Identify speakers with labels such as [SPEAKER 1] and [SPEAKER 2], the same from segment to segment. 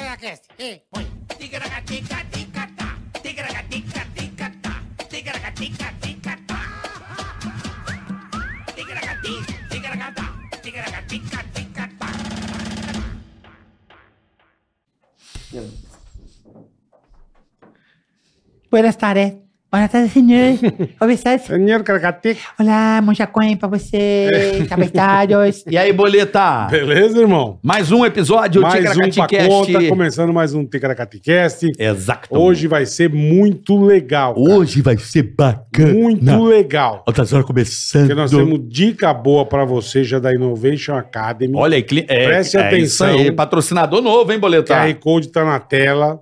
[SPEAKER 1] Tigracast, ei, põe. Tigracatica, ticatá. Tigracatica, ticatá. Tigracatica, ticatá. Tigracati, tigracatá. Tigracatica, ticatá.
[SPEAKER 2] Buenas tardes. Buenas tardes, señor. ¿Cómo estás?
[SPEAKER 3] Senhor Cracateca.
[SPEAKER 2] Hola, mucha coin para você. Cabeçalhos.
[SPEAKER 4] E aí, boleta?
[SPEAKER 3] Beleza, irmão?
[SPEAKER 4] Mais um episódio
[SPEAKER 3] mais
[SPEAKER 4] do
[SPEAKER 3] um pra conta, começando mais um Ticaracaticast.
[SPEAKER 4] É, Exato.
[SPEAKER 3] Hoje vai ser muito legal. cara.
[SPEAKER 4] Hoje vai ser bacana.
[SPEAKER 3] Muito legal.
[SPEAKER 4] Outras horas
[SPEAKER 3] Porque
[SPEAKER 4] começando.
[SPEAKER 3] nós temos dica boa pra você já da Innovation Academy.
[SPEAKER 4] Olha aí, cli- é,
[SPEAKER 3] Preste
[SPEAKER 4] é isso
[SPEAKER 3] atenção.
[SPEAKER 4] aí, patrocinador novo, hein,
[SPEAKER 3] o
[SPEAKER 4] boleta?
[SPEAKER 3] QR Code tá na tela.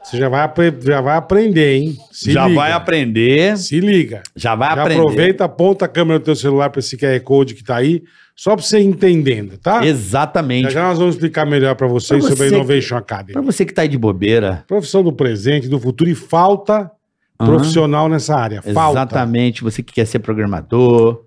[SPEAKER 3] Você já vai, apre- já vai aprender, hein? Se
[SPEAKER 4] já
[SPEAKER 3] liga.
[SPEAKER 4] vai aprender.
[SPEAKER 3] Se liga.
[SPEAKER 4] Já vai
[SPEAKER 3] Já
[SPEAKER 4] aprender.
[SPEAKER 3] aproveita, aponta a câmera do teu celular pra esse QR Code que tá aí, só pra você ir entendendo, tá? Já
[SPEAKER 4] Exatamente.
[SPEAKER 3] já nós vamos explicar melhor pra vocês
[SPEAKER 4] Pra
[SPEAKER 3] sobre a
[SPEAKER 4] você que-
[SPEAKER 3] Innovation Academy.
[SPEAKER 4] Pra você que tá aí de bobeira.
[SPEAKER 3] Profissão do presente, do futuro e falta
[SPEAKER 4] Aham.
[SPEAKER 3] Uhum. profissional nessa área. Falta.
[SPEAKER 4] Exatamente. Você que quer ser programador,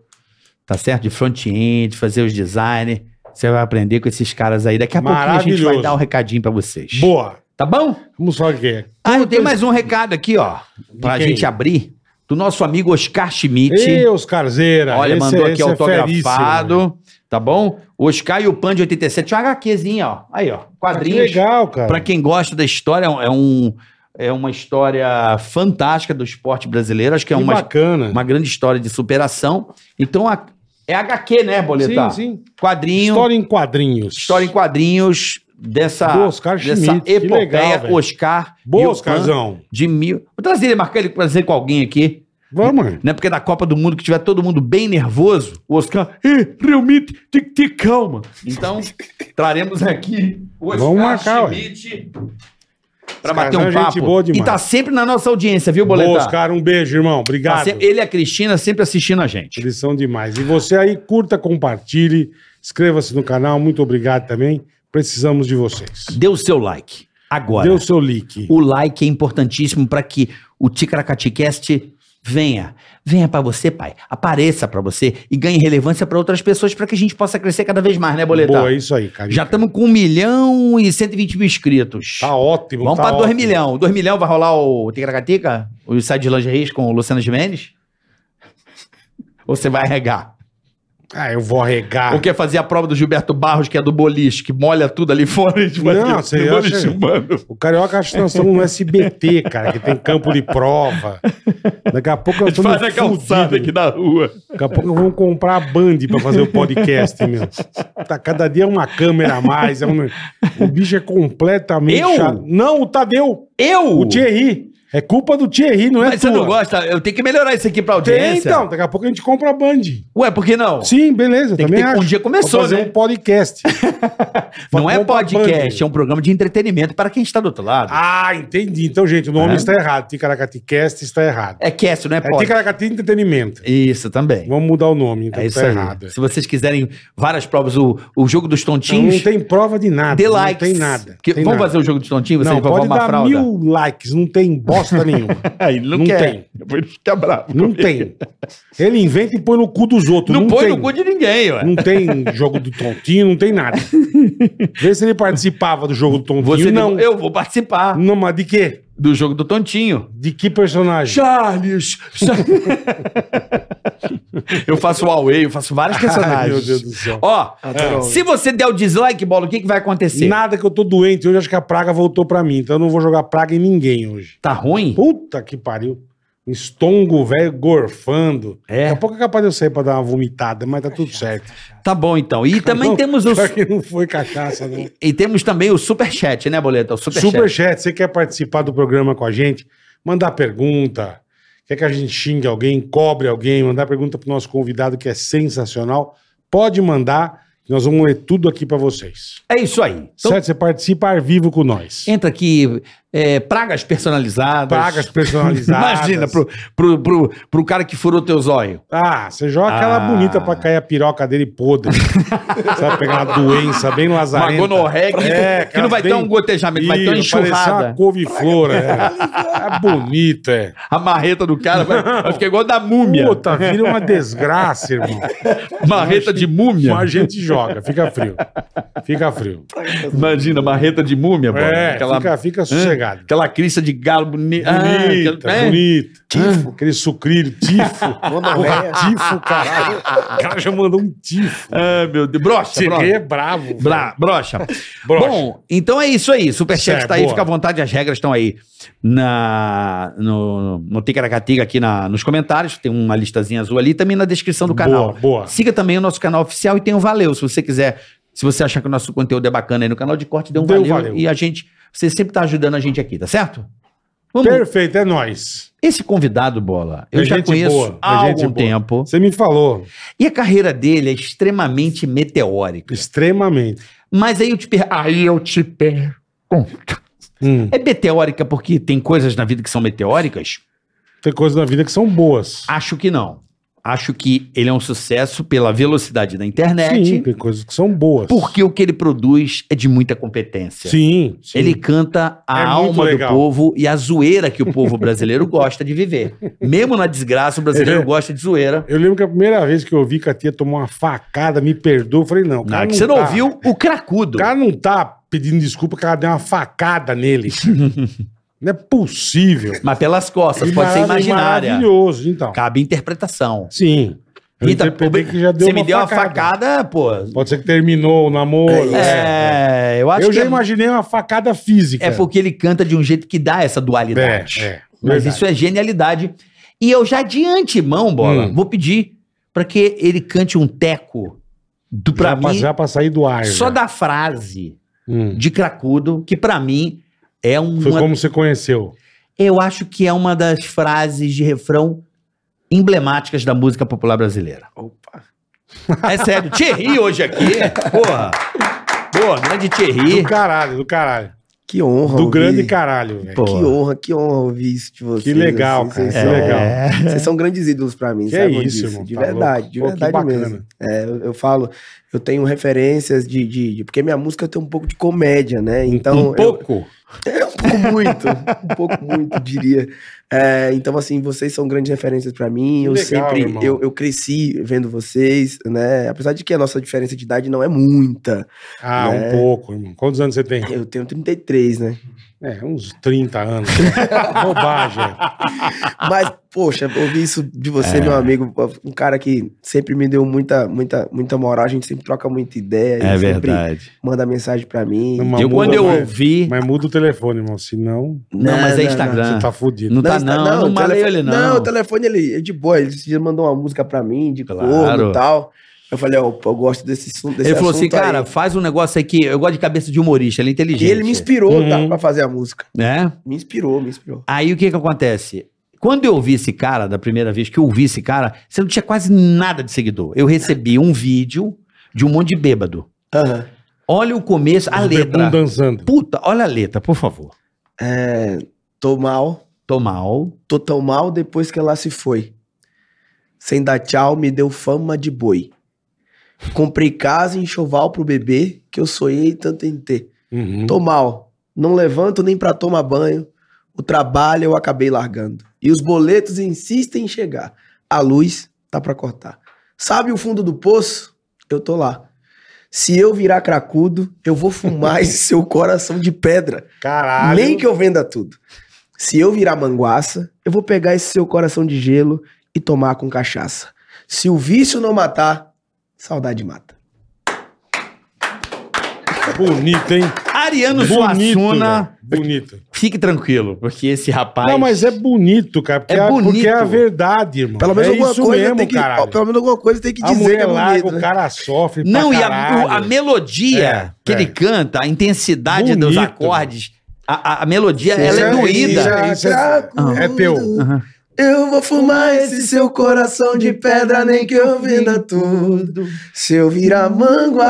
[SPEAKER 4] tá certo? De front-end, fazer os design. Você vai aprender com esses caras aí. Daqui a pouquinho a gente vai
[SPEAKER 3] Maravilhoso.
[SPEAKER 4] dar um recadinho pra vocês.
[SPEAKER 3] Boa.
[SPEAKER 4] Tá bom?
[SPEAKER 3] Vamos falar o que é.
[SPEAKER 4] Ah, eu tenho mais um recado aqui, ó. Pra
[SPEAKER 3] quem?
[SPEAKER 4] gente abrir. Do nosso amigo Oscar Schmidt.
[SPEAKER 3] E os carzeira.
[SPEAKER 4] Olha,
[SPEAKER 3] esse
[SPEAKER 4] mandou
[SPEAKER 3] é-
[SPEAKER 4] aqui
[SPEAKER 3] esse é feríssimo.
[SPEAKER 4] autografado. tá bom? Oscar e o Pan de 87. Uma HQzinha, ó. Aí, ó.
[SPEAKER 3] Ah, que
[SPEAKER 4] Quadrinhos.
[SPEAKER 3] legal, cara.
[SPEAKER 4] Pra quem gosta da história, é um. É uma história fantástica do esporte brasileiro. Acho que é
[SPEAKER 3] Que
[SPEAKER 4] uma,
[SPEAKER 3] bacana.
[SPEAKER 4] uma grande história de superação. Então, a- é HQ, né, Boletar?
[SPEAKER 3] Sim, sim.
[SPEAKER 4] Quadrinho,
[SPEAKER 3] História
[SPEAKER 4] história,
[SPEAKER 3] em quadrinhos.
[SPEAKER 4] em quadrinhos dessa,
[SPEAKER 3] Do Oscar
[SPEAKER 4] dessa
[SPEAKER 3] Schmidt, que
[SPEAKER 4] epopeia
[SPEAKER 3] legal, velho.
[SPEAKER 4] Oscar e
[SPEAKER 3] Boa,
[SPEAKER 4] o Pan
[SPEAKER 3] Oscarzão.
[SPEAKER 4] de mil. Vou trazer ele, marcar ele pra dizer com alguém aqui.
[SPEAKER 3] Vamos.
[SPEAKER 4] Né? Porque na Copa do Mundo, que tiver todo mundo bem nervoso, o Oscar, "Ih, realmente tem que ter calma. Então, traremos aqui o Oscar
[SPEAKER 3] Vamos marcar, ué.
[SPEAKER 4] Schmidt pra
[SPEAKER 3] Oscarzão
[SPEAKER 4] bater
[SPEAKER 3] é
[SPEAKER 4] um
[SPEAKER 3] gente
[SPEAKER 4] papo.
[SPEAKER 3] boa demais.
[SPEAKER 4] e tá sempre na nossa audiência, viu,
[SPEAKER 3] Boa,
[SPEAKER 4] Boletar?
[SPEAKER 3] Oscar. Um beijo, irmão. Obrigado.
[SPEAKER 4] Tá se- Ele e a Cristina sempre assistindo a gente.
[SPEAKER 3] Eles são demais. E você aí, curta, compartilhe, inscreva-se no canal. Muito obrigado também. Precisamos de vocês.
[SPEAKER 4] Dê o seu like. Agora.
[SPEAKER 3] Dê o seu like.
[SPEAKER 4] O like é importantíssimo para que o Ticaracaticast venha. Venha para você, pai. Apareça para você e ganhe relevância para outras pessoas para que a gente possa crescer cada vez mais, né, Boletar?
[SPEAKER 3] Boa, é isso aí, cara.
[SPEAKER 4] Já estamos com 1 milhão e 120 mil inscritos.
[SPEAKER 3] Tá ótimo.
[SPEAKER 4] Vamos
[SPEAKER 3] tá
[SPEAKER 4] para 2
[SPEAKER 3] ótimo.
[SPEAKER 4] milhão. 2 milhão vai rolar o Ticaracatica? O site de lingeries com o Luciano Gimenez? Ou você vai regar?
[SPEAKER 3] Ah, eu vou regar.
[SPEAKER 4] Ou quer fazer a prova do Gilberto Barros, que é do boliche, que molha tudo ali fora? e gente vai
[SPEAKER 3] Não,
[SPEAKER 4] ver
[SPEAKER 3] você
[SPEAKER 4] do
[SPEAKER 3] acha-
[SPEAKER 4] boliche humano.
[SPEAKER 3] O Carioca acha que tá nós estamos no SBT, cara, que tem campo de prova. Daqui a pouco nós
[SPEAKER 4] A gente
[SPEAKER 3] estamos
[SPEAKER 4] faz a calçada
[SPEAKER 3] fudidos.
[SPEAKER 4] aqui na rua.
[SPEAKER 3] Daqui a pouco nós vamos comprar a Band pra fazer o podcast, meu. Tá, cada dia é uma câmera a mais. é um- O bicho é completamente
[SPEAKER 4] Eu?
[SPEAKER 3] chato. Não, o Tadeu.
[SPEAKER 4] Eu?
[SPEAKER 3] O Thierry. É culpa do Thierry, não é
[SPEAKER 4] Mas você
[SPEAKER 3] tua.
[SPEAKER 4] não gosta? Eu tenho que melhorar isso aqui pra
[SPEAKER 3] Tem,
[SPEAKER 4] audiência.
[SPEAKER 3] então. Daqui a pouco a gente compra a Band.
[SPEAKER 4] Ué, por que não?
[SPEAKER 3] Sim, beleza.
[SPEAKER 4] Tem que
[SPEAKER 3] também
[SPEAKER 4] ter- um
[SPEAKER 3] acho.
[SPEAKER 4] dia começou,
[SPEAKER 3] Vou fazer
[SPEAKER 4] né?
[SPEAKER 3] um podcast.
[SPEAKER 4] não é
[SPEAKER 3] compra a
[SPEAKER 4] podcast, é
[SPEAKER 3] Band.
[SPEAKER 4] um programa de entretenimento para quem está do outro lado.
[SPEAKER 3] Ah, entendi. Então, gente, o nome
[SPEAKER 4] É.
[SPEAKER 3] está errado. Ticaracaticast está errado.
[SPEAKER 4] É cast, não é
[SPEAKER 3] É
[SPEAKER 4] podcast.
[SPEAKER 3] Ticaracati Entretenimento.
[SPEAKER 4] Isso também.
[SPEAKER 3] Vamos mudar o nome, então
[SPEAKER 4] é isso
[SPEAKER 3] tá
[SPEAKER 4] aí.
[SPEAKER 3] errado.
[SPEAKER 4] Se vocês quiserem várias provas, o, o jogo dos
[SPEAKER 3] Então, não
[SPEAKER 4] tontinhos,
[SPEAKER 3] tem prova de nada.
[SPEAKER 4] dê
[SPEAKER 3] não
[SPEAKER 4] likes.
[SPEAKER 3] tem nada.
[SPEAKER 4] Que-
[SPEAKER 3] tem
[SPEAKER 4] vamos
[SPEAKER 3] nada.
[SPEAKER 4] fazer o jogo dos tontinhos? Vocês
[SPEAKER 3] Não,
[SPEAKER 4] vão
[SPEAKER 3] pode
[SPEAKER 4] arrumar
[SPEAKER 3] dar
[SPEAKER 4] fralda?
[SPEAKER 3] mil likes, não tem bosta nenhuma.
[SPEAKER 4] Aí, ele não,
[SPEAKER 3] Não
[SPEAKER 4] quer.
[SPEAKER 3] tem.
[SPEAKER 4] Ele fica bravo.
[SPEAKER 3] não tem. Ele inventa e põe no cu dos outros.
[SPEAKER 4] Não,
[SPEAKER 3] Não,
[SPEAKER 4] põe
[SPEAKER 3] tem.
[SPEAKER 4] no cu de ninguém, ué.
[SPEAKER 3] Não tem jogo do tontinho, não tem nada. Vê se ele participava do jogo do tontinho.
[SPEAKER 4] Você
[SPEAKER 3] não.
[SPEAKER 4] não. Eu vou participar
[SPEAKER 3] não, mas de quê?
[SPEAKER 4] do jogo do tontinho.
[SPEAKER 3] De que personagem?
[SPEAKER 4] Charles! Char- eu faço Huawei, eu faço vários personagens.
[SPEAKER 3] Ai, meu Deus do céu.
[SPEAKER 4] Ó,
[SPEAKER 3] Adoro.
[SPEAKER 4] se você der o dislike, bola, o que, que vai acontecer?
[SPEAKER 3] Nada que eu tô doente hoje, acho que a praga voltou pra mim. Então eu não vou jogar praga em ninguém hoje.
[SPEAKER 4] Tá ruim?
[SPEAKER 3] Puta que pariu. Um Estongo, velho, gorfando.
[SPEAKER 4] É.
[SPEAKER 3] Daqui a pouco é capaz de eu sair pra dar uma vomitada, mas tá tudo certo.
[SPEAKER 4] Tá bom, então. E também
[SPEAKER 3] Não,
[SPEAKER 4] temos o.
[SPEAKER 3] Pior que não foi cachaça, não.
[SPEAKER 4] E temos também o superchat, né, Boleta? O superchat.
[SPEAKER 3] Superchat, você quer participar do programa com a gente? Mandar pergunta. Quer que a gente xingue alguém, cobre alguém, mandar pergunta pro nosso convidado que é sensacional? Pode mandar, que nós vamos ler tudo aqui pra vocês.
[SPEAKER 4] É isso aí. Então,
[SPEAKER 3] certo? Você participa ao vivo com nós.
[SPEAKER 4] entra aqui, é, pragas personalizadas.
[SPEAKER 3] Pragas personalizadas.
[SPEAKER 4] Imagina, pro, pro, pro, pro cara que furou teu zóio.
[SPEAKER 3] Ah, você joga aquela
[SPEAKER 4] Ah.
[SPEAKER 3] bonita pra cair a piroca dele podre. Sabe, pegar uma doença bem
[SPEAKER 4] Uma
[SPEAKER 3] lazarenta.
[SPEAKER 4] gonorreia que,
[SPEAKER 3] É,
[SPEAKER 4] que não vai ter
[SPEAKER 3] bem-
[SPEAKER 4] um gotejamento, vai ter uma
[SPEAKER 3] Isso, parecer uma
[SPEAKER 4] enxurrada.
[SPEAKER 3] couve-flora. É. é bonito, é.
[SPEAKER 4] A marreta do cara vai, vai ficar igual a da múmia.
[SPEAKER 3] Puta, vira uma desgraça, irmão.
[SPEAKER 4] marreta de múmia.
[SPEAKER 3] Mas a gente joga, fica frio. Fica frio.
[SPEAKER 4] Imagina, marreta de múmia, bola.
[SPEAKER 3] É,
[SPEAKER 4] aquela, Ah,
[SPEAKER 3] fica, fica sossegado.
[SPEAKER 4] aquela crista de galo bonita.
[SPEAKER 3] Bonita, bonita.
[SPEAKER 2] Tifo.
[SPEAKER 3] Aquele sucrilho, tifo. Porra,
[SPEAKER 2] Gonorreia.
[SPEAKER 3] tifo, caralho. O cara já mandou um tifo.
[SPEAKER 4] Ah, meu Deus. Brocha,
[SPEAKER 3] Você
[SPEAKER 4] brocha.
[SPEAKER 3] é bravo.
[SPEAKER 4] Bra- brocha.
[SPEAKER 3] Brocha.
[SPEAKER 4] Bom, então é isso aí. Superchat
[SPEAKER 3] Certo,
[SPEAKER 4] tá aí,
[SPEAKER 3] boa.
[SPEAKER 4] fica à vontade, as regras estão aí na, no, no Ticaracatiga aqui na, nos comentários. Tem uma listazinha azul ali, também na descrição do canal.
[SPEAKER 3] Boa, boa.
[SPEAKER 4] Siga também o nosso canal oficial e tem o Valeu. Se você quiser, se você achar que o nosso conteúdo é bacana aí no canal de corte, dê um
[SPEAKER 3] Dê um
[SPEAKER 4] valeu,
[SPEAKER 3] valeu.
[SPEAKER 4] E a gente, você sempre tá ajudando a gente aqui, tá certo? Vamos.
[SPEAKER 3] Perfeito, é nóis.
[SPEAKER 4] Esse convidado, Bola, eu
[SPEAKER 3] É
[SPEAKER 4] já
[SPEAKER 3] gente
[SPEAKER 4] conheço
[SPEAKER 3] boa, é
[SPEAKER 4] há
[SPEAKER 3] gente
[SPEAKER 4] algum
[SPEAKER 3] boa.
[SPEAKER 4] tempo.
[SPEAKER 3] Você me falou,
[SPEAKER 4] E a carreira dele é extremamente meteórica.
[SPEAKER 3] extremamente.
[SPEAKER 4] Mas aí eu te per... aí eu te pergunto.
[SPEAKER 3] Hum,
[SPEAKER 4] É meteórica porque tem coisas na vida que são meteóricas?
[SPEAKER 3] Tem coisas na vida que são boas.
[SPEAKER 4] Acho que não. Acho que ele é um sucesso pela velocidade da internet,
[SPEAKER 3] Sim, tem coisas que são boas.
[SPEAKER 4] porque o que ele produz é de muita competência.
[SPEAKER 3] Sim, sim.
[SPEAKER 4] Ele canta a
[SPEAKER 3] É muito
[SPEAKER 4] alma do
[SPEAKER 3] legal.
[SPEAKER 4] povo e a zoeira que o povo brasileiro gosta de viver. Mesmo na desgraça, o brasileiro
[SPEAKER 3] É.
[SPEAKER 4] gosta de zoeira.
[SPEAKER 3] Eu lembro que a primeira vez que eu vi que a tia tomou uma facada, me perdoou, eu falei, não, o
[SPEAKER 4] Não,
[SPEAKER 3] cara
[SPEAKER 4] é que você não
[SPEAKER 3] tá-
[SPEAKER 4] ouviu o
[SPEAKER 3] O
[SPEAKER 4] cracudo.
[SPEAKER 3] cara não tá pedindo desculpa que ela deu uma facada nele. não é possível.
[SPEAKER 4] Mas pelas costas,
[SPEAKER 3] E
[SPEAKER 4] pode ser
[SPEAKER 3] mara-
[SPEAKER 4] imaginária.
[SPEAKER 3] Maravilhoso, então.
[SPEAKER 4] Cabe interpretação.
[SPEAKER 3] Sim. Eu
[SPEAKER 4] Rita,
[SPEAKER 3] interpretei
[SPEAKER 4] pô,
[SPEAKER 3] que já deu
[SPEAKER 4] você me deu uma facada, pô.
[SPEAKER 3] Pode ser que terminou o namoro. né?
[SPEAKER 4] É, eu acho
[SPEAKER 3] Eu
[SPEAKER 4] que
[SPEAKER 3] já
[SPEAKER 4] é-
[SPEAKER 3] imaginei uma facada física.
[SPEAKER 4] é, porque ele canta de um jeito que dá essa dualidade.
[SPEAKER 3] É, é,
[SPEAKER 4] Mas
[SPEAKER 3] verdade.
[SPEAKER 4] isso é genialidade. E eu já de antemão, bola,
[SPEAKER 3] Hum.
[SPEAKER 4] vou pedir pra que ele cante um teco do pra
[SPEAKER 3] já pra,
[SPEAKER 4] mim
[SPEAKER 3] já pra sair do ar.
[SPEAKER 4] só
[SPEAKER 3] já.
[SPEAKER 4] da frase
[SPEAKER 3] Hum.
[SPEAKER 4] de cracudo, que pra mim é uma
[SPEAKER 3] Foi como você conheceu.
[SPEAKER 4] eu acho que é uma das frases de refrão emblemáticas da música popular brasileira.
[SPEAKER 2] Opa.
[SPEAKER 4] É sério, Thierry hoje aqui, porra. Porra, grande Thierry.
[SPEAKER 3] Do caralho, do caralho.
[SPEAKER 2] Que honra.
[SPEAKER 3] Do
[SPEAKER 2] ouvir.
[SPEAKER 3] grande caralho, velho.
[SPEAKER 4] Pô.
[SPEAKER 2] Que honra, que honra ouvir isso de vocês.
[SPEAKER 3] Que legal,
[SPEAKER 2] assim,
[SPEAKER 3] cara.
[SPEAKER 2] vocês
[SPEAKER 3] Que
[SPEAKER 2] são-
[SPEAKER 3] legal.
[SPEAKER 2] Vocês são grandes ídolos pra mim,
[SPEAKER 3] Que
[SPEAKER 2] sabe?
[SPEAKER 3] é isso, irmão,
[SPEAKER 2] De
[SPEAKER 3] tá
[SPEAKER 2] verdade,
[SPEAKER 3] louco.
[SPEAKER 2] de
[SPEAKER 3] Pô, que
[SPEAKER 2] verdade
[SPEAKER 3] bacana.
[SPEAKER 2] mesmo. É, eu, eu falo, eu tenho referências de, de, de- Porque minha música tem um pouco de comédia, né? Então.
[SPEAKER 4] um pouco.
[SPEAKER 2] Eu, um pouco muito. um pouco muito, diria. É, então, assim, vocês são grandes referências pra mim.
[SPEAKER 3] Que
[SPEAKER 2] Eu
[SPEAKER 3] legal,
[SPEAKER 2] sempre.
[SPEAKER 3] irmão.
[SPEAKER 2] Eu, eu cresci vendo vocês, né? Apesar de que a nossa diferença de idade não é muita.
[SPEAKER 3] Ah, um
[SPEAKER 2] É.
[SPEAKER 3] pouco, irmão. Quantos anos você tem?
[SPEAKER 2] Eu tenho 33, né?
[SPEAKER 3] É, uns 30 anos. Bobagem. é.
[SPEAKER 2] Mas, poxa, ouvir isso de você, meu amigo, um cara que sempre me deu muita, muita, muita moral, a gente sempre troca muita ideia,
[SPEAKER 4] É
[SPEAKER 2] ele é sempre manda mensagem pra mim.
[SPEAKER 3] Não,
[SPEAKER 4] Eu,
[SPEAKER 3] Mas
[SPEAKER 4] quando
[SPEAKER 3] muda,
[SPEAKER 4] eu
[SPEAKER 3] mas-
[SPEAKER 4] ouvi.
[SPEAKER 3] Mas muda o telefone, irmão. Senão,
[SPEAKER 4] Não, mas é Instagram.
[SPEAKER 3] você tá fudido.
[SPEAKER 4] Não tá,
[SPEAKER 2] Insta-
[SPEAKER 4] não. Não
[SPEAKER 2] o
[SPEAKER 4] malei
[SPEAKER 2] telefone-
[SPEAKER 4] ele,
[SPEAKER 2] Não,
[SPEAKER 4] não.
[SPEAKER 2] o telefone ele é de boa, ele esse dia mandou uma música pra mim, de
[SPEAKER 4] Claro.
[SPEAKER 2] corno e tal. Eu falei, ó, eu gosto desse, assunto- desse
[SPEAKER 4] Ele falou assim,
[SPEAKER 2] assunto aí.
[SPEAKER 4] cara, faz um negócio aí que eu gosto de cabeça de humorista, ele é inteligente.
[SPEAKER 2] E ele me inspirou,
[SPEAKER 3] Uhum.
[SPEAKER 2] tá, pra fazer a música.
[SPEAKER 4] né?
[SPEAKER 2] Me inspirou, me inspirou.
[SPEAKER 4] Aí o que que acontece? Quando eu vi esse cara, da primeira vez que eu vi esse cara, você não tinha quase nada de seguidor. Eu recebi um vídeo de um monte de bêbado.
[SPEAKER 2] Aham.
[SPEAKER 4] Olha o começo, a
[SPEAKER 3] Os bebum
[SPEAKER 4] letra.
[SPEAKER 3] dançando.
[SPEAKER 4] Puta, olha a letra, por favor.
[SPEAKER 2] É, tô mal,
[SPEAKER 4] Tô mal.
[SPEAKER 2] Tô tão mal depois que ela se foi. Sem dar tchau, me deu fama de boi. Comprei casa e enxoval pro bebê que eu sonhei tanto em ter.
[SPEAKER 3] Uhum.
[SPEAKER 2] Tô mal, não levanto nem pra tomar banho. O trabalho eu acabei largando. E os boletos insistem em chegar. A luz tá pra cortar. Sabe o fundo do poço? Eu tô lá. Se eu virar cracudo, eu vou fumar esse seu coração de pedra.
[SPEAKER 3] Caralho.
[SPEAKER 2] Nem que eu venda tudo. Se eu virar manguaça, eu vou pegar esse seu coração de gelo e tomar com cachaça. Se o vício não matar, saudade mata.
[SPEAKER 3] Bonito, hein?
[SPEAKER 4] Ariano Suassuna,
[SPEAKER 3] velho. Bonito.
[SPEAKER 4] fique tranquilo, porque esse rapaz.
[SPEAKER 3] Não, mas é bonito, cara. Porque
[SPEAKER 4] É
[SPEAKER 3] é,
[SPEAKER 4] bonito.
[SPEAKER 3] porque é a verdade, irmão.
[SPEAKER 2] Pelo menos
[SPEAKER 3] é
[SPEAKER 2] alguma
[SPEAKER 3] isso
[SPEAKER 2] coisa
[SPEAKER 3] mesmo,
[SPEAKER 2] tem que,
[SPEAKER 3] caralho.
[SPEAKER 2] ó, pelo menos alguma coisa tem que
[SPEAKER 3] a
[SPEAKER 2] dizer que
[SPEAKER 3] mulher
[SPEAKER 2] é
[SPEAKER 3] larga,
[SPEAKER 2] bonito,
[SPEAKER 3] o
[SPEAKER 2] né?
[SPEAKER 3] cara sofre
[SPEAKER 4] Não,
[SPEAKER 3] pra
[SPEAKER 4] e a,
[SPEAKER 3] caralho.
[SPEAKER 4] o- a melodia
[SPEAKER 3] É,
[SPEAKER 4] que
[SPEAKER 3] é.
[SPEAKER 4] ele canta, a intensidade
[SPEAKER 3] Bonito,
[SPEAKER 4] dos acordes, a, a- a melodia,
[SPEAKER 2] Sim,
[SPEAKER 4] ela é
[SPEAKER 2] isso
[SPEAKER 4] doída.
[SPEAKER 2] é-
[SPEAKER 3] Isso é-
[SPEAKER 2] Cracudo,
[SPEAKER 3] é teu.
[SPEAKER 4] Aham.
[SPEAKER 2] Eu vou fumar esse seu coração de pedra, nem que eu venda tudo. Se eu virar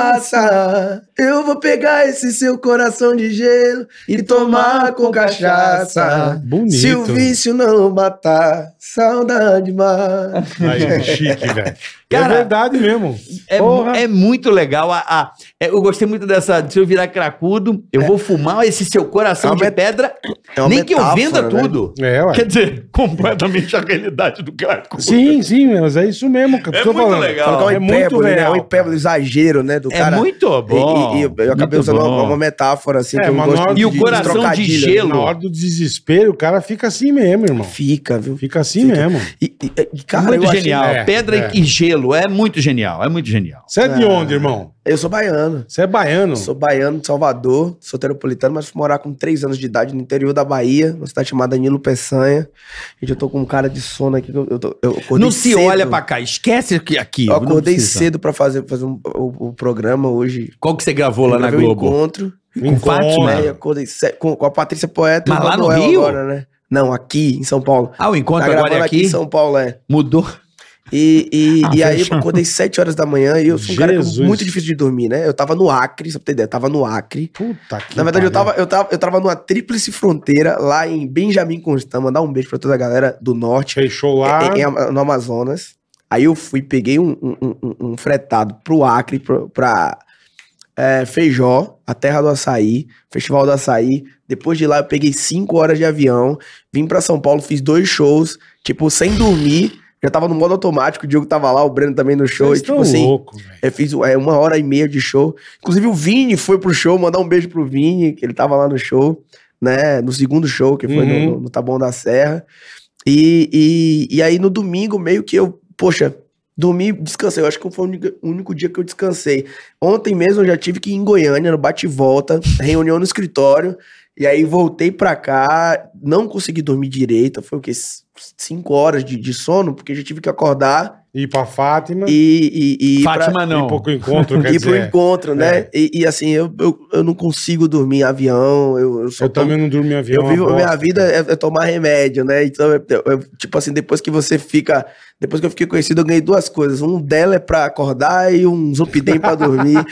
[SPEAKER 2] manguaça, eu vou pegar esse seu coração de gelo e tomar com cachaça.
[SPEAKER 3] Bonito.
[SPEAKER 2] Se o vício não matar, saudade mata.
[SPEAKER 3] Aí, chique, velho. É
[SPEAKER 4] Cara,
[SPEAKER 3] verdade mesmo.
[SPEAKER 4] É,
[SPEAKER 3] Porra.
[SPEAKER 4] é muito legal. A, a- é, eu gostei muito dessa. Se eu virar cracudo, eu vou fumar esse seu coração
[SPEAKER 2] É uma
[SPEAKER 4] de
[SPEAKER 2] met-
[SPEAKER 4] pedra,
[SPEAKER 2] é uma
[SPEAKER 4] nem que eu
[SPEAKER 2] metáfora,
[SPEAKER 4] venda
[SPEAKER 2] né?
[SPEAKER 4] tudo.
[SPEAKER 3] É, ué.
[SPEAKER 4] Quer dizer, completamente a realidade do cracudo.
[SPEAKER 3] Sim, sim, mas é isso mesmo. cara.
[SPEAKER 4] É
[SPEAKER 3] Tô
[SPEAKER 4] muito
[SPEAKER 3] falando.
[SPEAKER 4] legal.
[SPEAKER 2] É
[SPEAKER 3] É
[SPEAKER 2] um
[SPEAKER 3] muito
[SPEAKER 2] hipérbole, né? É
[SPEAKER 3] legal.
[SPEAKER 2] um hipérbole, exagero, né? Do
[SPEAKER 4] É
[SPEAKER 2] cara.
[SPEAKER 4] muito bom.
[SPEAKER 2] E, e- e eu acabei
[SPEAKER 4] muito
[SPEAKER 2] usando uma,
[SPEAKER 4] bom.
[SPEAKER 2] uma metáfora, assim,
[SPEAKER 3] É,
[SPEAKER 2] que eu
[SPEAKER 3] mas na
[SPEAKER 2] gosto
[SPEAKER 3] hora
[SPEAKER 4] E o
[SPEAKER 3] de-
[SPEAKER 4] coração de
[SPEAKER 2] trocadilho, né?
[SPEAKER 4] gelo.
[SPEAKER 3] Na hora do desespero, o cara fica assim mesmo, irmão.
[SPEAKER 2] Fica, viu?
[SPEAKER 3] Fica assim mesmo.
[SPEAKER 2] E, e- e, cara,
[SPEAKER 4] muito
[SPEAKER 2] eu achei-
[SPEAKER 4] genial.
[SPEAKER 3] É,
[SPEAKER 4] pedra
[SPEAKER 3] é.
[SPEAKER 4] e gelo. É muito genial. É muito genial.
[SPEAKER 3] Você é de
[SPEAKER 2] Ah.
[SPEAKER 3] onde, irmão?
[SPEAKER 2] Eu sou baiano.
[SPEAKER 3] Você é
[SPEAKER 4] Hum.
[SPEAKER 3] baiano?
[SPEAKER 2] Sou baiano de Salvador, sou teropolitano, mas fui morar com 3 anos de idade no interior da Bahia, numa cidade chamada Nilo Peçanha. Gente, eu tô com um cara de sono aqui, que eu, eu, tô- eu acordei
[SPEAKER 4] não se
[SPEAKER 2] cedo.
[SPEAKER 4] olha pra cá. Esquece que aqui.
[SPEAKER 2] Eu
[SPEAKER 4] não
[SPEAKER 2] acordei
[SPEAKER 4] precisa.
[SPEAKER 2] cedo pra fazer, fazer um- o, o programa hoje.
[SPEAKER 4] Qual que você gravou lá na
[SPEAKER 2] Gravei um
[SPEAKER 4] Globo?
[SPEAKER 2] encontro,
[SPEAKER 4] Com Fátima?
[SPEAKER 2] né?
[SPEAKER 4] Ah.
[SPEAKER 2] Eu acordei ce- com, com a Patrícia Poeta e
[SPEAKER 4] Mas
[SPEAKER 2] o
[SPEAKER 4] lá no
[SPEAKER 2] Manuel
[SPEAKER 4] Rio?
[SPEAKER 2] agora, né? Não, aqui em São Paulo.
[SPEAKER 4] Ah, o encontro
[SPEAKER 2] tá
[SPEAKER 4] agora é
[SPEAKER 2] gravando aqui
[SPEAKER 4] aqui?
[SPEAKER 2] em São Paulo, é.
[SPEAKER 4] Mudou.
[SPEAKER 2] E, e,
[SPEAKER 4] Ah,
[SPEAKER 2] e aí
[SPEAKER 4] fecha.
[SPEAKER 2] eu acordei 7 horas da manhã e eu sou um cara que
[SPEAKER 3] Jesus.
[SPEAKER 2] é muito difícil de dormir, né? Eu tava no Acre, só pra ter ideia, eu tava no Acre.
[SPEAKER 3] Puta que
[SPEAKER 2] Na verdade, eu
[SPEAKER 3] pariu.
[SPEAKER 2] tava, eu, tava, eu tava numa tríplice fronteira lá em Benjamin Constant, mandar um beijo pra toda a galera do norte,
[SPEAKER 3] Fechou lá.
[SPEAKER 2] em- em- é, no Amazonas. Aí eu fui, peguei um, um- um- um fretado pro Acre, pro- pra, é, Feijó, a terra do açaí, Festival do Açaí. Depois de lá eu peguei 5 horas de avião, vim pra São Paulo, fiz dois shows, tipo, sem dormir. Já tava no modo automático, o Diogo tava lá, o Breno também no show.
[SPEAKER 3] Vocês
[SPEAKER 2] E, tipo
[SPEAKER 3] tão
[SPEAKER 2] assim,
[SPEAKER 3] louco, velho.
[SPEAKER 2] eu fiz é, uma hora e meia de show. Inclusive o Vini foi pro show, mandar um beijo pro Vini, que ele tava lá no show, né? No segundo show, que foi no-
[SPEAKER 3] Uhum.
[SPEAKER 2] no, no Taboão da Serra. E, e, e aí no domingo, meio que eu, poxa, dormi e descansei. Eu acho que foi o único, o único dia que eu descansei. Ontem mesmo eu já tive que ir em Goiânia, no bate-volta, reunião no escritório. E aí voltei pra cá, não consegui dormir direito. Foi o quê? C- Cinco horas de, de sono, porque já tive que acordar
[SPEAKER 3] Ir pra Fátima. E,
[SPEAKER 2] e. e, e ir pra- um
[SPEAKER 4] Fátima não.
[SPEAKER 3] ir pro encontro, quer
[SPEAKER 2] ir pro
[SPEAKER 3] dizer.
[SPEAKER 2] encontro, né?
[SPEAKER 3] é.
[SPEAKER 2] E, e, assim, eu, eu, eu não consigo dormir em avião, eu, eu só
[SPEAKER 3] Eu
[SPEAKER 2] tomo-
[SPEAKER 3] também não durmo em avião.
[SPEAKER 2] Eu vivo,
[SPEAKER 3] uma
[SPEAKER 2] minha
[SPEAKER 3] bosta,
[SPEAKER 2] vida
[SPEAKER 3] cara.
[SPEAKER 2] é, é tomar remédio, né? Então, eu- eu- eu, tipo assim, depois que você fica. Depois que eu fiquei conhecido, eu ganhei duas coisas. Um dela é pra acordar e um zopidem pra dormir.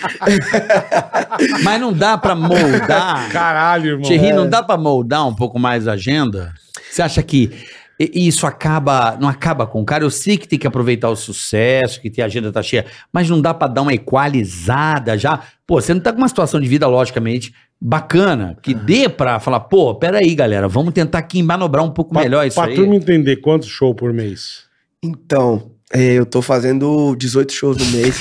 [SPEAKER 4] Mas não dá pra moldar.
[SPEAKER 3] Caralho, irmão. é.
[SPEAKER 4] Thierry, não dá pra moldar um pouco mais a agenda? Você acha que i- isso acaba, não acaba com o cara? Eu sei que tem que aproveitar o sucesso, que tem- a agenda tá cheia, mas não dá pra dar uma equalizada já? Pô, você não tá com uma situação de vida, logicamente, bacana, que dê pra falar, pô, peraí, galera, vamos tentar aqui manobrar um pouco
[SPEAKER 3] Pra-
[SPEAKER 4] melhor isso
[SPEAKER 3] pra
[SPEAKER 4] aí.
[SPEAKER 3] turma entender quantos show por mês?
[SPEAKER 2] Então, é, eu tô fazendo 18 shows no mês.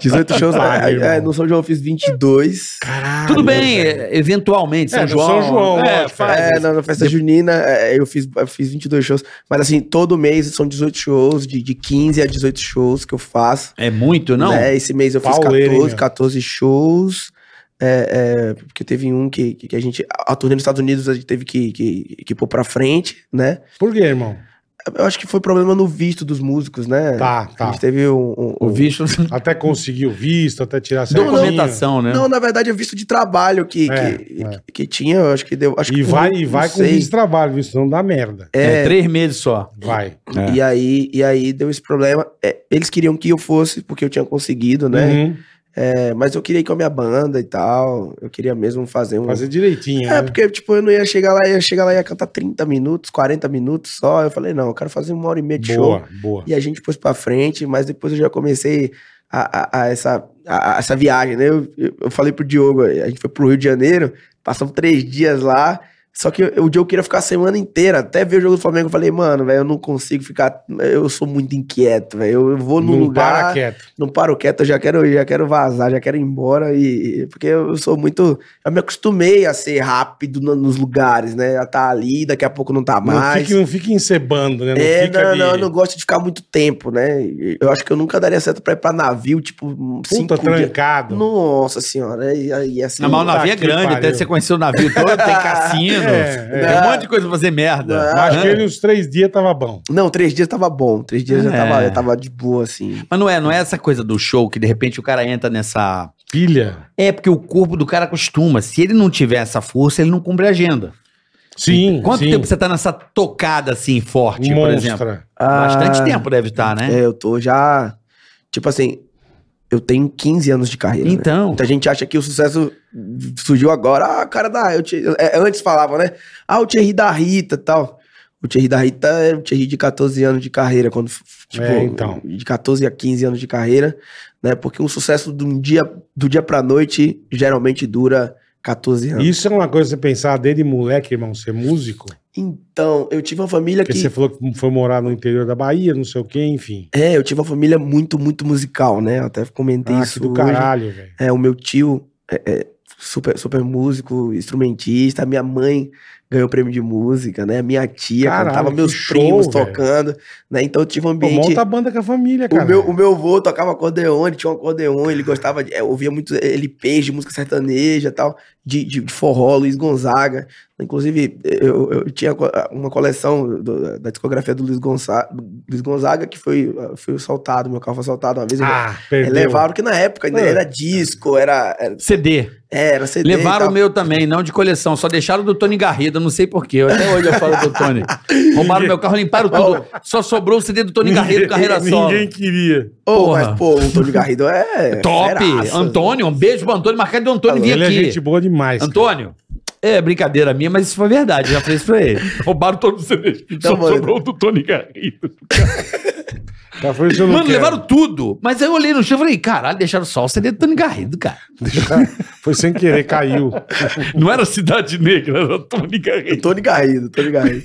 [SPEAKER 2] 18 shows.
[SPEAKER 3] Vale,
[SPEAKER 2] é,
[SPEAKER 3] irmão.
[SPEAKER 2] é, no São João eu fiz 22.
[SPEAKER 3] Caralho.
[SPEAKER 4] Tudo bem, é, eventualmente, São
[SPEAKER 3] Ah, É, no
[SPEAKER 4] João.
[SPEAKER 3] São João,
[SPEAKER 4] é,
[SPEAKER 3] lógico,
[SPEAKER 4] faz.
[SPEAKER 2] É, na, na festa junina é, eu fiz, eu fiz 22 shows. Mas assim, todo mês são 18 shows, de, de 15 a 18 shows que eu faço.
[SPEAKER 4] É muito, não?
[SPEAKER 2] né? Esse mês eu fiz
[SPEAKER 3] Pauleira, hein,
[SPEAKER 2] 14,
[SPEAKER 3] meu?
[SPEAKER 2] 14 shows. É, é, porque teve um que, que, que a gente. A a turnê nos Estados Unidos a gente teve que, que, que pôr pra frente, né?
[SPEAKER 3] Por quê, irmão?
[SPEAKER 2] Eu acho que foi problema no visto dos músicos, né?
[SPEAKER 3] Tá,
[SPEAKER 2] A
[SPEAKER 3] tá.
[SPEAKER 2] gente teve um. um-
[SPEAKER 4] O
[SPEAKER 2] um-
[SPEAKER 4] bicho.
[SPEAKER 3] Até conseguir o visto, até tirar a certinha.
[SPEAKER 4] Documentação, né?
[SPEAKER 2] Não, na verdade é visto de trabalho que,
[SPEAKER 3] É,
[SPEAKER 2] que,
[SPEAKER 3] é.
[SPEAKER 2] que, que tinha, eu acho que deu. Acho
[SPEAKER 3] E
[SPEAKER 2] que um,
[SPEAKER 3] vai,
[SPEAKER 2] não
[SPEAKER 3] e vai com
[SPEAKER 2] sei.
[SPEAKER 3] visto de trabalho, visto não dá merda.
[SPEAKER 4] É, três meses só.
[SPEAKER 3] Vai.
[SPEAKER 4] É.
[SPEAKER 2] E, aí, e aí deu esse problema. É, eles queriam que eu fosse, porque eu tinha conseguido, né?
[SPEAKER 3] Uhum.
[SPEAKER 2] É, mas eu queria ir com a minha banda e tal. Eu queria mesmo fazer um.
[SPEAKER 3] Fazer direitinho.
[SPEAKER 2] É,
[SPEAKER 3] né?
[SPEAKER 2] porque, tipo, eu não ia chegar lá, ia chegar lá e ia cantar 30 minutos, 40 minutos só. Eu falei, não, eu quero fazer uma hora e meia é de show.
[SPEAKER 3] Boa, boa.
[SPEAKER 2] E a gente pôs pra frente, mas depois eu já comecei a, a- a essa, a- a essa viagem, né? Eu, eu- eu falei pro Diogo, a gente foi pro Rio de Janeiro, passamos três dias lá. Só que eu- o Diogo queria ficar a semana inteira, até ver o jogo do Flamengo. Eu falei, mano, velho, eu não consigo ficar. Eu sou muito inquieto, velho. Eu, eu vou num
[SPEAKER 3] Não
[SPEAKER 2] lugar
[SPEAKER 3] para quieto.
[SPEAKER 2] não paro quieto, eu já quero, eu já quero vazar, já quero ir embora e e- porque eu sou muito, eu me acostumei a ser rápido no- nos lugares, né? A tá ali, daqui a pouco não tá
[SPEAKER 3] Não
[SPEAKER 2] mais.
[SPEAKER 3] fique, não fique encebando, né? Não
[SPEAKER 2] é,
[SPEAKER 3] fica
[SPEAKER 2] não,
[SPEAKER 3] de-
[SPEAKER 2] não, eu não gosto de ficar muito tempo, né? E Eu acho que eu nunca daria certo pra ir pra navio, tipo,
[SPEAKER 3] Puta, tá
[SPEAKER 2] cinco dias.
[SPEAKER 3] trancado.
[SPEAKER 2] Nossa senhora, e, e assim...
[SPEAKER 4] Na mal, o
[SPEAKER 3] Puta
[SPEAKER 4] navio é
[SPEAKER 3] que
[SPEAKER 4] grande,
[SPEAKER 3] Ah, pariu.
[SPEAKER 4] até você conhecer o navio todo, tem cassino,
[SPEAKER 3] É,
[SPEAKER 4] tem
[SPEAKER 2] é.
[SPEAKER 4] um monte de coisa pra fazer merda.
[SPEAKER 2] Não.
[SPEAKER 3] Acho que
[SPEAKER 4] Hã?
[SPEAKER 3] ele uns três dias tava bom.
[SPEAKER 2] Não, três dias tava bom, três dias já,
[SPEAKER 4] É.
[SPEAKER 2] tava, já tava de boa, assim.
[SPEAKER 4] Mas não é, não é essa coisa do show que de repente o cara entra nessa.
[SPEAKER 3] Pilha.
[SPEAKER 4] É porque o corpo do cara acostuma. Se ele não tiver essa força, ele não cumpre a agenda.
[SPEAKER 3] Sim,
[SPEAKER 4] Quanto
[SPEAKER 3] sim.
[SPEAKER 4] tempo você tá nessa tocada assim, forte, por exemplo?
[SPEAKER 3] Monstra.
[SPEAKER 4] Bastante
[SPEAKER 2] Ah,
[SPEAKER 4] tempo deve estar, né?
[SPEAKER 2] É, eu tô já. Tipo assim, eu tenho 15 anos de
[SPEAKER 3] é,
[SPEAKER 2] carreira. né?
[SPEAKER 4] Então.
[SPEAKER 2] Muita gente acha que o sucesso surgiu agora. Ah, cara da. Eu te... é, antes falava, né? Ah, o Thierry da Rita e tal. O Thierry da Rita era o Thierry de 14 anos de carreira, quando. f- f- Tipo,
[SPEAKER 3] É, então.
[SPEAKER 2] De 14 a 15 anos de carreira, né? Porque um sucesso de um dia, do dia pra noite geralmente dura 14 anos.
[SPEAKER 3] Isso é uma coisa que você pensar desde moleque, irmão, ser músico.
[SPEAKER 2] Então, eu tive uma família
[SPEAKER 3] Porque
[SPEAKER 2] que.
[SPEAKER 3] você falou que foi morar no interior da Bahia, não sei o quê, enfim.
[SPEAKER 2] É, eu tive uma família muito, muito musical, né? Eu até comentei
[SPEAKER 3] Ah, que
[SPEAKER 2] isso
[SPEAKER 3] do
[SPEAKER 2] hoje.
[SPEAKER 3] caralho, velho.
[SPEAKER 2] É, o meu tio é, é super, super músico, instrumentista. Minha mãe ganhou prêmio de música, né? Minha tia
[SPEAKER 3] Caralho,
[SPEAKER 2] cantava,
[SPEAKER 3] que
[SPEAKER 2] meus
[SPEAKER 3] show,
[SPEAKER 2] primos
[SPEAKER 3] velho.
[SPEAKER 2] tocando, né? Então eu tive um
[SPEAKER 3] Pô,
[SPEAKER 2] ambiente...
[SPEAKER 3] monta a banda com a família, cara.
[SPEAKER 2] o, meu, o meu avô tocava acordeon, ele tinha um acordeon, ele gostava, de, é, ouvia muito LPs de música sertaneja e tal, de, de, de forró, Luiz Gonzaga. Inclusive, eu, eu tinha co- uma coleção do- da discografia do Luiz Gonzaga, Luiz Gonzaga que foi, foi assaltado, meu carro foi assaltado uma vez. eu-
[SPEAKER 3] Ah,
[SPEAKER 2] é,
[SPEAKER 3] perdeu.
[SPEAKER 2] levaram, que na época ainda
[SPEAKER 4] É.
[SPEAKER 3] Ah.
[SPEAKER 2] era disco, era, era,
[SPEAKER 4] CD.
[SPEAKER 2] era CD. e
[SPEAKER 3] então.
[SPEAKER 4] Levaram
[SPEAKER 2] tal.
[SPEAKER 4] o meu também, não de coleção. Só deixaram do Tony Garrido, eu não sei porquê. Até hoje eu falo do Tony. Roubaram meu carro, limparam tudo. Só sobrou o CD do Tony Garrido, carreira solo.
[SPEAKER 3] Ninguém queria.
[SPEAKER 2] Ô,
[SPEAKER 4] Porra.
[SPEAKER 2] mas, pô, o Tony Garrido é.
[SPEAKER 4] Top!
[SPEAKER 2] feraça.
[SPEAKER 4] Antônio, um beijo pro Antônio. Marcado do Antônio vir
[SPEAKER 3] Ele é
[SPEAKER 4] aqui.
[SPEAKER 3] gente boa demais. cara.
[SPEAKER 4] Antônio, é brincadeira minha, mas isso foi verdade. Já falei isso pra ele. Roubaram todos os CDs.
[SPEAKER 2] Então, mano.
[SPEAKER 4] o do Tony Garrido.
[SPEAKER 3] Tá, foi isso, eu não
[SPEAKER 4] Mano,
[SPEAKER 3] quero.
[SPEAKER 4] levaram tudo. Mas aí eu olhei no chão e falei, caralho, deixaram só o CD do Tony Garrido, cara.
[SPEAKER 3] Foi sem querer, caiu.
[SPEAKER 4] Não era Cidade Negra, era Tony
[SPEAKER 2] O
[SPEAKER 4] Garrido.
[SPEAKER 2] Tony Garrido, Tony Garrido.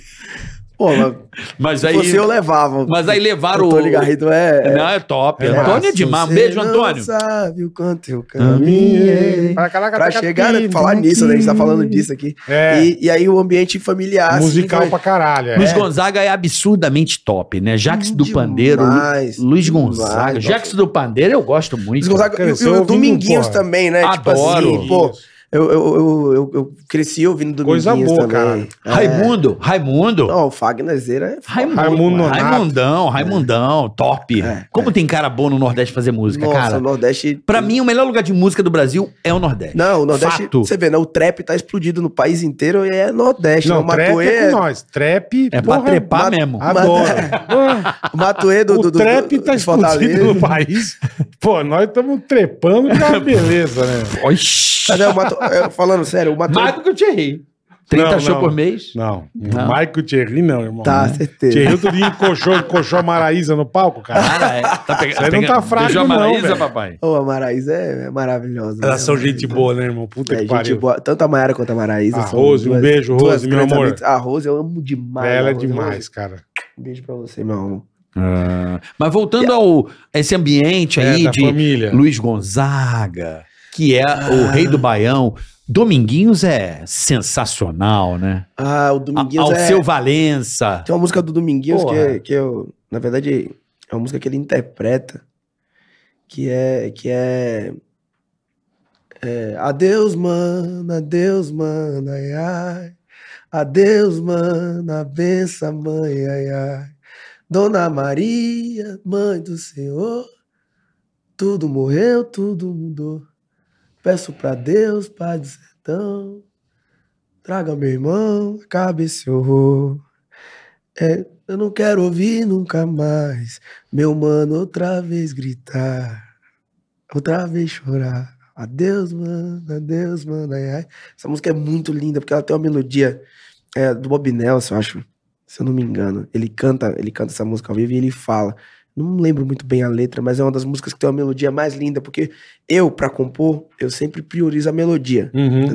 [SPEAKER 2] Pô, mas
[SPEAKER 4] Mas aí,
[SPEAKER 2] você eu levava.
[SPEAKER 4] mas aí levaram
[SPEAKER 2] o Tony Garrido é.
[SPEAKER 4] Não, é top.
[SPEAKER 3] É
[SPEAKER 4] Antônio é
[SPEAKER 2] Nossa,
[SPEAKER 4] demais. Um
[SPEAKER 2] você
[SPEAKER 4] beijo,
[SPEAKER 2] não
[SPEAKER 4] Antônio.
[SPEAKER 2] sabe o quanto eu
[SPEAKER 3] Caminhei.
[SPEAKER 2] caminhei. Pra
[SPEAKER 3] tá
[SPEAKER 2] chegar, né? Falar nisso, né? A gente tá falando disso aqui.
[SPEAKER 3] então. Hum. É.
[SPEAKER 2] E, e aí o ambiente familiar. assim,
[SPEAKER 3] musical
[SPEAKER 2] foi-
[SPEAKER 3] pra caralho. É.
[SPEAKER 4] Luiz Gonzaga é absurdamente top, né? Jax do
[SPEAKER 2] É Demais,
[SPEAKER 4] Pandeiro, Lu- Luiz Gonzaga.
[SPEAKER 2] demais.
[SPEAKER 4] Jax do Pandeiro eu gosto muito.
[SPEAKER 2] Luiz Gonzaga.
[SPEAKER 3] Cara,
[SPEAKER 2] E
[SPEAKER 3] eu sou
[SPEAKER 2] o- e o
[SPEAKER 3] ouvindo,
[SPEAKER 2] Dominguinhos
[SPEAKER 3] porra.
[SPEAKER 2] também, né?
[SPEAKER 4] Adoro.
[SPEAKER 2] Tipo assim, pô. Eu, eu, eu, eu, eu cresci ouvindo Dominguinhos
[SPEAKER 3] Coisa boa,
[SPEAKER 2] também. É.
[SPEAKER 3] É.
[SPEAKER 4] Raimundo, Raimundo.
[SPEAKER 2] Não, o Fagner Zeira é
[SPEAKER 4] Raimundo,
[SPEAKER 3] Raimundo
[SPEAKER 4] mano.
[SPEAKER 3] Nonato.
[SPEAKER 4] Raimundão,
[SPEAKER 3] É.
[SPEAKER 4] Raimundão, top.
[SPEAKER 2] É,
[SPEAKER 4] Como tem cara bom no Nordeste fazer música,
[SPEAKER 2] Nossa,
[SPEAKER 4] cara?
[SPEAKER 2] o Nordeste.
[SPEAKER 4] Pra mim, o melhor lugar de música do Brasil é o Nordeste.
[SPEAKER 2] Não, o Nordeste.
[SPEAKER 4] Fato.
[SPEAKER 2] Você vê, né? O trap tá explodido no país inteiro e é Nordeste.
[SPEAKER 3] Não,
[SPEAKER 2] né? O
[SPEAKER 3] trap
[SPEAKER 2] Matuê.
[SPEAKER 3] é com nós. Trap,
[SPEAKER 4] É pra trepar mesmo.
[SPEAKER 3] Ah. Adoro.
[SPEAKER 2] O Matuê do,
[SPEAKER 3] o
[SPEAKER 2] do, do,
[SPEAKER 3] trap
[SPEAKER 2] do-
[SPEAKER 3] tá
[SPEAKER 2] de
[SPEAKER 3] explodido no país. Pô, nós estamos trepando que é uma beleza, né?
[SPEAKER 4] Oxi.
[SPEAKER 2] Mas é, o Matu- eu falando sério, o Matuê.
[SPEAKER 4] Mais do que eu te errei. 30
[SPEAKER 3] Não,
[SPEAKER 4] show
[SPEAKER 3] não.
[SPEAKER 4] por mês.
[SPEAKER 3] Não,
[SPEAKER 4] Não.
[SPEAKER 3] Michael Thierry não, irmão.
[SPEAKER 2] Tá,
[SPEAKER 3] Não.
[SPEAKER 2] certeza.
[SPEAKER 3] Thierry outro dia encoxou, encoxou a Maraísa no palco, cara.
[SPEAKER 4] Cara, é, tá pegando.
[SPEAKER 3] Você não tá fraco
[SPEAKER 4] Beijou a
[SPEAKER 3] não,
[SPEAKER 4] Maraísa,
[SPEAKER 3] velho.
[SPEAKER 4] papai.
[SPEAKER 2] Ô, a Maraísa é, é maravilhosa. né?
[SPEAKER 3] Elas são gente boa, né, irmão?
[SPEAKER 2] É,
[SPEAKER 3] Puta que
[SPEAKER 2] gente
[SPEAKER 3] pariu.
[SPEAKER 2] boa. Tanto a Mayara quanto a Maraísa.
[SPEAKER 3] A
[SPEAKER 2] são
[SPEAKER 3] Rose, um
[SPEAKER 2] duas-
[SPEAKER 3] beijo,
[SPEAKER 2] duas
[SPEAKER 3] Rose, meu
[SPEAKER 2] grandes
[SPEAKER 3] amor.
[SPEAKER 2] amigas. A Rose eu amo demais.
[SPEAKER 3] Ela
[SPEAKER 2] a
[SPEAKER 3] é
[SPEAKER 2] Rose,
[SPEAKER 3] demais,
[SPEAKER 2] Rose.
[SPEAKER 3] cara.
[SPEAKER 2] Um beijo pra você, meu amor.
[SPEAKER 4] Ah. Mas voltando ao esse ambiente aí
[SPEAKER 3] é, da
[SPEAKER 4] de
[SPEAKER 3] família. Ah.
[SPEAKER 4] Luiz Gonzaga, que é o rei do Baião. Dominguinhos é sensacional, né?
[SPEAKER 2] Ah, o
[SPEAKER 4] A,
[SPEAKER 2] Dominguinhos
[SPEAKER 4] ao
[SPEAKER 2] é...
[SPEAKER 4] seu Valença.
[SPEAKER 2] Tem uma música do Dominguinhos que,
[SPEAKER 4] Porra.
[SPEAKER 2] é- que eu, na verdade, é uma música que ele interpreta, que é que é, é, Adeus, mano, adeus, mano, ai, ai. Adeus, mano, a benção, mãe, ai, ai. Dona Maria, mãe do Senhor, tudo morreu, tudo mudou. Peço pra Deus, Pai do Sertão, traga meu irmão, acabe esse horror. É, eu não quero ouvir nunca mais meu mano outra vez gritar, outra vez chorar. Adeus, mano, adeus, mano. Ai, ai. Essa música é muito linda porque ela tem uma melodia é, do Bob Nelson, eu acho, se eu não me engano. Ele canta, ele canta essa música ao vivo e ele fala. Não lembro muito bem a letra, mas é uma das músicas que tem uma melodia mais linda porque eu, pra compor, eu sempre priorizo a melodia.
[SPEAKER 3] Uhum.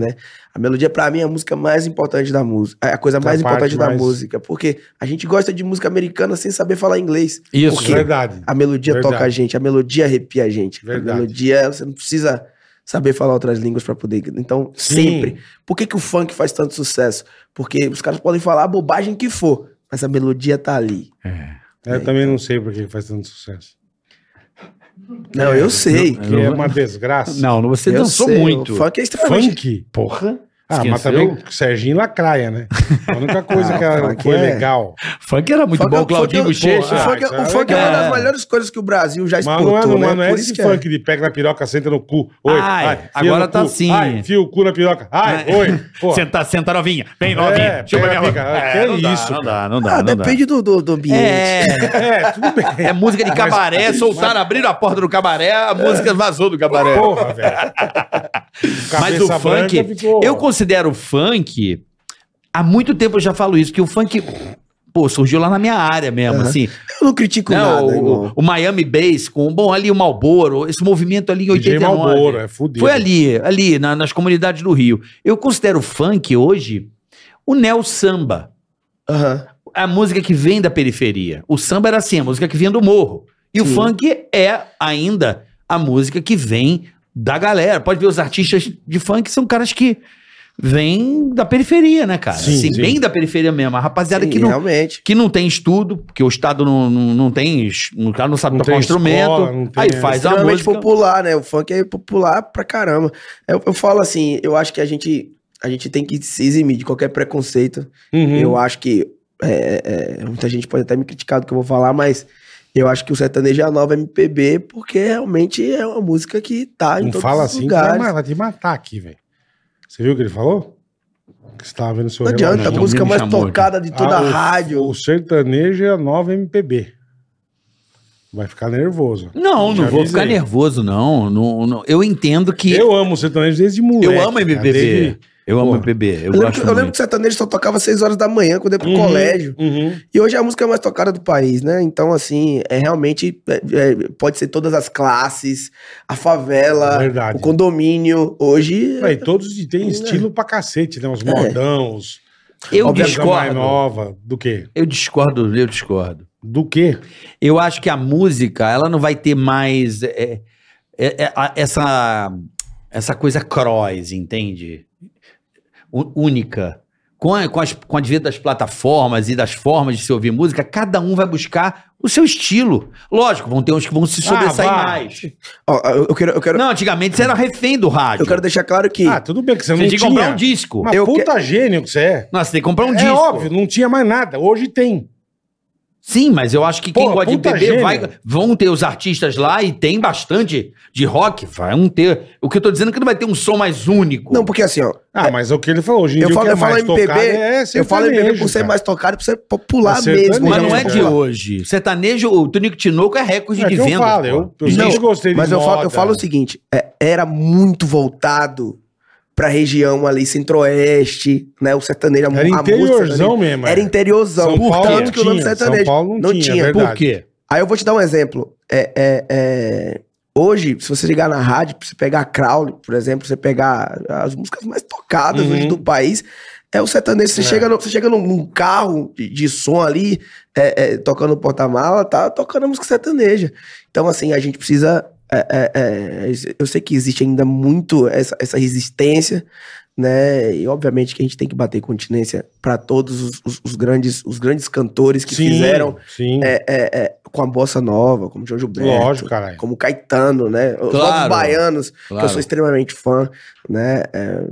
[SPEAKER 2] A melodia, pra mim, é a música mais importante da música. É a coisa
[SPEAKER 3] Essa
[SPEAKER 2] mais
[SPEAKER 3] parte
[SPEAKER 2] importante da
[SPEAKER 3] mais-
[SPEAKER 2] música. Porque a gente gosta de música americana sem saber falar inglês.
[SPEAKER 4] Isso.
[SPEAKER 2] Por quê?
[SPEAKER 3] Verdade.
[SPEAKER 2] A melodia
[SPEAKER 3] Verdade.
[SPEAKER 2] toca a gente, a melodia arrepia a gente.
[SPEAKER 3] Verdade.
[SPEAKER 2] A melodia, você não precisa saber falar outras línguas pra poder. Então,
[SPEAKER 3] Sim.
[SPEAKER 2] sempre. Por que, que o funk faz tanto sucesso? Porque os caras podem falar a bobagem que for, mas a melodia tá ali.
[SPEAKER 3] Eu também não sei por que faz tanto sucesso.
[SPEAKER 2] Não, eu sei.
[SPEAKER 3] Porque é uma desgraça.
[SPEAKER 4] Não, você
[SPEAKER 2] eu
[SPEAKER 4] dançou
[SPEAKER 2] sei,
[SPEAKER 4] muito.
[SPEAKER 2] O funk é extremamente.
[SPEAKER 3] Funk?
[SPEAKER 4] Porra.
[SPEAKER 3] Ah, mas
[SPEAKER 4] Esqueceu?
[SPEAKER 3] também o Serginho Lacraia, né? A única coisa
[SPEAKER 2] Ah,
[SPEAKER 3] que, era,
[SPEAKER 2] funk
[SPEAKER 3] foi
[SPEAKER 2] é-
[SPEAKER 3] legal.
[SPEAKER 4] Funk era muito
[SPEAKER 2] Funk é-
[SPEAKER 4] bom, Claudinho
[SPEAKER 2] funk é-
[SPEAKER 4] Bochecha.
[SPEAKER 2] O funk, é-
[SPEAKER 3] Ah, isso
[SPEAKER 2] o funk
[SPEAKER 4] é
[SPEAKER 2] é, uma das
[SPEAKER 4] legal.
[SPEAKER 2] melhores coisas que o Brasil já
[SPEAKER 3] Mas não é,
[SPEAKER 2] exportou,
[SPEAKER 3] não,
[SPEAKER 2] né?
[SPEAKER 3] mas não é
[SPEAKER 2] Por
[SPEAKER 3] esse
[SPEAKER 2] isso que é.
[SPEAKER 3] funk de pega na piroca, senta no cu. Oi,
[SPEAKER 4] Ai,
[SPEAKER 3] enfia
[SPEAKER 4] agora
[SPEAKER 3] no
[SPEAKER 4] tá
[SPEAKER 3] cu.
[SPEAKER 4] assim.
[SPEAKER 3] Ai, enfia o cu na piroca. Ai,
[SPEAKER 4] Ai.
[SPEAKER 3] oi. Pô,
[SPEAKER 4] Senta, senta novinha. Vem,
[SPEAKER 3] É, pega, pega.
[SPEAKER 4] É,
[SPEAKER 3] Que
[SPEAKER 4] não
[SPEAKER 3] isso,
[SPEAKER 4] dá, não dá, não dá.
[SPEAKER 2] Ah,
[SPEAKER 4] não dá.
[SPEAKER 2] depende do, do, do ambiente.
[SPEAKER 4] É,
[SPEAKER 3] é, tudo bem.
[SPEAKER 4] é música de cabaré, soltaram, abriram a porta do cabaré, a música vazou do cabaré.
[SPEAKER 3] Porra, velho.
[SPEAKER 4] Mas o
[SPEAKER 3] Cabeça
[SPEAKER 4] funk,
[SPEAKER 3] branca ficou-
[SPEAKER 4] eu considero o funk, há muito tempo eu já falo isso, que o funk, pô, surgiu lá na minha área mesmo,
[SPEAKER 2] Aham.
[SPEAKER 4] assim.
[SPEAKER 2] Eu não critico
[SPEAKER 4] Né,
[SPEAKER 2] nada,
[SPEAKER 4] o,
[SPEAKER 2] irmão.
[SPEAKER 4] o- o Miami Bass com, bom, ali o Malboro, esse movimento ali em
[SPEAKER 3] DJ
[SPEAKER 4] 89.
[SPEAKER 3] Malboro, é fudido.
[SPEAKER 4] Foi ali, ali, na- nas comunidades do Rio. Eu considero o funk hoje o neo samba.
[SPEAKER 2] Aham.
[SPEAKER 4] a música que vem da periferia. O samba era assim, a música que vinha do morro. E o
[SPEAKER 2] Sim.
[SPEAKER 4] funk é ainda a música que vem da galera. Pode ver os artistas de funk são caras que vêm da periferia, né, cara?
[SPEAKER 3] Sim,
[SPEAKER 4] assim,
[SPEAKER 3] sim. é
[SPEAKER 4] bem da periferia mesmo. A rapaziada
[SPEAKER 2] Sim,
[SPEAKER 4] que, não,
[SPEAKER 2] Realmente.
[SPEAKER 4] que não tem estudo, porque o Estado não, não, não tem. es- O cara não sabe
[SPEAKER 3] Não
[SPEAKER 4] tocar um
[SPEAKER 3] tem
[SPEAKER 4] instrumento.
[SPEAKER 3] escola, não tem-
[SPEAKER 4] aí faz a
[SPEAKER 2] extremamente
[SPEAKER 4] música.
[SPEAKER 2] popular, né? O funk é popular pra caramba. Eu, eu falo assim, eu acho que a gente, a gente tem que se eximir de qualquer preconceito.
[SPEAKER 4] Hum.
[SPEAKER 3] Uhum.
[SPEAKER 2] Eu acho que é, é, muita gente pode até me criticar do que eu vou falar, mas eu acho que o sertanejo é a nova MPB porque realmente é uma música que tá em
[SPEAKER 3] Não
[SPEAKER 2] todos
[SPEAKER 3] fala
[SPEAKER 2] os
[SPEAKER 3] assim que vai
[SPEAKER 2] lugares.
[SPEAKER 3] ma- vai te matar aqui, velho. Você viu o que ele falou? Que você tava vendo o seu
[SPEAKER 2] Não
[SPEAKER 3] relógio.
[SPEAKER 2] adianta, a
[SPEAKER 4] Não,
[SPEAKER 2] música
[SPEAKER 4] me
[SPEAKER 2] mais
[SPEAKER 4] chamou,
[SPEAKER 2] tocada de toda
[SPEAKER 3] Ah,
[SPEAKER 2] a
[SPEAKER 3] o-
[SPEAKER 2] rádio.
[SPEAKER 3] O sertanejo é a nova MPB. Vai ficar nervoso.
[SPEAKER 4] Não,
[SPEAKER 3] Já
[SPEAKER 4] não vou
[SPEAKER 3] avisei.
[SPEAKER 4] ficar nervoso, não. Não- não. Eu entendo que. Eu,
[SPEAKER 3] Eu amo o sertanejo desde moleque.
[SPEAKER 4] amo
[SPEAKER 3] cara,
[SPEAKER 4] MPB.
[SPEAKER 3] desde-
[SPEAKER 4] Eu amo
[SPEAKER 3] Porra.
[SPEAKER 4] MPB. Eu,
[SPEAKER 2] Eu lembro,
[SPEAKER 4] gosto
[SPEAKER 2] que, eu lembro
[SPEAKER 4] muito.
[SPEAKER 2] que o sertanejo só tocava 6 horas da manhã quando eu ia pro colégio.
[SPEAKER 3] Uhum.
[SPEAKER 2] E hoje é a música mais tocada do país, né? Então, assim, é realmente. é- é- pode ser todas as classes, a favela,
[SPEAKER 3] Verdade.
[SPEAKER 2] o condomínio. Hoje.
[SPEAKER 3] Véi, todos têm
[SPEAKER 2] É.
[SPEAKER 3] estilo pra cacete, né? Os
[SPEAKER 2] É.
[SPEAKER 3] modão, os
[SPEAKER 4] Eu
[SPEAKER 3] Obviamente, a mais
[SPEAKER 4] discordo.
[SPEAKER 3] nova. Do quê?
[SPEAKER 4] Eu discordo, eu discordo.
[SPEAKER 3] Do quê?
[SPEAKER 4] Eu acho que a música, ela não vai ter mais é, é, é, a- essa, essa coisa cross, entende? Ú- Única. Com, a- com, as, com o advento das plataformas e das formas de se ouvir música, cada um vai buscar o seu estilo. Lógico, vão ter uns que vão
[SPEAKER 3] Ah,
[SPEAKER 4] se sobressair
[SPEAKER 3] vai.
[SPEAKER 4] mais.
[SPEAKER 2] Ó, eu eu quero. Eu quero,
[SPEAKER 4] Não, antigamente você era refém do rádio.
[SPEAKER 2] eu quero deixar claro que.
[SPEAKER 3] Ah, tudo bem que você não
[SPEAKER 4] você tinha que comprar
[SPEAKER 3] tinha.
[SPEAKER 4] um disco.
[SPEAKER 3] Mas
[SPEAKER 2] Eu
[SPEAKER 3] puta gênio que você é.
[SPEAKER 4] Nossa, tem que comprar um
[SPEAKER 3] é
[SPEAKER 4] disco.
[SPEAKER 3] óbvio, não tinha mais nada. Hoje tem.
[SPEAKER 4] Sim, mas eu acho que quem
[SPEAKER 3] Porra,
[SPEAKER 4] gosta de
[SPEAKER 3] puta
[SPEAKER 4] beber
[SPEAKER 3] gênio.
[SPEAKER 4] vai, vão ter os artistas lá e tem bastante de rock, vão ter. O que eu tô dizendo é que não vai ter um som mais único.
[SPEAKER 2] Não, porque assim, ó.
[SPEAKER 3] Ah, mas é o que ele falou. Hoje em
[SPEAKER 2] Eu
[SPEAKER 3] dia o
[SPEAKER 2] falo,
[SPEAKER 3] que é
[SPEAKER 2] eu falo
[SPEAKER 3] mais
[SPEAKER 2] MPB.
[SPEAKER 3] tocado é
[SPEAKER 2] eu falo MPB
[SPEAKER 3] sertanejo,
[SPEAKER 2] por ser
[SPEAKER 3] cara.
[SPEAKER 2] mais tocado, por ser popular
[SPEAKER 3] É
[SPEAKER 2] mesmo.
[SPEAKER 3] sertanejo,
[SPEAKER 4] mas
[SPEAKER 2] já
[SPEAKER 4] não é
[SPEAKER 2] muito
[SPEAKER 4] de
[SPEAKER 2] popular.
[SPEAKER 4] hoje. Sertanejo, o Tonico Tinoco é recorde
[SPEAKER 3] É
[SPEAKER 4] de
[SPEAKER 3] que eu
[SPEAKER 4] vendas.
[SPEAKER 3] falo,
[SPEAKER 4] pô.
[SPEAKER 3] eu- eu
[SPEAKER 4] Gente,
[SPEAKER 3] sempre
[SPEAKER 2] Não,
[SPEAKER 3] gostei de
[SPEAKER 2] Mas eu falo, eu
[SPEAKER 3] moda.
[SPEAKER 2] falo o seguinte: é, era muito voltado pra região ali centro-oeste, né? O sertanejo, a, mu-
[SPEAKER 3] Era
[SPEAKER 2] a
[SPEAKER 3] interiorzão mesmo.
[SPEAKER 2] Era
[SPEAKER 3] é.
[SPEAKER 2] interiorzão.
[SPEAKER 3] São Paulo
[SPEAKER 2] Portanto,
[SPEAKER 3] não
[SPEAKER 2] que o nome
[SPEAKER 3] tinha,
[SPEAKER 2] sertanejo.
[SPEAKER 3] São Paulo não tinha, é
[SPEAKER 4] Por
[SPEAKER 3] verdade.
[SPEAKER 4] quê?
[SPEAKER 2] Aí eu vou te dar um exemplo. É, é, é, Hoje, se você ligar na rádio, se você pegar a Crowley, por exemplo, você pegar as músicas mais tocadas
[SPEAKER 3] Uhum.
[SPEAKER 2] hoje do país, é o sertanejo. Você
[SPEAKER 3] É.
[SPEAKER 2] chega, no- você chega num, num carro de, de som ali, é, é, tocando o porta-mala, tá tocando a música sertaneja. Então, assim, a gente precisa. é, é, é, eu sei que existe ainda muito essa, essa resistência, né? E obviamente que a gente tem que bater continência para todos os, os- os grandes, os grandes cantores que
[SPEAKER 3] Sim,
[SPEAKER 2] fizeram
[SPEAKER 3] Sim,
[SPEAKER 2] é, é, é, com a Bossa Nova, como João Gilberto.
[SPEAKER 3] lógico, caralho.
[SPEAKER 2] Como Caetano, né? Os
[SPEAKER 4] Claro.
[SPEAKER 2] novos baianos, que eu
[SPEAKER 4] Claro.
[SPEAKER 2] sou extremamente fã, né? É,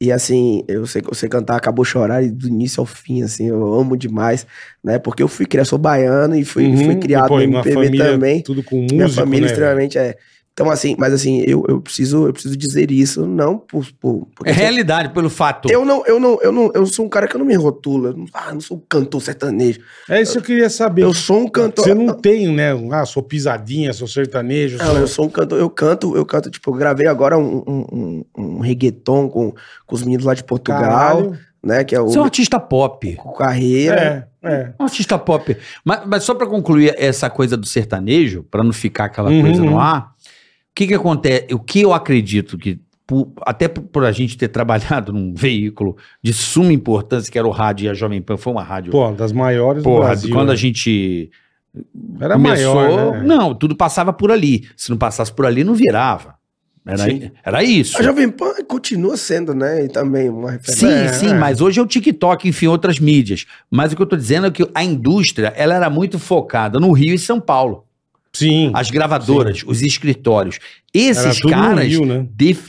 [SPEAKER 2] e assim, eu sei que você cantar Acabou Chorar e do início ao fim, assim, eu amo demais, né? Porque eu fui criado, sou baiano e fui,
[SPEAKER 3] Uhum,
[SPEAKER 2] fui criado
[SPEAKER 3] e, pô,
[SPEAKER 2] no
[SPEAKER 3] uma
[SPEAKER 2] MPB
[SPEAKER 3] família
[SPEAKER 2] também.
[SPEAKER 3] Tudo com
[SPEAKER 2] Minha
[SPEAKER 3] músico,
[SPEAKER 2] família
[SPEAKER 3] né,
[SPEAKER 2] extremamente é. Então, assim, mas assim, eu, eu, preciso, eu preciso dizer isso, não por. por porque assim,
[SPEAKER 4] É realidade, pelo fato.
[SPEAKER 2] eu não, eu não, eu não, eu sou um cara que eu não me rotulo. Eu não, ah, eu não sou um cantor sertanejo.
[SPEAKER 3] velho? É isso que eu queria saber.
[SPEAKER 2] Eu sou um cantor.
[SPEAKER 3] Você não tem, né? um, Ah, sou pisadinha, sou sertanejo,
[SPEAKER 2] Não, eu
[SPEAKER 3] sou...
[SPEAKER 2] sou um cantor, eu canto, eu canto, tipo, eu gravei agora um, um, um, um reggaeton com, com os meninos lá de Portugal,
[SPEAKER 3] Caralho.
[SPEAKER 2] né? Que é o
[SPEAKER 4] Você é um artista pop.
[SPEAKER 2] Nico Carreira.
[SPEAKER 3] É, é.
[SPEAKER 4] Um artista pop. Mas, mas só pra concluir essa coisa do sertanejo, pra não ficar aquela
[SPEAKER 3] Uhum,
[SPEAKER 4] coisa no
[SPEAKER 3] uhum.
[SPEAKER 4] ar, o que que acontece? O que eu acredito que, por- até por, por a gente ter trabalhado num veículo de suma importância, que era o rádio e a Jovem Pan, foi uma rádio.
[SPEAKER 3] Pô, das maiores
[SPEAKER 4] porra,
[SPEAKER 3] do Brasil. né?
[SPEAKER 4] quando a gente
[SPEAKER 3] Era
[SPEAKER 4] começou,
[SPEAKER 3] maior, né?
[SPEAKER 4] não, tudo passava por ali. Se não passasse por ali, não virava. Era,
[SPEAKER 2] Sim.
[SPEAKER 4] era isso.
[SPEAKER 2] A Jovem Pan continua sendo, né? E também uma referência.
[SPEAKER 4] Sim,
[SPEAKER 3] É,
[SPEAKER 4] sim,
[SPEAKER 3] é.
[SPEAKER 4] mas hoje é o TikTok, enfim, outras mídias. Mas o que eu tô dizendo é que a indústria, ela era muito focada no Rio e São Paulo.
[SPEAKER 3] Sim.
[SPEAKER 4] As gravadoras, os escritórios.
[SPEAKER 3] Era
[SPEAKER 4] Esses
[SPEAKER 3] tudo no
[SPEAKER 4] caras
[SPEAKER 3] Rio, né?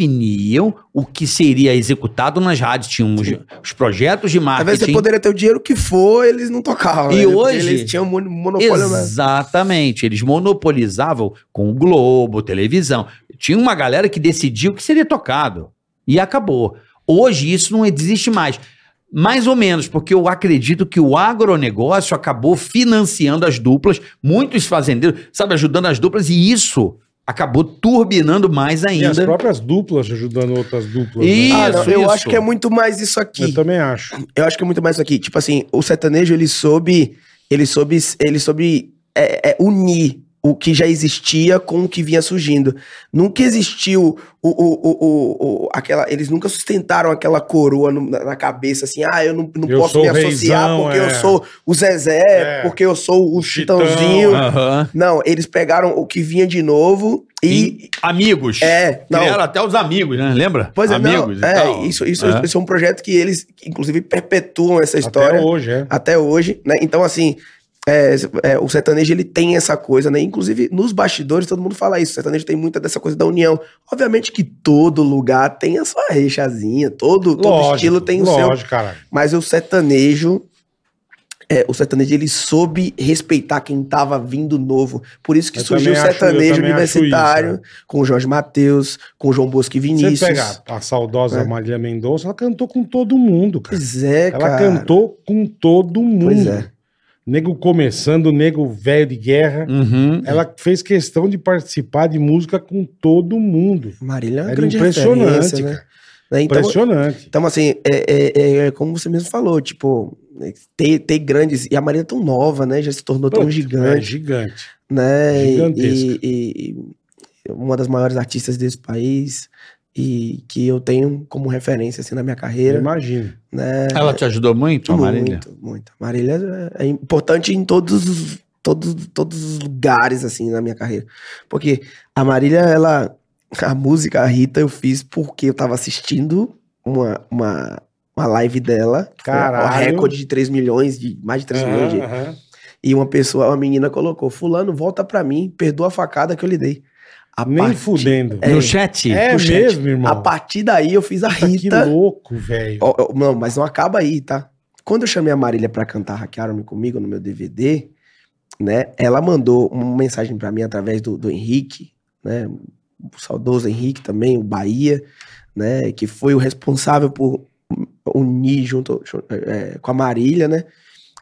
[SPEAKER 4] definiam o que seria executado nas rádios. Tinham os, os projetos de
[SPEAKER 2] Às vezes você
[SPEAKER 4] marketing.
[SPEAKER 2] poderia ter o dinheiro que for, eles não tocavam.
[SPEAKER 4] E
[SPEAKER 2] né? Porque
[SPEAKER 4] hoje-
[SPEAKER 2] Eles tinham mon- monopólio né? mesmo.
[SPEAKER 4] Exatamente. Eles monopolizavam com o Globo, televisão. Tinha uma galera que decidia o que seria tocado. E acabou. Hoje isso não existe mais. Mais ou menos, porque eu acredito que o agronegócio acabou financiando as duplas, muitos fazendeiros, sabe, ajudando as duplas, e isso acabou turbinando mais
[SPEAKER 3] E as
[SPEAKER 4] ainda.
[SPEAKER 3] próprias duplas ajudando outras duplas. né?
[SPEAKER 4] Isso,
[SPEAKER 2] Ah, não, eu
[SPEAKER 4] isso.
[SPEAKER 2] acho que é muito mais isso aqui.
[SPEAKER 3] Eu também acho.
[SPEAKER 2] Eu acho que é muito mais isso aqui. Tipo assim, o sertanejo, ele soube. Ele soube. Ele soube é, é, unir o que já existia com o que vinha surgindo. Nunca existiu o, o, o, o- o- aquela. Eles nunca sustentaram aquela coroa no- na, na cabeça, assim, ah, eu não, não
[SPEAKER 3] Eu
[SPEAKER 2] posso
[SPEAKER 3] sou
[SPEAKER 2] me
[SPEAKER 3] o
[SPEAKER 2] associar
[SPEAKER 3] reizão,
[SPEAKER 2] porque
[SPEAKER 3] é.
[SPEAKER 2] eu sou o Zezé,
[SPEAKER 3] É. Ah.
[SPEAKER 2] porque eu sou o
[SPEAKER 3] Chitão,
[SPEAKER 2] Chitãozinho.
[SPEAKER 4] Aham.
[SPEAKER 2] Não, eles pegaram o que vinha de novo e.
[SPEAKER 4] E amigos.
[SPEAKER 2] É, não.
[SPEAKER 4] Criaram até os amigos, né? Lembra?
[SPEAKER 2] Pois é,
[SPEAKER 4] amigos
[SPEAKER 2] não,
[SPEAKER 4] e
[SPEAKER 2] é,
[SPEAKER 4] tal.
[SPEAKER 2] isso, isso,
[SPEAKER 4] É.
[SPEAKER 2] isso é um projeto que eles, que, inclusive, perpetuam essa história
[SPEAKER 3] Até hoje, é.
[SPEAKER 2] até hoje, né? Então, assim, é, é, o sertanejo, ele tem essa coisa, né? Inclusive, nos bastidores, todo mundo fala isso. O sertanejo tem muita dessa coisa da união. Obviamente que todo lugar tem a sua reixazinha, todo, todo
[SPEAKER 3] Lógico,
[SPEAKER 2] estilo tem o seu.
[SPEAKER 3] Lógico, cara.
[SPEAKER 2] Mas o sertanejo... é, o sertanejo, ele soube respeitar quem tava vindo novo. Por isso que
[SPEAKER 3] Eu
[SPEAKER 2] surgiu o
[SPEAKER 3] também acho- eu
[SPEAKER 2] sertanejo
[SPEAKER 3] também acho
[SPEAKER 2] universitário,
[SPEAKER 3] isso, né?
[SPEAKER 2] com o Jorge Matheus, com o João Bosco e Vinícius.
[SPEAKER 3] Você pega a saudosa
[SPEAKER 2] É.
[SPEAKER 3] Marília Mendonça, ela cantou com todo mundo, cara.
[SPEAKER 2] Pois é,
[SPEAKER 3] ela
[SPEAKER 2] cara.
[SPEAKER 3] cantou com todo mundo.
[SPEAKER 2] Pois é.
[SPEAKER 3] Nego começando, nego velho de guerra.
[SPEAKER 4] Uhum.
[SPEAKER 2] É,
[SPEAKER 3] Ela fez questão de participar de música com todo mundo.
[SPEAKER 2] Marília é uma
[SPEAKER 3] Era
[SPEAKER 2] grande
[SPEAKER 3] impressionante,
[SPEAKER 2] referência, né?
[SPEAKER 3] cara.
[SPEAKER 2] Né, Então,
[SPEAKER 3] Impressionante.
[SPEAKER 2] Então, assim, é, é- é- é como você mesmo falou, tipo, ter, ter grandes. E a Marina é tão nova, né? Já se tornou tão
[SPEAKER 3] Puta, É
[SPEAKER 2] gigante,
[SPEAKER 3] gigante.
[SPEAKER 2] né? E-
[SPEAKER 3] gigantesca.
[SPEAKER 2] E, e- e uma das maiores artistas desse país. E que eu tenho como referência, assim, na minha
[SPEAKER 3] Eu
[SPEAKER 2] carreira.
[SPEAKER 3] imagino.
[SPEAKER 2] Né?
[SPEAKER 4] Ela te ajudou muito, a Marília?
[SPEAKER 2] Muito, muito. A Marília é é importante em todos os, todos, todos os lugares, assim, na minha carreira. Porque a Marília, ela. A música, a Rita, eu fiz porque eu tava assistindo uma, uma, uma live dela. que foi
[SPEAKER 3] Caralho. É.
[SPEAKER 2] O recorde de 3 milhões, de mais de 3 milhões. De,
[SPEAKER 3] Aham, aham.
[SPEAKER 2] e uma pessoa, uma menina colocou: Fulano, volta pra mim, perdoa a facada que eu lhe dei. A
[SPEAKER 3] Nem
[SPEAKER 2] partir-
[SPEAKER 3] fudendo.
[SPEAKER 4] No chat?
[SPEAKER 3] É,
[SPEAKER 2] no chat.
[SPEAKER 3] mesmo, irmão.
[SPEAKER 2] A partir daí eu fiz a
[SPEAKER 3] Puta, que
[SPEAKER 2] Rita.
[SPEAKER 3] louco, velho.
[SPEAKER 2] Ó, ó, não, mas não acaba aí, tá? Quando eu chamei a Marília pra cantar Hackearam-me Comigo no meu DVD, né? Ela mandou uma mensagem pra mim através do, do Henrique, né? O saudoso Henrique também, o Bahia, né? Que foi o responsável por unir junto eh, com a Marília, né?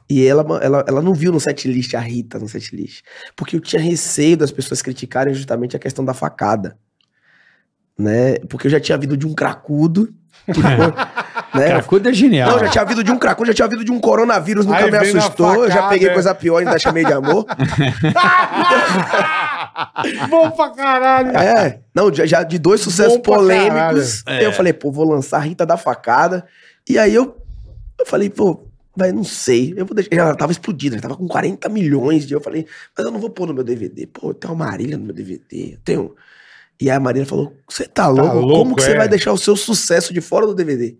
[SPEAKER 2] E ela, ma- ela, ela não viu no setlist a Rita no setlist. Porque eu tinha receio das pessoas criticarem justamente a questão da facada. Né? Porque eu já tinha vindo de um cracudo. que foi- né?
[SPEAKER 4] Cracudo é genial.
[SPEAKER 2] Não, já tinha havido de um cracão, já tinha havido de um coronavírus, nunca
[SPEAKER 3] Aí
[SPEAKER 2] me
[SPEAKER 3] vem na
[SPEAKER 2] assustou. eu já
[SPEAKER 3] facada,
[SPEAKER 2] peguei
[SPEAKER 3] é.
[SPEAKER 2] coisa pior, ainda chamei de amor.
[SPEAKER 3] Bom pra caralho.
[SPEAKER 2] É, não, já, já de dois sucessos
[SPEAKER 3] Bom pra
[SPEAKER 2] polêmicos.
[SPEAKER 4] caralho.
[SPEAKER 2] Eu
[SPEAKER 4] É.
[SPEAKER 2] falei, pô, vou lançar a Rita da Facada. E aí eu, eu falei, pô, vai, não sei. Eu vou deixar. Ela tava explodida, ela tava com 40 milhões de. Eu falei, mas eu não vou pôr no meu DVD. Pô, eu tenho uma Marília no meu DVD, eu tenho. E aí a Marília falou: Você tá, louco?
[SPEAKER 3] louco,
[SPEAKER 2] Como que você
[SPEAKER 3] é?"
[SPEAKER 2] vai deixar o seu sucesso de fora do DVD?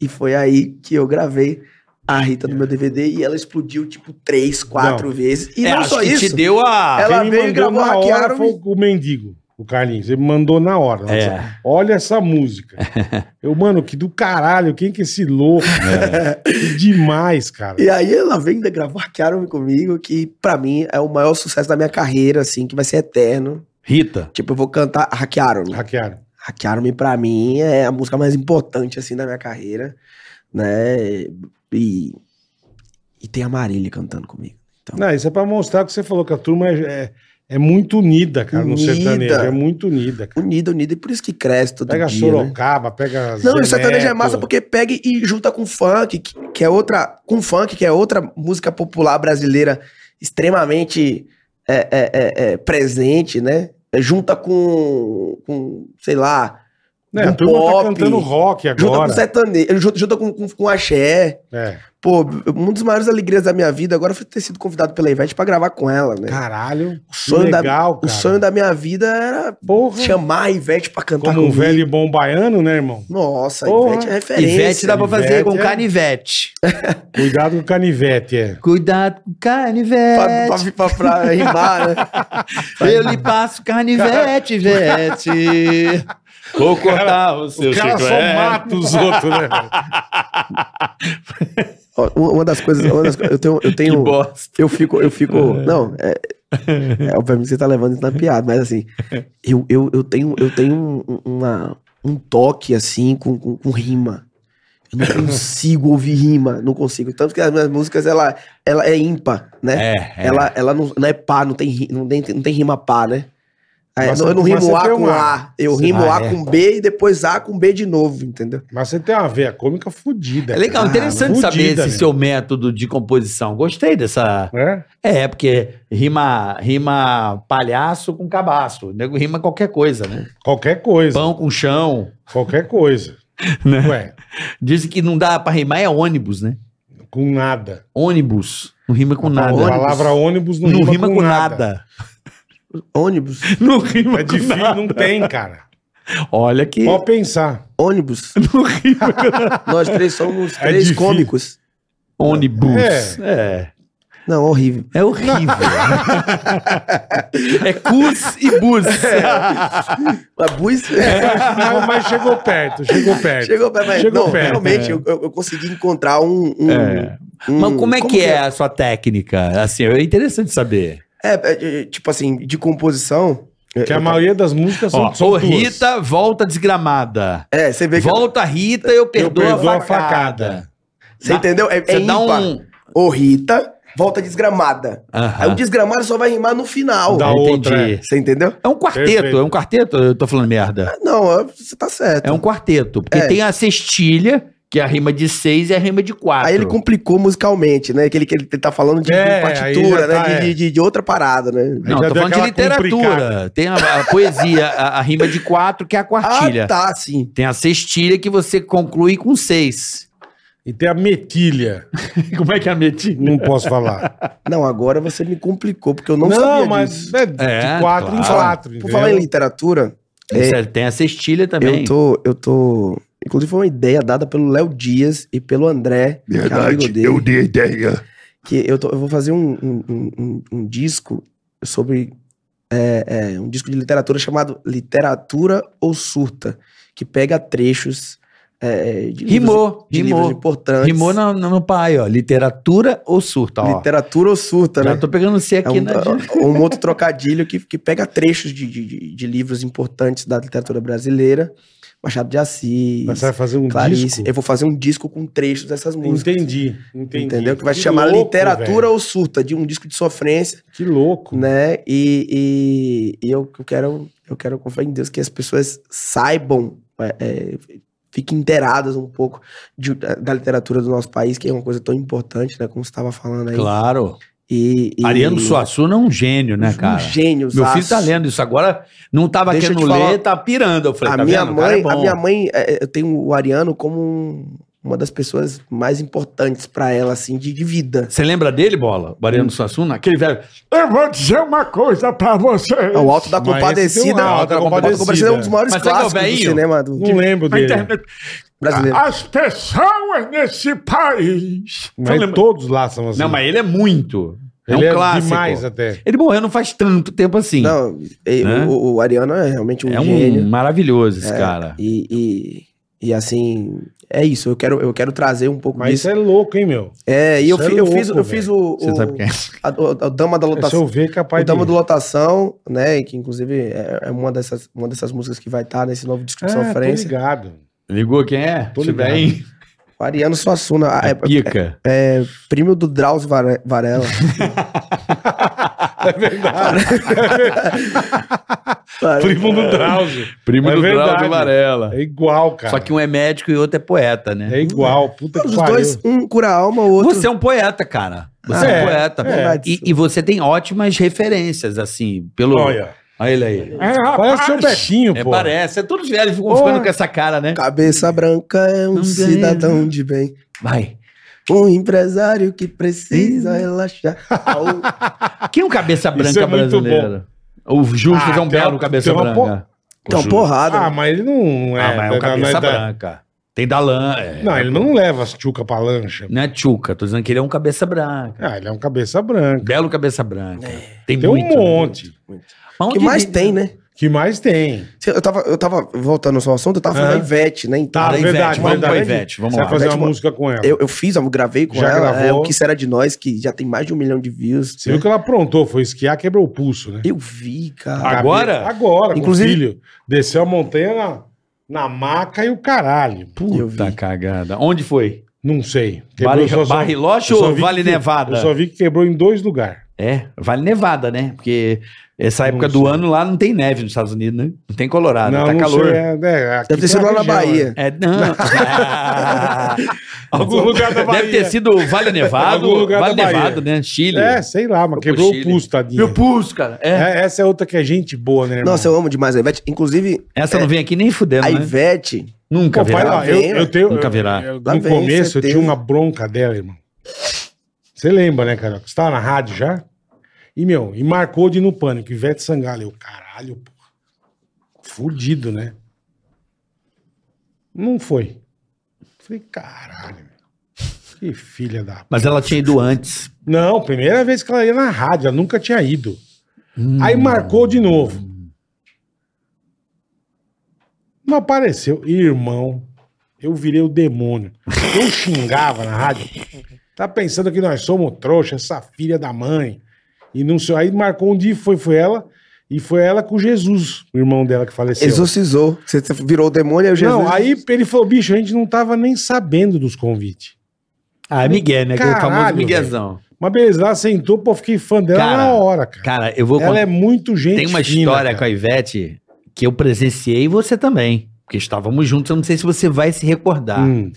[SPEAKER 2] E foi aí que eu gravei a Rita no meu DVD e ela explodiu, tipo, três, quatro
[SPEAKER 3] Não.
[SPEAKER 2] vezes. E
[SPEAKER 4] É,
[SPEAKER 2] não
[SPEAKER 4] acho
[SPEAKER 2] só
[SPEAKER 4] que
[SPEAKER 2] isso.
[SPEAKER 4] te deu a...
[SPEAKER 2] Ela
[SPEAKER 3] Quem me
[SPEAKER 2] veio e
[SPEAKER 3] mandou
[SPEAKER 2] gravou
[SPEAKER 3] na hora
[SPEAKER 2] Hackearam-me.
[SPEAKER 3] foi o mendigo, o Carlinhos. Ele mandou na hora.
[SPEAKER 4] É.
[SPEAKER 3] Olha essa música. Eu, mano, que do caralho, quem que é esse louco? Que demais, cara.
[SPEAKER 2] E aí ela vem ainda gravar Hackearam-me comigo, que pra mim é o maior sucesso da minha carreira, assim, que vai ser eterno.
[SPEAKER 4] Rita.
[SPEAKER 2] Tipo, eu vou cantar Hackearam-me.
[SPEAKER 3] Hackearam.
[SPEAKER 2] Hackearam-me pra mim é a música mais importante, assim, da minha carreira, né? E, e tem a Marília cantando comigo.
[SPEAKER 3] Não, isso é pra mostrar o que você falou, que a turma é, é- é muito unida, cara, no
[SPEAKER 2] Unida.
[SPEAKER 3] sertanejo. É muito unida, cara.
[SPEAKER 2] Unida, unida, e por isso que cresce todo
[SPEAKER 3] Pega
[SPEAKER 2] dia, né?
[SPEAKER 3] Sorocaba, pega.
[SPEAKER 2] Não,
[SPEAKER 3] Zé
[SPEAKER 2] o sertanejo é
[SPEAKER 3] Neto.
[SPEAKER 2] massa porque pega e junta com funk, que, que é outra. Com funk, que é outra música popular brasileira extremamente é, é, é, é, presente, né? É, Junta com, com, sei lá,
[SPEAKER 3] Né,
[SPEAKER 2] do
[SPEAKER 3] a turma tá
[SPEAKER 2] pop,
[SPEAKER 3] cantando rock
[SPEAKER 2] Junta com
[SPEAKER 3] agora.
[SPEAKER 2] sertanejo, junta, junta com, com, com axé.
[SPEAKER 3] É.
[SPEAKER 2] Pô, uma das maiores alegrias da minha vida agora foi ter sido convidado pela Ivete pra gravar com ela, né?
[SPEAKER 3] Caralho.
[SPEAKER 2] o, sonho da,
[SPEAKER 3] legal,
[SPEAKER 2] o
[SPEAKER 3] cara.
[SPEAKER 2] sonho da minha vida era
[SPEAKER 3] Porra.
[SPEAKER 2] chamar a Ivete pra cantar
[SPEAKER 3] Como um
[SPEAKER 2] comigo.
[SPEAKER 3] velho e bom baiano, né, irmão?
[SPEAKER 2] Nossa, a
[SPEAKER 3] Porra.
[SPEAKER 2] Ivete é referência.
[SPEAKER 4] Ivete dá pra fazer
[SPEAKER 3] Ivete
[SPEAKER 4] com
[SPEAKER 3] é-
[SPEAKER 4] canivete.
[SPEAKER 3] Cuidado com o canivete, é.
[SPEAKER 4] Cuidado com É,
[SPEAKER 2] Pra,
[SPEAKER 4] canivete.
[SPEAKER 2] pra, pra, pra rimar, né?
[SPEAKER 4] Eu lhe passo canivete, Ivete. Vou cortar o seu É.
[SPEAKER 3] O cara só
[SPEAKER 4] chiclete.
[SPEAKER 3] mata os outros, né?
[SPEAKER 2] Ó, Uma uma das coisas... Uma das, co- eu tenho... Eu
[SPEAKER 4] Que
[SPEAKER 2] tenho
[SPEAKER 4] bosta.
[SPEAKER 2] Eu fico, eu fico. Não, é, é, obviamente você tá levando isso na piada, mas assim, eu, eu, eu tenho, eu tenho um, uma- um toque assim com, com, com rima. Eu não consigo ouvir rima, não consigo. Tanto que as minhas músicas, ela, ela é ímpar, né?
[SPEAKER 4] É, é.
[SPEAKER 2] Ela, ela não, não é pá, não tem, ri- não tem, não tem rima pá, né? É,
[SPEAKER 3] Mas
[SPEAKER 2] não- eu não
[SPEAKER 3] você- mas
[SPEAKER 2] rimo
[SPEAKER 3] você
[SPEAKER 2] A
[SPEAKER 3] tem
[SPEAKER 2] com
[SPEAKER 3] uma-
[SPEAKER 2] A. Eu
[SPEAKER 3] você-
[SPEAKER 2] rimo
[SPEAKER 4] Ah,
[SPEAKER 2] A
[SPEAKER 4] é.
[SPEAKER 2] com B e depois A com B de novo, entendeu?
[SPEAKER 3] Mas você tem uma veia cômica fodida.
[SPEAKER 4] É legal,
[SPEAKER 2] Ah,
[SPEAKER 4] interessante saber
[SPEAKER 3] fudida,
[SPEAKER 4] esse
[SPEAKER 3] né?
[SPEAKER 4] seu método de composição. Gostei dessa.
[SPEAKER 3] É?
[SPEAKER 4] É, porque rima, rima palhaço com cabaço. O nego rima qualquer coisa, né?
[SPEAKER 3] Qualquer coisa.
[SPEAKER 4] Pão com chão.
[SPEAKER 3] Qualquer coisa.
[SPEAKER 4] Né?
[SPEAKER 3] Ué,
[SPEAKER 4] Dizem que não dá pra rimar, é ônibus, né?
[SPEAKER 3] com nada.
[SPEAKER 4] Ônibus. Não rima com nada.
[SPEAKER 3] A palavra ônibus não,
[SPEAKER 4] não, rima, com nada.
[SPEAKER 2] Ônibus,
[SPEAKER 4] Não rima
[SPEAKER 3] É difícil, não tem, cara.
[SPEAKER 4] Olha que.
[SPEAKER 3] Pode pensar.
[SPEAKER 2] ônibus.
[SPEAKER 4] Não rima.
[SPEAKER 2] Nós três somos
[SPEAKER 3] É
[SPEAKER 2] três
[SPEAKER 3] difícil.
[SPEAKER 2] cômicos.
[SPEAKER 4] Ônibus. É.
[SPEAKER 2] Não, horrível.
[SPEAKER 4] É, horrível. é cus e bus.
[SPEAKER 2] A bus...
[SPEAKER 3] Mas, mas chegou perto, chegou perto.
[SPEAKER 2] Chegou perto, mas
[SPEAKER 3] É. Chegou
[SPEAKER 2] não,
[SPEAKER 3] perto, é.
[SPEAKER 2] realmente eu, eu- eu consegui encontrar um. um-
[SPEAKER 4] É.
[SPEAKER 2] um-
[SPEAKER 4] Mas como é que é
[SPEAKER 2] É?
[SPEAKER 4] a sua técnica? Assim, é interessante saber.
[SPEAKER 2] é, é, tipo assim, de composição.
[SPEAKER 3] Que a maioria das músicas são,
[SPEAKER 4] Ó,
[SPEAKER 3] são
[SPEAKER 4] ô
[SPEAKER 3] duas.
[SPEAKER 4] Rita, volta desgramada.
[SPEAKER 2] É, você vê que.
[SPEAKER 4] Volta Rita, eu perdoo,
[SPEAKER 3] perdoo
[SPEAKER 4] a
[SPEAKER 3] a
[SPEAKER 4] facada.
[SPEAKER 3] facada.
[SPEAKER 2] Você entendeu? É,
[SPEAKER 4] Você
[SPEAKER 2] é
[SPEAKER 4] dá
[SPEAKER 2] ímpar.
[SPEAKER 4] um...
[SPEAKER 2] Ô, Rita, volta desgramada.
[SPEAKER 4] Aham.
[SPEAKER 2] Aí o desgramado só vai rimar no final.
[SPEAKER 3] Dá
[SPEAKER 4] Eu
[SPEAKER 3] outra,
[SPEAKER 4] entendi.
[SPEAKER 2] Você entendeu?
[SPEAKER 4] É um quarteto,
[SPEAKER 3] Perfeito.
[SPEAKER 4] é um quarteto, eu tô falando merda.
[SPEAKER 2] Ah, Não, é- você tá certo.
[SPEAKER 4] É um quarteto, porque
[SPEAKER 2] É.
[SPEAKER 4] tem a cestilha, que é a rima de seis e a rima de quatro.
[SPEAKER 2] Aí ele complicou musicalmente, né? Aquele que ele tá falando de, de
[SPEAKER 3] É,
[SPEAKER 2] partitura,
[SPEAKER 3] aí já tá,
[SPEAKER 2] né? De-
[SPEAKER 3] é.
[SPEAKER 2] de, de- de outra parada, né?
[SPEAKER 3] Aí
[SPEAKER 4] Não,
[SPEAKER 3] já deu
[SPEAKER 4] tô falando de
[SPEAKER 3] aquela
[SPEAKER 4] literatura. Tem a, a poesia, a, a rima de quatro, que é a quartilha.
[SPEAKER 2] Ah, tá, sim.
[SPEAKER 4] Tem a cestilha que você conclui com seis.
[SPEAKER 3] E tem a metilha.
[SPEAKER 4] Como é que é a metinha?
[SPEAKER 3] Não posso falar.
[SPEAKER 2] Não, agora você me complicou, porque eu não,
[SPEAKER 3] Não,
[SPEAKER 2] sabia disso.
[SPEAKER 3] mas é de
[SPEAKER 4] É,
[SPEAKER 3] quatro em
[SPEAKER 4] claro.
[SPEAKER 3] quatro.
[SPEAKER 2] Por falar em
[SPEAKER 3] entendeu?
[SPEAKER 2] literatura,
[SPEAKER 4] Você É Tem a cestilha também.
[SPEAKER 2] É. Eu tô, eu tô. Inclusive foi uma ideia dada pelo Léo Dias e pelo André, que é amigo dele. Eu dei ideia. Que eu, tô- eu vou fazer um, um- um- um- um disco sobre. é, é, um disco de literatura chamado Literatura ou Surta, que pega trechos é, de, livros,
[SPEAKER 4] Rimou,
[SPEAKER 2] de livros
[SPEAKER 4] rimou.
[SPEAKER 2] importantes.
[SPEAKER 4] Rimou no, no, no pai, ó. Literatura ou surta, ó.
[SPEAKER 2] Literatura ou Surta,
[SPEAKER 4] Já
[SPEAKER 2] né?
[SPEAKER 4] tô pegando C
[SPEAKER 2] É
[SPEAKER 4] aqui
[SPEAKER 2] um,
[SPEAKER 4] na...
[SPEAKER 2] um outro trocadilho que, que pega trechos de, de- de- de livros importantes da literatura brasileira. Machado de Assis.
[SPEAKER 3] Mas você vai fazer um
[SPEAKER 2] Clarice.
[SPEAKER 3] disco?
[SPEAKER 2] Eu vou fazer um disco com trechos dessas músicas.
[SPEAKER 3] Entendi, entendi.
[SPEAKER 2] Entendeu? Que vai se chamar
[SPEAKER 3] louco,
[SPEAKER 2] Literatura
[SPEAKER 3] velho.
[SPEAKER 2] ou Surta, de um disco de sofrência,
[SPEAKER 3] Que louco.
[SPEAKER 2] né? E, e- e eu, eu quero, eu quero confiar em Deus que as pessoas saibam, é, é, fiquem inteiradas um pouco de- da, da literatura do nosso país, que é uma coisa tão importante, né? Como você estava falando aí.
[SPEAKER 4] Claro.
[SPEAKER 2] E, e-
[SPEAKER 4] Ariano Suassuna é um gênio, né, cara?
[SPEAKER 2] Um gênio,
[SPEAKER 4] Meu filho
[SPEAKER 2] zaço.
[SPEAKER 4] tá lendo isso agora, não tava
[SPEAKER 2] Deixa eu
[SPEAKER 4] querendo
[SPEAKER 2] te falar.
[SPEAKER 4] ler, tá pirando. Eu falei,
[SPEAKER 2] a
[SPEAKER 4] tá
[SPEAKER 2] minha
[SPEAKER 4] vendo? O cara
[SPEAKER 2] mãe,
[SPEAKER 4] é bom.
[SPEAKER 2] a minha mãe, é, eu tenho o Ariano como um- uma das pessoas mais importantes pra ela, assim, de, de vida.
[SPEAKER 4] Você lembra dele, Bola? O Ariano Suassuna? Aquele velho, eu vou dizer uma coisa pra você.
[SPEAKER 2] É, O Alto da
[SPEAKER 3] Mas esse tem
[SPEAKER 2] Compadecida.
[SPEAKER 3] um Alto da
[SPEAKER 2] O Alto da Compadecida é um dos maiores
[SPEAKER 4] Mas sabe que é o
[SPEAKER 2] clássicos do
[SPEAKER 4] velhinho? Hum. Ah,
[SPEAKER 2] cinema do
[SPEAKER 3] Não lembro dele.
[SPEAKER 2] brasileiro.
[SPEAKER 4] As pessoas nesse país...
[SPEAKER 3] Mas todos lá são assim.
[SPEAKER 4] Não, mas ele é muito. É
[SPEAKER 3] ele
[SPEAKER 4] um
[SPEAKER 3] é
[SPEAKER 4] clássico.
[SPEAKER 3] demais até.
[SPEAKER 4] Ele morreu não faz tanto tempo assim.
[SPEAKER 2] Não, e-
[SPEAKER 4] Né?
[SPEAKER 2] o, o Ariano é realmente um
[SPEAKER 4] é um
[SPEAKER 2] gênio.
[SPEAKER 4] maravilhoso esse cara.
[SPEAKER 2] É, E, e, e, assim, é isso. Eu quero, eu quero trazer um pouco
[SPEAKER 3] Mas isso é
[SPEAKER 2] disso.
[SPEAKER 3] louco, hein, meu?
[SPEAKER 2] É, e eu,
[SPEAKER 3] isso
[SPEAKER 2] fi-
[SPEAKER 3] é
[SPEAKER 2] eu
[SPEAKER 3] louco,
[SPEAKER 2] fiz, eu
[SPEAKER 3] velho.
[SPEAKER 2] fiz o,
[SPEAKER 4] Você
[SPEAKER 2] o-
[SPEAKER 4] sabe quem é?
[SPEAKER 2] a, a- a Dama da
[SPEAKER 3] Se
[SPEAKER 2] Lotação.
[SPEAKER 3] eu ver, é capaz
[SPEAKER 2] O Dama
[SPEAKER 3] de-
[SPEAKER 2] do Lotação, né? Que inclusive é, é uma, dessas, uma dessas músicas que vai estar nesse novo disco de
[SPEAKER 3] Ah, tô
[SPEAKER 2] sofrência.
[SPEAKER 3] ligado.
[SPEAKER 4] Ligou quem é?
[SPEAKER 3] Tô
[SPEAKER 4] Se
[SPEAKER 3] ligado.
[SPEAKER 4] bem,
[SPEAKER 2] O Ariano Suassuna,
[SPEAKER 4] é
[SPEAKER 2] é,
[SPEAKER 4] pica.
[SPEAKER 2] primo do Drauzio Vare- Varela.
[SPEAKER 3] É verdade. Primo do Drauzio.
[SPEAKER 4] Primo
[SPEAKER 3] É
[SPEAKER 4] do Drauzio
[SPEAKER 3] verdade.
[SPEAKER 4] Varela.
[SPEAKER 3] É igual, cara.
[SPEAKER 4] Só que um é médico e outro é poeta, né?
[SPEAKER 3] É igual. Puta que
[SPEAKER 2] Os
[SPEAKER 3] pariu.
[SPEAKER 2] dois, um cura a alma, o outro.
[SPEAKER 4] Você é um poeta, cara. Você
[SPEAKER 3] Ah,
[SPEAKER 4] é, um
[SPEAKER 3] é,
[SPEAKER 4] poeta.
[SPEAKER 3] é.
[SPEAKER 4] E, e você tem ótimas referências, assim, pelo,
[SPEAKER 3] Olha,
[SPEAKER 4] Olha ele aí.
[SPEAKER 3] É, rapaz, Parece o seu Betinho,
[SPEAKER 4] É,
[SPEAKER 3] pô.
[SPEAKER 4] parece. É, Todos velhos ficam
[SPEAKER 3] Porra.
[SPEAKER 4] ficando com essa cara, né?
[SPEAKER 2] Cabeça branca é um
[SPEAKER 4] Também.
[SPEAKER 2] cidadão de bem.
[SPEAKER 4] Vai.
[SPEAKER 2] Um empresário que precisa relaxar. Au.
[SPEAKER 4] Quem é um cabeça branca
[SPEAKER 3] Isso é muito
[SPEAKER 4] brasileiro? O Justus
[SPEAKER 3] Ah,
[SPEAKER 4] é um
[SPEAKER 3] tem
[SPEAKER 4] belo
[SPEAKER 3] uma-
[SPEAKER 4] cabeça
[SPEAKER 3] tem uma
[SPEAKER 4] branca.
[SPEAKER 3] por-
[SPEAKER 2] Então,
[SPEAKER 4] Ju-
[SPEAKER 2] porrada.
[SPEAKER 3] Ah, mas ele não é.
[SPEAKER 4] Ah, mas é
[SPEAKER 3] da-
[SPEAKER 4] um
[SPEAKER 3] da- da-
[SPEAKER 4] cabeça branca. Tem Dalan. É.
[SPEAKER 3] Não, ele não leva as tchuca pra lancha.
[SPEAKER 4] Não é tchuca, tô dizendo que ele é um cabeça branca.
[SPEAKER 3] Ah, ele é um cabeça branca.
[SPEAKER 4] Belo cabeça branca. Tem,
[SPEAKER 3] Tem
[SPEAKER 4] muito. né?
[SPEAKER 3] um monte.
[SPEAKER 4] Mas
[SPEAKER 2] o É. que
[SPEAKER 4] onde
[SPEAKER 2] mais
[SPEAKER 4] vive-
[SPEAKER 2] tem, né?
[SPEAKER 3] Que mais tem?
[SPEAKER 2] Eu tava, eu tava voltando ao seu assunto, eu tava falando
[SPEAKER 3] Aham.
[SPEAKER 2] da Ivete, né? Então,
[SPEAKER 3] Tá,
[SPEAKER 4] Da Ivete,
[SPEAKER 3] verdade,
[SPEAKER 4] vamos pra
[SPEAKER 3] verdade.
[SPEAKER 4] Ivete, vamos
[SPEAKER 3] Você
[SPEAKER 4] lá.
[SPEAKER 3] vai fazer
[SPEAKER 2] Ivete,
[SPEAKER 3] uma
[SPEAKER 2] mo-
[SPEAKER 3] música com ela.
[SPEAKER 2] eu, eu fiz, eu gravei com
[SPEAKER 3] Já
[SPEAKER 2] ela,
[SPEAKER 3] gravou.
[SPEAKER 2] é o que será de nós, que já tem mais de um milhão de views.
[SPEAKER 3] Você viu que ela aprontou, foi esquiar, quebrou o pulso, né?
[SPEAKER 2] Eu vi,
[SPEAKER 3] Ah,
[SPEAKER 2] cara.
[SPEAKER 4] Agora?
[SPEAKER 3] Agora,
[SPEAKER 2] Inclusive-
[SPEAKER 3] com o filho. Desceu a montanha na, na maca e o caralho.
[SPEAKER 2] eu vi.
[SPEAKER 4] Puta Tá cagada. Onde foi?
[SPEAKER 3] Não sei.
[SPEAKER 4] Barri-
[SPEAKER 3] Quebrou, só- só-
[SPEAKER 4] Barriloche
[SPEAKER 3] eu só
[SPEAKER 4] ou
[SPEAKER 3] vi
[SPEAKER 4] Vale
[SPEAKER 3] que-
[SPEAKER 4] Nevada?
[SPEAKER 3] Eu só vi que quebrou em dois lugares.
[SPEAKER 4] É, Vale Nevada, né? Porque essa
[SPEAKER 3] Não
[SPEAKER 4] época do
[SPEAKER 3] sei.
[SPEAKER 4] ano lá não tem neve nos Estados Unidos, né? Não tem Colorado, tá calor.
[SPEAKER 3] sei, é- é, aqui
[SPEAKER 2] Deve ter
[SPEAKER 3] tem
[SPEAKER 2] sido
[SPEAKER 3] uma
[SPEAKER 2] lá na
[SPEAKER 3] região,
[SPEAKER 2] Bahia.
[SPEAKER 4] É, não.
[SPEAKER 3] Algum lugar da Bahia.
[SPEAKER 4] Deve ter sido Vale Nevado,
[SPEAKER 3] Algum lugar
[SPEAKER 4] Vale
[SPEAKER 3] da Bahia.
[SPEAKER 4] Nevado, né? Chile.
[SPEAKER 3] É, É, sei lá, mas
[SPEAKER 4] Foi pro
[SPEAKER 3] quebrou o
[SPEAKER 4] Chile.
[SPEAKER 3] pulso, tadinho.
[SPEAKER 4] Meu pulso, cara. É.
[SPEAKER 3] essa é outra que é gente boa, né, irmão?
[SPEAKER 2] Nossa, eu amo demais a Ivete. Inclusive,
[SPEAKER 4] Essa não vem aqui nem fudendo,
[SPEAKER 2] a
[SPEAKER 4] né?
[SPEAKER 2] Ivete,
[SPEAKER 4] Nunca
[SPEAKER 3] É. Pô, pai,
[SPEAKER 4] virá.
[SPEAKER 2] Lá
[SPEAKER 3] ó, eu,
[SPEAKER 2] vem,
[SPEAKER 3] eu tenho,
[SPEAKER 4] Nunca
[SPEAKER 3] eu-
[SPEAKER 4] virá.
[SPEAKER 3] eu-
[SPEAKER 2] Lá
[SPEAKER 3] no
[SPEAKER 2] vem,
[SPEAKER 3] começo eu
[SPEAKER 2] certeza.
[SPEAKER 3] tinha uma bronca dela, irmão. Você lembra, né, cara? Você tava na rádio já? E, meu, e marcou de ir no pânico. Ivete Sangalo. Eu, caralho, porra. Fudido, né? Não foi. Falei, caralho, meu. que filha da.
[SPEAKER 4] Mas ela tinha ido antes.
[SPEAKER 3] Não, primeira vez que ela ia na rádio, ela nunca tinha ido. Aí marcou de novo. Não apareceu. Irmão, eu virei o demônio. Eu xingava na rádio. Tá pensando que nós somos trouxa, essa filha da mãe. E não sei. Aí marcou um dia, e foi, foi ela. E foi ela com Jesus, o irmão dela que faleceu.
[SPEAKER 2] exorcizou. Você você virou o demônio, aí o Jesus.
[SPEAKER 3] Não, aí ele falou, bicho, a gente não tava nem sabendo dos convites.
[SPEAKER 4] Ah, é Miguel, né? Aquele
[SPEAKER 3] Caralho,
[SPEAKER 4] famoso Miguelzão.
[SPEAKER 3] Mas beleza, ela sentou, pô, fiquei fã dela
[SPEAKER 4] Cara,
[SPEAKER 3] na hora, cara.
[SPEAKER 4] Cara, eu vou
[SPEAKER 3] Ela
[SPEAKER 4] contar.
[SPEAKER 3] é muito gente
[SPEAKER 4] Tem uma
[SPEAKER 3] fina,
[SPEAKER 4] história
[SPEAKER 3] cara.
[SPEAKER 4] com a Ivete que eu presenciei e você também. Porque estávamos juntos, eu não sei se você vai se recordar.
[SPEAKER 3] Hum,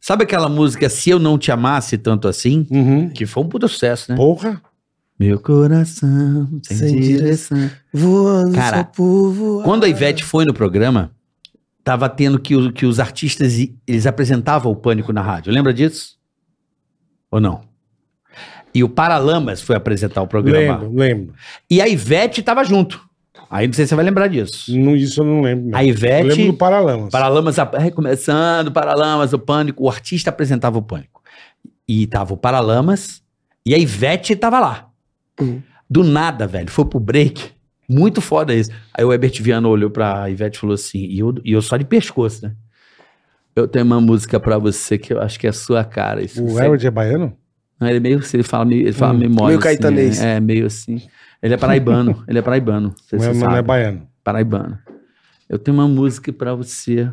[SPEAKER 4] Sabe aquela música Se Eu Não Te Amasse Tanto Assim?
[SPEAKER 3] uhum.
[SPEAKER 4] Que foi um puto sucesso, né?
[SPEAKER 3] Porra.
[SPEAKER 4] Meu coração sem,
[SPEAKER 2] Sem
[SPEAKER 4] direção.
[SPEAKER 2] Voando
[SPEAKER 4] Cara,
[SPEAKER 2] só por voar.
[SPEAKER 4] Quando a Ivete foi no programa, tava tendo que, o- que os artistas, i- eles apresentavam o Pânico na rádio. Lembra disso? Ou não? E o Paralamas foi apresentar o programa.
[SPEAKER 3] Lembro, lembro.
[SPEAKER 4] E a Ivete tava junto. Aí não sei se você vai lembrar disso.
[SPEAKER 3] Não, isso eu não lembro. mesmo.
[SPEAKER 4] A
[SPEAKER 3] Eu lembro
[SPEAKER 4] Ivete,
[SPEAKER 3] do Paralamas.
[SPEAKER 4] Paralamas, ap- recomeçando, Paralamas, o Pânico. O artista apresentava o Pânico. E tava o Paralamas e a Ivete tava lá.
[SPEAKER 3] Hum.
[SPEAKER 2] Uhum.
[SPEAKER 4] Do nada, velho, foi pro break. Muito foda isso. Aí o Herbert Viana olhou pra Ivete e falou assim, e eu, e eu só de pescoço, né? Eu tenho uma música pra você que eu acho que é a sua cara. Isso
[SPEAKER 3] O
[SPEAKER 4] você-
[SPEAKER 3] Harold é baiano?
[SPEAKER 4] Não, ele é meio, ele fala, meio- ele fala
[SPEAKER 3] Hum,
[SPEAKER 4] memória.
[SPEAKER 2] meio caetanês.
[SPEAKER 4] Assim, é, é, meio assim. Ele é paraibano, ele é paraibano. não sei
[SPEAKER 3] Não
[SPEAKER 4] se
[SPEAKER 3] é,
[SPEAKER 4] Você
[SPEAKER 3] não é
[SPEAKER 4] sabe
[SPEAKER 3] baiano.
[SPEAKER 4] paraibana. Eu tenho uma música pra você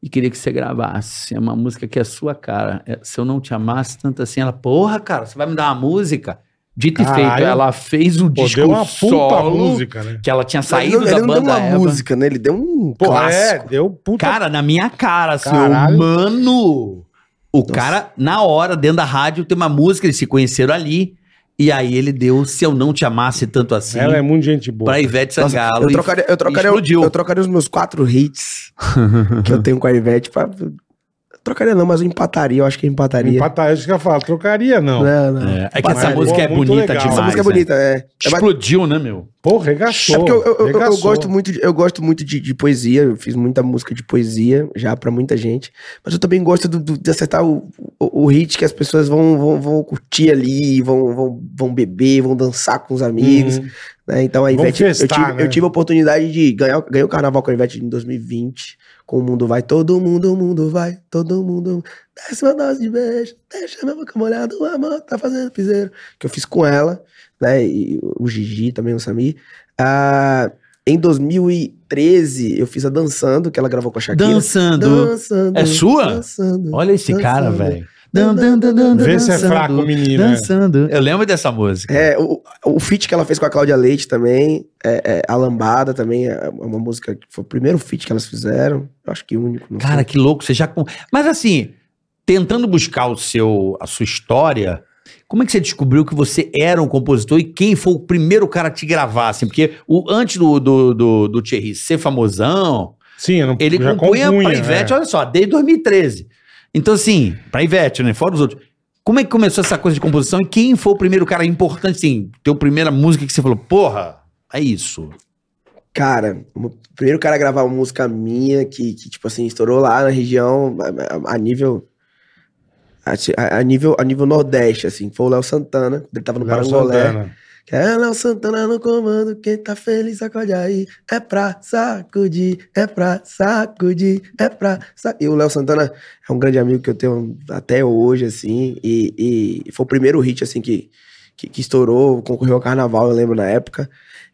[SPEAKER 4] e queria que você gravasse. É uma música que é sua cara. É, se eu não te amasse tanto assim, ela, porra, cara, você vai me dar uma música? Dito e
[SPEAKER 3] Caralho.
[SPEAKER 4] feito, ela fez o
[SPEAKER 3] Pô,
[SPEAKER 4] disco
[SPEAKER 3] deu uma puta
[SPEAKER 4] solo,
[SPEAKER 3] música, né?
[SPEAKER 4] que ela tinha
[SPEAKER 2] ele
[SPEAKER 4] saído
[SPEAKER 2] não,
[SPEAKER 4] da
[SPEAKER 2] ele não
[SPEAKER 4] banda
[SPEAKER 2] deu uma
[SPEAKER 4] Eva.
[SPEAKER 2] música, né? Ele deu um
[SPEAKER 3] Pô, é,
[SPEAKER 2] clássico.
[SPEAKER 3] deu puta.
[SPEAKER 4] Cara, na minha cara, assim,
[SPEAKER 3] Caralho.
[SPEAKER 4] eu, mano. O cara, na hora, dentro da rádio, tem uma música, eles se conheceram ali. E aí ele deu Se Eu Não Te Amasse Tanto Assim
[SPEAKER 3] ela é muito gente boa.
[SPEAKER 4] pra Ivete
[SPEAKER 2] Nossa,
[SPEAKER 4] Sangalo.
[SPEAKER 2] eu
[SPEAKER 4] e-
[SPEAKER 2] trocaria, eu, trocaria,
[SPEAKER 4] explodiu.
[SPEAKER 2] eu trocaria os meus quatro hits que eu tenho com a Ivete pra. Trocaria não, mas eu empataria, eu acho que eu empataria.
[SPEAKER 3] Empatar, é isso que eu ia falar. Trocaria, não.
[SPEAKER 2] Não, não.
[SPEAKER 4] É, é que essa
[SPEAKER 3] Mas,
[SPEAKER 4] música
[SPEAKER 3] pô,
[SPEAKER 4] é
[SPEAKER 3] muito
[SPEAKER 4] bonita
[SPEAKER 3] legal.
[SPEAKER 4] demais.
[SPEAKER 2] Essa música é
[SPEAKER 4] né?
[SPEAKER 2] bonita, é. É ba-
[SPEAKER 4] Explodiu, né, meu?
[SPEAKER 3] Pô, regaçou.
[SPEAKER 2] É porque eu, eu- eu- eu
[SPEAKER 3] regaçou.
[SPEAKER 2] gosto muito, de, eu gosto muito de, de poesia, eu fiz muita música de poesia já pra muita gente, mas eu também gosto do- do- de acertar o, o, o hit que as pessoas vão, vão, vão curtir ali, vão, vão, vão beber, vão dançar com os amigos,
[SPEAKER 3] Uhum.
[SPEAKER 2] né? Então a
[SPEAKER 3] Vamos
[SPEAKER 2] Ivete, eu,
[SPEAKER 3] festar,
[SPEAKER 2] tive,
[SPEAKER 3] né?
[SPEAKER 2] eu tive a oportunidade de ganhar, ganhei o carnaval com a Ivete em 2020, com o Mundo Vai, todo mundo, mundo vai, todo mundo, desce uma dose de beijo, deixa minha boca molhada, o amor tá fazendo piseiro, que eu fiz com ela, né, e o Gigi também, o Samir, ah, em 2013 eu fiz a Dançando, que ela gravou
[SPEAKER 3] Tá
[SPEAKER 2] com a Shakira.
[SPEAKER 4] Dançando.
[SPEAKER 2] Dançando.
[SPEAKER 4] É sua?
[SPEAKER 2] Dançando.
[SPEAKER 4] Olha esse cara,
[SPEAKER 2] dançando.
[SPEAKER 4] velho.
[SPEAKER 2] Dan, dan, dan, dan,
[SPEAKER 3] Vê se é
[SPEAKER 4] Dançando,
[SPEAKER 3] fraco o menino. né?
[SPEAKER 4] Dançando. Eu lembro dessa música.
[SPEAKER 2] É, o, o feat que ela fez com a Cláudia Leite também, é, é, a Lambada também, é uma música que foi o primeiro feat que elas fizeram, eu acho que único. não
[SPEAKER 4] Cara,
[SPEAKER 2] sei.
[SPEAKER 4] que louco. Você já. com- Mas assim, tentando buscar o seu, a sua história, Como é que você descobriu que você era um compositor e quem foi o primeiro cara a te gravar? Assim? Porque o, antes do, do, do, do Thierry ser famosão,
[SPEAKER 3] Sim, eu não,
[SPEAKER 4] ele
[SPEAKER 3] já
[SPEAKER 4] compunha, pra
[SPEAKER 3] compunha,
[SPEAKER 4] Ivete,
[SPEAKER 3] é.
[SPEAKER 4] olha só, desde 2013. Então, assim, pra Ivete, né? Fora os outros. Como é que começou essa coisa de composição e quem foi o primeiro cara importante, assim, teu primeira música que você falou, porra, é isso.
[SPEAKER 2] Cara, o primeiro cara a gravar uma música minha que, que, tipo assim, estourou lá na região a, a- a nível. A, a nível, a nível Nordeste, assim, foi o Léo Santana, quando ele tava no
[SPEAKER 3] Léo
[SPEAKER 2] Parangolé.
[SPEAKER 3] Santana.
[SPEAKER 2] Que é Léo Santana no comando, quem tá feliz acorde aí. É pra sacudir, é pra sacudir, é pra sacudir. E o Léo Santana é um grande amigo que eu tenho até hoje, assim, e, e foi o primeiro hit, assim, que, que, que estourou, concorreu ao carnaval, eu lembro na época.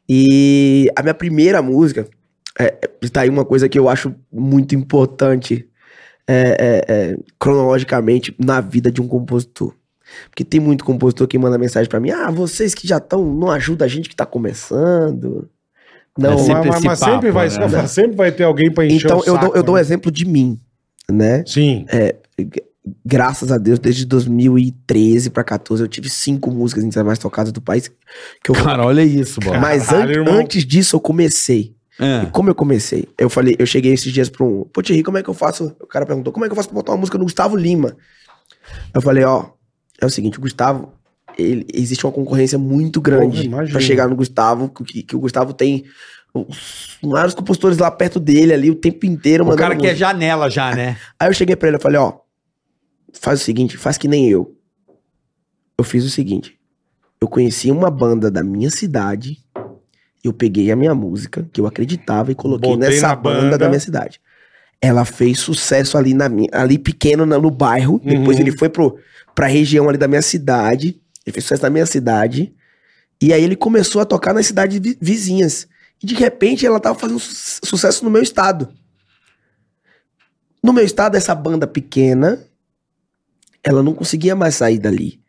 [SPEAKER 2] E a minha primeira música, é, é, tá aí uma coisa que eu acho muito importante, é, é, é, cronologicamente, na vida de um compositor. Porque tem muito compositor que manda mensagem pra mim: ah, vocês que já estão, não ajuda a gente que tá começando. Não,
[SPEAKER 4] É
[SPEAKER 3] Mas-
[SPEAKER 4] sempre
[SPEAKER 3] mas,
[SPEAKER 4] esse
[SPEAKER 3] mas
[SPEAKER 4] papo,
[SPEAKER 3] sempre, vai,
[SPEAKER 4] né?
[SPEAKER 3] mas sempre vai ter alguém pra encher
[SPEAKER 2] então
[SPEAKER 3] o
[SPEAKER 2] eu
[SPEAKER 3] saco,
[SPEAKER 2] dou, eu dou um
[SPEAKER 3] né?
[SPEAKER 2] exemplo de mim, né?
[SPEAKER 3] Sim,
[SPEAKER 2] Graças a Deus, desde 2013 pra 14 eu tive cinco músicas entre as mais tocadas do país. Que eu...
[SPEAKER 4] Cara, olha isso, bora.
[SPEAKER 2] Mas
[SPEAKER 3] caralho,
[SPEAKER 2] an-
[SPEAKER 3] irmão.
[SPEAKER 2] antes disso eu comecei. E
[SPEAKER 4] É.
[SPEAKER 2] como eu comecei? Eu falei, eu cheguei esses dias pra um. Pô, Thierry, como é que eu faço? O cara perguntou, como é que eu faço pra botar uma música no Gustavo Lima? Eu falei, ó, é o seguinte, o Gustavo, ele- existe uma concorrência muito grande
[SPEAKER 3] Porra, imagino.
[SPEAKER 2] pra chegar no Gustavo, que, que o Gustavo tem os- vários compositores lá perto dele, ali, o tempo inteiro,
[SPEAKER 4] O cara que é
[SPEAKER 2] música.
[SPEAKER 4] janela já, né?
[SPEAKER 2] Aí eu cheguei pra ele, eu falei, ó, faz o seguinte, faz que nem eu. Eu fiz o seguinte, eu conheci uma banda da minha cidade, eu peguei a minha música, que eu acreditava, e coloquei
[SPEAKER 3] Botei na
[SPEAKER 2] nessa banda,
[SPEAKER 3] banda.
[SPEAKER 2] da minha cidade. Ela fez sucesso ali, na minha, ali pequeno na- no bairro, depois
[SPEAKER 3] Uhum.
[SPEAKER 2] ele foi pro, pra região ali da minha cidade, ele fez sucesso na minha cidade, e aí ele começou a tocar nas cidades vi- vizinhas. E de repente ela tava fazendo su- sucesso no meu estado. No meu estado, essa banda pequena, ela não conseguia mais sair dali.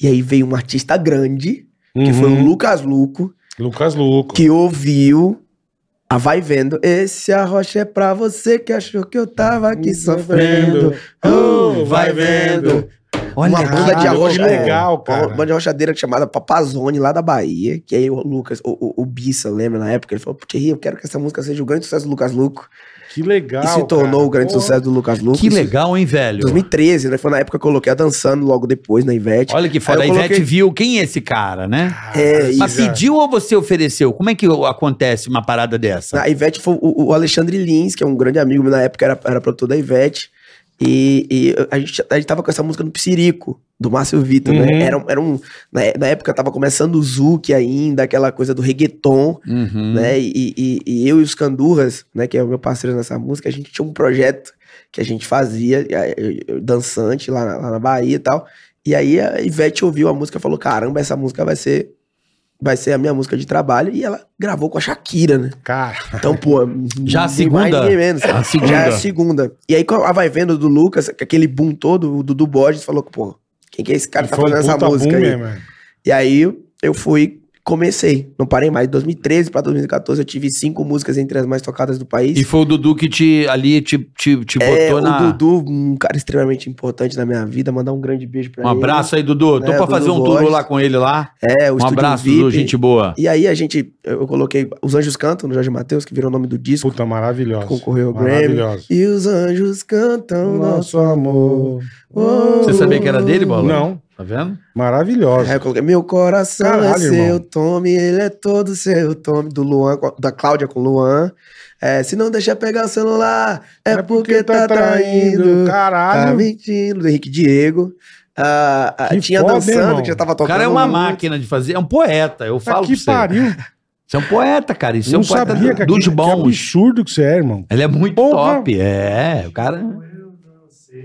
[SPEAKER 2] E aí veio um artista grande, que foi o
[SPEAKER 3] Uhum.
[SPEAKER 2] Lucas Luco,
[SPEAKER 3] Lucas Luco.
[SPEAKER 2] que ouviu a Vai Vendo. Esse arrocha é pra você que achou que eu
[SPEAKER 4] tá
[SPEAKER 2] tava
[SPEAKER 3] Uhum.
[SPEAKER 2] aqui sofrendo.
[SPEAKER 4] Uhum.
[SPEAKER 2] Oh, vai vendo.
[SPEAKER 4] Olha
[SPEAKER 2] uma banda de
[SPEAKER 4] que
[SPEAKER 3] caralho,
[SPEAKER 2] arrocha
[SPEAKER 3] que legal,
[SPEAKER 2] é,
[SPEAKER 3] cara.
[SPEAKER 2] Uma banda de arrochadeira chamada Papazone, lá da Bahia. Que aí o Lucas, o, o, o Bissa, lembra na época? Ele falou: Pô, Thierry, eu quero que essa música seja o grande sucesso do Lucas Luco.
[SPEAKER 3] Que legal.
[SPEAKER 2] e se tornou
[SPEAKER 3] cara.
[SPEAKER 2] o grande
[SPEAKER 3] Porra.
[SPEAKER 2] sucesso do Lucas Luco.
[SPEAKER 4] Que
[SPEAKER 2] Isso-
[SPEAKER 4] legal, hein, velho?
[SPEAKER 2] 2013, né? Foi na época que eu coloquei a dançando logo depois na Ivete.
[SPEAKER 4] Olha que foda.
[SPEAKER 2] Aí eu
[SPEAKER 4] A Ivete
[SPEAKER 2] coloquei-
[SPEAKER 4] viu quem é esse cara, né?
[SPEAKER 2] É,
[SPEAKER 3] Cara,
[SPEAKER 4] Mas
[SPEAKER 2] isso.
[SPEAKER 4] pediu ou você ofereceu? Como é que acontece uma parada dessa?
[SPEAKER 2] Ah, A Ivete foi o, o Alexandre Lins, que é um grande amigo meu na época, era, era produtor da Ivete. E, e a, gente, a gente tava com essa música no Psirico, do Márcio Vitor,
[SPEAKER 3] Uhum.
[SPEAKER 2] né? Era, um- era um, na, na época tava começando o Zouk ainda, aquela coisa do reggaeton,
[SPEAKER 4] Uhum.
[SPEAKER 2] né? E, e- e eu e os Candurras, né, que é o meu parceiro nessa música, a gente tinha um projeto que a gente fazia, eh, eu- eu- dançante lá na, lá na Bahia e tal. E aí a Ivete ouviu a música e falou: caramba, essa música vai ser. Vai ser a minha música de trabalho. E ela gravou com a Shakira, né?
[SPEAKER 3] Cara,
[SPEAKER 2] Então, pô.
[SPEAKER 4] Já a
[SPEAKER 2] ninguém mais,
[SPEAKER 4] segunda?
[SPEAKER 2] ninguém menos.
[SPEAKER 4] A segunda.
[SPEAKER 2] Já é a segunda. E aí, com a vai vendo do Lucas, com aquele boom todo, o Dudu Borges falou: pô, quem que é esse cara que tá
[SPEAKER 3] foi um
[SPEAKER 2] fazendo essa
[SPEAKER 3] puta
[SPEAKER 2] música
[SPEAKER 3] boom
[SPEAKER 2] aí?
[SPEAKER 3] mesmo, é.
[SPEAKER 2] E aí eu fui, comecei, não parei mais. De 2013 pra 2014 eu tive cinco músicas entre as mais tocadas do país.
[SPEAKER 4] E foi o Dudu que te ali te, te, te
[SPEAKER 2] é,
[SPEAKER 4] botou
[SPEAKER 2] o
[SPEAKER 4] na.
[SPEAKER 2] Dudu, um cara extremamente importante na minha vida, mandar um grande beijo pra
[SPEAKER 4] Um
[SPEAKER 2] ele.
[SPEAKER 4] abraço aí, Dudu. Tô
[SPEAKER 2] É,
[SPEAKER 4] pra
[SPEAKER 2] Dudu
[SPEAKER 4] fazer um tour
[SPEAKER 2] Borges.
[SPEAKER 4] lá com ele lá.
[SPEAKER 2] É, o
[SPEAKER 4] Um
[SPEAKER 2] Estúdio
[SPEAKER 4] abraço,
[SPEAKER 2] VIP.
[SPEAKER 4] Dudu, gente boa.
[SPEAKER 2] E aí a gente, eu eu coloquei Os Anjos Cantam, no Jorge Matheus, que virou o nome do disco.
[SPEAKER 3] Puta, maravilhosa.
[SPEAKER 2] Concorreu ao Grammy.
[SPEAKER 3] Maravilhosa.
[SPEAKER 2] E os anjos cantam nosso amor. Oh.
[SPEAKER 4] Você sabia que era dele, Bola?
[SPEAKER 3] Não,
[SPEAKER 4] Tá vendo?
[SPEAKER 2] Aí
[SPEAKER 3] maravilhosa.
[SPEAKER 2] eu coloquei, meu coração é
[SPEAKER 3] Caralho,
[SPEAKER 2] seu,
[SPEAKER 3] irmão.
[SPEAKER 2] tome, ele é todo seu, tome, do Luan, com a- da Cláudia com o Luan. É, se não deixar pegar o celular, é, porque, tá traindo, tá
[SPEAKER 3] Caralho.
[SPEAKER 2] mentindo, do Henrique Diego. Ah, ah,
[SPEAKER 3] Que
[SPEAKER 2] tinha
[SPEAKER 3] foda, hein,
[SPEAKER 2] dançando,
[SPEAKER 3] irmão?
[SPEAKER 2] que já tava
[SPEAKER 4] O
[SPEAKER 2] tocando.
[SPEAKER 4] cara é uma
[SPEAKER 2] muito.
[SPEAKER 4] máquina de fazer. É um poeta, eu
[SPEAKER 3] Tá
[SPEAKER 4] falo pra
[SPEAKER 3] que
[SPEAKER 4] você.
[SPEAKER 3] pariu.
[SPEAKER 4] Você é um poeta, cara. Isso é
[SPEAKER 3] Não
[SPEAKER 4] um poeta
[SPEAKER 3] sabia que
[SPEAKER 4] dos
[SPEAKER 3] que
[SPEAKER 4] bons.
[SPEAKER 3] absurdo que você é, irmão.
[SPEAKER 4] Ele é muito
[SPEAKER 3] Porra.
[SPEAKER 4] top. É, o cara.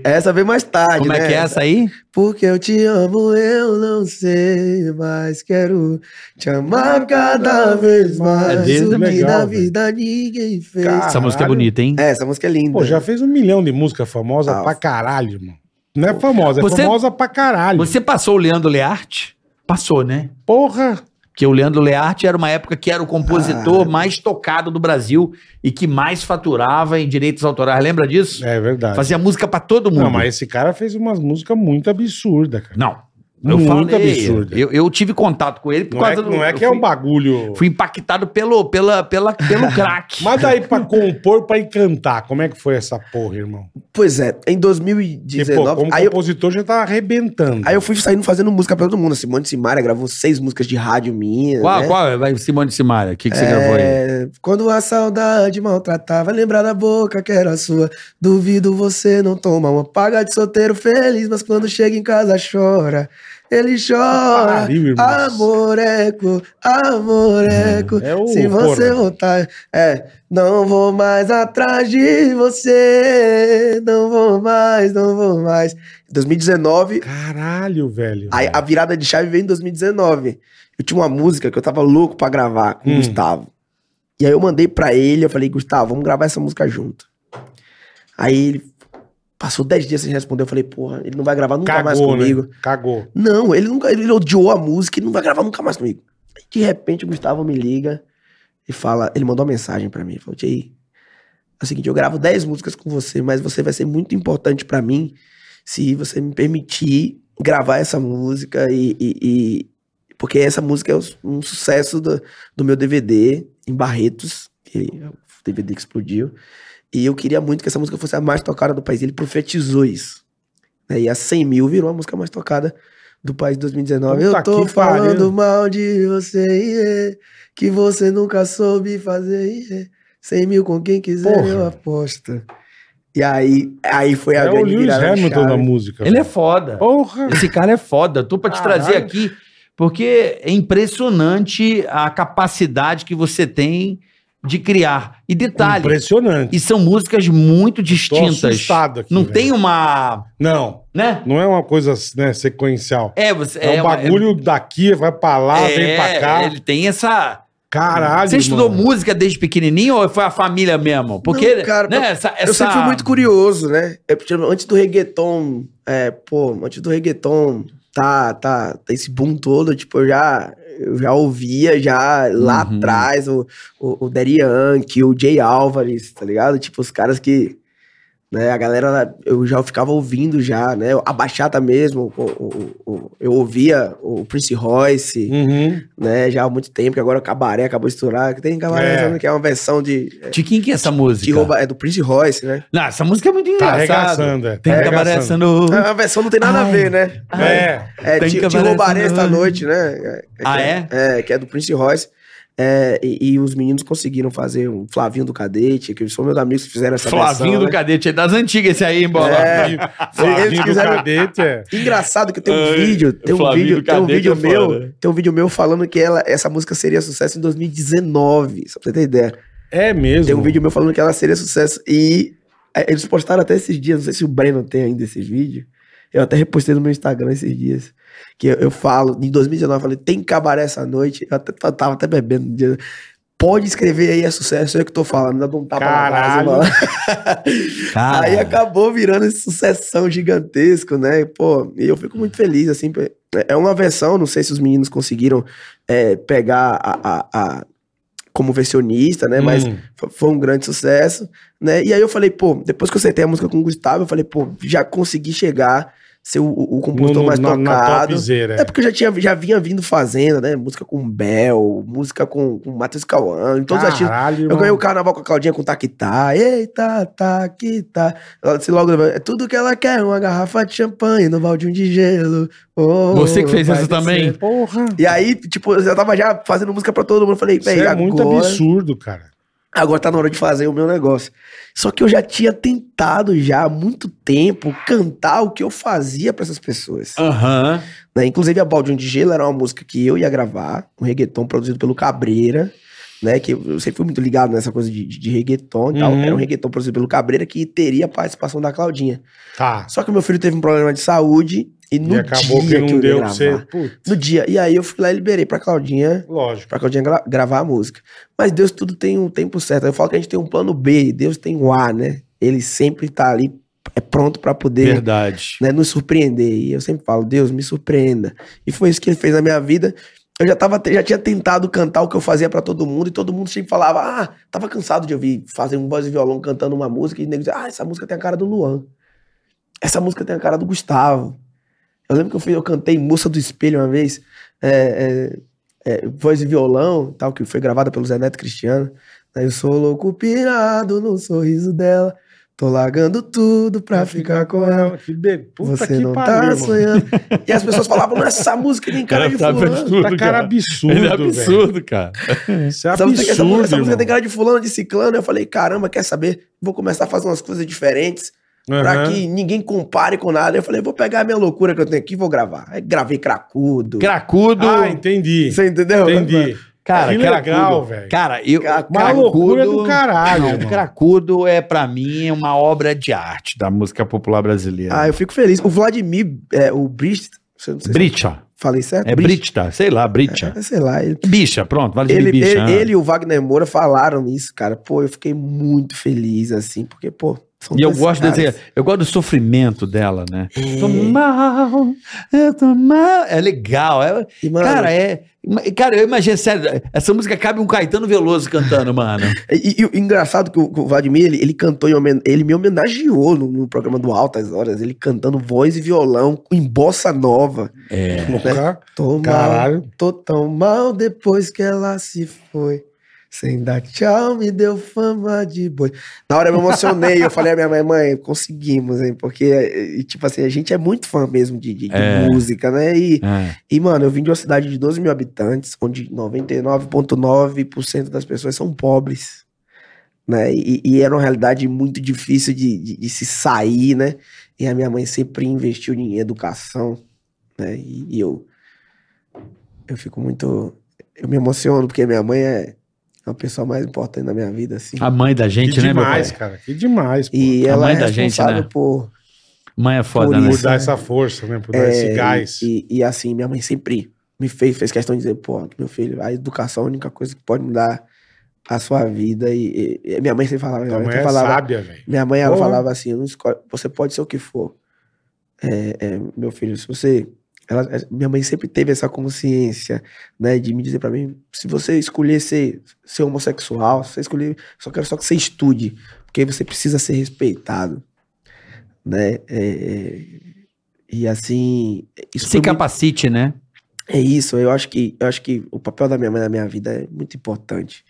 [SPEAKER 2] Essa veio mais tarde,
[SPEAKER 4] Como é
[SPEAKER 2] né?
[SPEAKER 4] que é essa aí?
[SPEAKER 2] Porque eu te amo, eu não sei, mas quero te amar cada vez mais.
[SPEAKER 4] É dele,
[SPEAKER 2] o que
[SPEAKER 3] legal,
[SPEAKER 2] na
[SPEAKER 3] velho.
[SPEAKER 2] vida ninguém fez.
[SPEAKER 3] Cara,
[SPEAKER 4] Essa música é
[SPEAKER 3] Caralho.
[SPEAKER 4] bonita, hein?
[SPEAKER 2] É, essa música é linda.
[SPEAKER 3] Pô, já fez um milhão de música famosa
[SPEAKER 2] Ah,
[SPEAKER 3] pra caralho, irmão. Não é famosa, é
[SPEAKER 4] Você-
[SPEAKER 3] famosa pra
[SPEAKER 2] É.
[SPEAKER 3] caralho.
[SPEAKER 4] Você passou o Leandro Learte? Passou, né?
[SPEAKER 3] Porra.
[SPEAKER 4] Porque o Leandro Learte era uma época que era o compositor
[SPEAKER 2] Ah.
[SPEAKER 4] mais tocado do Brasil e que mais faturava em direitos autorais. Lembra disso?
[SPEAKER 3] É verdade.
[SPEAKER 4] Fazia música pra todo mundo.
[SPEAKER 3] Não, mas esse cara fez umas músicas muito absurdas, cara.
[SPEAKER 4] Não, Eu
[SPEAKER 3] Muito
[SPEAKER 4] falei,
[SPEAKER 3] absurdo.
[SPEAKER 4] Eu, eu tive contato com ele por
[SPEAKER 3] Não é,
[SPEAKER 4] causa
[SPEAKER 3] não é
[SPEAKER 4] eu
[SPEAKER 3] que é
[SPEAKER 4] fui-
[SPEAKER 3] um bagulho.
[SPEAKER 4] Fui impactado pelo, pela, pela, pelo crack.
[SPEAKER 3] Mas daí pra compor, pra encantar, como é que foi essa porra, irmão?
[SPEAKER 2] Pois é, em
[SPEAKER 3] Porque,
[SPEAKER 2] 2019.
[SPEAKER 3] pô, como
[SPEAKER 2] aí, eu,
[SPEAKER 3] compositor já tá arrebentando.
[SPEAKER 2] aí eu fui saindo fazendo música pra todo mundo. Simone de Simaria gravou seis músicas de rádio minha.
[SPEAKER 4] Qual,
[SPEAKER 3] é.
[SPEAKER 2] né?
[SPEAKER 4] qual? Vai, Simone de Simaria, o que, que você gravou aí?
[SPEAKER 2] É, Quando a saudade maltratava, lembrar da boca que era sua. Duvido você não tomar uma paga de solteiro feliz, mas quando chega em casa chora. Ele chora.
[SPEAKER 3] Ah, Pariu, irmão.
[SPEAKER 2] amoreco, amoreco.
[SPEAKER 3] É o
[SPEAKER 2] Se você
[SPEAKER 3] Cornel.
[SPEAKER 2] voltar. É, não vou mais atrás de você. Não vou mais, não vou mais. 2019,
[SPEAKER 3] Caralho, velho.
[SPEAKER 2] Aí a virada de chave veio em 2019. Eu tinha uma música que eu tava louco pra gravar com o
[SPEAKER 3] Hum.
[SPEAKER 2] Gustavo. E aí eu mandei pra ele, eu falei, Gustavo, vamos gravar essa música junto. Aí ele passou 10 dias sem responder, eu falei, porra, ele não vai gravar nunca mais
[SPEAKER 3] Cagou,
[SPEAKER 2] comigo.
[SPEAKER 3] né? Cagou.
[SPEAKER 2] Não, ele nunca, ele odiou a música, ele não vai gravar nunca mais comigo. Aí, De repente o Gustavo me liga e fala, ele mandou uma mensagem pra mim, falou: "Tchê, é o seguinte, eu gravo 10 músicas com você, mas você vai ser muito importante pra mim se você me permitir gravar essa música e, e- e- porque essa música é um sucesso do, do meu DVD em Barretos, que é o DVD que explodiu. E eu queria muito que essa música fosse a mais tocada do país. Ele profetizou isso. né? E a 100 mil virou a música mais tocada do país em 2019.
[SPEAKER 3] Puta
[SPEAKER 2] eu tô
[SPEAKER 3] que pariu.
[SPEAKER 2] falando mal de você, é, iê, que você nunca soube fazer. iê. 100 mil com quem quiser,
[SPEAKER 3] Porra.
[SPEAKER 2] eu aposto. E aí, aí foi a
[SPEAKER 3] É o
[SPEAKER 2] grande
[SPEAKER 3] Lewis
[SPEAKER 2] virada de
[SPEAKER 3] Hamilton
[SPEAKER 2] chave.
[SPEAKER 3] da música.
[SPEAKER 4] Ele é
[SPEAKER 3] velho.
[SPEAKER 4] foda.
[SPEAKER 3] Porra.
[SPEAKER 4] Esse cara é foda. Tô pra te
[SPEAKER 3] Caralho.
[SPEAKER 4] trazer aqui, porque é impressionante a capacidade que você tem de criar. E detalhe,
[SPEAKER 3] Impressionante.
[SPEAKER 4] e são músicas muito distintas.
[SPEAKER 3] assustado aqui,
[SPEAKER 4] Não
[SPEAKER 3] velho.
[SPEAKER 4] tem um- uma,
[SPEAKER 3] Não,
[SPEAKER 4] né?
[SPEAKER 3] não é uma coisa né, sequencial.
[SPEAKER 4] É, você
[SPEAKER 3] É, um
[SPEAKER 4] uma-
[SPEAKER 3] bagulho daqui, vai pra lá,
[SPEAKER 4] é,
[SPEAKER 3] vem pra cá.
[SPEAKER 4] Ele tem essa.
[SPEAKER 3] Caralho,
[SPEAKER 4] Você estudou
[SPEAKER 3] mano.
[SPEAKER 4] música desde pequenininho ou foi a família mesmo? Porque,
[SPEAKER 2] Não, cara,
[SPEAKER 4] né, essa,
[SPEAKER 2] Eu sempre fui
[SPEAKER 4] essa-
[SPEAKER 2] muito curioso, né? Eu, tipo, antes do reggaeton, é, pô, antes do reggaeton, tá, tá, tá esse boom todo, tipo, eu já, eu já ouvia já lá
[SPEAKER 4] Uhum.
[SPEAKER 2] atrás o, o, o Daddy Yankee, o Jay Álvares, tá ligado? Tipo, os caras que, né, a galera, eu já ficava ouvindo já, né? A Bachata mesmo, o- o- o- eu ouvia o Prince Royce,
[SPEAKER 4] Hum.
[SPEAKER 3] Uhum.
[SPEAKER 2] né, já há muito tempo, que agora o Cabaré acabou de estourar, que tem Cabaré,
[SPEAKER 3] É.
[SPEAKER 2] né, que é uma versão de...
[SPEAKER 4] De quem que é essa
[SPEAKER 2] Que
[SPEAKER 4] música?
[SPEAKER 2] rouba, é do Prince Royce, né?
[SPEAKER 4] Não, essa música é muito
[SPEAKER 3] Tá
[SPEAKER 4] engraçada.
[SPEAKER 3] arregaçando, é. Tá
[SPEAKER 4] Tem que acabar essa
[SPEAKER 3] arregaçando.
[SPEAKER 4] no...
[SPEAKER 2] A versão não tem nada a ver, né?
[SPEAKER 3] É.
[SPEAKER 2] É,
[SPEAKER 4] Tem
[SPEAKER 2] te,
[SPEAKER 4] que
[SPEAKER 2] te
[SPEAKER 4] aparecer
[SPEAKER 2] roubarei
[SPEAKER 4] no-
[SPEAKER 2] esta noite, né?
[SPEAKER 4] Ah,
[SPEAKER 2] que
[SPEAKER 4] é?
[SPEAKER 2] É, que é do Prince Royce. É, e, e os meninos conseguiram fazer um Flavinho do Cadete, que são meus amigos que fizeram essa
[SPEAKER 4] Flavinho
[SPEAKER 2] versão,
[SPEAKER 4] do
[SPEAKER 2] né?
[SPEAKER 4] Cadete, é das antigas esse aí, hein, Bola?
[SPEAKER 2] É.
[SPEAKER 3] Flavinho do
[SPEAKER 2] quiseram-
[SPEAKER 3] cadete, é.
[SPEAKER 2] Engraçado que tem um
[SPEAKER 4] Ai,
[SPEAKER 2] vídeo, tem um
[SPEAKER 4] Flavinho
[SPEAKER 2] vídeo,
[SPEAKER 4] do
[SPEAKER 2] tem um
[SPEAKER 4] Cadete
[SPEAKER 2] vídeo
[SPEAKER 4] é
[SPEAKER 2] meu,
[SPEAKER 4] foda.
[SPEAKER 2] tem um vídeo meu falando que ela, essa música seria sucesso em 2019, só pra você ter ideia.
[SPEAKER 3] É mesmo.
[SPEAKER 2] Tem um vídeo meu falando que ela seria sucesso. E é, eles postaram até esses dias, não sei se o Breno tem ainda esse vídeo. Eu até repostei no meu Instagram esses dias. Que eu, eu falo, em 2019, eu falei, tem cabaré essa noite. Eu até, eu tava até bebendo. no dia. Pode escrever aí, é sucesso, é o que eu tô falando. Dá um tapa
[SPEAKER 3] Caralho.
[SPEAKER 2] na base,
[SPEAKER 4] Cara,
[SPEAKER 2] Aí acabou virando esse sucessão gigantesco, né? E, Pô, e eu fico muito feliz, assim. pe- É uma versão, não sei se os meninos conseguiram é, pegar a, a- a- como versionista, né? Mas
[SPEAKER 3] Hum.
[SPEAKER 2] F- foi um grande sucesso, né? E aí eu falei, pô, depois que eu acertei a música com o Gustavo, eu falei, pô, já consegui chegar, ser o, o
[SPEAKER 3] No,
[SPEAKER 2] compositor
[SPEAKER 3] no,
[SPEAKER 2] mais
[SPEAKER 3] na, na
[SPEAKER 2] tocado.
[SPEAKER 3] topzera.
[SPEAKER 2] é porque eu já, tinha, já vinha vindo fazendo, né? Música com Bel, música com, com Matheus Cauã, em todos os artistas.
[SPEAKER 3] Caralho,
[SPEAKER 2] Eu
[SPEAKER 3] irmão.
[SPEAKER 2] ganhei o carnaval com a Claudinha com Taquitá. Eita, Taquitá. Ela disse logo, é tudo que ela quer, uma garrafa de champanhe no baldinho de gelo. Oh,
[SPEAKER 4] Você que fez
[SPEAKER 2] vai
[SPEAKER 4] isso também?
[SPEAKER 3] Porra.
[SPEAKER 2] E aí, tipo, eu já tava já fazendo música pra todo mundo. Eu falei,
[SPEAKER 3] Isso
[SPEAKER 2] velho,
[SPEAKER 3] é
[SPEAKER 2] agora...
[SPEAKER 3] muito absurdo, cara.
[SPEAKER 2] Agora tá na hora de fazer o meu negócio. Só que eu já tinha tentado já há muito tempo cantar o que eu fazia pra essas pessoas.
[SPEAKER 4] Aham.
[SPEAKER 2] né? Inclusive a Baldião de Gelo era uma música que eu ia gravar, um reggaeton produzido pelo Cabreira, né? Que eu eu sempre fui muito ligado nessa coisa de, de, de reggaeton e tal.
[SPEAKER 3] Uhum.
[SPEAKER 2] Era um reggaeton produzido pelo Cabreira que teria a participação da Claudinha.
[SPEAKER 3] Tá.
[SPEAKER 2] Só que meu filho teve um problema de saúde e no
[SPEAKER 3] e acabou que
[SPEAKER 2] dia
[SPEAKER 3] não
[SPEAKER 2] eu ia
[SPEAKER 3] deu pra
[SPEAKER 2] gravar,
[SPEAKER 3] você. Putz,
[SPEAKER 2] No dia. E aí eu fui lá e liberei pra Claudinha
[SPEAKER 3] lógico.
[SPEAKER 2] pra que eu tinha gra gravar a música. Mas Deus tudo tem um tempo certo. Eu falo que a gente tem um plano B, Deus tem um A, né? Ele sempre tá ali é pronto pra poder
[SPEAKER 4] Verdade.
[SPEAKER 2] né, nos surpreender. E eu sempre falo, Deus, me surpreenda. E foi isso que ele fez na minha vida. Eu já, tava, já tinha tentado cantar o que eu fazia pra todo mundo, e todo mundo sempre falava, ah, tava cansado de ouvir fazer um voz e violão cantando uma música, e o nego dizia, ah, essa música tem a cara do Luan. Essa música tem a cara do Gustavo. Eu lembro que eu, fui, eu cantei Moça do Espelho uma vez, é, é, é, voz e violão, tal, que foi gravada pelo Zé Neto Cristiano. Aí eu sou louco pirado no sorriso dela, tô largando tudo pra ficar com ela.
[SPEAKER 3] Que de... Puta
[SPEAKER 2] Você
[SPEAKER 3] que
[SPEAKER 2] não
[SPEAKER 3] pariu,
[SPEAKER 2] tá
[SPEAKER 3] irmão.
[SPEAKER 2] sonhando. E as pessoas falavam, "Não, essa música nem cara
[SPEAKER 4] tá
[SPEAKER 2] de fulano.
[SPEAKER 3] Puta cara absurdo,
[SPEAKER 4] Ele é
[SPEAKER 3] velho.
[SPEAKER 4] absurdo, cara.
[SPEAKER 3] Isso é
[SPEAKER 2] Essa música, essa música-
[SPEAKER 3] absurdo,
[SPEAKER 2] essa música tem
[SPEAKER 3] irmão.
[SPEAKER 2] cara de fulano, de ciclano. Eu falei, caramba, quer saber? Vou começar a fazer umas coisas diferentes pra
[SPEAKER 3] Aham.
[SPEAKER 2] que ninguém compare com nada. Eu falei, vou pegar a minha loucura que eu tenho aqui e vou gravar. Aí gravei cracudo.
[SPEAKER 4] Cracudo.
[SPEAKER 3] Ah, entendi.
[SPEAKER 2] Você entendeu?
[SPEAKER 3] Entendi.
[SPEAKER 4] cara,
[SPEAKER 3] que
[SPEAKER 4] cracudo.
[SPEAKER 3] legal, velho.
[SPEAKER 4] Cara, eu.
[SPEAKER 2] Cracudo.
[SPEAKER 3] Uma loucura do caralho,
[SPEAKER 4] Não,
[SPEAKER 3] irmão.
[SPEAKER 4] Cracudo é, pra mim, uma obra de arte da música popular brasileira.
[SPEAKER 2] Ah, eu fico feliz. O Vladimir, é, o Brist, você não sei se
[SPEAKER 4] Bricha.
[SPEAKER 2] eu falei certo?
[SPEAKER 4] É Brita, sei lá, Brita.
[SPEAKER 2] É, sei lá, ele
[SPEAKER 4] Bicha, pronto, vale
[SPEAKER 2] Ele,
[SPEAKER 4] de bicha.
[SPEAKER 2] ele,
[SPEAKER 4] ah.
[SPEAKER 2] ele e o Wagner Moura falaram isso, cara. Pô, eu fiquei muito feliz, assim, porque, pô. são
[SPEAKER 4] Ah. E eu
[SPEAKER 2] dois
[SPEAKER 4] gosto
[SPEAKER 2] caras.
[SPEAKER 4] desse, eu gosto do sofrimento dela, né? Tô
[SPEAKER 2] É.
[SPEAKER 4] mal, eu tô mal. É legal. é-
[SPEAKER 2] E, mano,
[SPEAKER 4] cara, é. Cara, eu imagino, sério, essa música cabe um Caetano Veloso cantando, mano.
[SPEAKER 2] e, e o engraçado que o, que o Vladimir, ele, ele cantou, em homen- ele me homenageou no, no programa do Altas Horas, ele cantando voz e violão em bossa nova. né?
[SPEAKER 4] É.
[SPEAKER 3] Cara-
[SPEAKER 2] Tô mal,
[SPEAKER 3] Caralho.
[SPEAKER 2] tô tão mal depois que ela se foi. Sem dar tchau, me deu fama de boi. Na hora eu me emocionei, eu falei à minha mãe, mãe, conseguimos, hein? Porque, e, tipo assim, a gente é muito fã mesmo de, de- de
[SPEAKER 4] É.
[SPEAKER 2] música, né? E,
[SPEAKER 4] é.
[SPEAKER 2] E, mano, eu vim de uma cidade de 12 mil habitantes, onde 99,9% das pessoas são pobres. Né? E, e era uma realidade muito difícil de, de- de se sair, né? E a minha mãe sempre investiu em educação, né? E, e eu, eu fico muito. Eu me emociono, porque minha mãe é a pessoa mais importante da minha vida, assim.
[SPEAKER 4] A mãe da
[SPEAKER 3] Que
[SPEAKER 4] gente, né, meu pai?
[SPEAKER 3] demais, cara. Que demais, pô.
[SPEAKER 2] E
[SPEAKER 4] a
[SPEAKER 2] ela
[SPEAKER 4] mãe
[SPEAKER 2] é
[SPEAKER 4] da gente,
[SPEAKER 2] responsável
[SPEAKER 4] né?
[SPEAKER 2] por
[SPEAKER 4] Mãe é foda,
[SPEAKER 2] Por
[SPEAKER 4] né?
[SPEAKER 3] Por
[SPEAKER 2] isso,
[SPEAKER 3] dar
[SPEAKER 2] né?
[SPEAKER 3] essa força, né? Por dar esse
[SPEAKER 2] É,
[SPEAKER 3] gás.
[SPEAKER 2] E, e assim, minha mãe sempre me fez, fez questão de dizer, pô, meu filho, a educação é a única coisa que pode mudar a sua vida. E, e- e minha mãe sempre falava, minha
[SPEAKER 3] Tua
[SPEAKER 2] mãe,
[SPEAKER 3] mãe é
[SPEAKER 2] sempre falava,
[SPEAKER 3] sábia, velho.
[SPEAKER 2] minha mãe ela
[SPEAKER 3] Porra.
[SPEAKER 2] falava assim, não escolhe, você pode ser o que for. É, é, meu filho, se você. ela- é, minha mãe sempre teve essa consciência, né, de me dizer pra mim, se você escolher ser, ser homossexual, se você escolher, só quero só que você estude, porque você precisa ser respeitado, né? É, é, e assim, isso
[SPEAKER 4] Se
[SPEAKER 2] foi muito-
[SPEAKER 4] capacite, né?
[SPEAKER 2] é isso, eu acho que eu acho que o papel da minha mãe na minha vida é muito importante,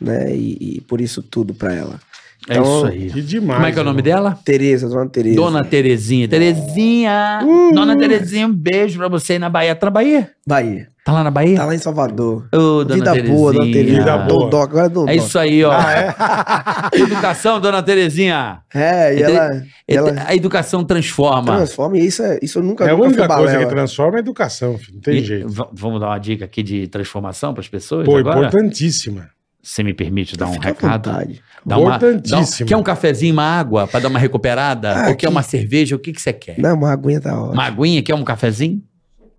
[SPEAKER 2] né? E, e por isso tudo pra ela.
[SPEAKER 4] É
[SPEAKER 2] Então,
[SPEAKER 4] isso aí.
[SPEAKER 3] Que demais.
[SPEAKER 4] Como é que é o nome dela?
[SPEAKER 2] Tereza, dona Tereza.
[SPEAKER 4] Dona Terezinha. Terezinha! Dona Terezinha, um beijo pra você aí na Bahia. Tá na Bahia?
[SPEAKER 2] Bahia.
[SPEAKER 4] Tá lá na Bahia?
[SPEAKER 2] Tá lá em Salvador.
[SPEAKER 4] Ô, dona
[SPEAKER 2] vida
[SPEAKER 4] Terezinha.
[SPEAKER 2] boa, dona Tereza.
[SPEAKER 3] Vida boa.
[SPEAKER 2] Dondó, agora é Dondó.
[SPEAKER 4] É isso aí, ó.
[SPEAKER 3] Ah,
[SPEAKER 4] Educação, dona Terezinha.
[SPEAKER 2] É, e
[SPEAKER 4] Ele-
[SPEAKER 2] ela,
[SPEAKER 4] E-
[SPEAKER 2] ela
[SPEAKER 4] A educação transforma.
[SPEAKER 2] transforma, e isso, é, isso eu nunca
[SPEAKER 3] é? é a
[SPEAKER 2] nunca
[SPEAKER 3] única
[SPEAKER 2] fui
[SPEAKER 3] coisa que
[SPEAKER 2] balela.
[SPEAKER 3] transforma é a educação, filho. Não tem
[SPEAKER 4] E-
[SPEAKER 3] jeito.
[SPEAKER 4] v- Vamos dar uma dica aqui de transformação para as pessoas
[SPEAKER 3] Pô,
[SPEAKER 4] agora?
[SPEAKER 3] importantíssima.
[SPEAKER 4] Se me permite dar um
[SPEAKER 2] Fica à
[SPEAKER 4] recado.
[SPEAKER 2] vontade.
[SPEAKER 4] Dá uma, dá um,
[SPEAKER 3] Importantíssimo.
[SPEAKER 4] quer um cafezinho, uma água para dar uma recuperada?
[SPEAKER 2] Ah,
[SPEAKER 4] Ou quer
[SPEAKER 2] aqui.
[SPEAKER 4] uma cerveja? O que, que você quer?
[SPEAKER 2] Não, uma aguinha da hora.
[SPEAKER 4] Uma aguinha? Quer um cafezinho?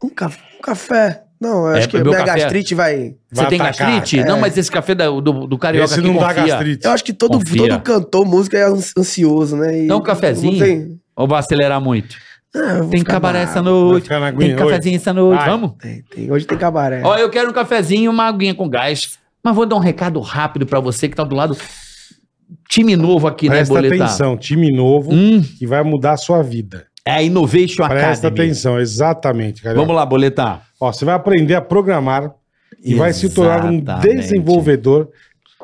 [SPEAKER 2] Um, café, um café. Não, eu
[SPEAKER 4] É,
[SPEAKER 2] acho que
[SPEAKER 4] bebeu
[SPEAKER 2] minha
[SPEAKER 4] café?
[SPEAKER 2] gastrite vai.
[SPEAKER 4] Você
[SPEAKER 3] Vai
[SPEAKER 4] tem
[SPEAKER 3] atacar.
[SPEAKER 4] gastrite? Não, mas esse café da- do, do
[SPEAKER 3] é.
[SPEAKER 4] carioca
[SPEAKER 3] Esse
[SPEAKER 4] aqui
[SPEAKER 3] não dá
[SPEAKER 4] confia.
[SPEAKER 3] gastrite.
[SPEAKER 2] Eu acho que todo,
[SPEAKER 4] Confia.
[SPEAKER 2] todo cantor, músico é ans- ansioso, né? E
[SPEAKER 4] Dá um cafezinho.
[SPEAKER 2] não tem-
[SPEAKER 4] Ou vai acelerar muito?
[SPEAKER 2] Ah, eu vou
[SPEAKER 4] Tem
[SPEAKER 2] ficar
[SPEAKER 4] cabaré
[SPEAKER 2] bravo.
[SPEAKER 4] essa
[SPEAKER 3] Vai
[SPEAKER 4] noite.
[SPEAKER 3] ficar na
[SPEAKER 4] Tem
[SPEAKER 3] aguinha hoje.
[SPEAKER 4] cafezinho essa noite.
[SPEAKER 3] Vai.
[SPEAKER 4] Vamos?
[SPEAKER 2] Tem, tem. Hoje tem cabaré.
[SPEAKER 4] Ó, eu quero um cafezinho e uma aguinha com gás. Mas vou dar um recado rápido para você que tá do lado. Time novo aqui,
[SPEAKER 3] Presta
[SPEAKER 4] né, Boletar?
[SPEAKER 3] atenção, time novo
[SPEAKER 4] Hum,
[SPEAKER 3] que vai mudar a sua vida.
[SPEAKER 4] é a Innovation
[SPEAKER 3] Presta
[SPEAKER 4] Academy.
[SPEAKER 3] atenção, exatamente, cara.
[SPEAKER 4] Vamos lá, Boletar.
[SPEAKER 3] Ó, você vai aprender a programar e vai se tornar um
[SPEAKER 4] Exatamente.
[SPEAKER 3] desenvolvedor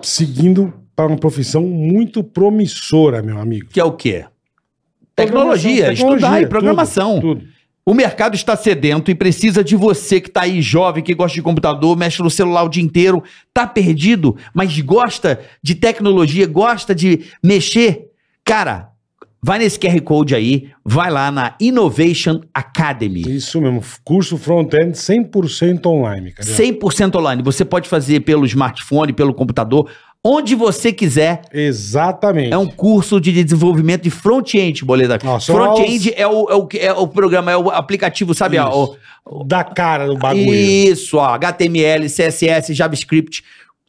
[SPEAKER 3] seguindo para uma profissão muito promissora, meu amigo.
[SPEAKER 4] Que é o quê? Tecnologia,
[SPEAKER 3] Programação,
[SPEAKER 4] estudar e
[SPEAKER 3] tecnologia,
[SPEAKER 4] programação.
[SPEAKER 3] Tudo. tudo.
[SPEAKER 4] O mercado está sedento e precisa de você que está aí jovem, que gosta de computador, mexe no celular o dia inteiro, tá perdido, mas gosta de tecnologia, gosta de mexer. Cara, vai nesse QR Code aí, vai lá na Innovation Academy.
[SPEAKER 3] Isso mesmo, curso front-end 100% online, cara.
[SPEAKER 4] 100% online. Você pode fazer pelo smartphone, pelo computador, onde você quiser.
[SPEAKER 3] Exatamente.
[SPEAKER 4] É um curso de desenvolvimento de front-end, boleta.
[SPEAKER 3] Ó, são
[SPEAKER 4] Front-end é, o, é, o, que- é o programa, é o aplicativo, sabe?
[SPEAKER 3] Isso.
[SPEAKER 4] Ó, o-
[SPEAKER 3] da cara do bagulho.
[SPEAKER 4] Isso, ó, HTML, CSS, JavaScript,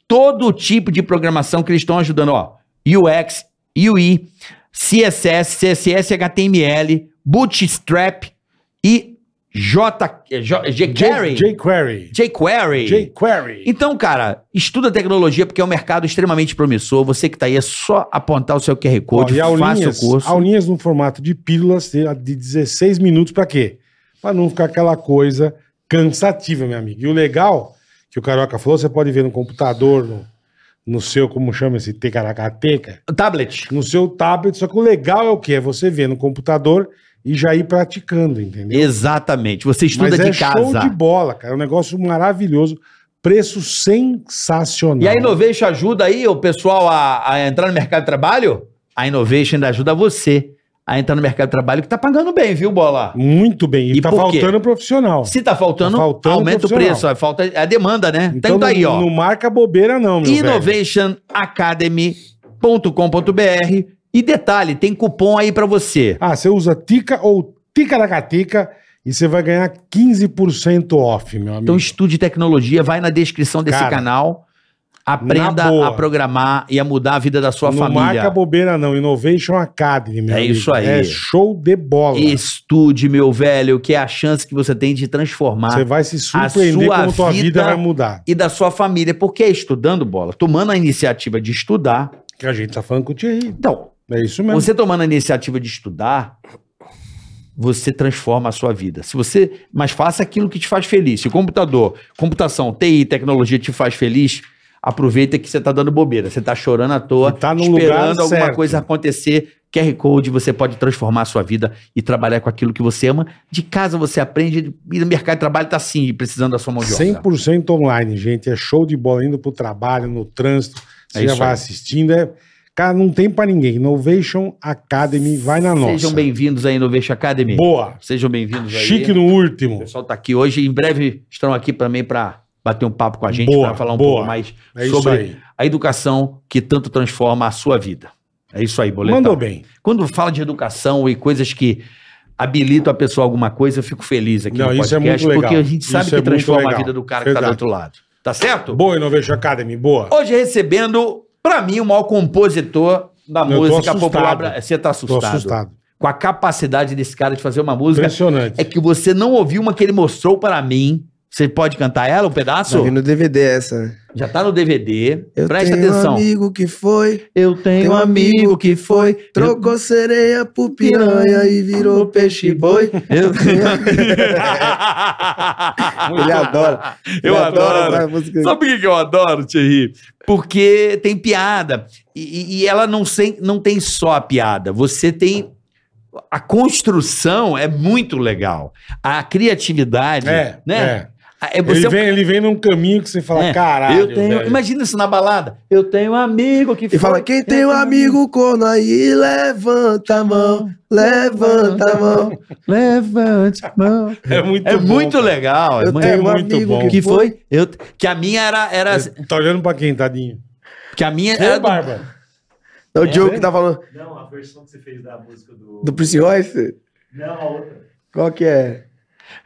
[SPEAKER 4] todo tipo de programação que eles estão ajudando, ó. UX, UI, CSS, CSS, HTML, Bootstrap e J, é, J,
[SPEAKER 3] J-
[SPEAKER 4] jQuery.
[SPEAKER 3] jQuery.
[SPEAKER 4] jQuery.
[SPEAKER 3] jQuery.
[SPEAKER 4] Então, cara, estuda tecnologia porque é um mercado extremamente promissor. Você que tá aí é só apontar o seu QR
[SPEAKER 3] Ó,
[SPEAKER 4] Code,
[SPEAKER 3] e
[SPEAKER 4] faça
[SPEAKER 3] aulinhas,
[SPEAKER 4] o curso.
[SPEAKER 3] aulinhas no formato de pílulas de de 16 minutos para quê? Pra não ficar aquela coisa cansativa, meu amigo. E o legal, que o Carioca falou, você pode ver no computador, no, no seu, como chama esse, tecaracateca,
[SPEAKER 4] Tablet.
[SPEAKER 3] no seu tablet. Só que o legal é o quê? É você ver no computador e já ir praticando, entendeu?
[SPEAKER 4] Exatamente. Você estuda
[SPEAKER 3] Mas é
[SPEAKER 4] de
[SPEAKER 3] show de
[SPEAKER 4] casa.
[SPEAKER 3] bola, cara. É um negócio maravilhoso. Preço sensacional.
[SPEAKER 4] E a Innovation ajuda aí o pessoal a, a entrar no mercado de trabalho? A Innovation ainda ajuda você a entrar no mercado de trabalho que tá pagando bem, viu, Bola?
[SPEAKER 3] Muito bem. E,
[SPEAKER 4] E
[SPEAKER 3] tá
[SPEAKER 4] por quê?
[SPEAKER 3] faltando profissional.
[SPEAKER 4] Se tá faltando,
[SPEAKER 3] Tá faltando
[SPEAKER 4] aumenta o
[SPEAKER 3] profissional.
[SPEAKER 4] preço. é Falta a demanda, né? Então, tá aí,
[SPEAKER 3] não,
[SPEAKER 4] ó.
[SPEAKER 3] não marca bobeira, não, meu velho.
[SPEAKER 4] innovationacademy.com.br e detalhe, tem cupom aí pra você.
[SPEAKER 3] Ah, você usa Tica ou Ticaracatica e você vai ganhar 15% off, meu amigo.
[SPEAKER 4] Então estude tecnologia, vai na descrição desse
[SPEAKER 3] Cara,
[SPEAKER 4] canal, aprenda
[SPEAKER 3] na boa.
[SPEAKER 4] a programar e a mudar a vida da sua
[SPEAKER 3] não
[SPEAKER 4] família.
[SPEAKER 3] marca bobeira, não. Innovation Academy, meu
[SPEAKER 4] É
[SPEAKER 3] amigo.
[SPEAKER 4] isso aí.
[SPEAKER 3] É show de bola.
[SPEAKER 4] Estude, meu velho, que é a chance que você tem de
[SPEAKER 3] Você
[SPEAKER 4] transformar
[SPEAKER 3] vai se surpreender
[SPEAKER 4] sua
[SPEAKER 3] como tua vida,
[SPEAKER 4] vida-
[SPEAKER 3] vai mudar.
[SPEAKER 4] e da sua família, porque é estudando bola, tomando a iniciativa de estudar.
[SPEAKER 3] Que a gente tá falando com o Thierry.
[SPEAKER 4] Então,
[SPEAKER 3] É isso mesmo.
[SPEAKER 4] Você tomando a iniciativa de estudar, você transforma a sua vida. Se você, mas faça aquilo que te faz feliz. Se o computador, computação, TI, tecnologia te faz feliz, aproveita que você está dando bobeira, você está chorando à toa,
[SPEAKER 3] E tá no
[SPEAKER 4] esperando
[SPEAKER 3] lugar
[SPEAKER 4] alguma
[SPEAKER 3] certo.
[SPEAKER 4] coisa acontecer. QR Code, você pode transformar a sua vida e trabalhar com aquilo que você ama. De casa você aprende e no mercado de trabalho está sim precisando da sua mão de obra.
[SPEAKER 3] 100% online, gente. É show de bola indo pro trabalho, no trânsito. Você
[SPEAKER 4] É
[SPEAKER 3] já
[SPEAKER 4] isso
[SPEAKER 3] vai
[SPEAKER 4] aí.
[SPEAKER 3] assistindo. É... Cara, não tem pra ninguém. Innovation Academy vai na nossa.
[SPEAKER 4] Sejam bem-vindos aí no Veja Academy.
[SPEAKER 3] Boa.
[SPEAKER 4] Sejam bem-vindos aí.
[SPEAKER 3] Chique no
[SPEAKER 4] O
[SPEAKER 3] último.
[SPEAKER 4] pessoal está aqui hoje. Em breve estão aqui também para bater um papo com a gente,
[SPEAKER 3] Boa,
[SPEAKER 4] para falar um
[SPEAKER 3] boa.
[SPEAKER 4] pouco mais
[SPEAKER 3] É isso
[SPEAKER 4] sobre
[SPEAKER 3] aí.
[SPEAKER 4] a educação que tanto transforma a sua vida. É isso aí, boletão.
[SPEAKER 3] Mandou bem.
[SPEAKER 4] Quando fala de educação e coisas que habilitam a pessoa a alguma coisa, eu fico feliz aqui
[SPEAKER 3] Não,
[SPEAKER 4] no
[SPEAKER 3] isso é
[SPEAKER 4] podcast,
[SPEAKER 3] muito legal.
[SPEAKER 4] porque a gente sabe
[SPEAKER 3] Isso
[SPEAKER 4] que
[SPEAKER 3] é muito
[SPEAKER 4] transforma a
[SPEAKER 3] legal.
[SPEAKER 4] vida do cara que está do
[SPEAKER 3] Verdade.
[SPEAKER 4] outro lado. Tá certo?
[SPEAKER 3] Boa, Innovation Academy, boa.
[SPEAKER 4] Hoje recebendo, para mim, o maior compositor da
[SPEAKER 3] Eu tô
[SPEAKER 4] música
[SPEAKER 3] assustado.
[SPEAKER 4] popular. bra- Você tá
[SPEAKER 3] Tô
[SPEAKER 4] assustado.
[SPEAKER 3] assustado.
[SPEAKER 4] Com a capacidade desse cara de fazer uma música
[SPEAKER 3] Impressionante.
[SPEAKER 4] é que você não ouviu uma que ele mostrou para mim. Você pode cantar ela, um pedaço?
[SPEAKER 2] Tá vindo DVD essa, né?
[SPEAKER 4] Já tá no DVD.
[SPEAKER 2] Eu
[SPEAKER 4] Presta
[SPEAKER 2] tenho
[SPEAKER 4] atenção.
[SPEAKER 2] um amigo que foi,
[SPEAKER 4] Eu tenho
[SPEAKER 2] um amigo
[SPEAKER 4] que foi.
[SPEAKER 2] trocou sereia por piranha e virou peixe boi.
[SPEAKER 4] Eu tenho amigo.
[SPEAKER 2] Ele adora.
[SPEAKER 4] Eu
[SPEAKER 2] Ele
[SPEAKER 4] adoro.
[SPEAKER 2] essa música.
[SPEAKER 4] Sabe por que que eu adoro, Thierry? Porque tem piada. E, e- e ela não, sem, não tem só a piada. Você tem. A construção é muito legal. A criatividade.
[SPEAKER 3] É,
[SPEAKER 4] né?
[SPEAKER 3] é.
[SPEAKER 4] É, você
[SPEAKER 3] Ele
[SPEAKER 4] é um
[SPEAKER 3] vem, ele vem num caminho que você fala,
[SPEAKER 4] É,
[SPEAKER 3] caralho.
[SPEAKER 4] Eu tenho,
[SPEAKER 3] velho.
[SPEAKER 4] imagina isso na balada. Eu tenho um amigo que
[SPEAKER 2] E fala, quem tem um amigo corno aí, levanta a mão, levanta a mão.
[SPEAKER 4] Levante a mão.
[SPEAKER 3] É muito
[SPEAKER 4] É
[SPEAKER 3] bom,
[SPEAKER 4] muito
[SPEAKER 3] cara.
[SPEAKER 4] legal. é
[SPEAKER 2] Eu
[SPEAKER 4] muito-
[SPEAKER 2] tenho um
[SPEAKER 3] muito bom.
[SPEAKER 2] amigo
[SPEAKER 4] que foi? Eu, que a minha era, era
[SPEAKER 3] Ele Tá olhando pra quem, tadinho?
[SPEAKER 4] que a minha
[SPEAKER 3] É,
[SPEAKER 4] era do-
[SPEAKER 3] Bárbara.
[SPEAKER 2] É o Diogo que tá falando
[SPEAKER 5] Não, a versão que você fez da música do.
[SPEAKER 2] do Prince Royce?
[SPEAKER 5] Não, a outra.
[SPEAKER 2] Qual que é?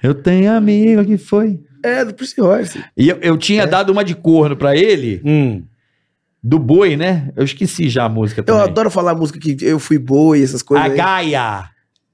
[SPEAKER 4] Eu tenho um amigo que foi. É.
[SPEAKER 2] É, do Prince Royce.
[SPEAKER 4] E eu, eu tinha dado uma de corno pra ele
[SPEAKER 3] Hum.
[SPEAKER 4] do boi, né? Eu esqueci já a música
[SPEAKER 2] Eu
[SPEAKER 4] também.
[SPEAKER 2] adoro falar música que eu fui boi, essas coisas
[SPEAKER 4] a
[SPEAKER 2] aí. É.
[SPEAKER 4] Gaia.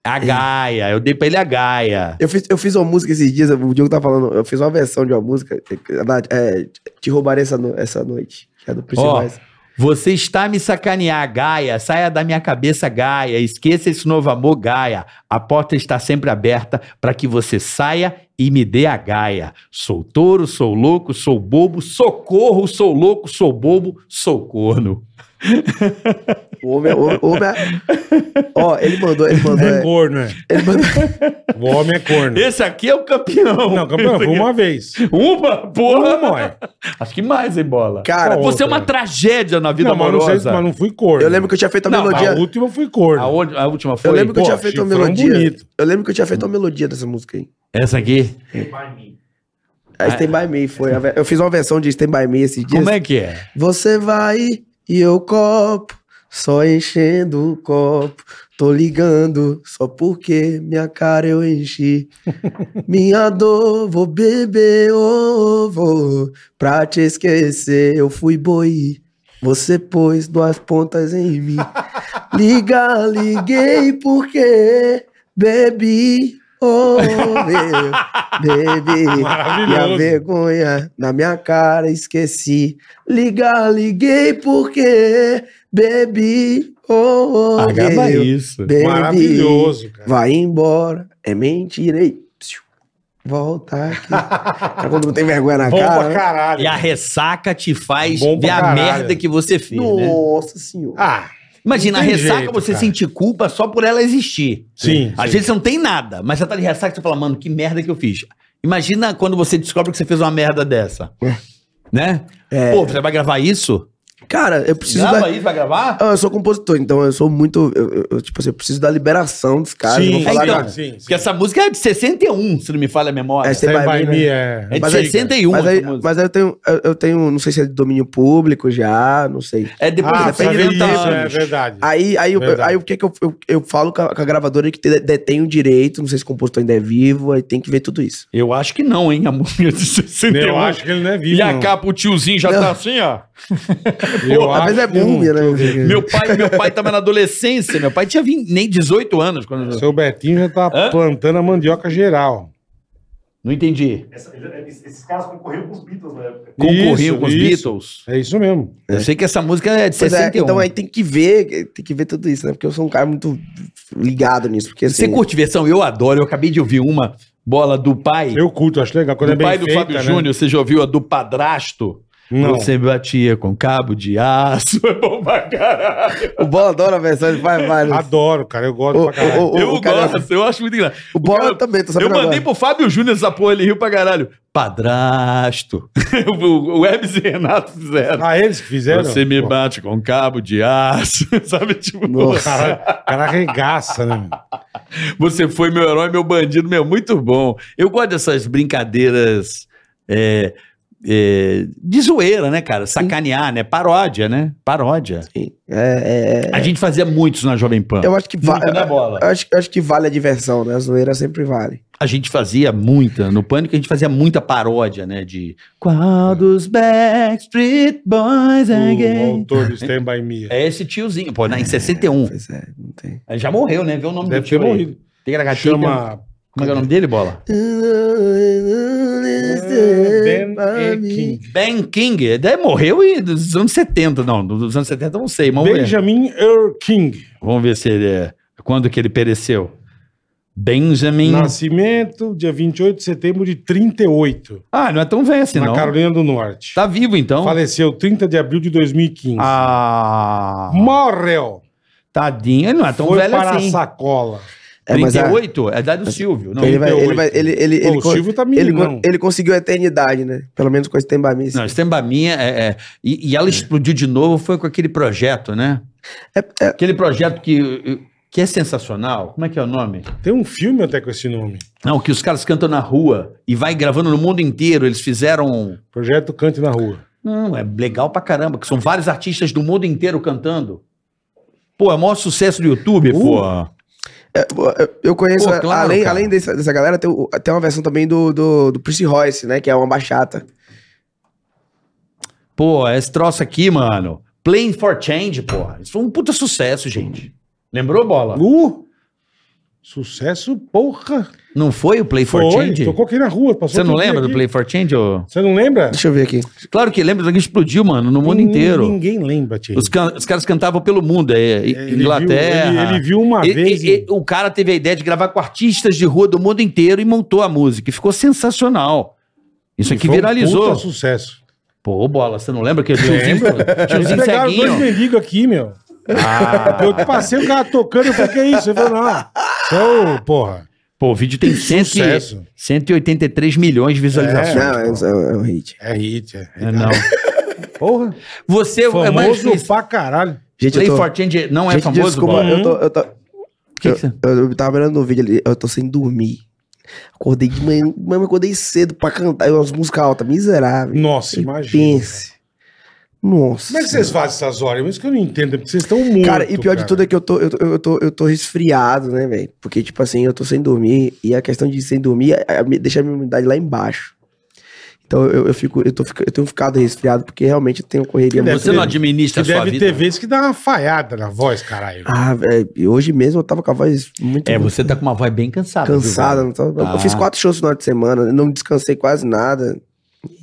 [SPEAKER 4] A Gaia. Eu dei pra ele a Gaia.
[SPEAKER 2] Eu fiz, eu fiz uma música esses dias, o Diogo tá falando, eu fiz uma versão de uma música, Nath, é, Te Roubarei Essa, No- essa Noite, que é do Prince
[SPEAKER 4] Ó,
[SPEAKER 2] Royce.
[SPEAKER 4] Você está me sacanear, Gaia. Saia da minha cabeça, Gaia. Esqueça esse novo amor, Gaia. A porta está sempre aberta para que você saia e me dê a Gaia. Sou touro, sou louco, sou bobo, socorro, sou louco, sou bobo, sou corno.
[SPEAKER 2] O homem, o homem, o homem é- Ó, ele mandou, ele mandou,
[SPEAKER 3] É
[SPEAKER 2] é,
[SPEAKER 3] corno, é.
[SPEAKER 2] ele mandou-
[SPEAKER 3] O homem é corno.
[SPEAKER 4] Esse aqui é o campeão.
[SPEAKER 3] Não, campeão, foi uma vez.
[SPEAKER 4] Uma, porra.
[SPEAKER 3] Uma, ué.
[SPEAKER 4] Acho que mais, hein, bola.
[SPEAKER 2] Cara,
[SPEAKER 4] você
[SPEAKER 3] outra.
[SPEAKER 4] é uma tragédia na vida
[SPEAKER 3] Não, mas não, sei,
[SPEAKER 4] amorosa.
[SPEAKER 3] mas não fui corno.
[SPEAKER 2] eu lembro que eu tinha feito a
[SPEAKER 4] Não, mas
[SPEAKER 2] melodia,
[SPEAKER 3] A última foi
[SPEAKER 4] a,
[SPEAKER 3] corno.
[SPEAKER 4] ol- a última foi. um
[SPEAKER 2] eu lembro que eu tinha
[SPEAKER 3] pô,
[SPEAKER 2] feito a
[SPEAKER 3] chifrão
[SPEAKER 2] melodia,
[SPEAKER 3] bonito.
[SPEAKER 2] eu lembro que eu tinha feito a melodia dessa música aí.
[SPEAKER 4] Essa aqui.
[SPEAKER 5] By Me.
[SPEAKER 4] Ah,
[SPEAKER 2] A Stand By Me foi, a ve- eu fiz uma versão de Stand By Me esses dias.
[SPEAKER 4] Como é que é?
[SPEAKER 2] Você vai e eu copo, só enchendo o copo. Tô ligando só porque minha cara eu enchi. Minha dor, vou beber ovo pra te esquecer. Eu fui boi, você pôs duas pontas em mim. Liga, liguei porque bebi ovo, eu bebi. E a
[SPEAKER 3] Maravilhoso.
[SPEAKER 2] vergonha na minha cara esqueci. Liga, liguei porque bebi ovo,
[SPEAKER 4] Acaba
[SPEAKER 2] eu
[SPEAKER 4] isso.
[SPEAKER 2] bebi.
[SPEAKER 3] Maravilhoso, cara.
[SPEAKER 2] Vai embora, é mentira. Ei, psiu. Voltar aqui. Cara, quando não tem vergonha na
[SPEAKER 3] Bom
[SPEAKER 2] cara.
[SPEAKER 3] pra
[SPEAKER 2] né?
[SPEAKER 3] caralho.
[SPEAKER 4] E a ressaca te faz
[SPEAKER 3] Bom pra
[SPEAKER 4] ver a
[SPEAKER 3] caralho.
[SPEAKER 4] merda que você fez, né?
[SPEAKER 2] Nossa senhora.
[SPEAKER 3] Ah,
[SPEAKER 4] Imagina, a
[SPEAKER 3] Não tem
[SPEAKER 4] ressaca
[SPEAKER 3] jeito,
[SPEAKER 4] você
[SPEAKER 3] cara.
[SPEAKER 4] sentir culpa só por ela existir.
[SPEAKER 3] Sim,
[SPEAKER 4] Às
[SPEAKER 3] sim.
[SPEAKER 4] vezes você não tem nada, mas você tá de ressaca e você fala, mano, que merda que eu fiz. Imagina quando você descobre que você fez uma merda dessa.
[SPEAKER 2] É.
[SPEAKER 4] né? Pô, você vai gravar isso?
[SPEAKER 2] Cara, eu É. preciso
[SPEAKER 4] Grava
[SPEAKER 2] da.
[SPEAKER 4] isso, vai gravar?
[SPEAKER 2] Ah, eu sou compositor, então eu sou muito. Eu, eu- eu, tipo assim, eu preciso da liberação dos caras.
[SPEAKER 3] Sim, é,
[SPEAKER 2] eu vou falar
[SPEAKER 4] então,
[SPEAKER 2] agora.
[SPEAKER 3] sim, sim.
[SPEAKER 4] Porque essa música é de 61, se não me falha a memória.
[SPEAKER 2] É,
[SPEAKER 4] É,
[SPEAKER 2] você
[SPEAKER 3] Stand
[SPEAKER 2] vai
[SPEAKER 3] By
[SPEAKER 2] ver,
[SPEAKER 3] Me
[SPEAKER 2] né?
[SPEAKER 3] é...
[SPEAKER 4] de
[SPEAKER 2] mas aí-
[SPEAKER 4] 61
[SPEAKER 2] Mas aí,
[SPEAKER 4] essa música.
[SPEAKER 2] mas aí eu tenho, eu, eu tenho, não sei se é de domínio público já, não sei.
[SPEAKER 4] É depois
[SPEAKER 3] Ah,
[SPEAKER 4] de
[SPEAKER 3] precisa ver
[SPEAKER 4] 70
[SPEAKER 3] isso, é
[SPEAKER 2] né?
[SPEAKER 4] anos.
[SPEAKER 3] verdade.
[SPEAKER 2] Aí, aí, eu-
[SPEAKER 3] Verdade.
[SPEAKER 2] aí o que é que eu, eu, eu falo com a, com a gravadora que te- detém o direito, não sei se o compositor ainda é vivo, aí tem que ver tudo isso.
[SPEAKER 4] Eu acho que não, hein? A música é de 61.
[SPEAKER 2] então,
[SPEAKER 3] Eu acho que ele não é vivo,
[SPEAKER 4] E a
[SPEAKER 3] não.
[SPEAKER 4] capa, o tiozinho já
[SPEAKER 2] Não.
[SPEAKER 4] tá assim, ó.
[SPEAKER 3] Eu
[SPEAKER 2] Às
[SPEAKER 3] acho
[SPEAKER 2] vezes é
[SPEAKER 3] que não.
[SPEAKER 2] múmia, né?
[SPEAKER 4] Meu pai, meu pai tava na adolescência, meu pai tinha 20, nem 18 anos quando.
[SPEAKER 3] Seu Betinho já tá
[SPEAKER 4] Hã?
[SPEAKER 3] plantando a mandioca geral.
[SPEAKER 4] Não entendi.
[SPEAKER 5] Essa- eles- esses caras concorreram com os Beatles na época.
[SPEAKER 4] Concorriu
[SPEAKER 3] Isso,
[SPEAKER 4] com os
[SPEAKER 3] isso.
[SPEAKER 4] Beatles.
[SPEAKER 3] É isso mesmo.
[SPEAKER 4] Eu sei que essa música é de
[SPEAKER 2] Pois é,
[SPEAKER 4] 61.
[SPEAKER 2] então aí tem que ver, tem que ver tudo isso, né? Porque eu sou um cara muito ligado nisso. Porque
[SPEAKER 4] Você
[SPEAKER 2] assim,
[SPEAKER 4] curte versão? Eu adoro. Eu acabei de ouvir uma bola do pai.
[SPEAKER 3] Eu curto, acho legal. Quando
[SPEAKER 4] do
[SPEAKER 3] é bem
[SPEAKER 4] pai do
[SPEAKER 3] feita,
[SPEAKER 4] Fábio
[SPEAKER 3] né?
[SPEAKER 4] Júnior. Você já ouviu a do padrasto?
[SPEAKER 3] Não.
[SPEAKER 4] Você batia com cabo de aço. É bom pra caralho.
[SPEAKER 2] o Bola adora a versão de Vai Vai. né?
[SPEAKER 3] Adoro, cara. Eu gosto
[SPEAKER 2] O-
[SPEAKER 3] pra caralho.
[SPEAKER 2] o- o-
[SPEAKER 4] eu
[SPEAKER 2] cara-
[SPEAKER 4] gosto, eu acho muito engraçado.
[SPEAKER 2] O Bola
[SPEAKER 4] cara-
[SPEAKER 2] também, tô
[SPEAKER 4] Eu
[SPEAKER 2] sabendo
[SPEAKER 4] mandei
[SPEAKER 2] agora.
[SPEAKER 4] pro Fábio Júnior essa porra, ele riu pra caralho. Padrasto. o o Hermes e Renato fizeram.
[SPEAKER 3] Ah, eles que fizeram?
[SPEAKER 4] Você me
[SPEAKER 3] Pô,
[SPEAKER 4] bate com cabo de aço, sabe? Tipo,
[SPEAKER 2] Nossa.
[SPEAKER 3] Caralho, o cara arregaça, né? meu?
[SPEAKER 4] você foi meu herói, meu bandido, meu. Muito bom. Eu gosto dessas brincadeiras é, é, de zoeira, né, cara? Sacanear, né? Paródia, né? Paródia.
[SPEAKER 2] É, é, é.
[SPEAKER 4] A gente fazia muitos na Jovem Pan.
[SPEAKER 2] Eu acho que
[SPEAKER 4] Muita, né,
[SPEAKER 2] vale.
[SPEAKER 4] bola?
[SPEAKER 2] Eu acho, eu acho que vale a diversão, né? A zoeira sempre vale.
[SPEAKER 4] A gente fazia muita, no Pânico a gente fazia muita paródia, né? De qual dos Backstreet Boys é
[SPEAKER 3] O
[SPEAKER 4] gay?
[SPEAKER 3] autor do Stand By Me.
[SPEAKER 4] É esse tiozinho, pô, né? em 61.
[SPEAKER 2] Pois é, não tem.
[SPEAKER 4] Ele já morreu, né? Vê o nome
[SPEAKER 3] Deve
[SPEAKER 4] do
[SPEAKER 3] ter
[SPEAKER 4] tio aí.
[SPEAKER 3] morrido.
[SPEAKER 4] Tem que agachar, tem-
[SPEAKER 3] Chama...
[SPEAKER 4] Como é que é o nome dele, bola?
[SPEAKER 3] Ben Ekin.
[SPEAKER 4] Ben King, daí morreu e dos anos 70, não, dos anos 70 eu não sei, vamos ver.
[SPEAKER 3] Benjamin Erking.
[SPEAKER 4] Vamos ver se ele é, quando que ele pereceu. Benjamin.
[SPEAKER 3] Nascimento, dia 28 de setembro de 38,
[SPEAKER 4] Ah, não é tão velho assim
[SPEAKER 3] na
[SPEAKER 4] não.
[SPEAKER 3] Carolina do Norte.
[SPEAKER 4] Tá vivo então.
[SPEAKER 3] Faleceu 30 de abril de 2015.
[SPEAKER 4] Ah,
[SPEAKER 3] Morreu.
[SPEAKER 4] tadinho, ele não é tão
[SPEAKER 3] Foi
[SPEAKER 4] velho
[SPEAKER 3] para
[SPEAKER 4] assim.
[SPEAKER 3] a sacola.
[SPEAKER 2] É, mas a-
[SPEAKER 4] 38, é a idade do Silvio, não.
[SPEAKER 2] ele vai, ele vai, ele, ele,
[SPEAKER 3] Pô,
[SPEAKER 2] ele,
[SPEAKER 3] o
[SPEAKER 2] co-
[SPEAKER 3] Silvio tá
[SPEAKER 4] é
[SPEAKER 2] ele, co-
[SPEAKER 3] meninão.
[SPEAKER 2] ele conseguiu a eternidade, né? Pelo menos com esse Tembami.
[SPEAKER 4] Não, Stemba Minha, é, é, e, e ela explodiu de novo, foi com aquele projeto, né?
[SPEAKER 2] É-
[SPEAKER 4] Aquele projeto que, que é sensacional, como é que é o nome?
[SPEAKER 3] Tem um filme até com esse nome.
[SPEAKER 4] Não, que os caras cantam na rua e vai gravando no mundo inteiro. Eles fizeram.
[SPEAKER 3] Projeto Cante na Rua.
[SPEAKER 4] Não, é legal pra caramba, que são vários artistas do mundo inteiro cantando. Pô, é o maior sucesso do YouTube,
[SPEAKER 3] Uh,
[SPEAKER 4] pô.
[SPEAKER 2] É, pô, eu- Eu conheço,
[SPEAKER 4] Pô, claro,
[SPEAKER 2] além,
[SPEAKER 4] cara.
[SPEAKER 2] além dessa, dessa galera, tem, o- tem uma versão também do, do, do Prince Royce, né? Que é uma bachata.
[SPEAKER 4] Pô, esse troço aqui, mano. Playing for Change, pô. Isso foi um puta sucesso, gente. Lembrou, bola?
[SPEAKER 3] Uh! Sucesso, porra!
[SPEAKER 4] Não foi o Play for
[SPEAKER 3] Foi,
[SPEAKER 4] Change?
[SPEAKER 3] tocou aqui na rua. Passou
[SPEAKER 4] Você não
[SPEAKER 3] outro dia
[SPEAKER 4] lembra do
[SPEAKER 3] aqui.
[SPEAKER 4] Play for Change? ô?
[SPEAKER 3] Você não lembra?
[SPEAKER 2] Deixa eu ver aqui.
[SPEAKER 4] Claro que lembra, que explodiu, mano, no mundo
[SPEAKER 3] Ninguém-
[SPEAKER 4] inteiro.
[SPEAKER 3] Ninguém lembra, Tio.
[SPEAKER 4] Os, can- os caras cantavam pelo mundo, é,
[SPEAKER 3] É, ele
[SPEAKER 4] Inglaterra.
[SPEAKER 3] viu- ele, ele viu uma
[SPEAKER 4] E-
[SPEAKER 3] vez.
[SPEAKER 4] e- e o cara teve a ideia de gravar com artistas de rua do mundo inteiro e montou a música. E ficou sensacional. Isso aqui viralizou.
[SPEAKER 3] um Puta sucesso.
[SPEAKER 4] Pô, bola, você não lembra que o tiozinho,
[SPEAKER 3] Eles
[SPEAKER 4] tiozinho
[SPEAKER 3] pegaram dois
[SPEAKER 4] ceguinho?
[SPEAKER 3] mendigos aqui, meu.
[SPEAKER 4] Ah,
[SPEAKER 3] Eu passei o cara tocando, eu falei, que é isso? Ele falou, não. Então, porra,
[SPEAKER 4] pô, o vídeo tem cento e-
[SPEAKER 3] sucesso.
[SPEAKER 4] 183 milhões de visualizações.
[SPEAKER 2] não, é, é, é um hit.
[SPEAKER 3] É hit, é.
[SPEAKER 4] É, não.
[SPEAKER 3] Porra,
[SPEAKER 4] Você é mais
[SPEAKER 3] famoso
[SPEAKER 4] difícil.
[SPEAKER 3] pra caralho.
[SPEAKER 2] Gente,
[SPEAKER 4] Play
[SPEAKER 2] eu tô,
[SPEAKER 4] for Change não é
[SPEAKER 2] gente,
[SPEAKER 4] famoso,
[SPEAKER 2] desculpa,
[SPEAKER 4] bola?
[SPEAKER 2] eu tô, eu tô-
[SPEAKER 4] Por que que você-
[SPEAKER 2] eu, eu tava olhando no vídeo ali, eu tô sem dormir. Acordei de manhã, mas eu acordei cedo pra cantar. Umas músicas altas, miserável.
[SPEAKER 3] Nossa, imagina.
[SPEAKER 2] Pense. Nossa.
[SPEAKER 3] Como é que vocês fazem essas horas? Isso que eu não entendo, é porque vocês estão muito.
[SPEAKER 2] Cara, e pior de tudo é que eu tô, eu tô, eu tô, eu tô resfriado, né, velho? Porque, tipo assim, eu tô sem dormir. E a questão de sem dormir é- é me- deixa a minha imunidade lá embaixo. Então eu, eu fico, eu, tô, fica- eu tenho ficado resfriado porque realmente eu tenho correria
[SPEAKER 3] Que deve
[SPEAKER 2] muito.
[SPEAKER 4] Você não
[SPEAKER 3] ter- que
[SPEAKER 4] administra a sua
[SPEAKER 3] deve ter
[SPEAKER 4] vida. né?
[SPEAKER 3] vezes que dá uma falhada na voz, caralho.
[SPEAKER 2] Ah, velho, e hoje mesmo eu tava com a voz muito
[SPEAKER 4] É, você tá com uma voz bem cansada. viu,
[SPEAKER 2] cansada.
[SPEAKER 4] bola?
[SPEAKER 2] não tava-
[SPEAKER 4] Ah.
[SPEAKER 2] Eu fiz quatro shows no final de semana, não descansei quase nada.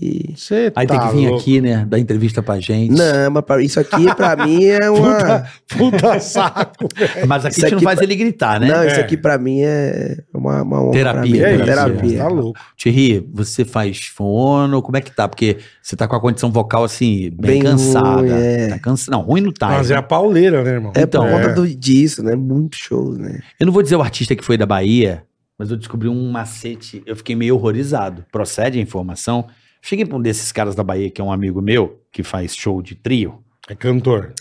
[SPEAKER 2] E-
[SPEAKER 3] Você
[SPEAKER 4] Aí tem
[SPEAKER 3] tá
[SPEAKER 4] que vir
[SPEAKER 3] louco.
[SPEAKER 4] aqui, né? Dar entrevista pra gente.
[SPEAKER 2] Não, mas pra- isso aqui pra mim é uma.
[SPEAKER 3] Puta, puta saco. velho.
[SPEAKER 4] Mas aqui
[SPEAKER 2] Isso
[SPEAKER 4] a gente não
[SPEAKER 2] aqui
[SPEAKER 4] faz
[SPEAKER 2] pra-
[SPEAKER 4] ele gritar, né?
[SPEAKER 2] Não, isso
[SPEAKER 3] É.
[SPEAKER 2] aqui pra mim é uma, uma honra pra
[SPEAKER 4] Terapia, né?
[SPEAKER 2] mim,
[SPEAKER 3] Que é isso,
[SPEAKER 2] terapia.
[SPEAKER 3] Tá louco.
[SPEAKER 4] Thierry, você faz fono, como é que tá? Porque você tá com a condição vocal assim, bem,
[SPEAKER 2] Bem
[SPEAKER 4] cansada.
[SPEAKER 2] ruim, é.
[SPEAKER 4] Tá cansa... Não, ruim não tá.
[SPEAKER 3] Mas é a pauleira, né, irmão?
[SPEAKER 2] É
[SPEAKER 4] Então,
[SPEAKER 2] por conta
[SPEAKER 3] é.
[SPEAKER 2] do- disso, né? Muito show, né?
[SPEAKER 4] Eu não vou dizer o artista que foi da Bahia, mas eu descobri um macete. Eu fiquei meio horrorizado. Procede a informação. Cheguei pra um desses caras da Bahia, que é um amigo meu, que faz show de trio.
[SPEAKER 3] É cantor.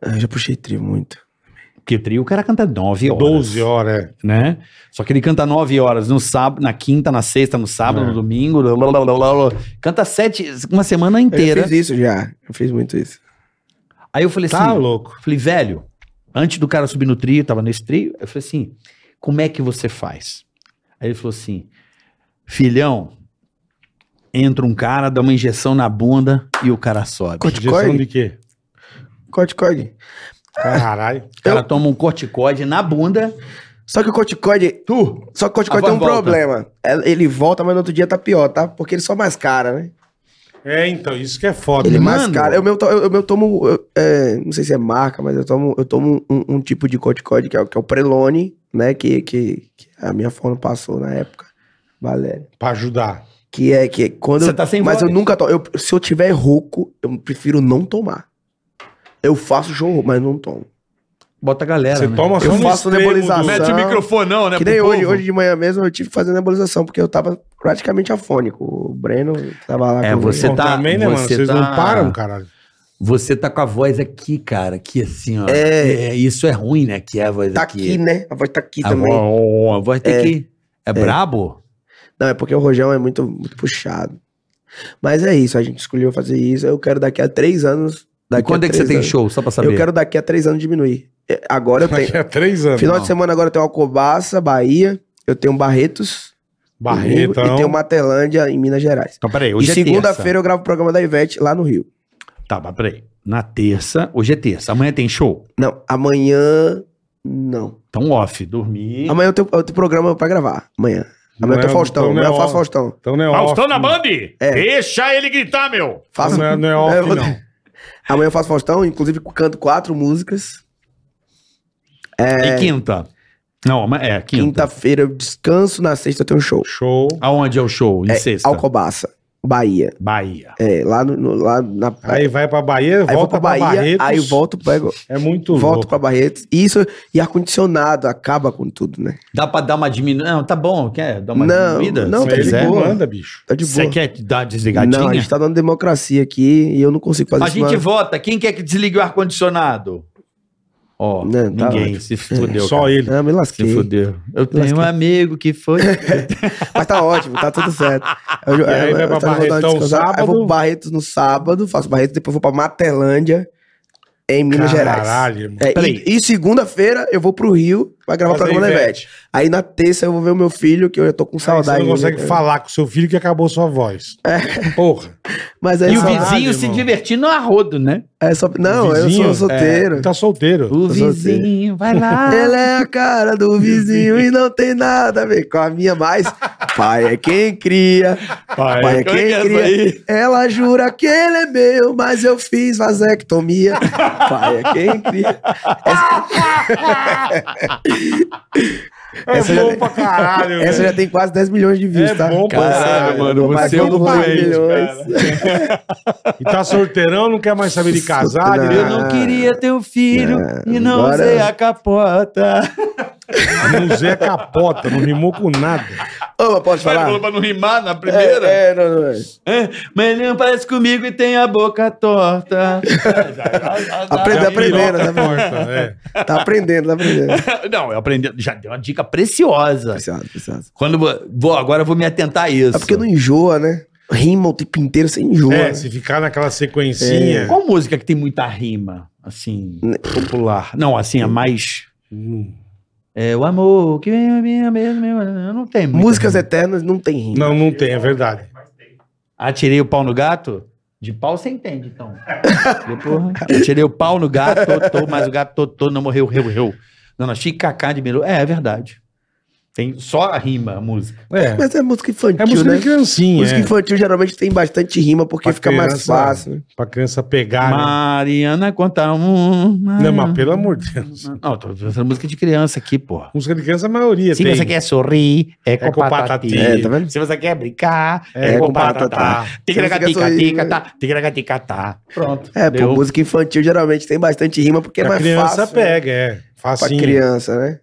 [SPEAKER 2] Ah, Eu já puxei trio muito.
[SPEAKER 4] Porque trio o cara canta 9 horas.
[SPEAKER 3] 12 horas, é.
[SPEAKER 4] né? Só que ele canta 9 horas no sábado, na quinta, na sexta, no sábado,
[SPEAKER 3] É.
[SPEAKER 4] no domingo, lá, lá, lá, lá, lá. canta sete, uma semana
[SPEAKER 2] Eu
[SPEAKER 4] inteira.
[SPEAKER 2] fiz isso já. Eu fiz muito isso.
[SPEAKER 4] Aí eu falei assim,
[SPEAKER 3] Tá louco.
[SPEAKER 4] falei, velho, antes do cara subir no trio, tava nesse trio, eu falei assim, como é que você faz? Aí ele falou assim, filhão, entra um cara, dá uma injeção na bunda e o cara sobe.
[SPEAKER 2] Corticoide?
[SPEAKER 3] Injeção de quê?
[SPEAKER 2] Corticoide.
[SPEAKER 3] Caralho.
[SPEAKER 4] O cara toma um corticoide na bunda,
[SPEAKER 2] Só que o corticoide. Tu? Só que o corticoide
[SPEAKER 4] A
[SPEAKER 2] tem um
[SPEAKER 4] voz volta.
[SPEAKER 2] problema. Ele- Ele volta, mas no outro dia tá pior, tá? Porque ele só mascara, né?
[SPEAKER 3] É, então, isso que é foda.
[SPEAKER 2] Ele
[SPEAKER 3] né?
[SPEAKER 4] Mano.
[SPEAKER 2] mascara. Eu mesmo, to- eu, eu mesmo tomo. eu- é, não sei se é marca, mas eu tomo, eu tomo um, um tipo de corticoide que é, o- que é o Prelone, né? Que, que, que a minha forma passou na época. Valéria.
[SPEAKER 3] Pra ajudar.
[SPEAKER 2] Que é que é quando.
[SPEAKER 4] Você
[SPEAKER 2] eu-
[SPEAKER 4] tá sem
[SPEAKER 2] mas
[SPEAKER 4] voz.
[SPEAKER 2] eu nunca tomo. Eu, se eu tiver rouco, eu prefiro não tomar. Eu faço show, rouco, mas não tomo.
[SPEAKER 4] bota a galera,
[SPEAKER 3] Você
[SPEAKER 4] né?
[SPEAKER 3] toma só
[SPEAKER 2] É, Eu
[SPEAKER 3] no
[SPEAKER 2] faço
[SPEAKER 3] extremo
[SPEAKER 2] nebulização.
[SPEAKER 3] do-
[SPEAKER 2] Mete o microfone,
[SPEAKER 4] não, né?
[SPEAKER 2] que nem hoje, hoje de manhã mesmo eu tive que fazer nebulização, porque eu tava praticamente afônico. O Breno tava lá
[SPEAKER 4] É,
[SPEAKER 2] comigo.
[SPEAKER 4] você
[SPEAKER 3] Bom,
[SPEAKER 4] tá-
[SPEAKER 3] Também, né, mano?
[SPEAKER 4] você
[SPEAKER 3] Vocês não
[SPEAKER 4] tá-
[SPEAKER 3] param, caralho.
[SPEAKER 4] Você tá com a voz aqui, cara, que assim, ó.
[SPEAKER 2] É.
[SPEAKER 4] É, isso é ruim, né? Que é a voz
[SPEAKER 2] Tá aqui, né? A voz tá aqui
[SPEAKER 4] a
[SPEAKER 2] também.
[SPEAKER 4] voz, a voz tem que. É, brabo?
[SPEAKER 2] Não, é porque o Rojão é muito, muito puxado. Mas é isso, a gente escolheu fazer isso. Eu quero daqui a três anos.
[SPEAKER 4] E
[SPEAKER 2] Daqui
[SPEAKER 4] quando
[SPEAKER 2] a
[SPEAKER 4] é que você
[SPEAKER 2] três
[SPEAKER 4] tem
[SPEAKER 2] anos-
[SPEAKER 4] show? Só pra saber.
[SPEAKER 2] Eu quero daqui a três anos diminuir. É, Agora eu
[SPEAKER 3] Daqui
[SPEAKER 2] tenho.
[SPEAKER 3] a três anos.
[SPEAKER 2] Final
[SPEAKER 4] não.
[SPEAKER 2] de semana agora eu tenho Alcobaça, Bahia. Eu tenho Barretos.
[SPEAKER 3] Barreto,
[SPEAKER 2] Rio, E tenho Matelândia em Minas Gerais.
[SPEAKER 4] Então, peraí,
[SPEAKER 2] E
[SPEAKER 4] hoje é
[SPEAKER 2] segunda-feira eu gravo o programa da Ivete lá no Rio.
[SPEAKER 4] terça. Tá, mas peraí. Na terça, hoje é terça. Amanhã tem show?
[SPEAKER 2] Não, amanhã. Não.
[SPEAKER 4] Então off, dormir.
[SPEAKER 2] Amanhã eu tenho, eu tenho programa pra gravar. Amanhã. Amanhã eu
[SPEAKER 3] Não é-
[SPEAKER 2] tenho Faustão.
[SPEAKER 3] então não é
[SPEAKER 2] Amanhã eu faço
[SPEAKER 3] hora.
[SPEAKER 2] Faustão.
[SPEAKER 3] Então não é off, não.
[SPEAKER 4] É.
[SPEAKER 1] Deixa ele gritar, meu!
[SPEAKER 2] Faço...
[SPEAKER 3] Não é- não é off,
[SPEAKER 2] eu vou-
[SPEAKER 3] não.
[SPEAKER 2] Amanhã eu faço Faustão, inclusive canto quatro músicas. É.
[SPEAKER 4] E quinta? Não, ama- é, quinta.
[SPEAKER 2] Quinta-feira eu descanso, na sexta eu tenho um show.
[SPEAKER 3] Show.
[SPEAKER 4] Aonde é o show? Em
[SPEAKER 2] É,
[SPEAKER 4] sexta?
[SPEAKER 2] Alcobaça, Bahia.
[SPEAKER 4] Bahia.
[SPEAKER 2] É, lá, no, no- lá na praia.
[SPEAKER 3] Aí vai pra Bahia,
[SPEAKER 2] Aí eu vou
[SPEAKER 3] volta
[SPEAKER 2] pra
[SPEAKER 3] pra
[SPEAKER 2] Bahia,
[SPEAKER 3] Barretos.
[SPEAKER 2] aí eu volto, pego,
[SPEAKER 3] É muito
[SPEAKER 2] volto
[SPEAKER 3] louco.
[SPEAKER 2] pra Barretos. Isso, e ar-condicionado, acaba com tudo, né?
[SPEAKER 4] Dá pra dar uma diminuída? Não, tá bom. Quer dar uma
[SPEAKER 2] Não,
[SPEAKER 4] diminuída?
[SPEAKER 2] não,
[SPEAKER 4] Se
[SPEAKER 2] tá de
[SPEAKER 3] Ele
[SPEAKER 4] quiser.
[SPEAKER 2] boa.
[SPEAKER 3] manda, bicho.
[SPEAKER 2] Tá de
[SPEAKER 4] Você
[SPEAKER 2] boa.
[SPEAKER 4] quer dar uma desligadinha?
[SPEAKER 2] Não, a gente tá dando democracia aqui e eu não consigo fazer
[SPEAKER 4] A
[SPEAKER 2] isso.
[SPEAKER 4] gente
[SPEAKER 2] não.
[SPEAKER 4] vota. Quem quer que desligue o ar-condicionado? Ó,
[SPEAKER 2] Não, tá
[SPEAKER 4] ninguém.
[SPEAKER 2] ótimo.
[SPEAKER 4] se fudeu.
[SPEAKER 3] Só
[SPEAKER 4] cara.
[SPEAKER 3] ele.
[SPEAKER 2] Ah, me
[SPEAKER 4] Se
[SPEAKER 2] lasquei.
[SPEAKER 4] fudeu. Eu tenho um amigo que foi.
[SPEAKER 2] Mas tá ótimo, tá tudo certo. Eu,
[SPEAKER 3] E aí vai pra
[SPEAKER 2] tava dando uma
[SPEAKER 3] Barretão
[SPEAKER 2] descansada. Aí eu vou
[SPEAKER 3] sábado.
[SPEAKER 2] pro Barretos no sábado, faço Barretos, depois vou pra Matelândia, em Minas Gerais.
[SPEAKER 3] Caralho, irmão.
[SPEAKER 2] É, e-
[SPEAKER 4] Peraí.
[SPEAKER 2] e segunda-feira eu vou pro Rio pra gravar o
[SPEAKER 3] Fazer
[SPEAKER 2] programa da
[SPEAKER 3] Ivete.
[SPEAKER 2] Ivete. Aí na terça eu vou ver o meu filho, que eu já tô com
[SPEAKER 3] Você
[SPEAKER 2] saudade. né?
[SPEAKER 3] não consegue
[SPEAKER 2] dele.
[SPEAKER 3] falar com seu filho que acabou sua voz.
[SPEAKER 2] É.
[SPEAKER 3] Porra.
[SPEAKER 2] Mas é
[SPEAKER 4] e o
[SPEAKER 2] só,
[SPEAKER 3] Caralho,
[SPEAKER 4] vizinho se
[SPEAKER 3] irmão.
[SPEAKER 4] divertindo a rodo, né?
[SPEAKER 2] é só- Não, eu
[SPEAKER 3] Vizinho,
[SPEAKER 2] sou solteiro.
[SPEAKER 3] Tá solteiro.
[SPEAKER 4] O
[SPEAKER 2] Eu sou assim.
[SPEAKER 4] vizinho vai lá.
[SPEAKER 2] Ela é a cara do vizinho e não tem nada a ver com a minha mais. Pai é quem cria, pai, é quem cria. Ela jura que ele é meu, mas eu fiz vasectomia. pai é quem cria.
[SPEAKER 3] É
[SPEAKER 2] Essa
[SPEAKER 3] bom
[SPEAKER 2] já-
[SPEAKER 3] pra caralho, né?
[SPEAKER 2] Essa
[SPEAKER 3] velho.
[SPEAKER 2] já tem quase 10 milhões de views,
[SPEAKER 3] É
[SPEAKER 2] tá?
[SPEAKER 3] bom pra caralho,
[SPEAKER 4] mano,
[SPEAKER 2] Mas
[SPEAKER 4] você é um
[SPEAKER 2] vamos lá,
[SPEAKER 4] doente,
[SPEAKER 2] milhões.
[SPEAKER 3] E tá solteirão, não quer mais saber de casar.
[SPEAKER 2] Não.
[SPEAKER 3] de-
[SPEAKER 4] Eu não queria ter um filho
[SPEAKER 2] Não,
[SPEAKER 4] e não
[SPEAKER 2] Ah, é, agora-
[SPEAKER 4] usei a capota.
[SPEAKER 3] Não Zé capota, não rimou com nada.
[SPEAKER 2] Ô, mas posso falar?
[SPEAKER 4] pra não rimar na
[SPEAKER 2] É, é, não, não, é.
[SPEAKER 4] É, Mas não parece comigo e tem a boca torta.
[SPEAKER 2] Aprende- aprendendo,
[SPEAKER 3] Piroca
[SPEAKER 2] tá bom?
[SPEAKER 3] torta, é.
[SPEAKER 2] Tá aprendendo, tá aprendendo.
[SPEAKER 4] Não, eu aprendi. Já deu uma dica preciosa.
[SPEAKER 2] Precioso, precioso.
[SPEAKER 4] Quando vou- vou, agora eu vou me atentar a isso.
[SPEAKER 2] É porque não enjoa, né? Rima o tempo inteiro, você enjoa.
[SPEAKER 3] É,
[SPEAKER 2] né?
[SPEAKER 3] se ficar naquela sequencinha.
[SPEAKER 2] É.
[SPEAKER 4] Qual música que tem muita rima, assim, popular? Não, assim, a mais.
[SPEAKER 3] Hum.
[SPEAKER 4] É o amor que vem a minha mesma. eu Não tem muita
[SPEAKER 2] Músicas
[SPEAKER 4] rima.
[SPEAKER 2] eternas não tem rima.
[SPEAKER 3] Não, não tem, é verdade.
[SPEAKER 4] Atirei Ah, o pau no gato? De pau você entende, então. Depois, atirei o pau no gato, totô, mas o gato totô não morreu, reu, reu. Dona Chica Cacá de Milu. É, é verdade. Tem só a rima, a música.
[SPEAKER 3] É,
[SPEAKER 2] Mas é música infantil,
[SPEAKER 3] é música
[SPEAKER 2] né?
[SPEAKER 3] de criancinha.
[SPEAKER 2] Música
[SPEAKER 3] é.
[SPEAKER 2] infantil geralmente tem bastante rima porque
[SPEAKER 3] Pra
[SPEAKER 2] fica mais
[SPEAKER 3] criança, é.
[SPEAKER 2] fácil. né?
[SPEAKER 3] Pra criança
[SPEAKER 4] Ah,
[SPEAKER 3] pegar, né?
[SPEAKER 4] Mariana conta um.
[SPEAKER 3] Não, mas pelo amor de Deus.
[SPEAKER 4] Não, tô pensando em música de criança aqui, pô.
[SPEAKER 3] Música de criança, a maioria
[SPEAKER 4] Se
[SPEAKER 3] tem.
[SPEAKER 4] você quer sorrir, é com,
[SPEAKER 3] com
[SPEAKER 4] patati.
[SPEAKER 3] patati.
[SPEAKER 2] É, tá vendo?
[SPEAKER 4] Se você quer brincar,
[SPEAKER 3] É
[SPEAKER 4] é, com
[SPEAKER 2] com
[SPEAKER 4] patatá.
[SPEAKER 2] patatá.
[SPEAKER 4] Tigragatica,
[SPEAKER 2] Se você quer sorrir,
[SPEAKER 4] ticatá, tigragaticatá. Pronto.
[SPEAKER 2] É, pô,
[SPEAKER 4] deu.
[SPEAKER 2] música infantil geralmente tem bastante rima porque é
[SPEAKER 3] a
[SPEAKER 2] mais
[SPEAKER 3] criança
[SPEAKER 2] fácil. né?
[SPEAKER 3] pega, é.
[SPEAKER 2] Pra
[SPEAKER 3] Facinho.
[SPEAKER 2] criança, né?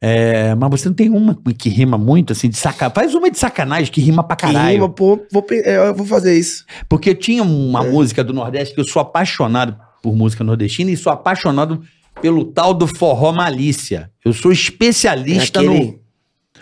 [SPEAKER 4] É, mas você não tem uma que rima muito, assim, de sacanagem. Faz uma de sacanagem que rima pra
[SPEAKER 2] Que
[SPEAKER 4] caralho.
[SPEAKER 2] rima, pô, vou, pe- é, eu vou fazer isso.
[SPEAKER 4] Porque tinha uma música do Nordeste que eu sou apaixonado por música nordestina e sou apaixonado pelo tal do forró malícia. Eu sou
[SPEAKER 2] É
[SPEAKER 4] especialista
[SPEAKER 2] aquele-
[SPEAKER 4] no.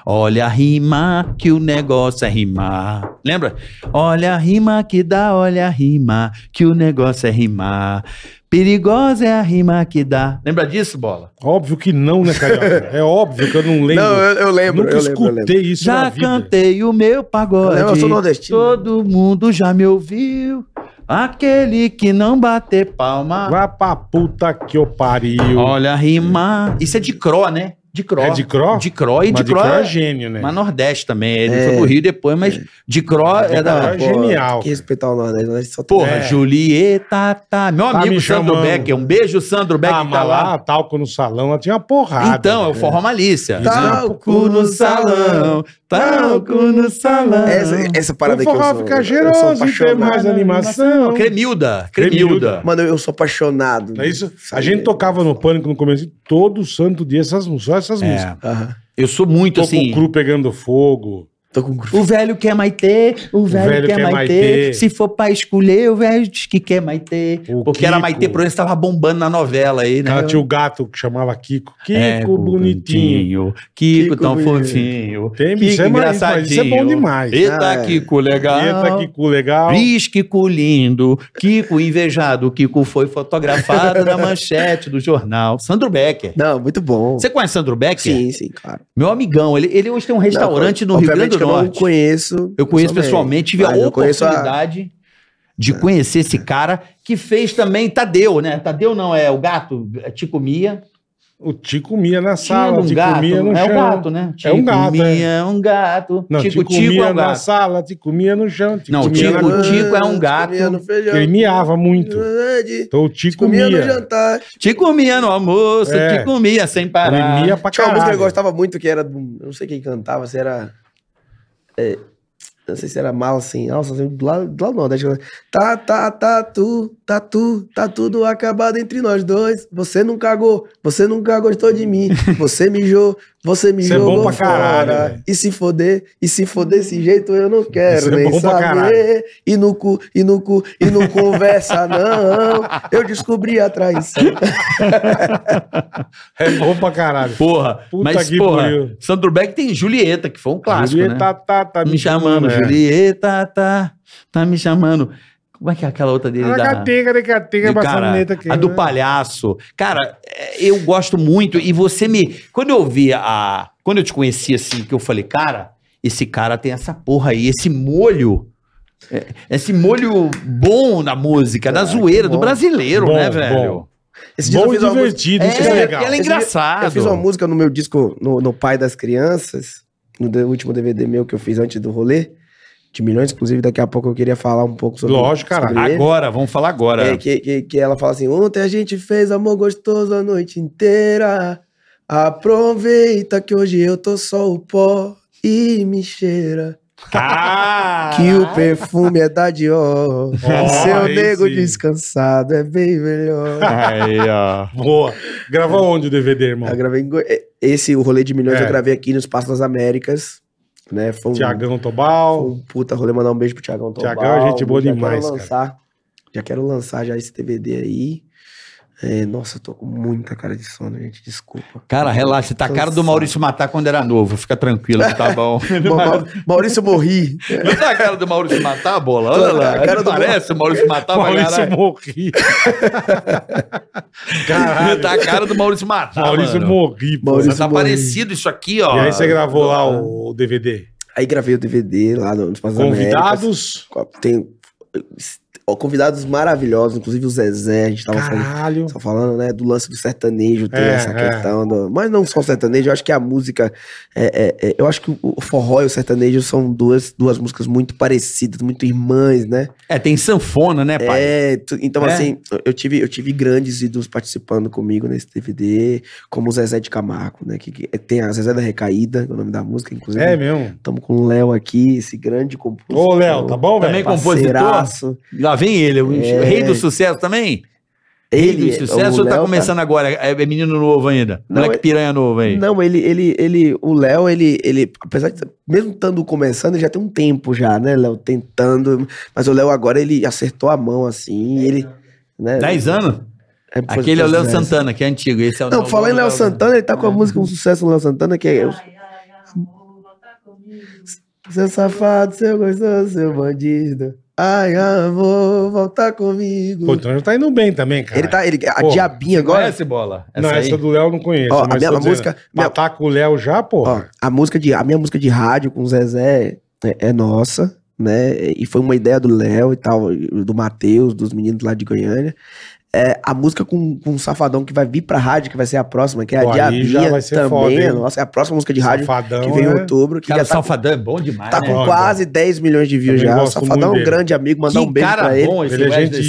[SPEAKER 4] Olha a rima que o negócio é rimar. Lembra? Olha a rima que dá, olha a rima que o negócio é rimar. Perigosa é a rima que dá. Lembra disso, bola?
[SPEAKER 3] Óbvio que não, né, Carioca? É óbvio que eu não lembro.
[SPEAKER 2] Não, eu, eu lembro,
[SPEAKER 3] Nunca
[SPEAKER 2] eu lembro,
[SPEAKER 3] escutei
[SPEAKER 2] eu lembro.
[SPEAKER 3] isso na
[SPEAKER 4] já
[SPEAKER 3] vida.
[SPEAKER 4] cantei o meu
[SPEAKER 2] Eu,
[SPEAKER 4] pagode.
[SPEAKER 2] lembro, eu sou nordestino.
[SPEAKER 4] Todo mundo já me ouviu. Aquele que não bater palma.
[SPEAKER 3] Vai pra puta que eu pariu.
[SPEAKER 4] Olha a rima. Isso é de Cro, né? De Cro.
[SPEAKER 3] É de Cro?
[SPEAKER 4] De Cro e
[SPEAKER 3] Mas
[SPEAKER 4] de Cro.
[SPEAKER 3] é
[SPEAKER 4] É...
[SPEAKER 3] gênio, né?
[SPEAKER 4] Mas Nordeste também. Ele
[SPEAKER 2] É.
[SPEAKER 4] foi pro Rio depois, mas de Cro é,
[SPEAKER 3] De
[SPEAKER 4] da.
[SPEAKER 3] Cro. genial,
[SPEAKER 2] Tem que respeitar o Nordeste. o Nordeste só tem-
[SPEAKER 4] Porra,
[SPEAKER 3] É.
[SPEAKER 4] Julieta, tá. Meu
[SPEAKER 3] Tá
[SPEAKER 4] amigo
[SPEAKER 3] me
[SPEAKER 4] Sandro
[SPEAKER 3] chamando.
[SPEAKER 4] Becker. Um beijo, Sandro Becker,
[SPEAKER 3] ah,
[SPEAKER 4] que
[SPEAKER 3] mas
[SPEAKER 4] tá lá.
[SPEAKER 3] lá, talco no salão, ela tinha uma porrada.
[SPEAKER 4] Então, é o Forró Malícia. Tá
[SPEAKER 3] Isso.
[SPEAKER 2] Talco Tá no salão, talco no
[SPEAKER 4] salão.
[SPEAKER 2] Essa, essa parada
[SPEAKER 3] O
[SPEAKER 2] aqui eu
[SPEAKER 3] Um forró
[SPEAKER 2] sou.
[SPEAKER 3] fica
[SPEAKER 2] eu sou
[SPEAKER 3] cheiroso, tem
[SPEAKER 4] um
[SPEAKER 2] apaixonado.
[SPEAKER 3] mais né? animação.
[SPEAKER 4] Cremilda,
[SPEAKER 3] Cremilda.
[SPEAKER 4] Cremilda.
[SPEAKER 2] Mano, eu sou apaixonado.
[SPEAKER 3] É isso? A gente tocava no Pânico no começo, todo santo dia, essas, mu- só essas músicas.
[SPEAKER 4] É,
[SPEAKER 2] Aham.
[SPEAKER 4] eu sou muito
[SPEAKER 3] Tô
[SPEAKER 4] assim.
[SPEAKER 3] com o cru pegando fogo.
[SPEAKER 2] Tô com um
[SPEAKER 4] O velho quer Maitê, o velho, quer, Maitê. Se for pra escolher, o velho diz que quer Maitê.
[SPEAKER 3] O
[SPEAKER 4] porque era
[SPEAKER 3] Kiko.
[SPEAKER 4] Maitê Proença, tava bombando na novela aí, né?
[SPEAKER 3] Ela tinha o gato que chamava Kiko. Kiko
[SPEAKER 4] É,
[SPEAKER 3] bonitinho.
[SPEAKER 4] Kiko,
[SPEAKER 2] Kiko
[SPEAKER 4] tão
[SPEAKER 2] bonitinho.
[SPEAKER 4] fofinho.
[SPEAKER 3] Tem,
[SPEAKER 4] Kiko
[SPEAKER 3] isso é mais- mas
[SPEAKER 4] engraçadinho.
[SPEAKER 3] isso é bom demais.
[SPEAKER 4] Eita,
[SPEAKER 2] Ah, é.
[SPEAKER 4] Kiko legal.
[SPEAKER 3] Eita, Kiko legal.
[SPEAKER 4] Diz Kiko lindo, Kiko invejado, Kiko foi fotografado na manchete do jornal. Sandro Becker.
[SPEAKER 2] Não, muito bom.
[SPEAKER 4] Você conhece Sandro Becker?
[SPEAKER 2] Sim, sim, claro.
[SPEAKER 4] Meu amigão, ele, ele hoje tem um restaurante
[SPEAKER 2] Não,
[SPEAKER 4] no Rio
[SPEAKER 2] obviamente
[SPEAKER 4] Grande do
[SPEAKER 2] que Eu
[SPEAKER 4] Norte.
[SPEAKER 2] não conheço.
[SPEAKER 4] Eu conheço pessoalmente, tive a
[SPEAKER 2] mas eu conheço a-
[SPEAKER 4] oportunidade de conhecer esse cara que fez também Tadeu, né? Tadeu não é o gato, é Tico Mia.
[SPEAKER 3] O Tico Mia na
[SPEAKER 4] Tinha
[SPEAKER 3] sala,
[SPEAKER 4] um
[SPEAKER 3] Tico
[SPEAKER 4] gato,
[SPEAKER 3] Mia no
[SPEAKER 4] é um
[SPEAKER 3] chão.
[SPEAKER 4] gato, né?
[SPEAKER 3] É um gato,
[SPEAKER 4] Tico Mia é um gato.
[SPEAKER 3] Não,
[SPEAKER 4] Tico
[SPEAKER 3] Tico,
[SPEAKER 4] Tico
[SPEAKER 3] Mia
[SPEAKER 4] é um
[SPEAKER 3] na
[SPEAKER 4] gato.
[SPEAKER 3] sala, Tico Mia no chão. Tico
[SPEAKER 4] Não,
[SPEAKER 3] Mia
[SPEAKER 4] Tico-
[SPEAKER 3] na...
[SPEAKER 4] o Tico é um gato.
[SPEAKER 2] Comia no feijão.
[SPEAKER 3] Ele miava muito.
[SPEAKER 2] Grande.
[SPEAKER 3] Então o Tico
[SPEAKER 2] Comia
[SPEAKER 3] Mia.
[SPEAKER 2] no jantar.
[SPEAKER 4] Tico Mia no almoço,
[SPEAKER 3] É.
[SPEAKER 4] Tico Mia sem parar.
[SPEAKER 3] Ele mia pra
[SPEAKER 2] Tinha uma música que eu
[SPEAKER 3] caralho.
[SPEAKER 2] gostava muito, que era. do- Eu não sei quem cantava, se era. é, não sei se era mala sem alça, assim, do lado, do lado não, deixa eu... Tá, tá, tá, tu, tá, tu, tá tudo acabado entre nós dois. Você não cagou, você nunca gostou de mim. Você mijou, você me
[SPEAKER 3] Isso é bom
[SPEAKER 2] jogou
[SPEAKER 3] pra caralho,
[SPEAKER 2] fora.
[SPEAKER 3] velho.
[SPEAKER 2] E se foder, e se foder desse jeito eu não
[SPEAKER 3] Isso
[SPEAKER 2] quero
[SPEAKER 3] é
[SPEAKER 2] nem
[SPEAKER 3] bom pra caralho.
[SPEAKER 2] saber. E no cu, e no cu, e não conversa não. Eu descobri a traição.
[SPEAKER 3] É bom pra caralho.
[SPEAKER 4] Porra,
[SPEAKER 3] Puta
[SPEAKER 4] mas
[SPEAKER 3] que
[SPEAKER 4] porra,
[SPEAKER 3] pariu.
[SPEAKER 4] Sandro Beck tem Julieta, que foi um clássico,
[SPEAKER 3] Julieta,
[SPEAKER 4] né?
[SPEAKER 3] tá, tá, tá
[SPEAKER 4] me chamando,
[SPEAKER 3] é.
[SPEAKER 4] Julieta, tá, tá me chamando. Como é que é aquela outra dele? da-
[SPEAKER 3] Aracatega,
[SPEAKER 2] né?
[SPEAKER 3] aracatega,
[SPEAKER 2] é
[SPEAKER 4] E, cara,
[SPEAKER 3] maçaneta aqui,
[SPEAKER 4] a do
[SPEAKER 3] né?
[SPEAKER 4] palhaço. Cara, é, eu gosto muito. E você me. Quando eu vi a. Quando eu te conheci assim, que eu falei, cara, esse cara tem essa porra aí, esse molho. é, Esse molho bom da música, da zoeira, do
[SPEAKER 2] É, bom.
[SPEAKER 4] brasileiro,
[SPEAKER 3] Bom,
[SPEAKER 4] né, velho?
[SPEAKER 3] bom.
[SPEAKER 2] Esse dia eu
[SPEAKER 3] Bom e
[SPEAKER 2] fiz uma música-
[SPEAKER 3] divertido, isso
[SPEAKER 4] É,
[SPEAKER 3] que é
[SPEAKER 4] é
[SPEAKER 3] legal.
[SPEAKER 4] ela é
[SPEAKER 2] Esse dia-
[SPEAKER 4] engraçada.
[SPEAKER 3] Ah,
[SPEAKER 2] Eu fiz uma música no meu disco, no, no Pai das Crianças, no de- último DVD meu que eu fiz antes do rolê, de milhões, inclusive daqui a pouco eu queria falar um pouco sobre
[SPEAKER 3] Lógico, cara.
[SPEAKER 2] sobre ele.
[SPEAKER 4] Agora, vamos falar agora.
[SPEAKER 2] É, que, que, que ela fala assim: ontem a gente fez amor gostoso a noite inteira. Aproveita que hoje eu tô só o pó e me cheira.
[SPEAKER 4] Ah!
[SPEAKER 2] Que o perfume é da Dior. Seu
[SPEAKER 3] aí
[SPEAKER 2] nego
[SPEAKER 3] sim.
[SPEAKER 2] descansado é bem melhor.
[SPEAKER 4] Aí, ó.
[SPEAKER 3] Boa. Grava onde o DVD, irmão?
[SPEAKER 4] é
[SPEAKER 2] Eu gravei em Goi- eh, Esse, o rolê de milhões,
[SPEAKER 3] É.
[SPEAKER 2] eu gravei aqui no Espaço das Américas. Né? Foi um,
[SPEAKER 3] Tiagão
[SPEAKER 2] foi
[SPEAKER 3] Tobal.
[SPEAKER 2] um puta rolê. Mandar um beijo pro Tiagão Tobal.
[SPEAKER 3] Tiagão é gente boa
[SPEAKER 2] Já quero
[SPEAKER 3] demais, cara.
[SPEAKER 2] lançar- Já quero lançar já esse DVD aí. É, nossa, eu tô com muita cara de sono, gente. Desculpa.
[SPEAKER 4] Cara, relaxa, tá a cara do
[SPEAKER 2] Cansado.
[SPEAKER 4] Maurício Matar quando era novo. Fica tranquilo, que tá bom.
[SPEAKER 3] é
[SPEAKER 2] Ma- Ma- Maurício Morri.
[SPEAKER 4] Não tá a cara do Maurício Matar, bola? Olha lá.
[SPEAKER 2] A cara do
[SPEAKER 4] parece o Maurício Matar, vai
[SPEAKER 3] Maurício Morri. Caralho.
[SPEAKER 4] Tá a cara do Maurício Matar.
[SPEAKER 3] Maurício
[SPEAKER 4] mano.
[SPEAKER 3] Morri, pô.
[SPEAKER 2] Maurício
[SPEAKER 4] Mas tá
[SPEAKER 2] Morri.
[SPEAKER 4] parecido isso aqui, ó.
[SPEAKER 3] E aí você gravou lá o DVD.
[SPEAKER 2] Aí gravei o DVD lá no Espaço das Américas.
[SPEAKER 3] Convidados.
[SPEAKER 2] Tem Ó, convidados maravilhosos, inclusive o Zezé, a gente tava falando
[SPEAKER 3] Caralho.
[SPEAKER 2] Só falando, né, do lance do sertanejo, tem
[SPEAKER 3] É,
[SPEAKER 2] essa
[SPEAKER 3] é.
[SPEAKER 2] questão. do- Mas não só o sertanejo, eu acho que a música. é, é, é, eu acho que o forró e o sertanejo são duas, duas músicas muito parecidas, muito irmãs, né?
[SPEAKER 4] É, tem sanfona, né, pai?
[SPEAKER 2] É, tu- então,
[SPEAKER 4] É.
[SPEAKER 2] assim, eu tive, eu tive grandes ídolos participando comigo nesse DVD, como o Zezé de Camargo, né? Que, que- tem a Zezé da Recaída, que é o nome da música, inclusive.
[SPEAKER 3] É mesmo.
[SPEAKER 2] Tamo com o Léo aqui, esse grande compositor.
[SPEAKER 3] Ô, Léo, tá bom,
[SPEAKER 4] Também
[SPEAKER 3] velho?
[SPEAKER 4] compositor?
[SPEAKER 2] parceiraço.
[SPEAKER 4] Lá vem ele, o
[SPEAKER 2] É.
[SPEAKER 4] rei do sucesso também? rei
[SPEAKER 2] Ele, é,
[SPEAKER 4] do sucesso
[SPEAKER 2] o
[SPEAKER 4] ou tá
[SPEAKER 2] Léo
[SPEAKER 4] começando agora? É é menino novo ainda?
[SPEAKER 2] Não,
[SPEAKER 4] Moleque
[SPEAKER 2] é-
[SPEAKER 4] piranha novo aí?
[SPEAKER 2] Não, ele, ele, ele, o Léo, ele, ele, apesar de, mesmo estando começando, ele já tem um tempo já, né, Léo, tentando, mas o Léo agora, ele acertou a mão, assim, e ele, né.
[SPEAKER 4] 10 anos?
[SPEAKER 2] é, depois-
[SPEAKER 4] Aquele é o Léo
[SPEAKER 2] né.
[SPEAKER 4] Santana, que é antigo. Esse é o
[SPEAKER 2] Não, falar em Léo Santana, ele tá com a música, um sucesso no Léo Santana, que é, seu safado, seu gostoso, seu bandido, ai, amor, volta comigo.
[SPEAKER 3] Pô, então já tá indo bem também, cara.
[SPEAKER 2] ele tá, ele, a
[SPEAKER 3] Pô,
[SPEAKER 2] diabinha agora,
[SPEAKER 4] Conhece bola?
[SPEAKER 3] não,
[SPEAKER 4] aí?
[SPEAKER 3] essa do Léo eu não conheço.
[SPEAKER 2] ó, a
[SPEAKER 3] mas
[SPEAKER 2] minha
[SPEAKER 3] tô
[SPEAKER 2] a
[SPEAKER 3] dizendo,
[SPEAKER 2] música, minha-
[SPEAKER 3] Matar com o Léo já,
[SPEAKER 2] Ó,
[SPEAKER 3] porra.
[SPEAKER 2] a, música de, a minha música de rádio com o Zezé é, é nossa, né? E foi uma ideia do Léo e tal, e do Matheus, dos meninos lá de Goiânia. É, a música com, com o Safadão que vai vir pra rádio, que vai ser a próxima, que é a
[SPEAKER 3] Pô, aí já
[SPEAKER 2] Diabinha
[SPEAKER 3] vai ser
[SPEAKER 2] também,
[SPEAKER 3] foda, hein?
[SPEAKER 2] é nossa, é a próxima música de rádio
[SPEAKER 3] Safadão,
[SPEAKER 2] que vem em
[SPEAKER 3] né?
[SPEAKER 2] outubro, que
[SPEAKER 4] Cara,
[SPEAKER 2] já
[SPEAKER 4] o
[SPEAKER 2] tá,
[SPEAKER 4] Safadão é bom demais,
[SPEAKER 2] tá
[SPEAKER 4] né?
[SPEAKER 2] com
[SPEAKER 3] Foda.
[SPEAKER 2] quase 10 milhões de views
[SPEAKER 3] Também
[SPEAKER 2] já. O
[SPEAKER 3] gosto
[SPEAKER 2] Safadão
[SPEAKER 3] muito
[SPEAKER 2] é um
[SPEAKER 3] dele.
[SPEAKER 2] grande amigo, mandar
[SPEAKER 4] que
[SPEAKER 2] um beijo
[SPEAKER 4] cara
[SPEAKER 2] pra ele.
[SPEAKER 4] bom esse
[SPEAKER 3] Ele é
[SPEAKER 4] Wesley
[SPEAKER 3] gente- gente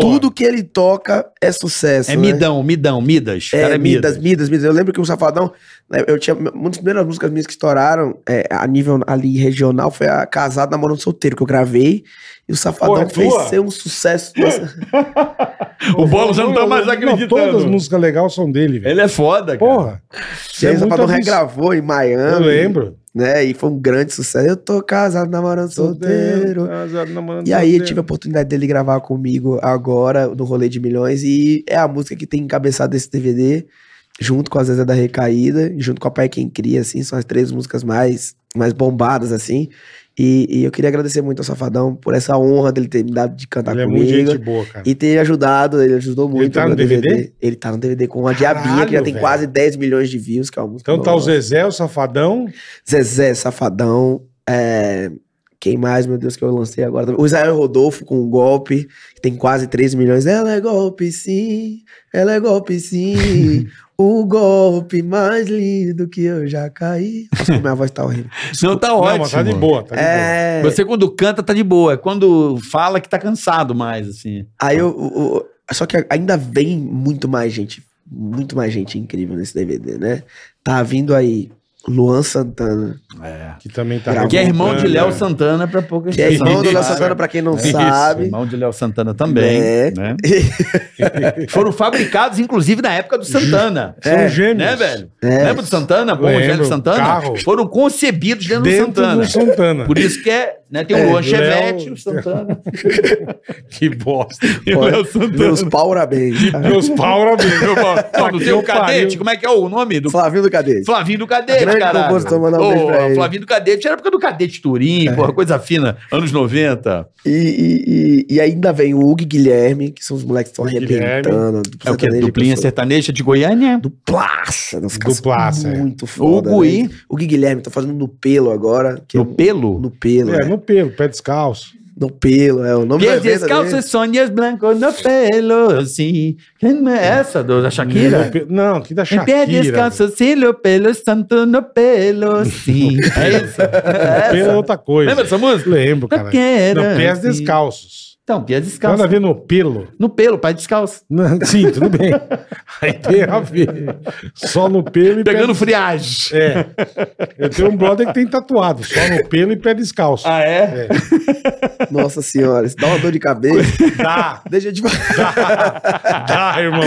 [SPEAKER 3] boa.
[SPEAKER 2] Tudo que ele toca é sucesso,
[SPEAKER 4] É
[SPEAKER 2] né?
[SPEAKER 4] midão, midão, midas.
[SPEAKER 2] É,
[SPEAKER 4] cara é
[SPEAKER 2] Midas,
[SPEAKER 4] midas.
[SPEAKER 2] Midas, Midas. Eu lembro que o Safadão, né, eu tinha uma das primeiras músicas minhas que estouraram é, a nível ali regional foi a Casado Namorando Solteiro, que eu gravei. E o Safadão
[SPEAKER 3] Pô, é
[SPEAKER 2] fez
[SPEAKER 3] tua?
[SPEAKER 2] ser um sucesso.
[SPEAKER 1] O Bola já não tá mais
[SPEAKER 3] todas as
[SPEAKER 1] acreditando.
[SPEAKER 3] músicas legais são dele, velho.
[SPEAKER 4] Ele é foda, cara.
[SPEAKER 3] Porra,
[SPEAKER 2] e aí
[SPEAKER 3] é
[SPEAKER 2] o Safadão
[SPEAKER 3] muito abs-
[SPEAKER 2] regravou em Miami.
[SPEAKER 3] eu lembro.
[SPEAKER 2] Né, e foi um grande sucesso. Eu tô casado, namorando solteiro. E aí eu tive a oportunidade dele gravar comigo agora no Rolê de Milhões e é a música que tem encabeçado esse DVD, junto com a Zezé da Recaída, junto com a Pai Quem Cria, assim, são as três músicas mais, mais bombadas, assim. E, e eu queria agradecer muito ao Safadão por essa honra dele ter me dado de cantar
[SPEAKER 3] Ele é muito
[SPEAKER 2] comigo.
[SPEAKER 3] gente boa, cara.
[SPEAKER 2] E ter ajudado, ele ajudou muito
[SPEAKER 3] tá
[SPEAKER 2] meu
[SPEAKER 3] no DVD?
[SPEAKER 2] Ele tá no DVD com a
[SPEAKER 3] Caralho,
[SPEAKER 2] Diabinha, que já tem
[SPEAKER 3] velho.
[SPEAKER 2] quase 10 milhões de views, que é uma música.
[SPEAKER 3] Então tá o
[SPEAKER 2] nova.
[SPEAKER 3] Zezé, o Safadão.
[SPEAKER 4] Tá
[SPEAKER 2] Zezé, Safadão, é, quem mais, meu Deus, que eu lancei agora? também? O Israel Rodolfo com o golpe, que tem quase 3 milhões. Ela é golpe, sim, ela é golpe, sim. o golpe mais lindo que eu já caí. Nossa, minha voz tá horrível.
[SPEAKER 4] Não, tá
[SPEAKER 3] Não,
[SPEAKER 4] ótimo.
[SPEAKER 3] mas tá de boa, tá de
[SPEAKER 2] É,
[SPEAKER 4] Você quando canta tá de boa, é quando fala que tá cansado mais, assim.
[SPEAKER 2] aí eu, o- o- Só que ainda vem muito mais gente, muito mais gente incrível nesse DVD, né? Tá vindo aí Luan Santana,
[SPEAKER 4] É.
[SPEAKER 3] boa. Que também tá.
[SPEAKER 2] Que é
[SPEAKER 4] Que é irmão de
[SPEAKER 3] arrebentando,
[SPEAKER 4] Léo
[SPEAKER 3] né?
[SPEAKER 4] Santana pra poucas
[SPEAKER 2] que é irmão do Luan
[SPEAKER 4] pessoas.
[SPEAKER 2] Santana, pra quem não
[SPEAKER 3] Isso,
[SPEAKER 2] sabe.
[SPEAKER 4] Irmão de Léo Santana também.
[SPEAKER 2] É.
[SPEAKER 4] né? Foram fabricados, inclusive, na época do Santana.
[SPEAKER 3] São gêmeos.
[SPEAKER 4] Né, velho?
[SPEAKER 2] É.
[SPEAKER 4] Lembra do Santana? Bom,
[SPEAKER 3] Lembro.
[SPEAKER 4] velho Santana?
[SPEAKER 3] Carro.
[SPEAKER 4] Foram concebidos dentro,
[SPEAKER 3] Dentro
[SPEAKER 4] do Santana.
[SPEAKER 3] do Santana.
[SPEAKER 4] Por isso que é, né, tem o
[SPEAKER 3] É,
[SPEAKER 4] Luan
[SPEAKER 3] Léo-
[SPEAKER 4] Chevette, o Santana.
[SPEAKER 3] Que bosta.
[SPEAKER 4] e o
[SPEAKER 2] Pô,
[SPEAKER 4] Léo Santana.
[SPEAKER 2] Meus parabéns. tá?
[SPEAKER 3] Meus pau
[SPEAKER 4] Meu pau. Não, não tem o
[SPEAKER 3] Que pariu.
[SPEAKER 4] Cadete, como é que é o nome do
[SPEAKER 2] Flavinho do Cadete.
[SPEAKER 4] Flavinho do Cadete,
[SPEAKER 2] Grande
[SPEAKER 4] caralho.
[SPEAKER 2] compositor, mandar um
[SPEAKER 4] Ô,
[SPEAKER 2] beijo pra ele.
[SPEAKER 4] Flavinho do Cadete era época do Cadete Turim, porra, coisa fina, anos 90.
[SPEAKER 2] E, e- e- e ainda vem o Hugo e Guilherme, que são os moleques que estão
[SPEAKER 3] Hugo e Guilherme.
[SPEAKER 2] arrebentando.
[SPEAKER 4] É o quê? Duplinha sertaneja de Goiânia?
[SPEAKER 2] do Plaça. Dos né? caras
[SPEAKER 3] Duplaça, é.
[SPEAKER 2] Muito foda.
[SPEAKER 4] Hugo
[SPEAKER 2] né?
[SPEAKER 4] e-
[SPEAKER 2] O Hugo e Guilherme tá fazendo no pelo agora. que é
[SPEAKER 4] No
[SPEAKER 2] um-
[SPEAKER 4] pelo?
[SPEAKER 2] No pelo.
[SPEAKER 3] É,
[SPEAKER 2] né?
[SPEAKER 3] no pelo, pé descalço.
[SPEAKER 2] No pelo, é o nome
[SPEAKER 4] Pies
[SPEAKER 2] do evento
[SPEAKER 4] descalços, sonhos blancos no pelo, sim. é Essa do, da
[SPEAKER 3] No
[SPEAKER 4] Shakira?
[SPEAKER 3] pe- Não, que da Shakira.
[SPEAKER 4] Pies descalços, cílio pelo, santo no pelo, sim. É isso? É
[SPEAKER 3] Pelo é
[SPEAKER 4] essa?
[SPEAKER 3] outra coisa.
[SPEAKER 4] Lembra dessa música?
[SPEAKER 3] Lembro, cara.
[SPEAKER 4] Eu quero,
[SPEAKER 3] Não, pés
[SPEAKER 4] sim.
[SPEAKER 3] descalços.
[SPEAKER 4] assim. Então, pies
[SPEAKER 3] Nada a
[SPEAKER 4] descalços.
[SPEAKER 3] ver no pelo.
[SPEAKER 4] No pelo, pai descalço.
[SPEAKER 3] Não, Sim, tudo bem. Aí tem a ver. Só no pelo e pé
[SPEAKER 4] Pegando
[SPEAKER 3] des-
[SPEAKER 4] friagem.
[SPEAKER 3] É. Eu tenho um brother que tem tatuado. Só no pelo e pé descalço.
[SPEAKER 4] Ah, é?
[SPEAKER 2] dele. Nossa senhora, isso dá uma dor de cabeça.
[SPEAKER 3] Dá,
[SPEAKER 2] Deixa eu te falar.
[SPEAKER 3] dá, irmão.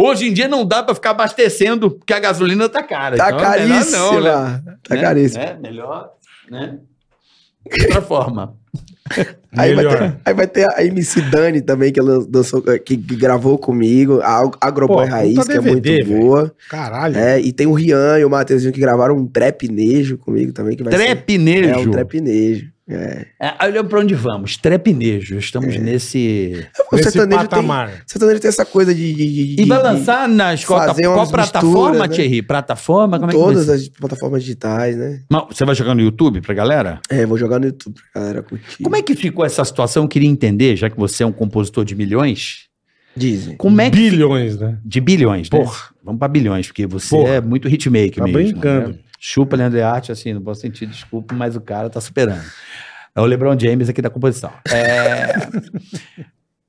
[SPEAKER 4] Hoje em dia não dá pra ficar abastecendo, porque a gasolina tá cara.
[SPEAKER 2] Tá
[SPEAKER 4] Então é melhor
[SPEAKER 2] caríssima.
[SPEAKER 4] não, né?
[SPEAKER 2] Tá
[SPEAKER 4] Né?
[SPEAKER 2] caríssima.
[SPEAKER 4] É, melhor, né? Outra forma. É,
[SPEAKER 2] Aí vai,
[SPEAKER 3] Melhor.
[SPEAKER 2] ter, aí vai ter a MC Dani também, que, ela lançou, que, que gravou comigo, a Ag-
[SPEAKER 3] Pô,
[SPEAKER 2] Agroboy
[SPEAKER 3] puta
[SPEAKER 2] Raiz, que é muito
[SPEAKER 3] DVD, velho.
[SPEAKER 2] boa.
[SPEAKER 3] Caralho.
[SPEAKER 2] É, e tem o Rian e o Matheusinho que gravaram um trapnejo comigo também. Que vai Ser, é, um
[SPEAKER 4] Trepinejo.
[SPEAKER 2] trapnejo. É.
[SPEAKER 4] É, olha pra onde vamos. Trepinejo. Estamos nesse.
[SPEAKER 2] É, O
[SPEAKER 3] Nesse
[SPEAKER 2] sertanejo tem,
[SPEAKER 3] patamar.
[SPEAKER 2] o sertanejo tem essa coisa de... de- de-
[SPEAKER 4] E vai
[SPEAKER 2] de-
[SPEAKER 4] lançar nas. Qual,
[SPEAKER 2] fazer
[SPEAKER 4] qual
[SPEAKER 2] umas
[SPEAKER 4] plataforma,
[SPEAKER 2] misturas, né?
[SPEAKER 4] Thierry? Plataforma?
[SPEAKER 2] de
[SPEAKER 4] Como é que vai
[SPEAKER 2] todas
[SPEAKER 4] ser?
[SPEAKER 2] as plataformas digitais, né?
[SPEAKER 4] Mas Você vai jogar no YouTube pra galera?
[SPEAKER 2] É, vou jogar no YouTube pra galera curtir.
[SPEAKER 4] Como é que ficou essa situação? Eu queria entender, já que você é um compositor de milhões.
[SPEAKER 2] Dizem.
[SPEAKER 4] Como é que
[SPEAKER 3] Bilhões, né?
[SPEAKER 4] De bilhões, né?
[SPEAKER 3] Porra.
[SPEAKER 4] Vamos pra bilhões, porque você
[SPEAKER 3] Porra.
[SPEAKER 4] é muito hitmaker
[SPEAKER 3] Tá
[SPEAKER 4] mesmo.
[SPEAKER 3] brincando.
[SPEAKER 4] né? Chupa Leandro Arte, assim, no bom sentido, desculpa, mas o cara tá superando. É o LeBron James aqui da composição. É,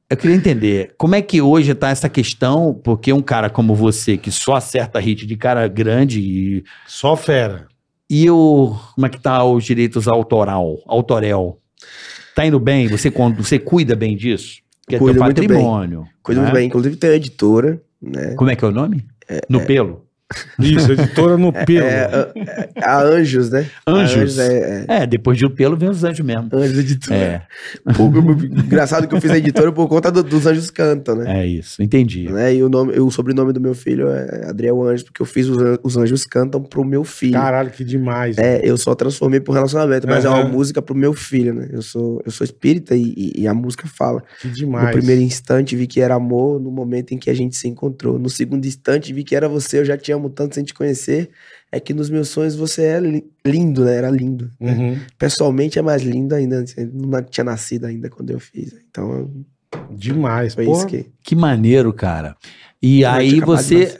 [SPEAKER 4] Eu queria entender, como é que hoje tá essa questão, porque um cara como você, que só acerta hit de cara grande, e,
[SPEAKER 3] Só fera.
[SPEAKER 4] e o... como é que tá os direitos autoral, autorel? Tá indo bem? Você, con- você cuida bem disso? Porque é teu
[SPEAKER 2] Cuido muito bem.
[SPEAKER 4] patrimônio.
[SPEAKER 2] Coisa
[SPEAKER 4] né?
[SPEAKER 2] muito bem. Inclusive tem a editora, né?
[SPEAKER 4] Como é que é o nome? no pelo?
[SPEAKER 3] Isso, editora no pelo.
[SPEAKER 2] É, a, a Anjos, né? A
[SPEAKER 4] Anjos.
[SPEAKER 2] é, é,
[SPEAKER 4] É, depois de o pelo vem os anjos mesmo.
[SPEAKER 2] Anjos Editora.
[SPEAKER 4] É,
[SPEAKER 2] Pô, Engraçado que eu fiz a editora por conta do- dos Anjos Cantam, né?
[SPEAKER 4] é isso, entendi.
[SPEAKER 2] Né? E o, nome, o sobrenome do meu filho é Adriel Anjos, porque eu fiz os, An- os Anjos Cantam pro meu filho.
[SPEAKER 3] Caralho, que demais.
[SPEAKER 2] É, eu só transformei pro relacionamento, mas é uma
[SPEAKER 3] Aham.
[SPEAKER 2] música pro meu filho, né? Eu sou, eu sou espírita e, e- e a música fala.
[SPEAKER 3] Que demais.
[SPEAKER 2] No primeiro instante vi que era amor, no momento em que a gente se encontrou. No segundo instante vi que era você, eu já te amo tanto sem te conhecer. É que nos meus sonhos você é li- lindo, né? Era lindo.
[SPEAKER 3] Uhum.
[SPEAKER 2] Pessoalmente é mais lindo ainda, você não tinha nascido ainda quando eu fiz. Então
[SPEAKER 3] Demais.
[SPEAKER 2] foi
[SPEAKER 3] Porra,
[SPEAKER 2] isso que.
[SPEAKER 4] Que maneiro, cara. E
[SPEAKER 3] é
[SPEAKER 2] Eu
[SPEAKER 4] aí
[SPEAKER 2] tinha acabado de
[SPEAKER 4] você.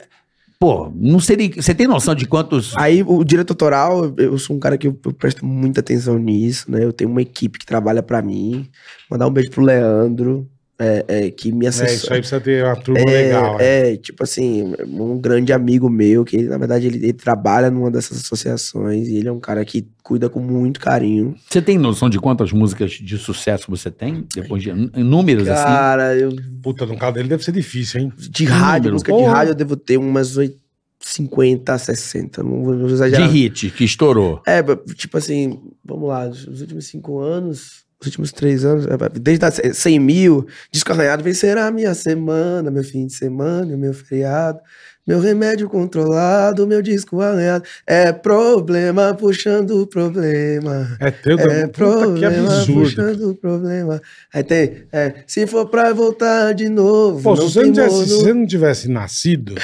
[SPEAKER 4] Pô, não seria. Você tem noção de quantos.
[SPEAKER 2] Aí o direito autoral, eu sou um cara que eu, eu presto muita atenção nisso, né? Eu tenho uma equipe que trabalha pra mim. Mandar um beijo pro Leandro, é, é, que me
[SPEAKER 3] É, isso aí
[SPEAKER 2] assessora.
[SPEAKER 3] precisa ter uma turma
[SPEAKER 2] É,
[SPEAKER 3] legal. né?
[SPEAKER 2] é, tipo assim, um grande amigo meu, que ele, na verdade, ele, ele trabalha numa dessas associações e ele é um cara que cuida com muito carinho.
[SPEAKER 4] Você tem noção de quantas músicas de sucesso você tem? Depois de. n- Números assim?
[SPEAKER 2] Cara, eu,
[SPEAKER 3] Puta, no caso dele deve ser difícil, hein?
[SPEAKER 2] de rádio,
[SPEAKER 4] Número,
[SPEAKER 2] música de
[SPEAKER 3] porra.
[SPEAKER 2] rádio, eu devo ter umas oit- 50, 60, não vou não vou
[SPEAKER 4] De
[SPEAKER 2] exagerar.
[SPEAKER 4] hit, que estourou.
[SPEAKER 2] É, ba- tipo assim, vamos lá, os os últimos cinco anos, os últimos três anos, é, ba- desde a ce- 100 mil, disco arranhado, vencerá minha semana, meu fim de semana, e meu feriado, meu remédio controlado, meu disco arranhado. É problema puxando problema.
[SPEAKER 3] É teu
[SPEAKER 2] É
[SPEAKER 3] também. Puta, que
[SPEAKER 2] problema
[SPEAKER 3] absurdo.
[SPEAKER 2] puxando problema. Aí tem, é, se for pra voltar de novo,
[SPEAKER 3] Pô, se
[SPEAKER 2] não
[SPEAKER 3] você
[SPEAKER 2] tem
[SPEAKER 3] não, tivesse, se
[SPEAKER 2] mono.
[SPEAKER 3] você não tivesse nascido,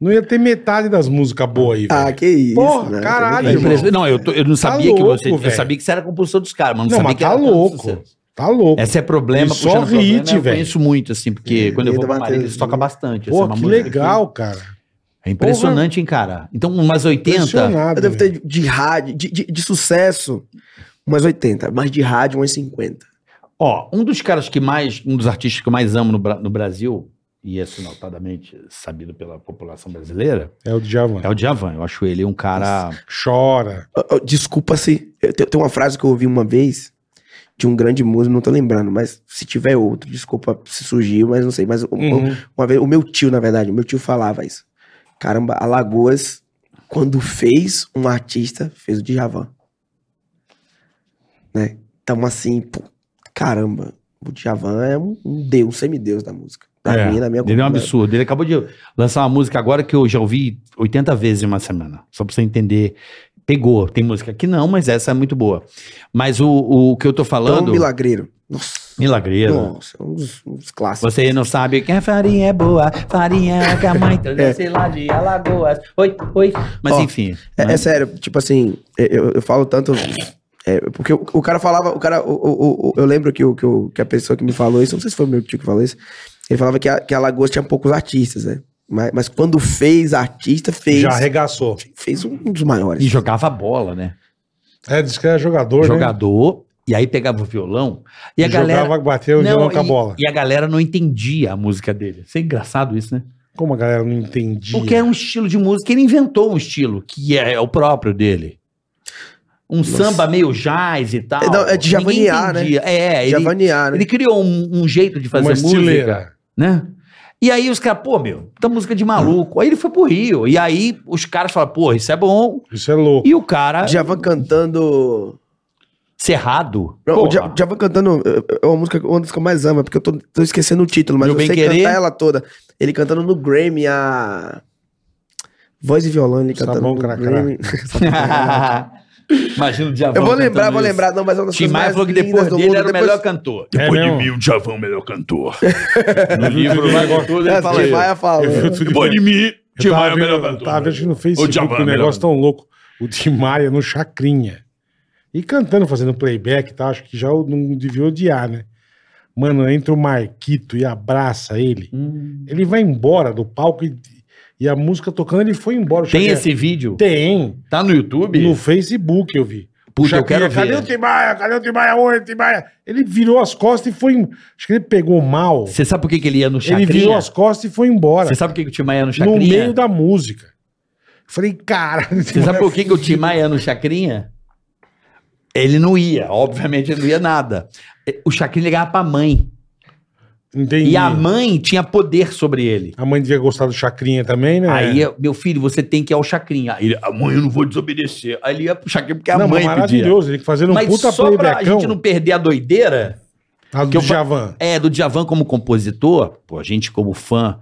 [SPEAKER 3] não ia ter metade das músicas boas aí,
[SPEAKER 2] Ah,
[SPEAKER 3] velho.
[SPEAKER 2] que isso.
[SPEAKER 3] Porra,
[SPEAKER 2] né?
[SPEAKER 3] caralho,
[SPEAKER 4] É impressionante. Não, eu, tô- eu não sabia que
[SPEAKER 3] Tá louco,
[SPEAKER 4] você. Eu
[SPEAKER 3] velho.
[SPEAKER 4] sabia que você era compulsor dos caras, mas não,
[SPEAKER 3] Não,
[SPEAKER 4] sabia
[SPEAKER 3] mas
[SPEAKER 4] que era
[SPEAKER 3] tá
[SPEAKER 4] tanto
[SPEAKER 3] louco.
[SPEAKER 4] sucesso.
[SPEAKER 3] Tá louco.
[SPEAKER 4] Essa é problema,
[SPEAKER 3] E só
[SPEAKER 4] puxando
[SPEAKER 3] hit,
[SPEAKER 4] problema, eu
[SPEAKER 3] velho.
[SPEAKER 4] conheço muito, assim, porque
[SPEAKER 2] É,
[SPEAKER 4] quando eu vou
[SPEAKER 2] Leda
[SPEAKER 4] pra Marília,
[SPEAKER 2] Mateus,
[SPEAKER 4] eles tocam
[SPEAKER 2] né?
[SPEAKER 4] bastante. essa é
[SPEAKER 3] Pô,
[SPEAKER 4] uma
[SPEAKER 3] que
[SPEAKER 4] música que-
[SPEAKER 3] legal, cara.
[SPEAKER 4] É impressionante, hein, cara? Então, umas 80.
[SPEAKER 3] Impressionado.
[SPEAKER 2] Eu devo
[SPEAKER 3] velho.
[SPEAKER 2] ter de de rádio, de, de- de sucesso, umas 80, mas de rádio, umas 50.
[SPEAKER 4] Ó, um dos caras que mais, um dos artistas que eu mais amo no, Bra- no Brasil, e é notadamente sabido pela população brasileira,
[SPEAKER 3] É o Djavan.
[SPEAKER 4] é o Djavan. Eu acho ele um cara...
[SPEAKER 3] Chora.
[SPEAKER 2] Ó, ó, Desculpa se. eu te- Tem uma frase que eu ouvi uma vez de um grande músico, não tô lembrando, mas se tiver outro, desculpa se surgiu, mas não sei. Mas um-
[SPEAKER 3] Uhum.
[SPEAKER 2] uma vez, o meu tio, na verdade, o meu tio falava isso. Caramba, Alagoas, quando fez um artista, fez o Djavan. Né? Então, assim, pô, caramba, o Djavan é um, um deus, um semideus da música. Pra
[SPEAKER 4] É,
[SPEAKER 2] mim, na minha
[SPEAKER 4] Ele é um
[SPEAKER 2] cultura.
[SPEAKER 4] absurdo. Ele acabou de lançar uma música agora que eu já ouvi 80 vezes em uma semana. Só pra você entender. Pegou. Tem música que não, mas essa é muito boa. Mas o, o que eu tô
[SPEAKER 2] Então,
[SPEAKER 4] falando...
[SPEAKER 2] Milagreiro. Nossa.
[SPEAKER 4] Milagreiro.
[SPEAKER 2] Nossa, um dos, um dos clássicos.
[SPEAKER 4] Você não sabe que a farinha é boa, farinha é que a mãe trouxe lá de Alagoas. Oi, oi. Mas
[SPEAKER 2] Ó,
[SPEAKER 4] enfim.
[SPEAKER 2] É,
[SPEAKER 4] né?
[SPEAKER 2] é sério, tipo assim, é, eu, eu falo tanto. é, porque o, o cara falava, o cara, o, o- o- eu lembro que, o- que, o- que a pessoa que me falou isso, não sei se foi o meu tio que falou isso, ele falava que a, que a Lagoas tinha poucos artistas, né? Mas, mas quando fez artista, fez,
[SPEAKER 3] Já arregaçou.
[SPEAKER 2] fez um dos maiores.
[SPEAKER 4] E jogava bola, né?
[SPEAKER 3] É, diz que era jogador, né?
[SPEAKER 4] jogador, e aí pegava o violão, e a galera.
[SPEAKER 3] Jogava, bateu e jogou com a
[SPEAKER 4] e-
[SPEAKER 3] bola.
[SPEAKER 4] e a galera não entendia a música dele. Isso é engraçado isso, né?
[SPEAKER 3] Como a galera não entendia.
[SPEAKER 4] Porque era um estilo de música, ele inventou um estilo que é, o próprio dele. Um samba meio jazz e tal.
[SPEAKER 2] É, não, é de
[SPEAKER 4] Ninguém
[SPEAKER 2] javanear, né?
[SPEAKER 4] entendia. É, ele,
[SPEAKER 2] Javanear, né?
[SPEAKER 4] ele criou um, um jeito de fazer
[SPEAKER 3] Uma
[SPEAKER 4] música.
[SPEAKER 3] estileira.
[SPEAKER 4] né? E aí os caras, pô, meu, tá música de maluco. Aí ele foi pro Rio. E aí os caras falaram, pô, isso é bom.
[SPEAKER 3] Isso é louco.
[SPEAKER 4] E o cara,
[SPEAKER 2] Djavan cantando.
[SPEAKER 4] cerrado.
[SPEAKER 2] Não,
[SPEAKER 4] porra,
[SPEAKER 2] o Dja- Djavan cantando é, é uma música, uma das que eu mais amo, é porque eu tô, tô esquecendo o título, mas
[SPEAKER 4] Meu
[SPEAKER 2] eu
[SPEAKER 4] Bem
[SPEAKER 2] sei
[SPEAKER 4] Querer.
[SPEAKER 2] cantar ela toda. Ele cantando no Grammy a. Voz e violão, ele
[SPEAKER 4] Tá
[SPEAKER 2] cantando
[SPEAKER 3] Sabão
[SPEAKER 2] no
[SPEAKER 3] cracrá.
[SPEAKER 2] Grammy.
[SPEAKER 4] Imagina o Djavan.
[SPEAKER 2] Eu vou
[SPEAKER 4] Tá
[SPEAKER 2] lembrar,
[SPEAKER 4] cantando
[SPEAKER 2] vou
[SPEAKER 4] isso.
[SPEAKER 2] lembrar, não, mas é uma das
[SPEAKER 4] Tim
[SPEAKER 2] coisas
[SPEAKER 4] Maia
[SPEAKER 2] mais
[SPEAKER 4] falou que
[SPEAKER 2] lindas
[SPEAKER 4] depois
[SPEAKER 2] do
[SPEAKER 4] dele
[SPEAKER 2] mundo.
[SPEAKER 4] era o
[SPEAKER 2] Depois-
[SPEAKER 4] melhor cantor.
[SPEAKER 3] É
[SPEAKER 6] Depois
[SPEAKER 3] mesmo?
[SPEAKER 6] de mim, o Djavan é o melhor cantor.
[SPEAKER 4] No livro, lá em tudo, ele
[SPEAKER 2] É,
[SPEAKER 4] fala
[SPEAKER 2] Tim
[SPEAKER 4] isso.
[SPEAKER 2] Maia falou.
[SPEAKER 6] né? Depois de mim, o
[SPEAKER 3] Eu
[SPEAKER 6] Djavan é
[SPEAKER 3] tava
[SPEAKER 6] o melhor
[SPEAKER 3] Tá vendo,
[SPEAKER 6] cantor.
[SPEAKER 3] tava vendo no
[SPEAKER 6] O Djavan
[SPEAKER 3] Facebook
[SPEAKER 6] é
[SPEAKER 3] um
[SPEAKER 6] o melhor
[SPEAKER 3] negócio tão louco. O Tim Maia no Chacrinha. E cantando, fazendo playback e tal, acho que já eu não devia odiar, né? Mano, entra o Marquito e abraça ele. Ele vai embora do palco e, e a música tocando, ele foi embora. Eu
[SPEAKER 4] Tem
[SPEAKER 3] cheguei-
[SPEAKER 4] esse vídeo?
[SPEAKER 3] Tem.
[SPEAKER 4] Tá no YouTube?
[SPEAKER 3] No Facebook eu vi.
[SPEAKER 4] Puta, eu quero
[SPEAKER 3] Shakira, Cadê o
[SPEAKER 4] ver.
[SPEAKER 3] Timaya? Cadê o Timaya? Oi, Timaya. Ele virou as costas e foi. em- Acho que ele pegou mal.
[SPEAKER 4] Você sabe por que, que ele ia no
[SPEAKER 3] Ele virou
[SPEAKER 4] Chacrinha?
[SPEAKER 3] as costas e foi embora.
[SPEAKER 4] Você sabe por que, que o Timaya ia no
[SPEAKER 3] No
[SPEAKER 4] Chacrinha?
[SPEAKER 3] meio da música. Falei, cara.
[SPEAKER 4] Você sabe por que, que o Tim Maia ia no Chacrinha? Ele não ia, obviamente ele não ia nada. O Chacrinha ligava pra mãe.
[SPEAKER 3] Entendi.
[SPEAKER 4] E a mãe tinha poder sobre ele.
[SPEAKER 3] A mãe devia gostar do Chacrinha também, né?
[SPEAKER 4] Aí, eu, meu filho, você tem que ir ao Chacrinha. Aí Ele, a mãe, eu não vou desobedecer. Aí ele ia pro Chacrinha porque a
[SPEAKER 3] Não,
[SPEAKER 4] mãe pedia.
[SPEAKER 3] maravilhoso. Ele fazendo um
[SPEAKER 4] Mas
[SPEAKER 3] puta
[SPEAKER 4] só pra a
[SPEAKER 3] playbacão.
[SPEAKER 4] gente não perder a doideira,
[SPEAKER 3] A
[SPEAKER 4] que
[SPEAKER 3] do
[SPEAKER 4] eu fa-
[SPEAKER 3] Javan.
[SPEAKER 4] é, do Djavan como compositor, pô, a gente como fã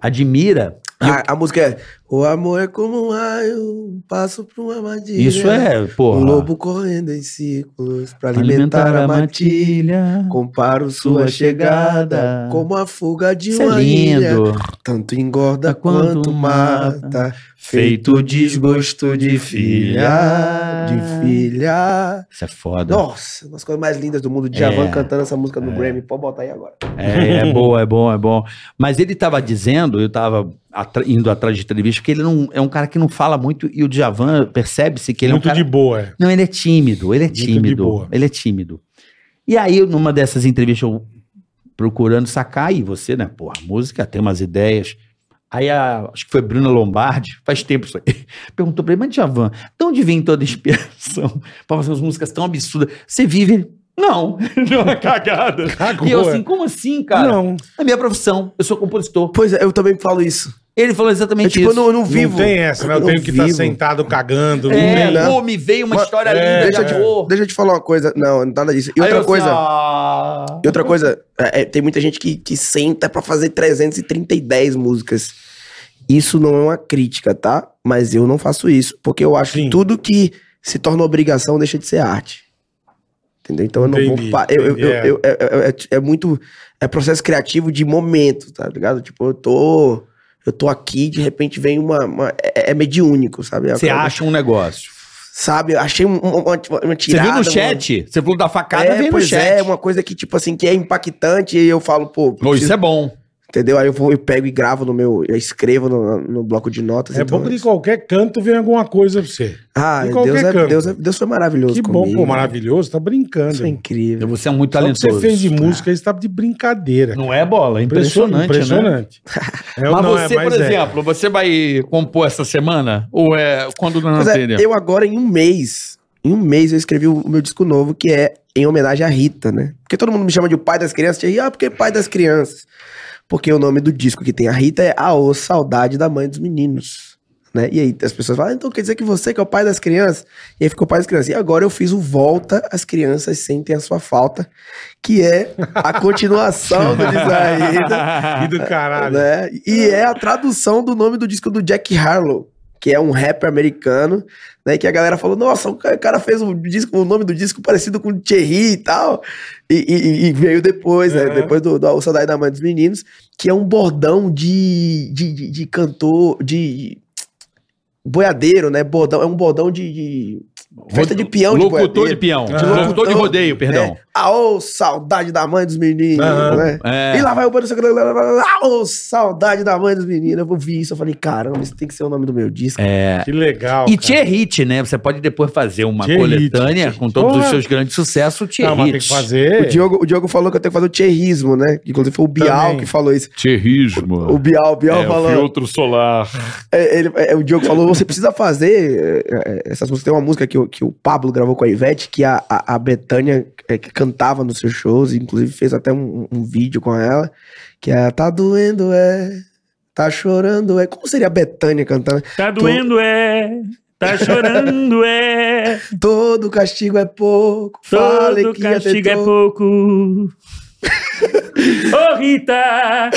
[SPEAKER 4] admira.
[SPEAKER 2] A, a música é O amor é como um raio, um passo pra uma armadilha.
[SPEAKER 4] Isso é, pô.
[SPEAKER 2] Um lobo correndo em círculos pra alimentar, a matilha. Comparo sua
[SPEAKER 4] Sua chegada,
[SPEAKER 2] chegada como a fuga de
[SPEAKER 4] Isso
[SPEAKER 2] uma
[SPEAKER 4] é
[SPEAKER 2] ilha.
[SPEAKER 4] lindo.
[SPEAKER 2] Tanto engorda
[SPEAKER 4] Quanto
[SPEAKER 2] Tá quanto
[SPEAKER 4] mata.
[SPEAKER 2] mata. Feito desgosto de filha. De filha.
[SPEAKER 4] Isso é foda.
[SPEAKER 2] Nossa, uma das coisas mais lindas do mundo. Djavan
[SPEAKER 4] É.
[SPEAKER 2] cantando essa música no Grammy. Pode botar aí agora.
[SPEAKER 4] É, é bom, é bom, é bom. Mas ele estava dizendo, eu estava indo atrás de entrevista, porque ele não é um cara que não fala muito e o Djavan percebe-se que ele
[SPEAKER 3] Muito
[SPEAKER 4] é um cara...
[SPEAKER 3] de boa. é.
[SPEAKER 4] Não, ele é tímido, ele é
[SPEAKER 3] Muito de
[SPEAKER 4] tímido,
[SPEAKER 3] boa.
[SPEAKER 4] ele é tímido. E aí, numa dessas entrevistas, eu procurando sacar, e você, né, porra, música, tem umas ideias. Aí, a- acho que foi Bruna Lombardi, faz tempo isso aí, perguntou pra ele, mas Djavan, de onde vem toda a inspiração pra fazer umas músicas tão absurdas? Você vive... Ele, Não, deu uma cagada.
[SPEAKER 3] Cagou,
[SPEAKER 4] E eu
[SPEAKER 3] é.
[SPEAKER 4] assim, como assim, cara?
[SPEAKER 3] Não,
[SPEAKER 4] É minha profissão, eu sou compositor.
[SPEAKER 2] Pois é, eu também falo isso.
[SPEAKER 4] Ele falou
[SPEAKER 2] É
[SPEAKER 4] exatamente
[SPEAKER 2] tipo, eu
[SPEAKER 4] isso.
[SPEAKER 2] não, eu não vivo.
[SPEAKER 3] não tem essa, né? Eu
[SPEAKER 2] Não
[SPEAKER 3] tenho que estar
[SPEAKER 2] vivo.
[SPEAKER 3] sentado cagando. não
[SPEAKER 4] É,
[SPEAKER 3] tem, né?
[SPEAKER 4] pô, me veio uma
[SPEAKER 3] Mas-
[SPEAKER 4] história
[SPEAKER 3] é,
[SPEAKER 4] linda de
[SPEAKER 2] deixa eu te-
[SPEAKER 4] amor.
[SPEAKER 2] Deixa eu te falar uma coisa. Não, tá nada disso. E
[SPEAKER 4] Aí eu
[SPEAKER 2] outra
[SPEAKER 4] assim,
[SPEAKER 2] coisa.
[SPEAKER 4] ah.
[SPEAKER 2] E outra coisa, é, é, tem muita gente que, que senta pra fazer 330 e 10 músicas. Isso não é uma crítica, tá? Mas eu não faço isso, porque eu acho
[SPEAKER 3] Sim.
[SPEAKER 2] que tudo que se torna obrigação deixa de ser arte. Entendeu? Então eu não
[SPEAKER 3] Entendi,
[SPEAKER 2] vou. pa- eu- eu- eu-
[SPEAKER 3] entendi,
[SPEAKER 2] eu- é- é- é- é muito. É processo criativo de momento, tá ligado? Tipo, eu tô. Eu tô aqui, de repente vem uma. uma- é, é mediúnico, sabe?
[SPEAKER 4] Você
[SPEAKER 2] Acaba-
[SPEAKER 4] acha um negócio.
[SPEAKER 2] Sabe? Eu achei um- um- uma, uma
[SPEAKER 4] Você
[SPEAKER 2] tirada.
[SPEAKER 4] viu no
[SPEAKER 2] uma-
[SPEAKER 4] chat? Você falou da facada,
[SPEAKER 2] é,
[SPEAKER 4] veio no
[SPEAKER 2] pois
[SPEAKER 4] chat.
[SPEAKER 2] é, uma coisa que, tipo assim, que é impactante e eu falo, pô,
[SPEAKER 4] Pô,
[SPEAKER 2] preciso-
[SPEAKER 4] isso é bom.
[SPEAKER 2] entendeu? Aí eu vou, eu pego e gravo no meu, eu escrevo no, no bloco de notas.
[SPEAKER 3] É
[SPEAKER 2] então-
[SPEAKER 3] bom que de qualquer canto vem alguma coisa pra você.
[SPEAKER 2] Ah,
[SPEAKER 3] em
[SPEAKER 2] Deus,
[SPEAKER 3] qualquer
[SPEAKER 2] é-
[SPEAKER 3] campo.
[SPEAKER 2] Deus, é- Deus foi maravilhoso
[SPEAKER 3] Que bom,
[SPEAKER 2] comigo.
[SPEAKER 3] pô, maravilhoso. Tá brincando.
[SPEAKER 2] Isso é
[SPEAKER 3] irmão.
[SPEAKER 2] incrível.
[SPEAKER 4] Você é muito
[SPEAKER 3] Só o que
[SPEAKER 4] talentoso. né?
[SPEAKER 3] você fez de música, isso tá de brincadeira.
[SPEAKER 4] Não é bola, é
[SPEAKER 3] Impressionante,
[SPEAKER 4] impressionante, né?
[SPEAKER 3] impressionante. É,
[SPEAKER 4] mas
[SPEAKER 3] não, é,
[SPEAKER 4] você, por
[SPEAKER 3] mas é.
[SPEAKER 4] exemplo, você vai compor essa semana? Ou é quando não
[SPEAKER 2] Pois é,
[SPEAKER 4] entendeu?
[SPEAKER 2] eu agora, em um mês, em um mês eu escrevi o meu disco novo, que é em homenagem à Rita, né? Porque todo mundo me chama de o pai das crianças, e ah, porque pai das crianças? Porque o nome do disco que tem a Rita é Aô, Saudade da Mãe dos Meninos. Né? E aí as pessoas falam, ah, então quer dizer que você que é o pai das crianças? E aí ficou o pai das crianças. E agora eu fiz o Volta, as crianças sentem a sua falta, que é a continuação do Desarrida.
[SPEAKER 3] E do
[SPEAKER 4] Ah,
[SPEAKER 3] caralho.
[SPEAKER 2] Né? E é a tradução do nome do disco do Jack Harlow, que é um rapper americano, né? Que a galera falou, nossa, o ca- o cara fez um disco, o nome do disco parecido com Thierry e tal. E, e- e veio depois, né?
[SPEAKER 3] Uhum.
[SPEAKER 2] Depois do, do Saudade da Mãe dos Meninos, que é um bordão de, de, de, de cantor, de... Boiadeiro, né? Bordão, é um bordão de. de festa de peão de
[SPEAKER 4] Locutor de
[SPEAKER 2] boiadeiro.
[SPEAKER 4] peão. De
[SPEAKER 3] Ah.
[SPEAKER 4] locutor de rodeio, perdão.
[SPEAKER 2] É. Ah, ô, saudade da mãe dos meninos,
[SPEAKER 3] Aham.
[SPEAKER 2] né?
[SPEAKER 4] É.
[SPEAKER 2] E lá vai o Bruno Sacana, lá, lá, lá, lá, ô, saudade da mãe dos meninos. Eu vi isso, eu falei, caramba, isso tem que ser o nome do meu disco.
[SPEAKER 3] Que legal.
[SPEAKER 4] é. E
[SPEAKER 3] cara.
[SPEAKER 4] Tier Hit, né? Você pode depois fazer uma
[SPEAKER 3] Tier
[SPEAKER 4] coletânea com todos
[SPEAKER 3] Porra.
[SPEAKER 4] os seus grandes sucessos, Tier
[SPEAKER 3] Não, mas tem
[SPEAKER 4] Hit.
[SPEAKER 3] que fazer.
[SPEAKER 2] O, Diogo, o Diogo falou que eu tenho que fazer o tcherrismo, né? Inclusive foi o Bial
[SPEAKER 3] Também.
[SPEAKER 2] que falou isso. O
[SPEAKER 6] Terrismo.
[SPEAKER 2] Bial, o Bial
[SPEAKER 6] é, o
[SPEAKER 2] falou.
[SPEAKER 6] filtro solar.
[SPEAKER 2] é, ele- é, o Diogo falou: você precisa fazer. é, é, essas músicas. Tem uma música que, o- que o Pablo gravou com a Ivete, que a, a, a Betânia é, que cantava nos seus shows, inclusive fez até um, um vídeo com ela, que é Tá doendo, é. Tá chorando, é. Como seria a Betânia cantando?
[SPEAKER 6] Tá doendo, é. Tá chorando, é.
[SPEAKER 2] Todo castigo é pouco. Fale
[SPEAKER 6] Todo
[SPEAKER 2] que
[SPEAKER 6] castigo é
[SPEAKER 2] atentou.
[SPEAKER 6] pouco. Ô, Rita,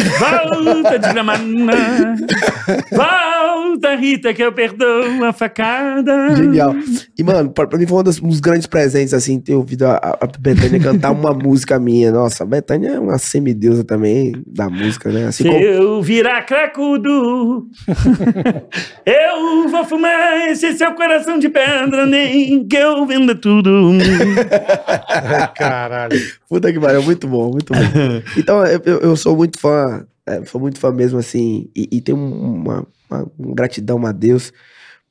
[SPEAKER 6] volta de Gramana. Volta, Rita, que eu perdoo a facada.
[SPEAKER 2] Hum. Genial. E, mano, pra, pra mim foi um dos, um dos grandes presentes, assim, ter ouvido a, a Betânia cantar uma música minha. Nossa, a Betânia é uma semideusa também da música, né? Assim
[SPEAKER 6] Se
[SPEAKER 2] como
[SPEAKER 6] eu virar cracudo, eu vou fumar esse seu coração de pedra, nem que eu venda tudo.
[SPEAKER 3] Caralho.
[SPEAKER 2] Puta que pariu, muito bom, muito bom. Então, eu, eu- eu sou muito fã, é, sou muito fã mesmo, assim, e, e tenho uma, uma- uma gratidão a Deus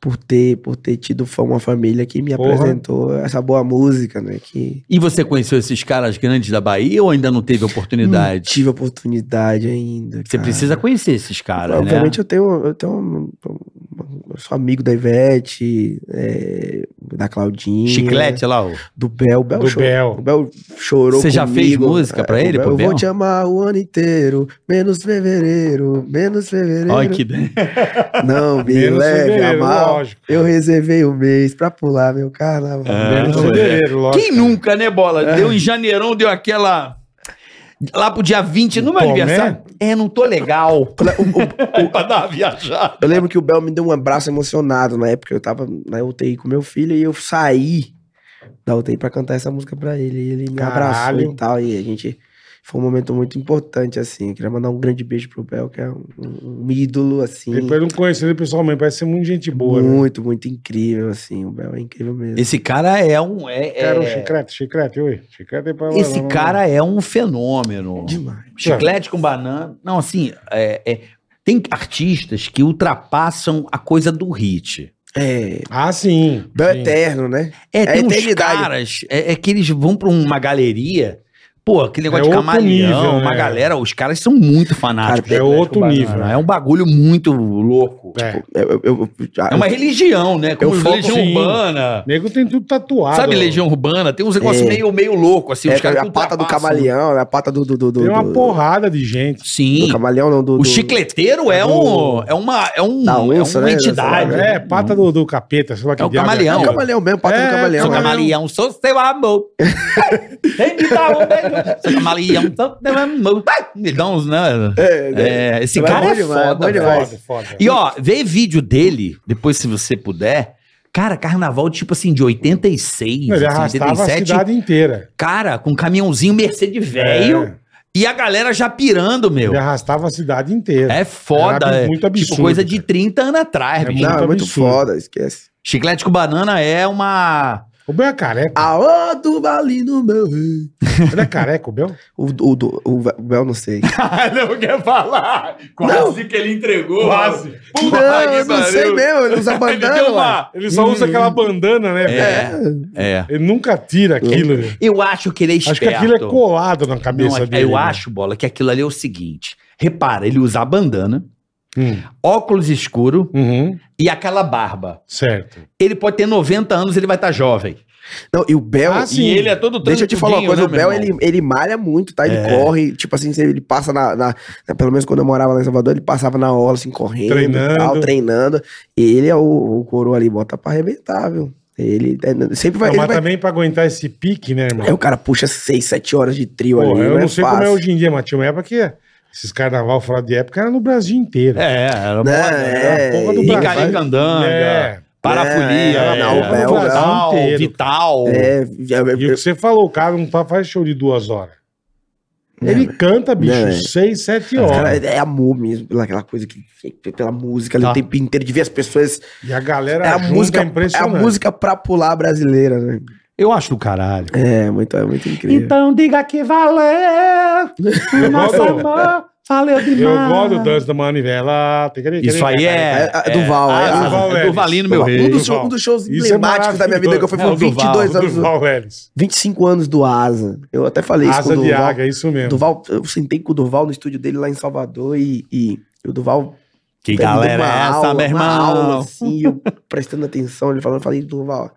[SPEAKER 2] por ter, por ter tido fã, uma família que me
[SPEAKER 3] Porra.
[SPEAKER 2] apresentou essa boa música, né? Que
[SPEAKER 4] E você conheceu esses caras grandes da Bahia ou ainda não teve
[SPEAKER 2] não
[SPEAKER 4] oportunidade? É
[SPEAKER 2] tive oportunidade ainda.
[SPEAKER 4] Você
[SPEAKER 2] Hum, cara.
[SPEAKER 4] precisa conhecer esses caras, né?
[SPEAKER 2] Obviamente eu tenho, eu tenho um- um- eu sou amigo da Ivete, é, da Claudinha.
[SPEAKER 4] Chiclete lá, ó.
[SPEAKER 2] Do Bel, o Bel
[SPEAKER 3] Do
[SPEAKER 2] chorou.
[SPEAKER 3] Bel.
[SPEAKER 2] O Bel chorou
[SPEAKER 4] Você já fez
[SPEAKER 2] comigo.
[SPEAKER 4] música pra
[SPEAKER 2] É, o
[SPEAKER 4] ele,
[SPEAKER 2] Bel,
[SPEAKER 4] pro
[SPEAKER 2] Eu vou
[SPEAKER 4] Bel?
[SPEAKER 2] te amar o ano inteiro, menos fevereiro, menos fevereiro.
[SPEAKER 4] Olha que.
[SPEAKER 2] Não me
[SPEAKER 3] Menos
[SPEAKER 2] leve a
[SPEAKER 3] fevereiro,
[SPEAKER 2] mal.
[SPEAKER 3] lógico.
[SPEAKER 2] Eu reservei o mês pra pular meu carnaval.
[SPEAKER 3] Menos
[SPEAKER 4] Ah,
[SPEAKER 3] fevereiro, lógico.
[SPEAKER 4] Quem nunca, né, Bola? Deu em janeirão, deu aquela. Lá pro dia 20, no meu
[SPEAKER 3] Tomé?
[SPEAKER 4] aniversário. É, não tô legal. pra dar uma viajada.
[SPEAKER 2] Eu lembro que o Bel me deu um abraço emocionado na época. Eu tava na UTI com meu filho e eu saí da UTI pra cantar essa música pra ele. E ele me
[SPEAKER 3] Caralho.
[SPEAKER 2] abraçou e tal. E a gente. Foi um momento muito importante, assim. Eu queria mandar um grande beijo pro Bel, que é um, um ídolo, assim.
[SPEAKER 3] Depois eu não conheço ele pessoalmente, parece ser muito gente boa. né?
[SPEAKER 2] muito, muito incrível, assim. O Bel é incrível mesmo.
[SPEAKER 4] Esse cara é um. é- é-
[SPEAKER 3] Quero um chiclete, chiclete, oi. Chiclete é pra lá,
[SPEAKER 4] esse
[SPEAKER 3] lá, lá.
[SPEAKER 4] cara é um
[SPEAKER 3] é
[SPEAKER 4] fenômeno.
[SPEAKER 2] Demais.
[SPEAKER 4] Chiclete com banana. Não, assim, é- é- tem artistas que ultrapassam a coisa do hit.
[SPEAKER 2] É.
[SPEAKER 3] Ah, sim.
[SPEAKER 2] Bel é
[SPEAKER 3] sim.
[SPEAKER 2] eterno, né?
[SPEAKER 4] É, tem uns
[SPEAKER 2] eternidade.
[SPEAKER 4] caras é, é que eles vão pra uma galeria. Pô, aquele negócio
[SPEAKER 3] É
[SPEAKER 4] de
[SPEAKER 3] outro
[SPEAKER 4] camaleão,
[SPEAKER 3] nível,
[SPEAKER 4] uma
[SPEAKER 3] né?
[SPEAKER 4] galera, os caras são muito fanáticos.
[SPEAKER 3] É
[SPEAKER 4] Chiclete com
[SPEAKER 3] outro
[SPEAKER 4] banana.
[SPEAKER 3] nível.
[SPEAKER 4] É um bagulho muito louco.
[SPEAKER 3] É.
[SPEAKER 2] Eu, eu- eu-
[SPEAKER 4] É uma religião, né? Como
[SPEAKER 2] Eu assim, foco-
[SPEAKER 4] Legião
[SPEAKER 3] Sim.
[SPEAKER 4] Urbana.
[SPEAKER 3] Nego tem tudo tatuado.
[SPEAKER 4] Sabe
[SPEAKER 3] ó.
[SPEAKER 4] Legião Urbana? Tem uns negócios
[SPEAKER 2] É.
[SPEAKER 4] meio, meio louco, assim.
[SPEAKER 2] é,
[SPEAKER 4] os caras
[SPEAKER 2] a
[SPEAKER 4] que
[SPEAKER 2] pata do
[SPEAKER 4] ultrapassam.
[SPEAKER 2] camaleão, né? a pata do. do, do, do
[SPEAKER 3] Tem uma
[SPEAKER 2] do-
[SPEAKER 3] porrada de gente.
[SPEAKER 4] Sim.
[SPEAKER 2] Do camaleão, não, do.
[SPEAKER 4] O
[SPEAKER 2] do-
[SPEAKER 4] chicleteiro é,
[SPEAKER 3] do-
[SPEAKER 4] um, é uma, é um,
[SPEAKER 2] Da onça,
[SPEAKER 4] é uma
[SPEAKER 2] né?
[SPEAKER 4] entidade.
[SPEAKER 2] Dessa-
[SPEAKER 3] É, pata do, do capeta, sei lá que
[SPEAKER 4] É o
[SPEAKER 3] diabo
[SPEAKER 2] É
[SPEAKER 4] camaleão.
[SPEAKER 2] o camaleão mesmo, pata
[SPEAKER 3] É,
[SPEAKER 2] do camaleão.
[SPEAKER 4] Sou
[SPEAKER 2] né?
[SPEAKER 4] camaleão, sou seu amor. Tem que dar um beijo. Sou camaleão, sou seu amor. Ai, Me dá uns, né?
[SPEAKER 2] É, né?
[SPEAKER 4] É, esse
[SPEAKER 2] Mas
[SPEAKER 4] cara
[SPEAKER 2] bom
[SPEAKER 4] é
[SPEAKER 2] demais,
[SPEAKER 4] foda,
[SPEAKER 2] bom
[SPEAKER 4] velho.
[SPEAKER 2] demais.
[SPEAKER 3] Foda, foda.
[SPEAKER 4] E ó, vê vídeo dele, depois se você puder. Cara, carnaval tipo assim de 86,
[SPEAKER 3] Ele
[SPEAKER 4] assim,
[SPEAKER 3] arrastava
[SPEAKER 4] 87.
[SPEAKER 3] a cidade inteira.
[SPEAKER 4] Cara, com um caminhãozinho Mercedes velho
[SPEAKER 3] É,
[SPEAKER 4] e a galera já pirando, meu.
[SPEAKER 3] Ele arrastava a cidade inteira.
[SPEAKER 4] É foda,
[SPEAKER 3] Era
[SPEAKER 4] é.
[SPEAKER 3] muito absurdo,
[SPEAKER 4] tipo coisa de
[SPEAKER 3] cara.
[SPEAKER 4] 30 anos atrás,
[SPEAKER 3] É
[SPEAKER 4] bicho.
[SPEAKER 2] Não, é muito
[SPEAKER 3] absurdo.
[SPEAKER 2] foda, esquece.
[SPEAKER 4] Chiclete com banana é uma
[SPEAKER 3] O Bel é careca.
[SPEAKER 2] Aô, do Balino, meu rei.
[SPEAKER 3] Ele é careca, o Bel?
[SPEAKER 2] O, o, do- o, o Bel, não sei.
[SPEAKER 4] não quer falar.
[SPEAKER 2] Quase
[SPEAKER 4] que ele entregou.
[SPEAKER 2] não, eu não sei mesmo, ele usa bandana, ué.
[SPEAKER 3] Ele só usa aquela bandana, né? velho?
[SPEAKER 4] Uhum. É.
[SPEAKER 3] Ele nunca tira aquilo. velho.
[SPEAKER 4] Eu acho que ele é esperto.
[SPEAKER 3] Acho que aquilo é colado na
[SPEAKER 4] Não, é
[SPEAKER 2] é,
[SPEAKER 3] cabeça
[SPEAKER 4] eu
[SPEAKER 3] dele. né?
[SPEAKER 4] acho, Bola, que aquilo ali é o seguinte. Repara, ele usa a bandana,
[SPEAKER 3] Hum.
[SPEAKER 4] óculos escuro
[SPEAKER 3] Uhum.
[SPEAKER 4] e aquela barba.
[SPEAKER 3] Certo.
[SPEAKER 4] Ele pode ter 90 anos, ele vai estar jovem.
[SPEAKER 2] Não, e o Bel,
[SPEAKER 3] Ah, sim.
[SPEAKER 4] E ele é todo
[SPEAKER 2] Assim, deixa eu te falar uma coisa, o
[SPEAKER 4] tranquiludinho,
[SPEAKER 2] Bel,
[SPEAKER 4] né, meu
[SPEAKER 2] ele,
[SPEAKER 4] irmão?
[SPEAKER 2] ele malha muito, tá? Ele corre, tipo assim, ele passa na, na- né, Pelo menos quando eu morava lá em Salvador, ele passava na aula, assim, correndo
[SPEAKER 3] Treinando.
[SPEAKER 2] e tal, treinando. E ele é o, o coroa ali, bota pra arrebentar, viu? Ele é, sempre vai...
[SPEAKER 3] Não,
[SPEAKER 2] ele
[SPEAKER 3] mas
[SPEAKER 2] vai-
[SPEAKER 3] também pra aguentar esse pique, né, irmão?
[SPEAKER 2] Aí o cara puxa 6, 7 horas de trio
[SPEAKER 3] Pô,
[SPEAKER 2] ali,
[SPEAKER 3] eu não
[SPEAKER 2] não é
[SPEAKER 3] sei
[SPEAKER 2] fácil.
[SPEAKER 3] como é hoje em dia, mas tinha uma época que esses carnaval fora de época era no Brasil inteiro.
[SPEAKER 4] É, era
[SPEAKER 2] Né,
[SPEAKER 4] moda, né?
[SPEAKER 2] é,
[SPEAKER 3] porra do
[SPEAKER 2] e-
[SPEAKER 3] Brasil.
[SPEAKER 4] Icari Candanga,
[SPEAKER 3] É.
[SPEAKER 4] Parafolia,
[SPEAKER 2] É, não,
[SPEAKER 4] é,
[SPEAKER 2] é, o
[SPEAKER 4] Vital,
[SPEAKER 3] Brasil inteiro.
[SPEAKER 4] Vital.
[SPEAKER 2] É,
[SPEAKER 3] E o que você falou, o cara não tá- faz show de duas horas. Ele canta, bicho,
[SPEAKER 2] Não, é.
[SPEAKER 3] seis, sete
[SPEAKER 2] é,
[SPEAKER 3] horas.
[SPEAKER 2] cara, é amor mesmo, pela- aquela coisa que que- pela música ali
[SPEAKER 4] Tá.
[SPEAKER 2] o tempo inteiro, de ver as pessoas.
[SPEAKER 3] E a galera
[SPEAKER 2] é a
[SPEAKER 3] junta,
[SPEAKER 2] música,
[SPEAKER 3] é
[SPEAKER 2] é a
[SPEAKER 3] impressionante.
[SPEAKER 2] música pra pular brasileira, né?
[SPEAKER 4] Eu acho do caralho.
[SPEAKER 2] É, muito, é muito incrível.
[SPEAKER 6] Então diga que valeu,
[SPEAKER 3] eu,
[SPEAKER 6] nosso
[SPEAKER 3] gosto,
[SPEAKER 6] amor, valeu demais.
[SPEAKER 3] eu gosto do Dança da Manivela.
[SPEAKER 4] Isso aí é.
[SPEAKER 2] É, é do Val, é
[SPEAKER 4] ah,
[SPEAKER 2] do
[SPEAKER 3] Val
[SPEAKER 4] é do
[SPEAKER 3] Lelis.
[SPEAKER 4] Valino, meu
[SPEAKER 2] um,
[SPEAKER 4] rei.
[SPEAKER 2] dos,
[SPEAKER 3] Duval.
[SPEAKER 2] um dos shows
[SPEAKER 3] Isso é
[SPEAKER 2] emblemáticos da minha vida que eu fui
[SPEAKER 4] É
[SPEAKER 2] foi
[SPEAKER 4] o Duval,
[SPEAKER 2] 22
[SPEAKER 3] Do
[SPEAKER 2] anos,
[SPEAKER 3] Val Lelis.
[SPEAKER 2] 25 anos do Asa. Eu até falei isso
[SPEAKER 3] Asa
[SPEAKER 2] com o
[SPEAKER 3] de
[SPEAKER 2] Duval.
[SPEAKER 3] águia, é isso mesmo.
[SPEAKER 2] Duval. Eu sentei com o Duval no estúdio dele lá em Salvador e, e o Duval
[SPEAKER 4] Que
[SPEAKER 2] Tendo
[SPEAKER 4] galera
[SPEAKER 2] uma
[SPEAKER 4] é essa,
[SPEAKER 2] aula,
[SPEAKER 4] meu
[SPEAKER 2] uma aula,
[SPEAKER 4] irmão?
[SPEAKER 2] assim, eu prestando atenção, ele falando, eu falei, Durval,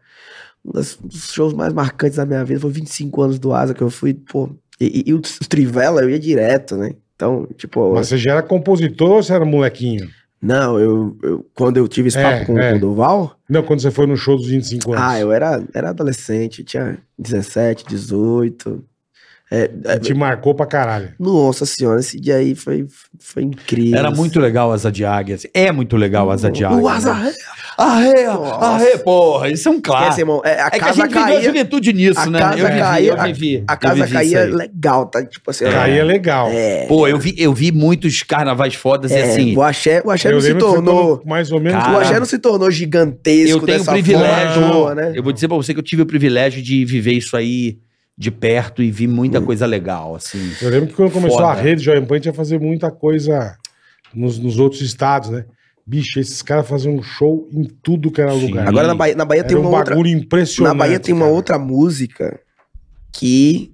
[SPEAKER 2] um das- dos shows mais marcantes da minha vida foi 25 anos do Asa, que eu fui, pô, e, e- e os, os Trivela eu ia direto, né? Então, tipo,
[SPEAKER 3] Mas você já era compositor ou você era molequinho?
[SPEAKER 2] não, eu, eu- quando eu tive esse
[SPEAKER 3] É,
[SPEAKER 2] papo com,
[SPEAKER 3] é.
[SPEAKER 2] com o ah, Durval,
[SPEAKER 3] Não, quando você foi no show dos 25 anos.
[SPEAKER 2] ah, eu era, era adolescente, eu tinha 17, 18, É, é,
[SPEAKER 3] Te marcou pra caralho.
[SPEAKER 2] nossa senhora, esse dia aí foi, foi incrível. assim,
[SPEAKER 4] Era muito legal Asa de Águia. assim. É muito legal Asa de Águia.
[SPEAKER 2] O Asa
[SPEAKER 4] né?
[SPEAKER 2] Ré.
[SPEAKER 4] Arre,
[SPEAKER 2] Nossa.
[SPEAKER 4] arre, porra. Isso é um
[SPEAKER 2] Esquece,
[SPEAKER 4] clássico.
[SPEAKER 2] irmão. É, a
[SPEAKER 4] É que a
[SPEAKER 2] casa
[SPEAKER 4] gente viveu a
[SPEAKER 2] caía.
[SPEAKER 4] juventude nisso,
[SPEAKER 2] a
[SPEAKER 4] né?
[SPEAKER 2] casa
[SPEAKER 4] eu vivi,
[SPEAKER 2] caía-
[SPEAKER 4] eu vivi.
[SPEAKER 2] A
[SPEAKER 4] eu
[SPEAKER 2] casa
[SPEAKER 4] vivi isso
[SPEAKER 2] caía
[SPEAKER 4] aí.
[SPEAKER 2] legal, tá? Tipo assim.
[SPEAKER 3] É. Caía legal.
[SPEAKER 2] É.
[SPEAKER 4] Pô, eu vi, eu vi muitos carnavais fodas e
[SPEAKER 2] é,
[SPEAKER 4] assim.
[SPEAKER 2] o axé, o axé
[SPEAKER 3] Eu
[SPEAKER 2] não se
[SPEAKER 3] lembro que você
[SPEAKER 2] tornou.
[SPEAKER 3] falou mais ou menos.
[SPEAKER 4] Cara,
[SPEAKER 2] o axé não se tornou gigantesco.
[SPEAKER 4] eu tenho
[SPEAKER 2] dessa
[SPEAKER 4] privilégio.
[SPEAKER 2] forma à toa, né?
[SPEAKER 4] Eu vou dizer pra você que eu tive o privilégio de viver isso aí de perto e vi muita
[SPEAKER 2] Hum.
[SPEAKER 4] coisa legal, assim.
[SPEAKER 3] Eu lembro que quando começou
[SPEAKER 4] Foda.
[SPEAKER 3] a rede Jovem Pan, a gente ia fazer muita coisa nos, nos outros estados, né? Bicho, esses caras faziam um show em tudo que era
[SPEAKER 4] Sim.
[SPEAKER 3] lugar.
[SPEAKER 2] Agora na Bahia, na Bahia
[SPEAKER 3] Era
[SPEAKER 2] tem uma
[SPEAKER 3] um
[SPEAKER 2] outra.
[SPEAKER 3] bagulho impressionante.
[SPEAKER 2] Na Bahia tem uma
[SPEAKER 3] cara.
[SPEAKER 2] outra música que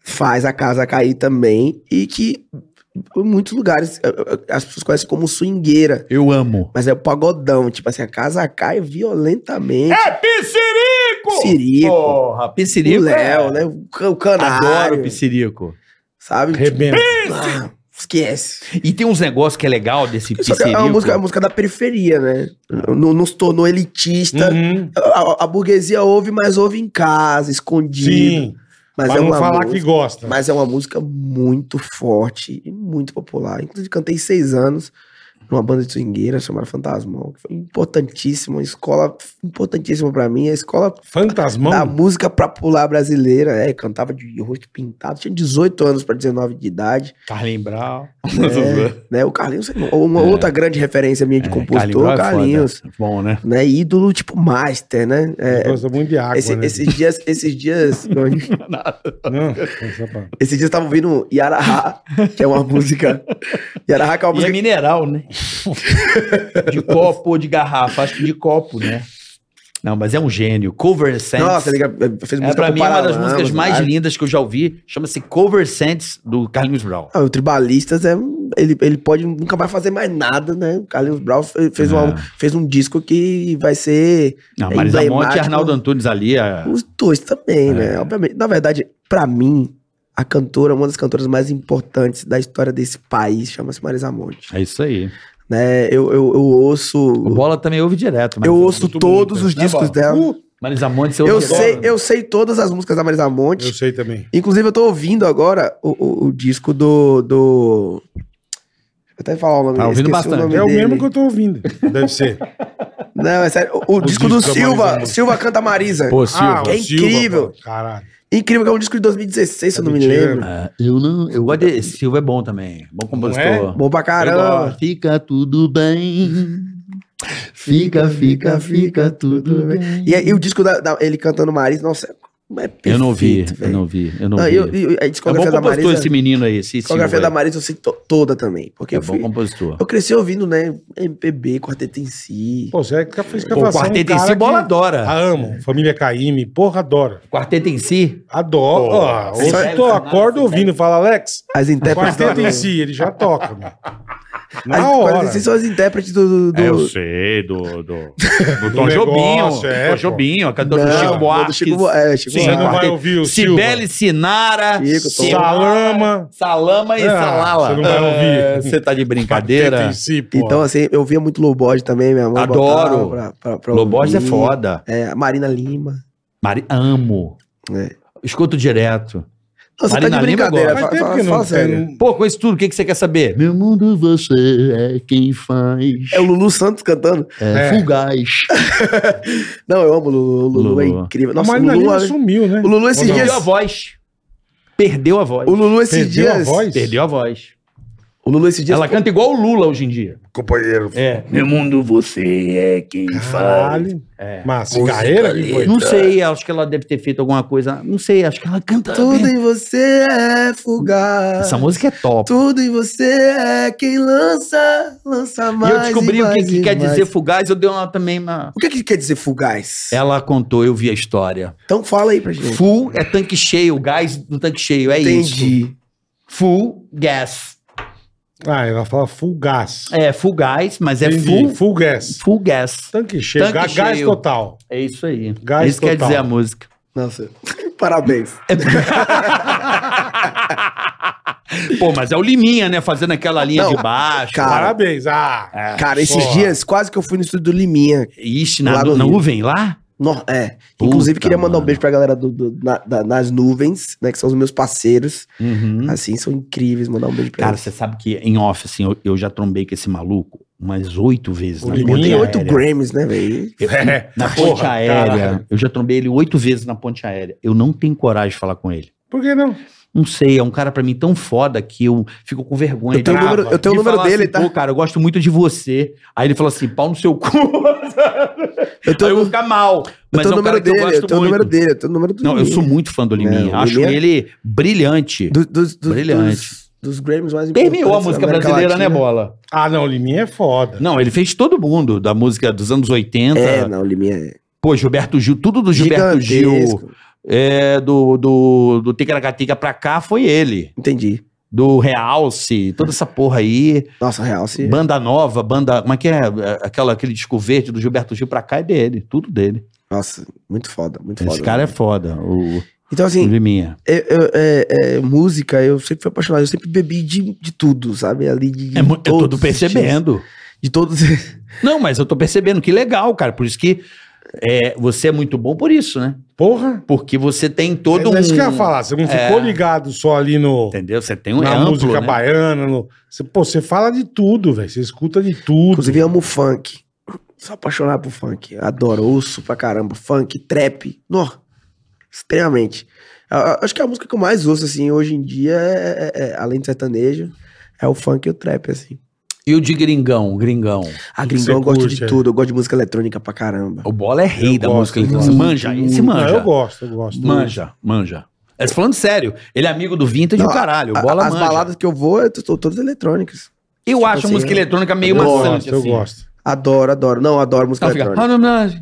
[SPEAKER 2] faz a casa cair também e que em muitos lugares eh, eh, as pessoas conhecem como swingueira,
[SPEAKER 4] Eu amo.
[SPEAKER 2] mas é o pagodão, tipo assim, a casa cai violentamente.
[SPEAKER 3] É
[SPEAKER 4] Pissirico!
[SPEAKER 2] Sirico.
[SPEAKER 4] Porra,
[SPEAKER 2] o
[SPEAKER 4] Pissirico.
[SPEAKER 2] Léo,
[SPEAKER 4] é-
[SPEAKER 2] né? O can- o canário,
[SPEAKER 4] Adoro Pissirico.
[SPEAKER 2] sabe? Tipo,
[SPEAKER 3] Rebenta.
[SPEAKER 2] ah, esquece.
[SPEAKER 4] E tem uns negócios que é legal desse
[SPEAKER 2] Só que
[SPEAKER 4] Pissirico.
[SPEAKER 2] é uma música, é uma música da periferia, né? Não, não se tornou elitista.
[SPEAKER 3] Uhum.
[SPEAKER 2] A, a burguesia ouve, mas ouve em casa, escondido.
[SPEAKER 3] Sim.
[SPEAKER 2] mas
[SPEAKER 3] pra
[SPEAKER 2] é
[SPEAKER 3] não
[SPEAKER 2] uma
[SPEAKER 3] falar
[SPEAKER 2] música.
[SPEAKER 3] que gosta.
[SPEAKER 2] Mas é uma música muito forte e muito popular. Inclusive, cantei seis anos numa banda de swingueira chamada Fantasmão, que foi importantíssima, uma escola importantíssima pra mim, a escola
[SPEAKER 3] Fantasmão?
[SPEAKER 2] da música pra pular brasileira. É, cantava de rosto pintado, tinha 18 anos pra 19 de idade.
[SPEAKER 4] Carlinhos Brau.
[SPEAKER 2] Né? O Carlinhos, uma outra grande referência minha de compositor, o
[SPEAKER 4] Brau é foda.
[SPEAKER 2] Carlinhos.
[SPEAKER 4] Bom, né?
[SPEAKER 2] Né? Ídolo tipo master, né? É,
[SPEAKER 3] Gosta muito de água,
[SPEAKER 2] esse-
[SPEAKER 3] né?
[SPEAKER 2] Esses dias, esses dias,
[SPEAKER 3] Não, só pra-
[SPEAKER 2] Esses dias eu tava ouvindo Yaraha, que é uma música. Yaraha que é uma
[SPEAKER 4] E é
[SPEAKER 2] música.
[SPEAKER 4] mineral, né? de copo ou de garrafa. Acho que de copo, né? Não, mas é um gênio. Cover Sense.
[SPEAKER 2] Nossa, ele fez música
[SPEAKER 4] É, pra
[SPEAKER 2] com
[SPEAKER 4] mim, é uma das
[SPEAKER 2] Paralamas,
[SPEAKER 4] músicas mais
[SPEAKER 2] né?
[SPEAKER 4] lindas que eu já ouvi. Chama-se Cover Sense, do Carlinhos Brown.
[SPEAKER 2] Ah, o Tribalistas é um- ele, ele pode nunca mais fazer mais nada, né? O Carlinhos Brown fe- fez,
[SPEAKER 4] É.
[SPEAKER 2] uma- fez um disco que vai ser
[SPEAKER 4] Não,
[SPEAKER 2] É
[SPEAKER 4] Marisa Monte e
[SPEAKER 2] emblemático.
[SPEAKER 4] Arnaldo Antunes ali. é-
[SPEAKER 2] os dois também,
[SPEAKER 4] É.
[SPEAKER 2] né? Obviamente. Na verdade, pra mim, a cantora, uma das cantoras mais importantes da história desse país, chama-se Marisa Monte.
[SPEAKER 4] É isso aí.
[SPEAKER 2] Né? Eu, eu, eu ouço.
[SPEAKER 4] O Bola também ouve direto. mas
[SPEAKER 2] Eu
[SPEAKER 4] é
[SPEAKER 2] ouço
[SPEAKER 4] muito
[SPEAKER 2] todos
[SPEAKER 4] bonita.
[SPEAKER 2] os
[SPEAKER 4] Né,
[SPEAKER 2] discos
[SPEAKER 3] é
[SPEAKER 4] Bola?
[SPEAKER 2] dela.
[SPEAKER 4] Marisa Monte, você ouve
[SPEAKER 2] Eu
[SPEAKER 4] direto.
[SPEAKER 2] sei, eu sei todas as músicas da Marisa Monte.
[SPEAKER 3] Eu sei também.
[SPEAKER 2] Inclusive, eu tô ouvindo agora o, o- o disco do. do... Eu até ia falar o nome
[SPEAKER 4] Tá
[SPEAKER 2] dele,
[SPEAKER 4] ouvindo
[SPEAKER 2] esqueci
[SPEAKER 4] bastante.
[SPEAKER 2] nome
[SPEAKER 3] É o
[SPEAKER 2] dele.
[SPEAKER 3] mesmo que eu tô ouvindo. Deve ser.
[SPEAKER 2] Não, é sério. O, o disco
[SPEAKER 3] disco
[SPEAKER 2] do
[SPEAKER 3] da
[SPEAKER 2] Silva.
[SPEAKER 3] Marisa.
[SPEAKER 2] Silva canta Marisa.
[SPEAKER 4] Pô, Silva.
[SPEAKER 2] é
[SPEAKER 3] Ah, o Silva,
[SPEAKER 2] incrível.
[SPEAKER 3] pô. Caralho.
[SPEAKER 2] Incrível, que é um disco de 2016, se eu não me
[SPEAKER 3] Mentira.
[SPEAKER 2] lembro.
[SPEAKER 4] Ah, eu não. Eu gosto de. Silva é bom também. Bom compositor.
[SPEAKER 2] Bom pra
[SPEAKER 4] Eu
[SPEAKER 2] caramba.
[SPEAKER 4] gosto. Fica tudo bem. Fica, fica, fica tudo bem.
[SPEAKER 2] E, aí, e o disco da, da- ele cantando Marisa, nossa, é perfeito,
[SPEAKER 4] eu não vi, eu
[SPEAKER 2] velho.
[SPEAKER 4] não vi, eu não,
[SPEAKER 2] Não,
[SPEAKER 4] vi.
[SPEAKER 2] eu- eu- a
[SPEAKER 4] é bom
[SPEAKER 2] discografia da
[SPEAKER 4] compositor
[SPEAKER 2] Marisa.
[SPEAKER 4] esse menino aí, esse
[SPEAKER 2] a discografia
[SPEAKER 4] Silva
[SPEAKER 2] da
[SPEAKER 4] aí.
[SPEAKER 2] Marisa eu sei to- toda também. Porque
[SPEAKER 4] É
[SPEAKER 2] eu,
[SPEAKER 4] bom
[SPEAKER 2] fui,
[SPEAKER 4] compositor.
[SPEAKER 2] eu cresci ouvindo, né? MPB, Quarteto em Si.
[SPEAKER 3] Pô, você é que fez
[SPEAKER 4] Pô, o Quarteto
[SPEAKER 2] um
[SPEAKER 4] em Si, bola adora.
[SPEAKER 3] Ah, amo. Família Caymmi, porra, adoro.
[SPEAKER 4] Quarteto em si,
[SPEAKER 3] Adoro.
[SPEAKER 4] Pô,
[SPEAKER 3] Ó, hoje
[SPEAKER 4] você
[SPEAKER 3] eu tô,
[SPEAKER 4] vai-
[SPEAKER 3] acordo ouvindo,
[SPEAKER 2] né?
[SPEAKER 3] fala, Alex,
[SPEAKER 2] As intérpretes.
[SPEAKER 3] quarteto em si, ele já toca, meu.
[SPEAKER 2] As,
[SPEAKER 3] Na hora.
[SPEAKER 2] Quarteto em Si são as intérpretes do. do-
[SPEAKER 4] É,
[SPEAKER 2] do-
[SPEAKER 4] sei, do. Do,
[SPEAKER 3] Tom Jobim, é,
[SPEAKER 4] Tom
[SPEAKER 3] pô.
[SPEAKER 4] Jobim, a
[SPEAKER 2] Não,
[SPEAKER 4] cantora do Chico Buarque.
[SPEAKER 2] do Chico Buarque. É, Chico
[SPEAKER 3] Sim,
[SPEAKER 2] Buarque.
[SPEAKER 3] não vai ouvir o
[SPEAKER 4] Sibeli Sinara,
[SPEAKER 2] Chico, Tom.
[SPEAKER 3] Salama.
[SPEAKER 4] Salama e
[SPEAKER 3] Ah,
[SPEAKER 4] Salala.
[SPEAKER 3] você não vai
[SPEAKER 4] É,
[SPEAKER 3] ouvir.
[SPEAKER 4] Você tá de brincadeira?
[SPEAKER 3] Quarteto em si, pô.
[SPEAKER 2] Então, assim, eu via muito Lobode também, minha mãe.
[SPEAKER 4] Adoro.
[SPEAKER 2] botava Pra, pra, pra
[SPEAKER 4] Lobos é
[SPEAKER 2] ouvir.
[SPEAKER 4] foda.
[SPEAKER 2] É, a Marina Lima.
[SPEAKER 4] Mari... Amo.
[SPEAKER 2] É.
[SPEAKER 4] Escuto direto.
[SPEAKER 2] Não, você tá
[SPEAKER 4] Marina
[SPEAKER 2] de
[SPEAKER 4] Lima
[SPEAKER 2] brincadeira.
[SPEAKER 4] eu gosto.
[SPEAKER 3] Faz
[SPEAKER 2] Fala,
[SPEAKER 3] tempo
[SPEAKER 2] fala,
[SPEAKER 3] que não
[SPEAKER 2] fala
[SPEAKER 3] tem-
[SPEAKER 2] sério.
[SPEAKER 4] Pô, com isso tudo, o que, que você quer saber? Meu mundo, você é quem faz.
[SPEAKER 2] É o Lulu Santos cantando.
[SPEAKER 3] É.
[SPEAKER 4] Fugaz.
[SPEAKER 2] Não, eu amo o Lulu. O Lulu, é
[SPEAKER 4] Lulu.
[SPEAKER 2] incrível.
[SPEAKER 3] A
[SPEAKER 2] Nossa, o
[SPEAKER 3] Marina
[SPEAKER 2] Lulu, é
[SPEAKER 3] Lima sumiu, né?
[SPEAKER 2] o Lulu esses
[SPEAKER 3] Ou não?
[SPEAKER 2] dias.
[SPEAKER 4] Perdeu a voz. Perdeu a voz.
[SPEAKER 2] O Lulu esses
[SPEAKER 3] Perdeu a
[SPEAKER 2] dias.
[SPEAKER 3] voz?
[SPEAKER 4] Perdeu a voz.
[SPEAKER 2] O Lulu esses dias.
[SPEAKER 4] Ela canta igual o Lula hoje em dia.
[SPEAKER 2] companheiro.
[SPEAKER 4] É.
[SPEAKER 6] Meu mundo, você é quem faz.
[SPEAKER 3] Caralho.
[SPEAKER 4] É.
[SPEAKER 3] Mas cigarreira? que foi?
[SPEAKER 2] é.
[SPEAKER 4] Não sei, acho que ela deve ter feito alguma coisa. Não sei, acho que ela canta.
[SPEAKER 2] Tudo
[SPEAKER 4] bem.
[SPEAKER 2] em você é fugaz.
[SPEAKER 4] Essa música é top.
[SPEAKER 2] Tudo em você é quem lança, lança
[SPEAKER 4] E
[SPEAKER 2] mais.
[SPEAKER 4] eu descobri
[SPEAKER 2] e
[SPEAKER 4] o que,
[SPEAKER 2] mais
[SPEAKER 4] que
[SPEAKER 2] e
[SPEAKER 4] quer
[SPEAKER 2] mais.
[SPEAKER 4] dizer É fugaz, eu dei uma também uma.
[SPEAKER 2] O que, que quer dizer fugaz?
[SPEAKER 4] Ela contou, eu vi a história.
[SPEAKER 2] Então fala aí pra gente.
[SPEAKER 4] Full é tanque cheio, gás do tanque cheio, é isso.
[SPEAKER 2] Entendi.
[SPEAKER 4] Full gas.
[SPEAKER 3] Ah, ela fala full gas.
[SPEAKER 4] É, full gás, mas é
[SPEAKER 3] Entendi,
[SPEAKER 4] full,
[SPEAKER 3] full gas.
[SPEAKER 4] full gas.
[SPEAKER 3] Tanque cheio.
[SPEAKER 4] Tanque
[SPEAKER 3] ga- gás
[SPEAKER 4] cheio.
[SPEAKER 3] total.
[SPEAKER 4] É isso aí.
[SPEAKER 3] Gás
[SPEAKER 4] isso quer
[SPEAKER 3] total.
[SPEAKER 4] dizer a música.
[SPEAKER 2] Nossa, parabéns.
[SPEAKER 4] Pô, mas é o Liminha, né? Fazendo aquela linha
[SPEAKER 2] Não,
[SPEAKER 4] de baixo. tá?
[SPEAKER 2] cara.
[SPEAKER 3] Parabéns. Ah,
[SPEAKER 2] Cara, esses
[SPEAKER 3] Porra.
[SPEAKER 2] dias quase que eu fui no estúdio do Liminha.
[SPEAKER 4] Ixi, na,
[SPEAKER 2] Lá no
[SPEAKER 4] na
[SPEAKER 2] Rio.
[SPEAKER 4] nuvem lá?
[SPEAKER 2] No- é.
[SPEAKER 4] Puta,
[SPEAKER 2] Inclusive, queria mandar
[SPEAKER 4] mano.
[SPEAKER 2] um beijo pra galera do, do- na- da- nas nuvens, né? Que são os meus parceiros.
[SPEAKER 4] Uhum.
[SPEAKER 2] Assim, são incríveis. Mandar um beijo pra
[SPEAKER 4] Cara,
[SPEAKER 2] eles.
[SPEAKER 4] você sabe que em off, assim, eu, eu já trombei com esse maluco umas oito vezes
[SPEAKER 3] O
[SPEAKER 4] na
[SPEAKER 3] Liminha
[SPEAKER 4] ponte
[SPEAKER 2] Tem oito
[SPEAKER 4] aérea.
[SPEAKER 2] Grammys, né, velho?
[SPEAKER 4] Eu-
[SPEAKER 3] É,
[SPEAKER 4] na
[SPEAKER 3] porra,
[SPEAKER 4] ponte aérea.
[SPEAKER 3] caralho.
[SPEAKER 4] Eu já trombei ele oito vezes na ponte aérea. Eu não tenho coragem de falar com ele.
[SPEAKER 3] Por que não?
[SPEAKER 4] Não sei, é um cara pra mim tão foda que eu fico com vergonha.
[SPEAKER 2] Eu tenho o
[SPEAKER 4] de-
[SPEAKER 3] brava.
[SPEAKER 2] número, eu tenho
[SPEAKER 4] de
[SPEAKER 2] o número
[SPEAKER 4] falar
[SPEAKER 2] dele,
[SPEAKER 4] assim,
[SPEAKER 2] tá?
[SPEAKER 4] Pô, cara, eu gosto muito de você. Aí ele falou assim, pau no seu cu.
[SPEAKER 2] Eu
[SPEAKER 4] Aí eu
[SPEAKER 2] tenho,
[SPEAKER 4] vou ficar mal.
[SPEAKER 2] eu
[SPEAKER 4] Mas é
[SPEAKER 2] tenho o
[SPEAKER 4] um cara
[SPEAKER 2] número
[SPEAKER 4] que eu
[SPEAKER 2] dele, eu,
[SPEAKER 4] gosto
[SPEAKER 2] tenho o número
[SPEAKER 4] muito.
[SPEAKER 2] dele, eu tenho o número do
[SPEAKER 4] Não, eu sou muito fã do Liminha.
[SPEAKER 2] Não, o
[SPEAKER 4] Acho
[SPEAKER 2] Liminha-
[SPEAKER 4] ele brilhante.
[SPEAKER 2] Do, dos- dos-
[SPEAKER 4] Brilhante.
[SPEAKER 2] Dos, dos Grammys mais importantes.
[SPEAKER 4] Permeou a
[SPEAKER 2] da
[SPEAKER 4] música
[SPEAKER 2] América
[SPEAKER 4] brasileira,
[SPEAKER 2] Latina.
[SPEAKER 4] né, Bola?
[SPEAKER 3] Ah, não, o Liminha é foda.
[SPEAKER 4] Não, ele fez todo mundo da música dos anos 80.
[SPEAKER 2] É, não, Liminha é
[SPEAKER 4] Pô, Gilberto Gil, tudo do Gilberto Gil,
[SPEAKER 2] gigantesco.
[SPEAKER 4] é, do, do, do Ticaracatica pra cá foi ele.
[SPEAKER 2] Entendi.
[SPEAKER 4] Do Realce, toda essa porra aí.
[SPEAKER 2] Nossa, real, assim, se...
[SPEAKER 4] Banda nova, banda. Como é que é? Aquela, aquele disco verde do Gilberto Gil pra cá é dele, tudo dele.
[SPEAKER 2] Nossa, muito foda, muito foda.
[SPEAKER 4] Esse cara é foda, o,
[SPEAKER 2] Então,
[SPEAKER 4] o
[SPEAKER 2] assim,
[SPEAKER 4] Liminha.
[SPEAKER 2] eu- eu- é, é, música, eu sempre fui apaixonado, eu sempre bebi de, de tudo, sabe? Ali de, de
[SPEAKER 4] É, mu- eu tô
[SPEAKER 2] todos os estilos,
[SPEAKER 4] percebendo.
[SPEAKER 2] De todos.
[SPEAKER 4] Não, mas eu tô percebendo, que legal, cara. Por isso que é, você é muito bom por isso, né?
[SPEAKER 3] Porra.
[SPEAKER 4] Porque você tem todo um.
[SPEAKER 3] é isso que eu ia falar. Você não ficou ligado só ali no,
[SPEAKER 4] Entendeu? Você tem um é
[SPEAKER 3] na
[SPEAKER 4] amplo,
[SPEAKER 3] música
[SPEAKER 4] né?
[SPEAKER 3] baiana. no- Você, pô, você fala de tudo, velho. Você escuta de tudo.
[SPEAKER 2] Inclusive, amo funk. Sou apaixonado por funk. Adoro, ouço pra caramba. Funk, trap. Nó. Extremamente. A- a- Acho que a música que eu mais ouço, assim, hoje em dia, é- é- é, além do sertanejo, é o funk e o trap, assim.
[SPEAKER 4] E o de gringão, gringão.
[SPEAKER 2] A
[SPEAKER 3] Ah, que
[SPEAKER 2] gringão eu
[SPEAKER 3] você
[SPEAKER 2] gosto
[SPEAKER 3] curte,
[SPEAKER 2] de
[SPEAKER 3] é?
[SPEAKER 2] tudo. Eu gosto de música eletrônica pra caramba.
[SPEAKER 4] O Bola é rei
[SPEAKER 3] Eu
[SPEAKER 4] da
[SPEAKER 3] gosto
[SPEAKER 4] música
[SPEAKER 3] muito,
[SPEAKER 4] eletrônica. Manja, esse
[SPEAKER 3] Não,
[SPEAKER 4] manja.
[SPEAKER 3] eu gosto, eu gosto.
[SPEAKER 4] Manja, manja. Mas falando sério, ele é amigo do Vintage e
[SPEAKER 2] Não,
[SPEAKER 4] o caralho. O
[SPEAKER 2] A-
[SPEAKER 4] Bola
[SPEAKER 2] as
[SPEAKER 4] manja.
[SPEAKER 2] baladas que eu vou, eu tô, tô todas eletrônicas.
[SPEAKER 4] eu
[SPEAKER 2] tipo
[SPEAKER 4] acho a
[SPEAKER 2] assim,
[SPEAKER 4] música
[SPEAKER 2] eu-
[SPEAKER 4] eletrônica meio
[SPEAKER 3] Eu gosto,
[SPEAKER 4] maçante,
[SPEAKER 3] eu
[SPEAKER 4] assim.
[SPEAKER 3] gosto. É,
[SPEAKER 2] Adoro, adoro. Não, adoro música
[SPEAKER 4] Então fica...
[SPEAKER 2] eletrônica.
[SPEAKER 4] Hanunave.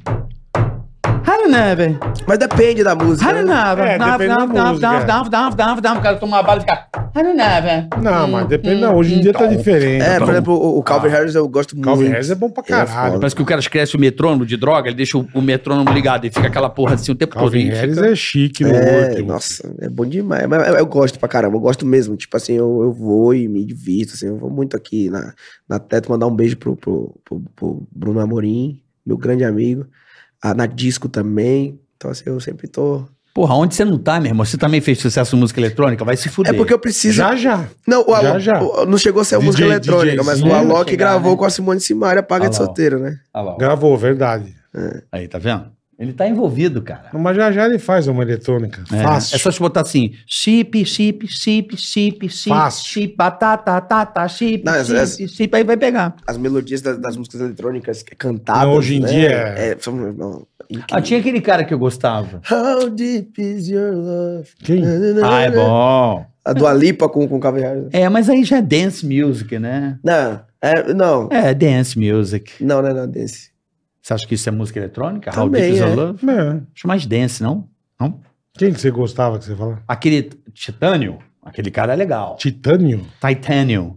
[SPEAKER 4] Hanunave.
[SPEAKER 2] Mas depende da música. né?
[SPEAKER 4] Hanunave.
[SPEAKER 3] É, depende da música.
[SPEAKER 4] O Tá, um cara toma uma bala e fica... Hanunave.
[SPEAKER 3] Não, mas depende. Não, hoje em dia tá diferente.
[SPEAKER 2] É, por
[SPEAKER 4] Hum, Então,
[SPEAKER 2] exemplo, o, o Calvin Harris eu gosto muito.
[SPEAKER 3] Ah. Calvin Harris é bom pra
[SPEAKER 2] Ele é
[SPEAKER 3] caralho.
[SPEAKER 2] foda.
[SPEAKER 4] Parece que o cara esquece o metrônomo de droga, ele deixa o, o metrônomo ligado e fica aquela porra assim o tempo
[SPEAKER 3] Calvin
[SPEAKER 4] todo.
[SPEAKER 3] Harris é chique no
[SPEAKER 2] É,
[SPEAKER 3] último.
[SPEAKER 2] nossa, é bom demais. Mas eu, eu gosto pra caramba, eu gosto mesmo. Tipo assim, eu, eu vou e me divirto, assim, eu vou muito aqui na, na Teto mandar um beijo pro, pro, pro- pro Bruno Amorim, meu grande amigo. Ah, na Disco também. Então, assim, eu sempre tô.
[SPEAKER 4] Porra, onde você não tá, meu irmão? Você também fez sucesso em música eletrônica? Vai se fuder.
[SPEAKER 2] É porque eu preciso.
[SPEAKER 3] Já, já.
[SPEAKER 2] Não, o Alok,
[SPEAKER 3] Já, já.
[SPEAKER 2] o- não chegou a ser a
[SPEAKER 3] DJ,
[SPEAKER 2] música eletrônica, mas o
[SPEAKER 3] DJzinho,
[SPEAKER 2] Alok
[SPEAKER 4] chegar,
[SPEAKER 2] gravou
[SPEAKER 4] né?
[SPEAKER 2] com a Simone Simaria, Paga de
[SPEAKER 4] Alok.
[SPEAKER 2] Solteiro, né?
[SPEAKER 4] Ah lá, ó.
[SPEAKER 3] Gravou, verdade.
[SPEAKER 4] Aí, tá vendo? Ele tá envolvido, cara.
[SPEAKER 3] Não, Mas já já ele faz uma eletrônica.
[SPEAKER 4] É,
[SPEAKER 3] Fácil.
[SPEAKER 4] é só te botar assim, chip, chip, chip, chip, chip,
[SPEAKER 3] Fácil.
[SPEAKER 4] chip, batata, tata, chip,
[SPEAKER 2] Não, é-
[SPEAKER 4] chip,
[SPEAKER 2] essa-
[SPEAKER 4] chip, aí vai pegar.
[SPEAKER 2] As melodias da- das, músicas eletrônicas cantadas.
[SPEAKER 3] Não, hoje em
[SPEAKER 2] né?
[SPEAKER 3] dia é-
[SPEAKER 2] é são, não, incrível.
[SPEAKER 4] Ah, tinha aquele cara que eu gostava.
[SPEAKER 2] How deep is your love?
[SPEAKER 3] Quem?
[SPEAKER 4] Ah, é bom.
[SPEAKER 2] A Dua Lipa com, com o Calvin Harris.
[SPEAKER 4] É, mas aí já é dance music, né?
[SPEAKER 2] Não, é, não,
[SPEAKER 4] É, dance music.
[SPEAKER 2] não, não, não, desse.
[SPEAKER 4] Você acha que isso é música eletrônica?
[SPEAKER 2] Também,
[SPEAKER 4] Deep Is Your
[SPEAKER 2] é.
[SPEAKER 4] Love?
[SPEAKER 3] É.
[SPEAKER 4] Acho mais dance, não?
[SPEAKER 3] Quem que você gostava que você falava?
[SPEAKER 4] Aquele Titânio, aquele cara é legal.
[SPEAKER 3] Titânio?
[SPEAKER 4] Titanium.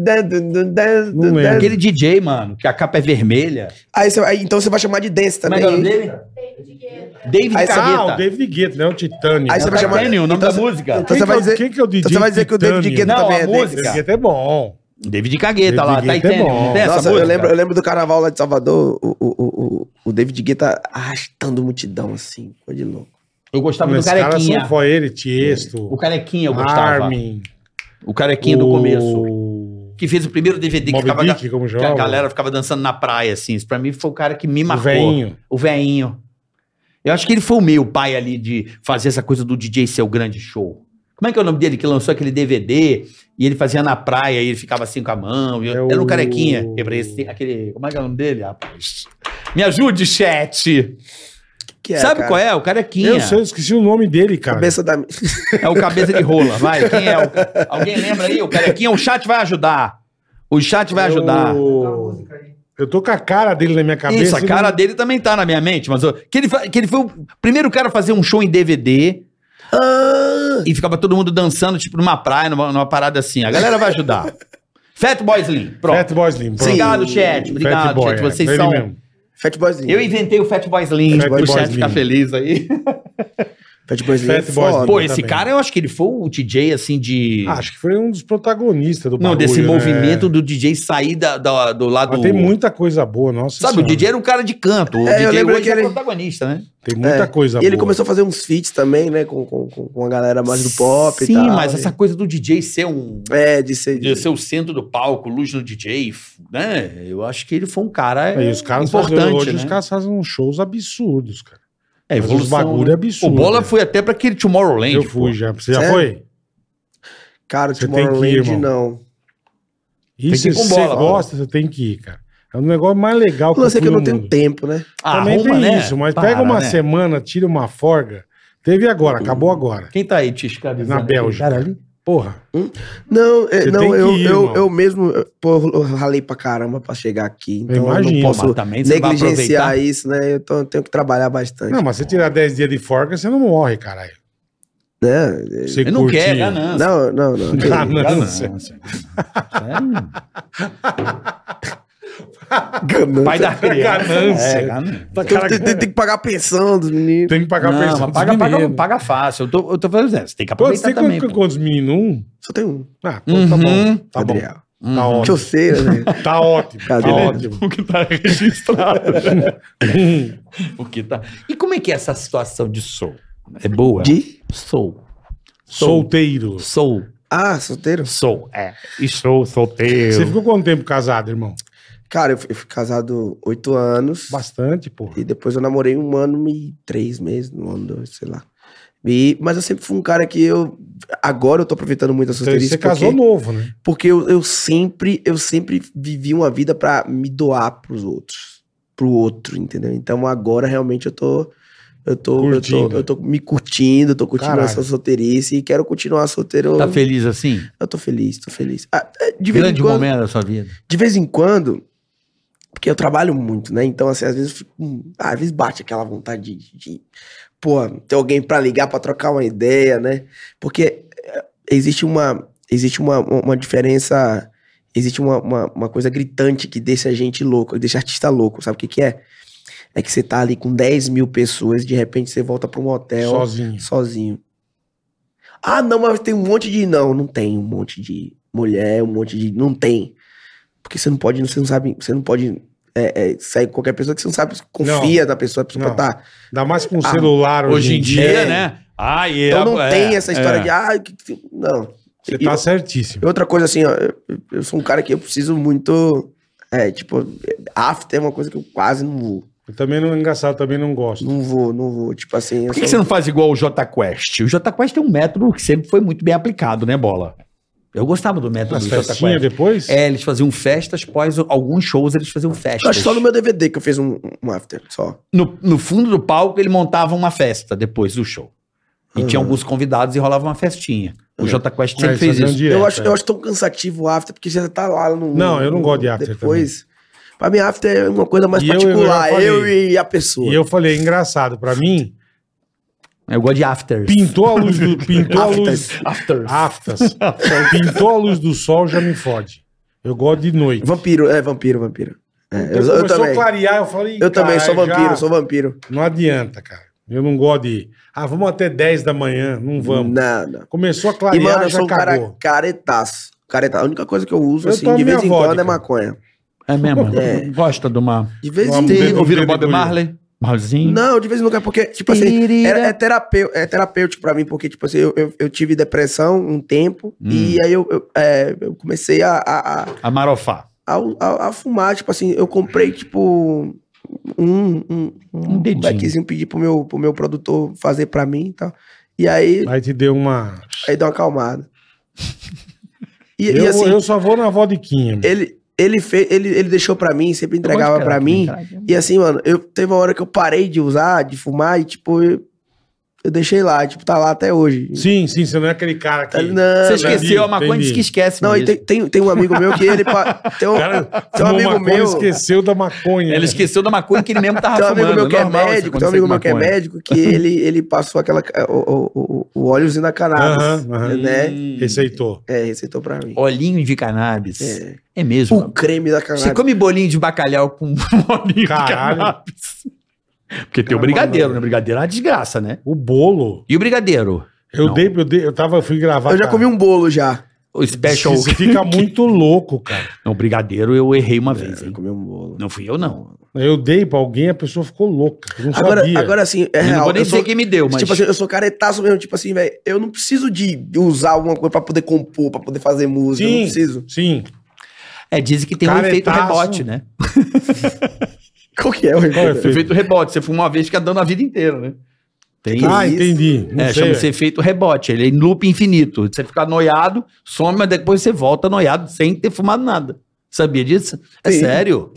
[SPEAKER 3] Não
[SPEAKER 2] Né?
[SPEAKER 3] lembro.
[SPEAKER 4] Aquele DJ, mano, que a capa é vermelha.
[SPEAKER 2] Aí você, aí, então você vai chamar de dance
[SPEAKER 4] Como é
[SPEAKER 2] também.
[SPEAKER 4] que é o nome dele? David
[SPEAKER 2] Aí você-
[SPEAKER 4] Guetta.
[SPEAKER 3] Ah, o David Guetta, né? O Titânio.
[SPEAKER 2] Aí você vai chamar-
[SPEAKER 4] Titanium, o nome
[SPEAKER 2] Então
[SPEAKER 4] da
[SPEAKER 2] você-
[SPEAKER 4] música.
[SPEAKER 2] Então você vai dizer-
[SPEAKER 3] Quem que é o DJ
[SPEAKER 2] então você vai dizer que o David
[SPEAKER 3] Titânio?
[SPEAKER 2] Guetta
[SPEAKER 4] Não,
[SPEAKER 2] também
[SPEAKER 4] a
[SPEAKER 2] é
[SPEAKER 4] música.
[SPEAKER 2] dance.
[SPEAKER 3] David Guetta é bom.
[SPEAKER 4] David Cagueta
[SPEAKER 3] David
[SPEAKER 4] lá,
[SPEAKER 3] Guetta é
[SPEAKER 4] Titanium.
[SPEAKER 3] bom.
[SPEAKER 4] não tem essa
[SPEAKER 2] Nossa, eu
[SPEAKER 4] música?
[SPEAKER 2] lembro, eu lembro do carnaval lá de Salvador, o, o, o, o- o David Guetta arrastando multidão, assim, coisa de louco.
[SPEAKER 4] Eu gostava
[SPEAKER 3] Mas
[SPEAKER 4] do
[SPEAKER 3] cara só
[SPEAKER 4] Tá Carequinha.
[SPEAKER 3] foi ele,
[SPEAKER 4] O
[SPEAKER 3] Tiesto,
[SPEAKER 4] Carequinha eu gostava.
[SPEAKER 3] Armin.
[SPEAKER 4] O Carequinha do
[SPEAKER 3] o-
[SPEAKER 4] começo. Que fez o primeiro DVD que,
[SPEAKER 3] Moby
[SPEAKER 4] ficava,
[SPEAKER 3] Dick, como
[SPEAKER 4] que
[SPEAKER 3] chamava?
[SPEAKER 4] a galera ficava dançando na praia, assim. Isso pra mim foi o cara que me
[SPEAKER 3] O
[SPEAKER 4] marcou.
[SPEAKER 3] veinho.
[SPEAKER 4] O veinho. Eu acho que ele foi o meu pai ali de fazer essa coisa do DJ ser o grande show. Como é que é o nome dele que lançou aquele DVD e ele fazia na praia e ele ficava assim com a mão? e eu-
[SPEAKER 3] É
[SPEAKER 4] Era
[SPEAKER 3] o-
[SPEAKER 4] o carequinha. Esse- Aquele, como é que é o nome dele? rapaz? Me ajude, chat!
[SPEAKER 2] Que
[SPEAKER 4] Sabe qual é? O carequinha.
[SPEAKER 3] Eu sei, eu esqueci o nome dele, cara.
[SPEAKER 2] Cabeça da.
[SPEAKER 4] É o cabeça de rola, vai. Quem é? o- Alguém lembra aí? O carequinha, o chat vai ajudar. O
[SPEAKER 3] É Tá
[SPEAKER 4] chat vai ajudar.
[SPEAKER 3] Eu... eu tô com a cara dele na minha cabeça.
[SPEAKER 4] Isso, a
[SPEAKER 3] e
[SPEAKER 4] cara dele também tá na minha mente, mas eu- que ele, fa- que ele foi o primeiro cara a fazer um show em DVD
[SPEAKER 2] Ah,
[SPEAKER 4] e ficava todo mundo dançando, tipo, numa praia, numa, numa parada assim. A galera vai ajudar. Fat Boy Slim,
[SPEAKER 3] não-
[SPEAKER 4] pronto.
[SPEAKER 3] Fat Boy Slim. pronto.
[SPEAKER 4] Obrigado, chat. Obrigado,
[SPEAKER 3] Fat Boy,
[SPEAKER 4] chat.
[SPEAKER 3] é,
[SPEAKER 4] Vocês
[SPEAKER 3] ele
[SPEAKER 4] são-
[SPEAKER 3] mesmo.
[SPEAKER 2] Fatboyzinho.
[SPEAKER 4] Eu inventei o Fat Boy Slim,
[SPEAKER 3] Fat
[SPEAKER 4] o
[SPEAKER 3] Boy
[SPEAKER 4] chat
[SPEAKER 3] Slim.
[SPEAKER 4] ficar feliz aí.
[SPEAKER 2] Fat Boys Slim é
[SPEAKER 3] Fat Boys
[SPEAKER 2] foda.
[SPEAKER 4] Pô,
[SPEAKER 3] Eu
[SPEAKER 4] esse
[SPEAKER 3] também.
[SPEAKER 4] cara, eu acho que ele foi o DJ, assim, de...
[SPEAKER 3] Acho que foi um dos protagonistas do
[SPEAKER 4] não,
[SPEAKER 3] bagulho,
[SPEAKER 4] desse
[SPEAKER 3] né?
[SPEAKER 4] movimento do DJ sair da, da- do lado...
[SPEAKER 3] Mas tem muita coisa boa, nossa.
[SPEAKER 4] Sabe, o
[SPEAKER 3] senhora.
[SPEAKER 4] DJ era um cara de canto. O
[SPEAKER 2] É, eu
[SPEAKER 4] DJ
[SPEAKER 2] lembro
[SPEAKER 4] hoje
[SPEAKER 2] que
[SPEAKER 4] é
[SPEAKER 2] ele-
[SPEAKER 4] protagonista, né?
[SPEAKER 3] Tem muita
[SPEAKER 2] É,
[SPEAKER 3] coisa
[SPEAKER 2] E
[SPEAKER 3] boa.
[SPEAKER 2] ele começou a fazer uns feats também, né? Com, com, com com a galera mais do pop
[SPEAKER 4] Sim,
[SPEAKER 2] e tal.
[SPEAKER 4] mas
[SPEAKER 2] e-
[SPEAKER 4] essa coisa do DJ ser um...
[SPEAKER 2] É, de ser...
[SPEAKER 4] De ser o centro do palco, luz no DJ, f- né? Eu acho que ele foi um cara
[SPEAKER 3] Aí É, os caras fazem,
[SPEAKER 4] importante,
[SPEAKER 3] hoje
[SPEAKER 4] né?
[SPEAKER 3] os caras fazem uns shows absurdos, cara.
[SPEAKER 4] É,
[SPEAKER 3] Fazem uns bagulho
[SPEAKER 4] O
[SPEAKER 3] absurdo.
[SPEAKER 4] Bola
[SPEAKER 3] né?
[SPEAKER 4] foi até pra aquele Tomorrowland.
[SPEAKER 3] Eu
[SPEAKER 4] pô. É.
[SPEAKER 3] fui já. Você já
[SPEAKER 2] Sério?
[SPEAKER 3] foi?
[SPEAKER 2] Cara, o
[SPEAKER 3] Você tem que ir,
[SPEAKER 2] Tomorrowland
[SPEAKER 3] irmão.
[SPEAKER 2] não.
[SPEAKER 3] E
[SPEAKER 4] que
[SPEAKER 3] se
[SPEAKER 4] ir com
[SPEAKER 3] você
[SPEAKER 4] bola, Bola.
[SPEAKER 3] gosta, você tem que ir, cara. É um negócio mais legal
[SPEAKER 2] O lance é que
[SPEAKER 3] fui
[SPEAKER 2] eu não
[SPEAKER 3] no
[SPEAKER 2] tenho
[SPEAKER 3] mundo.
[SPEAKER 2] tempo, né?
[SPEAKER 4] Ah,
[SPEAKER 3] Também
[SPEAKER 4] arruma,
[SPEAKER 3] tem
[SPEAKER 4] né?
[SPEAKER 3] isso, mas
[SPEAKER 4] Para,
[SPEAKER 3] pega uma
[SPEAKER 4] né?
[SPEAKER 3] semana, tira uma forga. Teve agora, acabou agora.
[SPEAKER 4] Quem tá aí te escravizando?
[SPEAKER 3] Na Bélgica.
[SPEAKER 4] Aquele cara ali?
[SPEAKER 3] Porra.
[SPEAKER 2] Não, é,
[SPEAKER 3] Você tem
[SPEAKER 2] não
[SPEAKER 3] que
[SPEAKER 2] eu,
[SPEAKER 3] ir, irmão.
[SPEAKER 2] eu, eu mesmo... eu- Pô, eu ralei pra caramba pra chegar aqui. Então eu
[SPEAKER 3] imagino,
[SPEAKER 2] não posso
[SPEAKER 4] mas também você vai aproveitar.
[SPEAKER 2] negligenciar isso, né? Eu tô- tenho que trabalhar bastante.
[SPEAKER 3] Não, mas você tirar 10 dias de forga, você não morre, caralho.
[SPEAKER 2] Né?
[SPEAKER 3] Você
[SPEAKER 4] Ele não
[SPEAKER 3] curtir.
[SPEAKER 4] quer, ganância.
[SPEAKER 2] Não, não, não.
[SPEAKER 3] Ganância.
[SPEAKER 4] É, Pai da criança.
[SPEAKER 3] Ganância.
[SPEAKER 4] É, ganância.
[SPEAKER 3] Tá,
[SPEAKER 2] Tem,
[SPEAKER 3] cara,
[SPEAKER 2] tem- tem- tem que pagar a pensão dos meninos.
[SPEAKER 3] Tem que pagar a
[SPEAKER 4] Não,
[SPEAKER 3] pensão
[SPEAKER 4] mas
[SPEAKER 3] dos
[SPEAKER 4] paga, paga,
[SPEAKER 3] meninos.
[SPEAKER 4] paga fácil. Eu tô, eu tô falando assim, você tem que
[SPEAKER 3] Pô, você
[SPEAKER 4] aproveitar
[SPEAKER 3] tem
[SPEAKER 4] também.
[SPEAKER 3] quantos,
[SPEAKER 4] pô.
[SPEAKER 3] quantos meninos? Um?
[SPEAKER 2] Só tem um.
[SPEAKER 3] Ah, então tá bom.
[SPEAKER 4] Uhum.
[SPEAKER 3] Tá bom.
[SPEAKER 2] Adriel.
[SPEAKER 3] Tá
[SPEAKER 4] Hum.
[SPEAKER 2] Que eu
[SPEAKER 3] ótimo.
[SPEAKER 2] sei, né?
[SPEAKER 3] Tá ótimo. Tá
[SPEAKER 2] Cadê?
[SPEAKER 3] ótimo. Uhum.
[SPEAKER 6] O que tá registrado.
[SPEAKER 4] O que tá... E como é que é essa situação de sou? É boa?
[SPEAKER 2] De?
[SPEAKER 4] Sou.
[SPEAKER 3] Solteiro.
[SPEAKER 4] Sou.
[SPEAKER 2] Ah, solteiro?
[SPEAKER 4] Sou. É.
[SPEAKER 6] Estou
[SPEAKER 3] Você
[SPEAKER 6] solteiro.
[SPEAKER 3] ficou quanto tempo casado, irmão?
[SPEAKER 2] Cara, eu fui, eu fui casado oito anos.
[SPEAKER 3] Bastante, porra.
[SPEAKER 2] E depois eu namorei um ano e três meses, um ano, dois, sei lá. E, mas eu sempre fui um cara que eu. Agora eu tô aproveitando muito a
[SPEAKER 3] Então,
[SPEAKER 2] solteirice.
[SPEAKER 3] você casou
[SPEAKER 2] porque,
[SPEAKER 3] novo, né?
[SPEAKER 2] porque eu, eu sempre, eu sempre vivi uma vida pra me doar pros outros. Pro outro, entendeu? Então agora realmente eu tô. Eu tô, eu tô,
[SPEAKER 3] Curtindo.
[SPEAKER 2] eu tô me curtindo, tô curtindo
[SPEAKER 3] Caralho.
[SPEAKER 2] essa solteirice e quero continuar solteiro.
[SPEAKER 4] Tá feliz assim?
[SPEAKER 2] Eu tô feliz, tô feliz. Ah, é, de vez em
[SPEAKER 4] Grande
[SPEAKER 2] quando-
[SPEAKER 4] momento da sua vida.
[SPEAKER 2] de vez em quando, porque eu trabalho muito, né? Então, assim, às vezes, eu fico, hum, ah, às vezes bate aquela vontade de, de, pô, ter alguém pra ligar, pra trocar uma ideia, né? Porque eh, existe uma, existe uma, uma diferença, existe uma, uma, uma coisa gritante que deixa a gente louco, que deixa artista louco, sabe o que que é? É que você tá ali com 10 mil pessoas, de repente você volta pra um
[SPEAKER 4] é,
[SPEAKER 2] hotel
[SPEAKER 4] Hum.
[SPEAKER 3] Sozinho.
[SPEAKER 2] sozinho. Ah, não, mas tem um monte de. Não, não tem um monte de mulher, um monte de. Não tem. Porque você não pode, você não sabe, você não pode é, é, sair com qualquer pessoa que você não sabe, confia na pessoa, a pessoa
[SPEAKER 3] Não.
[SPEAKER 2] pode tá.
[SPEAKER 3] Ainda mais com
[SPEAKER 2] Ah,
[SPEAKER 3] celular
[SPEAKER 4] Hoje em dia,
[SPEAKER 2] é.
[SPEAKER 4] né? Ah, e
[SPEAKER 2] Então não
[SPEAKER 4] é-
[SPEAKER 2] tem essa história
[SPEAKER 4] é.
[SPEAKER 2] de. Ah, que- que- não.
[SPEAKER 3] Você
[SPEAKER 2] E
[SPEAKER 3] tá
[SPEAKER 2] eu-
[SPEAKER 3] certíssimo.
[SPEAKER 2] e outra coisa assim, ó, eu, eu sou um cara que eu preciso muito. É, tipo, after é uma coisa que eu quase não vou.
[SPEAKER 3] Eu também não, engraçado, eu também não gosto.
[SPEAKER 2] Não vou, não vou. Tipo assim.
[SPEAKER 4] Por que, que você não faz igual o Jota Quest? O Jota Quest é um método que sempre foi muito bem aplicado, né, Bola? Eu gostava do método
[SPEAKER 3] As
[SPEAKER 4] do Jota
[SPEAKER 3] festinhas
[SPEAKER 4] Quest.
[SPEAKER 3] depois?
[SPEAKER 4] tá É, eles faziam festas, pós alguns shows eles faziam festas.
[SPEAKER 2] Eu acho que só no meu DVD que eu fiz um, um after, só.
[SPEAKER 4] no, no fundo do palco ele montava uma festa depois do show. E
[SPEAKER 2] Uhum.
[SPEAKER 4] tinha alguns convidados e rolava uma festinha.
[SPEAKER 2] É.
[SPEAKER 4] O Jota Quest
[SPEAKER 3] Ah,
[SPEAKER 4] sempre fez
[SPEAKER 3] faziam
[SPEAKER 4] isso.
[SPEAKER 3] direto,
[SPEAKER 2] eu, acho,
[SPEAKER 3] é.
[SPEAKER 2] eu acho tão cansativo o after, porque você tá lá no.
[SPEAKER 3] Não, eu não
[SPEAKER 2] no-
[SPEAKER 3] gosto de after
[SPEAKER 2] Depois. Pra mim, after é uma coisa mais
[SPEAKER 3] E eu- eu já
[SPEAKER 2] particular,
[SPEAKER 3] falei.
[SPEAKER 2] eu, e a pessoa.
[SPEAKER 3] E eu falei, é engraçado, pra mim,
[SPEAKER 4] Eu gosto de afters.
[SPEAKER 3] pintou a luz do. Pintou a luz.
[SPEAKER 2] Afters.
[SPEAKER 4] Afters.
[SPEAKER 3] Aftas. pintou a luz do sol, já me fode. Eu gosto de noite.
[SPEAKER 2] Vampiro, é vampiro, vampiro. É, eu- eu,
[SPEAKER 3] Então, começou
[SPEAKER 2] também.
[SPEAKER 3] a clarear, eu falei.
[SPEAKER 2] eu também sou
[SPEAKER 3] "Caralho,
[SPEAKER 2] vampiro,
[SPEAKER 3] já
[SPEAKER 2] sou vampiro.
[SPEAKER 3] Não adianta, cara. Eu não gosto de. Ah, vamos até 10 da manhã. Não vamos.
[SPEAKER 2] Não, não.
[SPEAKER 3] Começou a
[SPEAKER 2] E,
[SPEAKER 3] clarear,
[SPEAKER 2] mano, eu
[SPEAKER 3] já
[SPEAKER 2] sou um cara
[SPEAKER 3] cagou.
[SPEAKER 2] caretaço. Caretaço. A única coisa que eu uso,
[SPEAKER 3] Eu
[SPEAKER 2] assim,
[SPEAKER 3] tomo
[SPEAKER 2] de vez
[SPEAKER 3] minha
[SPEAKER 2] em quando
[SPEAKER 3] vodka.
[SPEAKER 2] é maconha.
[SPEAKER 4] É mesmo?
[SPEAKER 2] É.
[SPEAKER 4] Gosta de uma.
[SPEAKER 2] De vez em
[SPEAKER 3] Vamos
[SPEAKER 4] Tem,
[SPEAKER 3] ver.
[SPEAKER 2] quando.
[SPEAKER 4] ouviram
[SPEAKER 3] dedo
[SPEAKER 4] Bob
[SPEAKER 3] doído.
[SPEAKER 4] Marley? Marleyzinho?
[SPEAKER 2] Não, de vez em quando, porque, tipo assim, Era, é, terapeu, é terapêutico pra mim, porque, tipo assim, eu, eu, eu tive depressão um tempo
[SPEAKER 4] Hum.
[SPEAKER 2] e aí eu, eu, é, eu comecei a, a, a,
[SPEAKER 4] A Marofá.
[SPEAKER 2] a- a- a fumar, tipo assim, eu comprei, tipo, um, um, um,
[SPEAKER 4] Um dedinho.
[SPEAKER 2] beckzinho, pedi pro meu, pro meu produtor fazer pra mim e tal. E aí,
[SPEAKER 3] Aí te deu uma.
[SPEAKER 2] aí deu uma acalmada. E, e
[SPEAKER 3] eu,
[SPEAKER 2] assim,
[SPEAKER 3] eu só vou na vodiquinha. meu.
[SPEAKER 2] ele, ele, fez, ele, ele deixou pra mim, sempre entregava pra mim. E assim, mano, eu teve uma hora que eu parei de usar, de fumar, e tipo, eu, eu deixei lá, tipo, tá lá até hoje.
[SPEAKER 3] Sim, sim, você não é aquele cara que.
[SPEAKER 2] Tá-
[SPEAKER 4] Você
[SPEAKER 2] Não, não.
[SPEAKER 4] esqueceu
[SPEAKER 3] Entendi,
[SPEAKER 4] a maconha,
[SPEAKER 3] entendi.
[SPEAKER 4] diz que esquece.
[SPEAKER 2] Não, e
[SPEAKER 4] mesmo.
[SPEAKER 2] tem, tem, tem um amigo meu que ele. pa- Tem um,
[SPEAKER 3] O cara
[SPEAKER 2] tem um
[SPEAKER 3] fumou
[SPEAKER 2] amigo
[SPEAKER 3] maconha,
[SPEAKER 2] meu.
[SPEAKER 3] esqueceu da maconha.
[SPEAKER 4] Ele
[SPEAKER 3] né?
[SPEAKER 4] esqueceu da maconha que ele mesmo tava
[SPEAKER 2] Tem um
[SPEAKER 4] Ah, fumando.
[SPEAKER 2] amigo meu que é
[SPEAKER 4] Normal isso
[SPEAKER 2] médico, tem um
[SPEAKER 4] acontecer
[SPEAKER 2] amigo
[SPEAKER 4] com
[SPEAKER 2] meu que é
[SPEAKER 4] maconha.
[SPEAKER 2] médico que ele, ele passou aquela, o, o, o- o óleozinho da cannabis,
[SPEAKER 3] Aham, aham.
[SPEAKER 2] né?
[SPEAKER 3] Receitou.
[SPEAKER 2] É, receitou pra mim.
[SPEAKER 4] Olhinho de cannabis. É,
[SPEAKER 2] É.
[SPEAKER 4] mesmo.
[SPEAKER 2] O creme da
[SPEAKER 4] Você
[SPEAKER 2] cannabis.
[SPEAKER 4] come bolinho de bacalhau com bolinho
[SPEAKER 3] Caralho.
[SPEAKER 4] de cannabis. Porque tem o brigadeiro, né? O brigadeiro é uma desgraça, né?
[SPEAKER 3] O bolo.
[SPEAKER 4] E o brigadeiro?
[SPEAKER 3] Eu
[SPEAKER 4] Não.
[SPEAKER 3] dei, eu dei, eu tava, eu fui gravar.
[SPEAKER 2] Eu já comi um bolo já.
[SPEAKER 4] O special.
[SPEAKER 3] Isso fica muito louco, cara.
[SPEAKER 4] Não, o brigadeiro eu errei uma vez,
[SPEAKER 2] Eu
[SPEAKER 4] hein?
[SPEAKER 2] comi um bolo.
[SPEAKER 4] Não fui eu, não.
[SPEAKER 3] Eu dei pra alguém, a pessoa ficou louca. Eu não
[SPEAKER 2] Agora,
[SPEAKER 3] sabia.
[SPEAKER 2] agora assim, é
[SPEAKER 4] Eu não
[SPEAKER 2] real.
[SPEAKER 4] vou nem
[SPEAKER 2] eu
[SPEAKER 4] dizer
[SPEAKER 2] sou-
[SPEAKER 4] quem me deu, mas.
[SPEAKER 2] Tipo assim, eu sou caretaço mesmo, tipo assim, velho, eu não preciso de usar alguma coisa pra poder compor, pra poder fazer música, eu
[SPEAKER 3] Sim,
[SPEAKER 2] não preciso.
[SPEAKER 3] sim.
[SPEAKER 4] é, dizem que tem um
[SPEAKER 3] Caretaço.
[SPEAKER 4] efeito rebote, né?
[SPEAKER 2] Qual que é o
[SPEAKER 3] Qual é,
[SPEAKER 4] O efeito rebote. Você fuma uma vez, fica dando a vida inteira, né? Tem
[SPEAKER 3] Ah,
[SPEAKER 2] isso?
[SPEAKER 3] entendi. Não
[SPEAKER 4] É,
[SPEAKER 3] sei.
[SPEAKER 4] chama-se efeito rebote. Ele é em loop infinito. Você fica noiado, some, mas depois você volta noiado sem ter fumado nada. Sabia disso? É
[SPEAKER 2] Sim.
[SPEAKER 4] sério?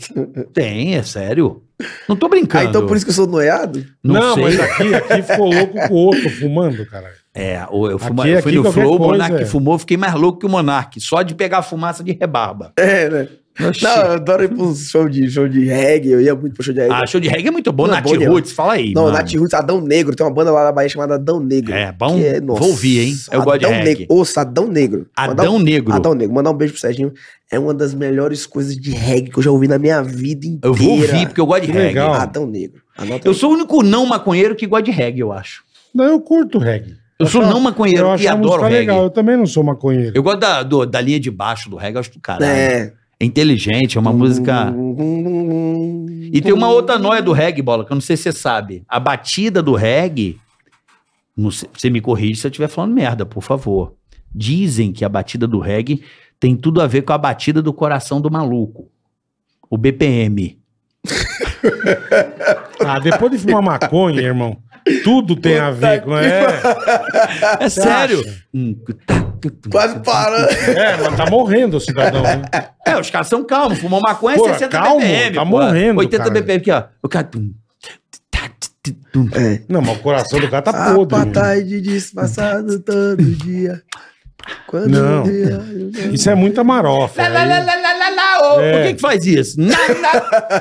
[SPEAKER 4] Tem, é sério. Não tô brincando.
[SPEAKER 2] Ah, então por isso que eu sou noiado?
[SPEAKER 4] Não,
[SPEAKER 3] Não,
[SPEAKER 4] sei.
[SPEAKER 3] mas aqui, aqui ficou louco com o outro fumando, cara.
[SPEAKER 4] É, ou eu, fuma-
[SPEAKER 3] Aqui-
[SPEAKER 4] eu fui
[SPEAKER 3] aqui
[SPEAKER 4] no
[SPEAKER 3] qualquer
[SPEAKER 4] Flow, o
[SPEAKER 3] coisa,
[SPEAKER 4] Monark
[SPEAKER 3] é.
[SPEAKER 4] fumou, eu fiquei mais louco que o Monark. Só de pegar a fumaça de rebarba.
[SPEAKER 2] É, né?
[SPEAKER 4] Oxi.
[SPEAKER 2] Não, eu adoro ir pro show de, show de reggae, eu ia muito pro show de reggae.
[SPEAKER 4] Ah, show de reggae é muito bom.
[SPEAKER 2] Não, é
[SPEAKER 4] Nath
[SPEAKER 2] bom demais.
[SPEAKER 4] Roots, fala aí.
[SPEAKER 2] não,
[SPEAKER 4] mano.
[SPEAKER 2] Nath Roots, Adão Negro, tem uma banda lá na Bahia chamada Adão Negro.
[SPEAKER 4] É, bom.
[SPEAKER 2] que
[SPEAKER 4] Vou ouvir, hein? Eu gosto de
[SPEAKER 2] Adão
[SPEAKER 4] reggae.
[SPEAKER 2] Negro. Ouça, Adão Negro. Mandar
[SPEAKER 4] Adão Negro.
[SPEAKER 2] Adão Negro, mandar um beijo pro Serginho. É uma das melhores coisas de reggae que eu já ouvi na minha vida inteira.
[SPEAKER 4] Eu vou ouvir, porque eu gosto de
[SPEAKER 3] Que
[SPEAKER 4] reggae.
[SPEAKER 3] legal.
[SPEAKER 2] Adão Negro. Anota
[SPEAKER 4] Eu
[SPEAKER 2] aí.
[SPEAKER 4] sou o único não maconheiro que gosta de reggae, eu acho.
[SPEAKER 3] Não, eu curto reggae.
[SPEAKER 4] Eu sou
[SPEAKER 3] acho-
[SPEAKER 4] não maconheiro
[SPEAKER 3] Eu
[SPEAKER 4] e
[SPEAKER 3] acho a
[SPEAKER 4] adoro
[SPEAKER 3] música
[SPEAKER 4] reggae.
[SPEAKER 3] legal. Eu também não sou maconheiro.
[SPEAKER 4] Eu gosto da, do- da linha de baixo do reggae, eu acho do caralho. É.
[SPEAKER 2] É.
[SPEAKER 4] inteligente, é uma
[SPEAKER 3] Hum.
[SPEAKER 4] música. E tem um uma outra noia do reggae, bola, que eu não sei se você sabe. A batida do reggae. não sei- você me corrige se eu estiver falando merda, por favor. Dizem que a batida do reggae tem tudo a ver com a batida do coração do maluco. O BPM.
[SPEAKER 3] Ah, depois de fumar maconha, irmão, tudo tem a ver com... É,
[SPEAKER 4] É
[SPEAKER 3] Você
[SPEAKER 4] sério.
[SPEAKER 3] acha?
[SPEAKER 4] Hum, tá,
[SPEAKER 2] Quase parando.
[SPEAKER 3] é, mas tá morrendo o cidadão, né?
[SPEAKER 4] É, os caras são calmos. Fumou maconha,
[SPEAKER 3] Porra,
[SPEAKER 4] 60
[SPEAKER 3] calmo,
[SPEAKER 4] BPM.
[SPEAKER 3] tá
[SPEAKER 4] porra.
[SPEAKER 3] morrendo,
[SPEAKER 4] 80
[SPEAKER 3] cara.
[SPEAKER 4] BPM aqui, ó. O cara... tum, tá, tá, tá, tum.
[SPEAKER 2] É.
[SPEAKER 3] Não, mas o coração do cara tá
[SPEAKER 4] Ah,
[SPEAKER 2] A
[SPEAKER 3] podre. irmão.
[SPEAKER 2] patade despassado todo dia. Quando
[SPEAKER 3] Não.
[SPEAKER 2] eu-
[SPEAKER 3] Isso é muita marofa.
[SPEAKER 4] Lá, lá,
[SPEAKER 3] aí-
[SPEAKER 4] lá, lá, lá, lá, lá, ô,
[SPEAKER 3] É.
[SPEAKER 4] Por que que faz isso? Na, na-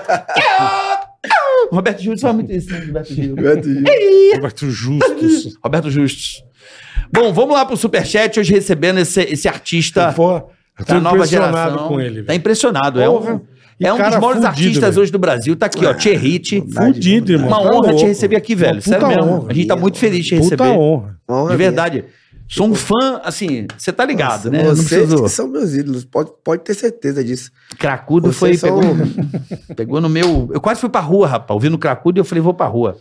[SPEAKER 4] Ô, ô. Roberto Justus faz muito isso, né, Roberto Justus.
[SPEAKER 3] Roberto Justus.
[SPEAKER 4] Roberto Justus. Bom, vamos lá pro Superchat, hoje recebendo esse, esse artista
[SPEAKER 3] Eu tô- eu tô
[SPEAKER 4] da Tá nova
[SPEAKER 3] impressionado
[SPEAKER 4] geração.
[SPEAKER 3] com ele,
[SPEAKER 4] tá
[SPEAKER 3] velho.
[SPEAKER 4] impressionado, é
[SPEAKER 3] Porra.
[SPEAKER 4] um,
[SPEAKER 3] E
[SPEAKER 4] é um dos
[SPEAKER 3] cara
[SPEAKER 4] maiores
[SPEAKER 3] fudido,
[SPEAKER 4] artistas
[SPEAKER 3] velho.
[SPEAKER 4] hoje do Brasil. Tá aqui, ó, Tierrit.
[SPEAKER 3] Fudido, irmão.
[SPEAKER 4] Uma
[SPEAKER 3] tá
[SPEAKER 4] honra te
[SPEAKER 3] louco.
[SPEAKER 4] receber aqui, velho.
[SPEAKER 3] Uma
[SPEAKER 4] Sério
[SPEAKER 3] puta
[SPEAKER 4] mesmo.
[SPEAKER 3] honra.
[SPEAKER 4] A gente tá muito feliz de te
[SPEAKER 3] Puta
[SPEAKER 4] receber.
[SPEAKER 3] honra.
[SPEAKER 4] De verdade. Sou um fã, assim, você tá ligado, né? Eu Não
[SPEAKER 2] Vocês
[SPEAKER 4] preciso...
[SPEAKER 2] que são meus ídolos, pode, pode ter certeza disso.
[SPEAKER 4] Cracudo
[SPEAKER 2] Vocês
[SPEAKER 4] foi.
[SPEAKER 2] são-
[SPEAKER 4] Pegou, pegou no meu. Eu quase fui pra rua, rapaz. Ouvindo Cracudo e eu falei, vou pra rua.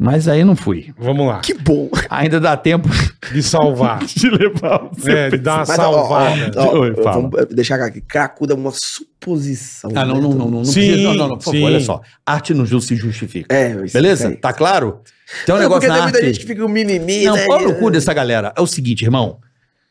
[SPEAKER 4] Mas aí não fui.
[SPEAKER 3] Vamos lá.
[SPEAKER 2] Que bom.
[SPEAKER 4] Ainda dá tempo
[SPEAKER 3] De salvar.
[SPEAKER 4] de levar o seu.
[SPEAKER 3] É, de dar uma
[SPEAKER 2] Mas, ó, ó,
[SPEAKER 3] salvada.
[SPEAKER 2] ó,
[SPEAKER 4] Oi, fala.
[SPEAKER 2] vamos deixar aqui. Cracuda é uma suposição.
[SPEAKER 4] Ah, não,
[SPEAKER 2] né?
[SPEAKER 4] não, não, não, não
[SPEAKER 3] Sim,
[SPEAKER 4] precisa. Não, não, não, por favor,
[SPEAKER 3] sim.
[SPEAKER 4] olha só. Arte não ju- se justifica.
[SPEAKER 2] É, isso
[SPEAKER 4] Beleza?
[SPEAKER 2] aí.
[SPEAKER 4] Tá claro? Tem um
[SPEAKER 2] Não,
[SPEAKER 4] negócio
[SPEAKER 2] porque
[SPEAKER 4] na
[SPEAKER 2] tem muita
[SPEAKER 4] arte.
[SPEAKER 2] gente que fica um mimimi,
[SPEAKER 4] Não,
[SPEAKER 2] né?
[SPEAKER 4] pau no cu dessa galera. É o seguinte, irmão.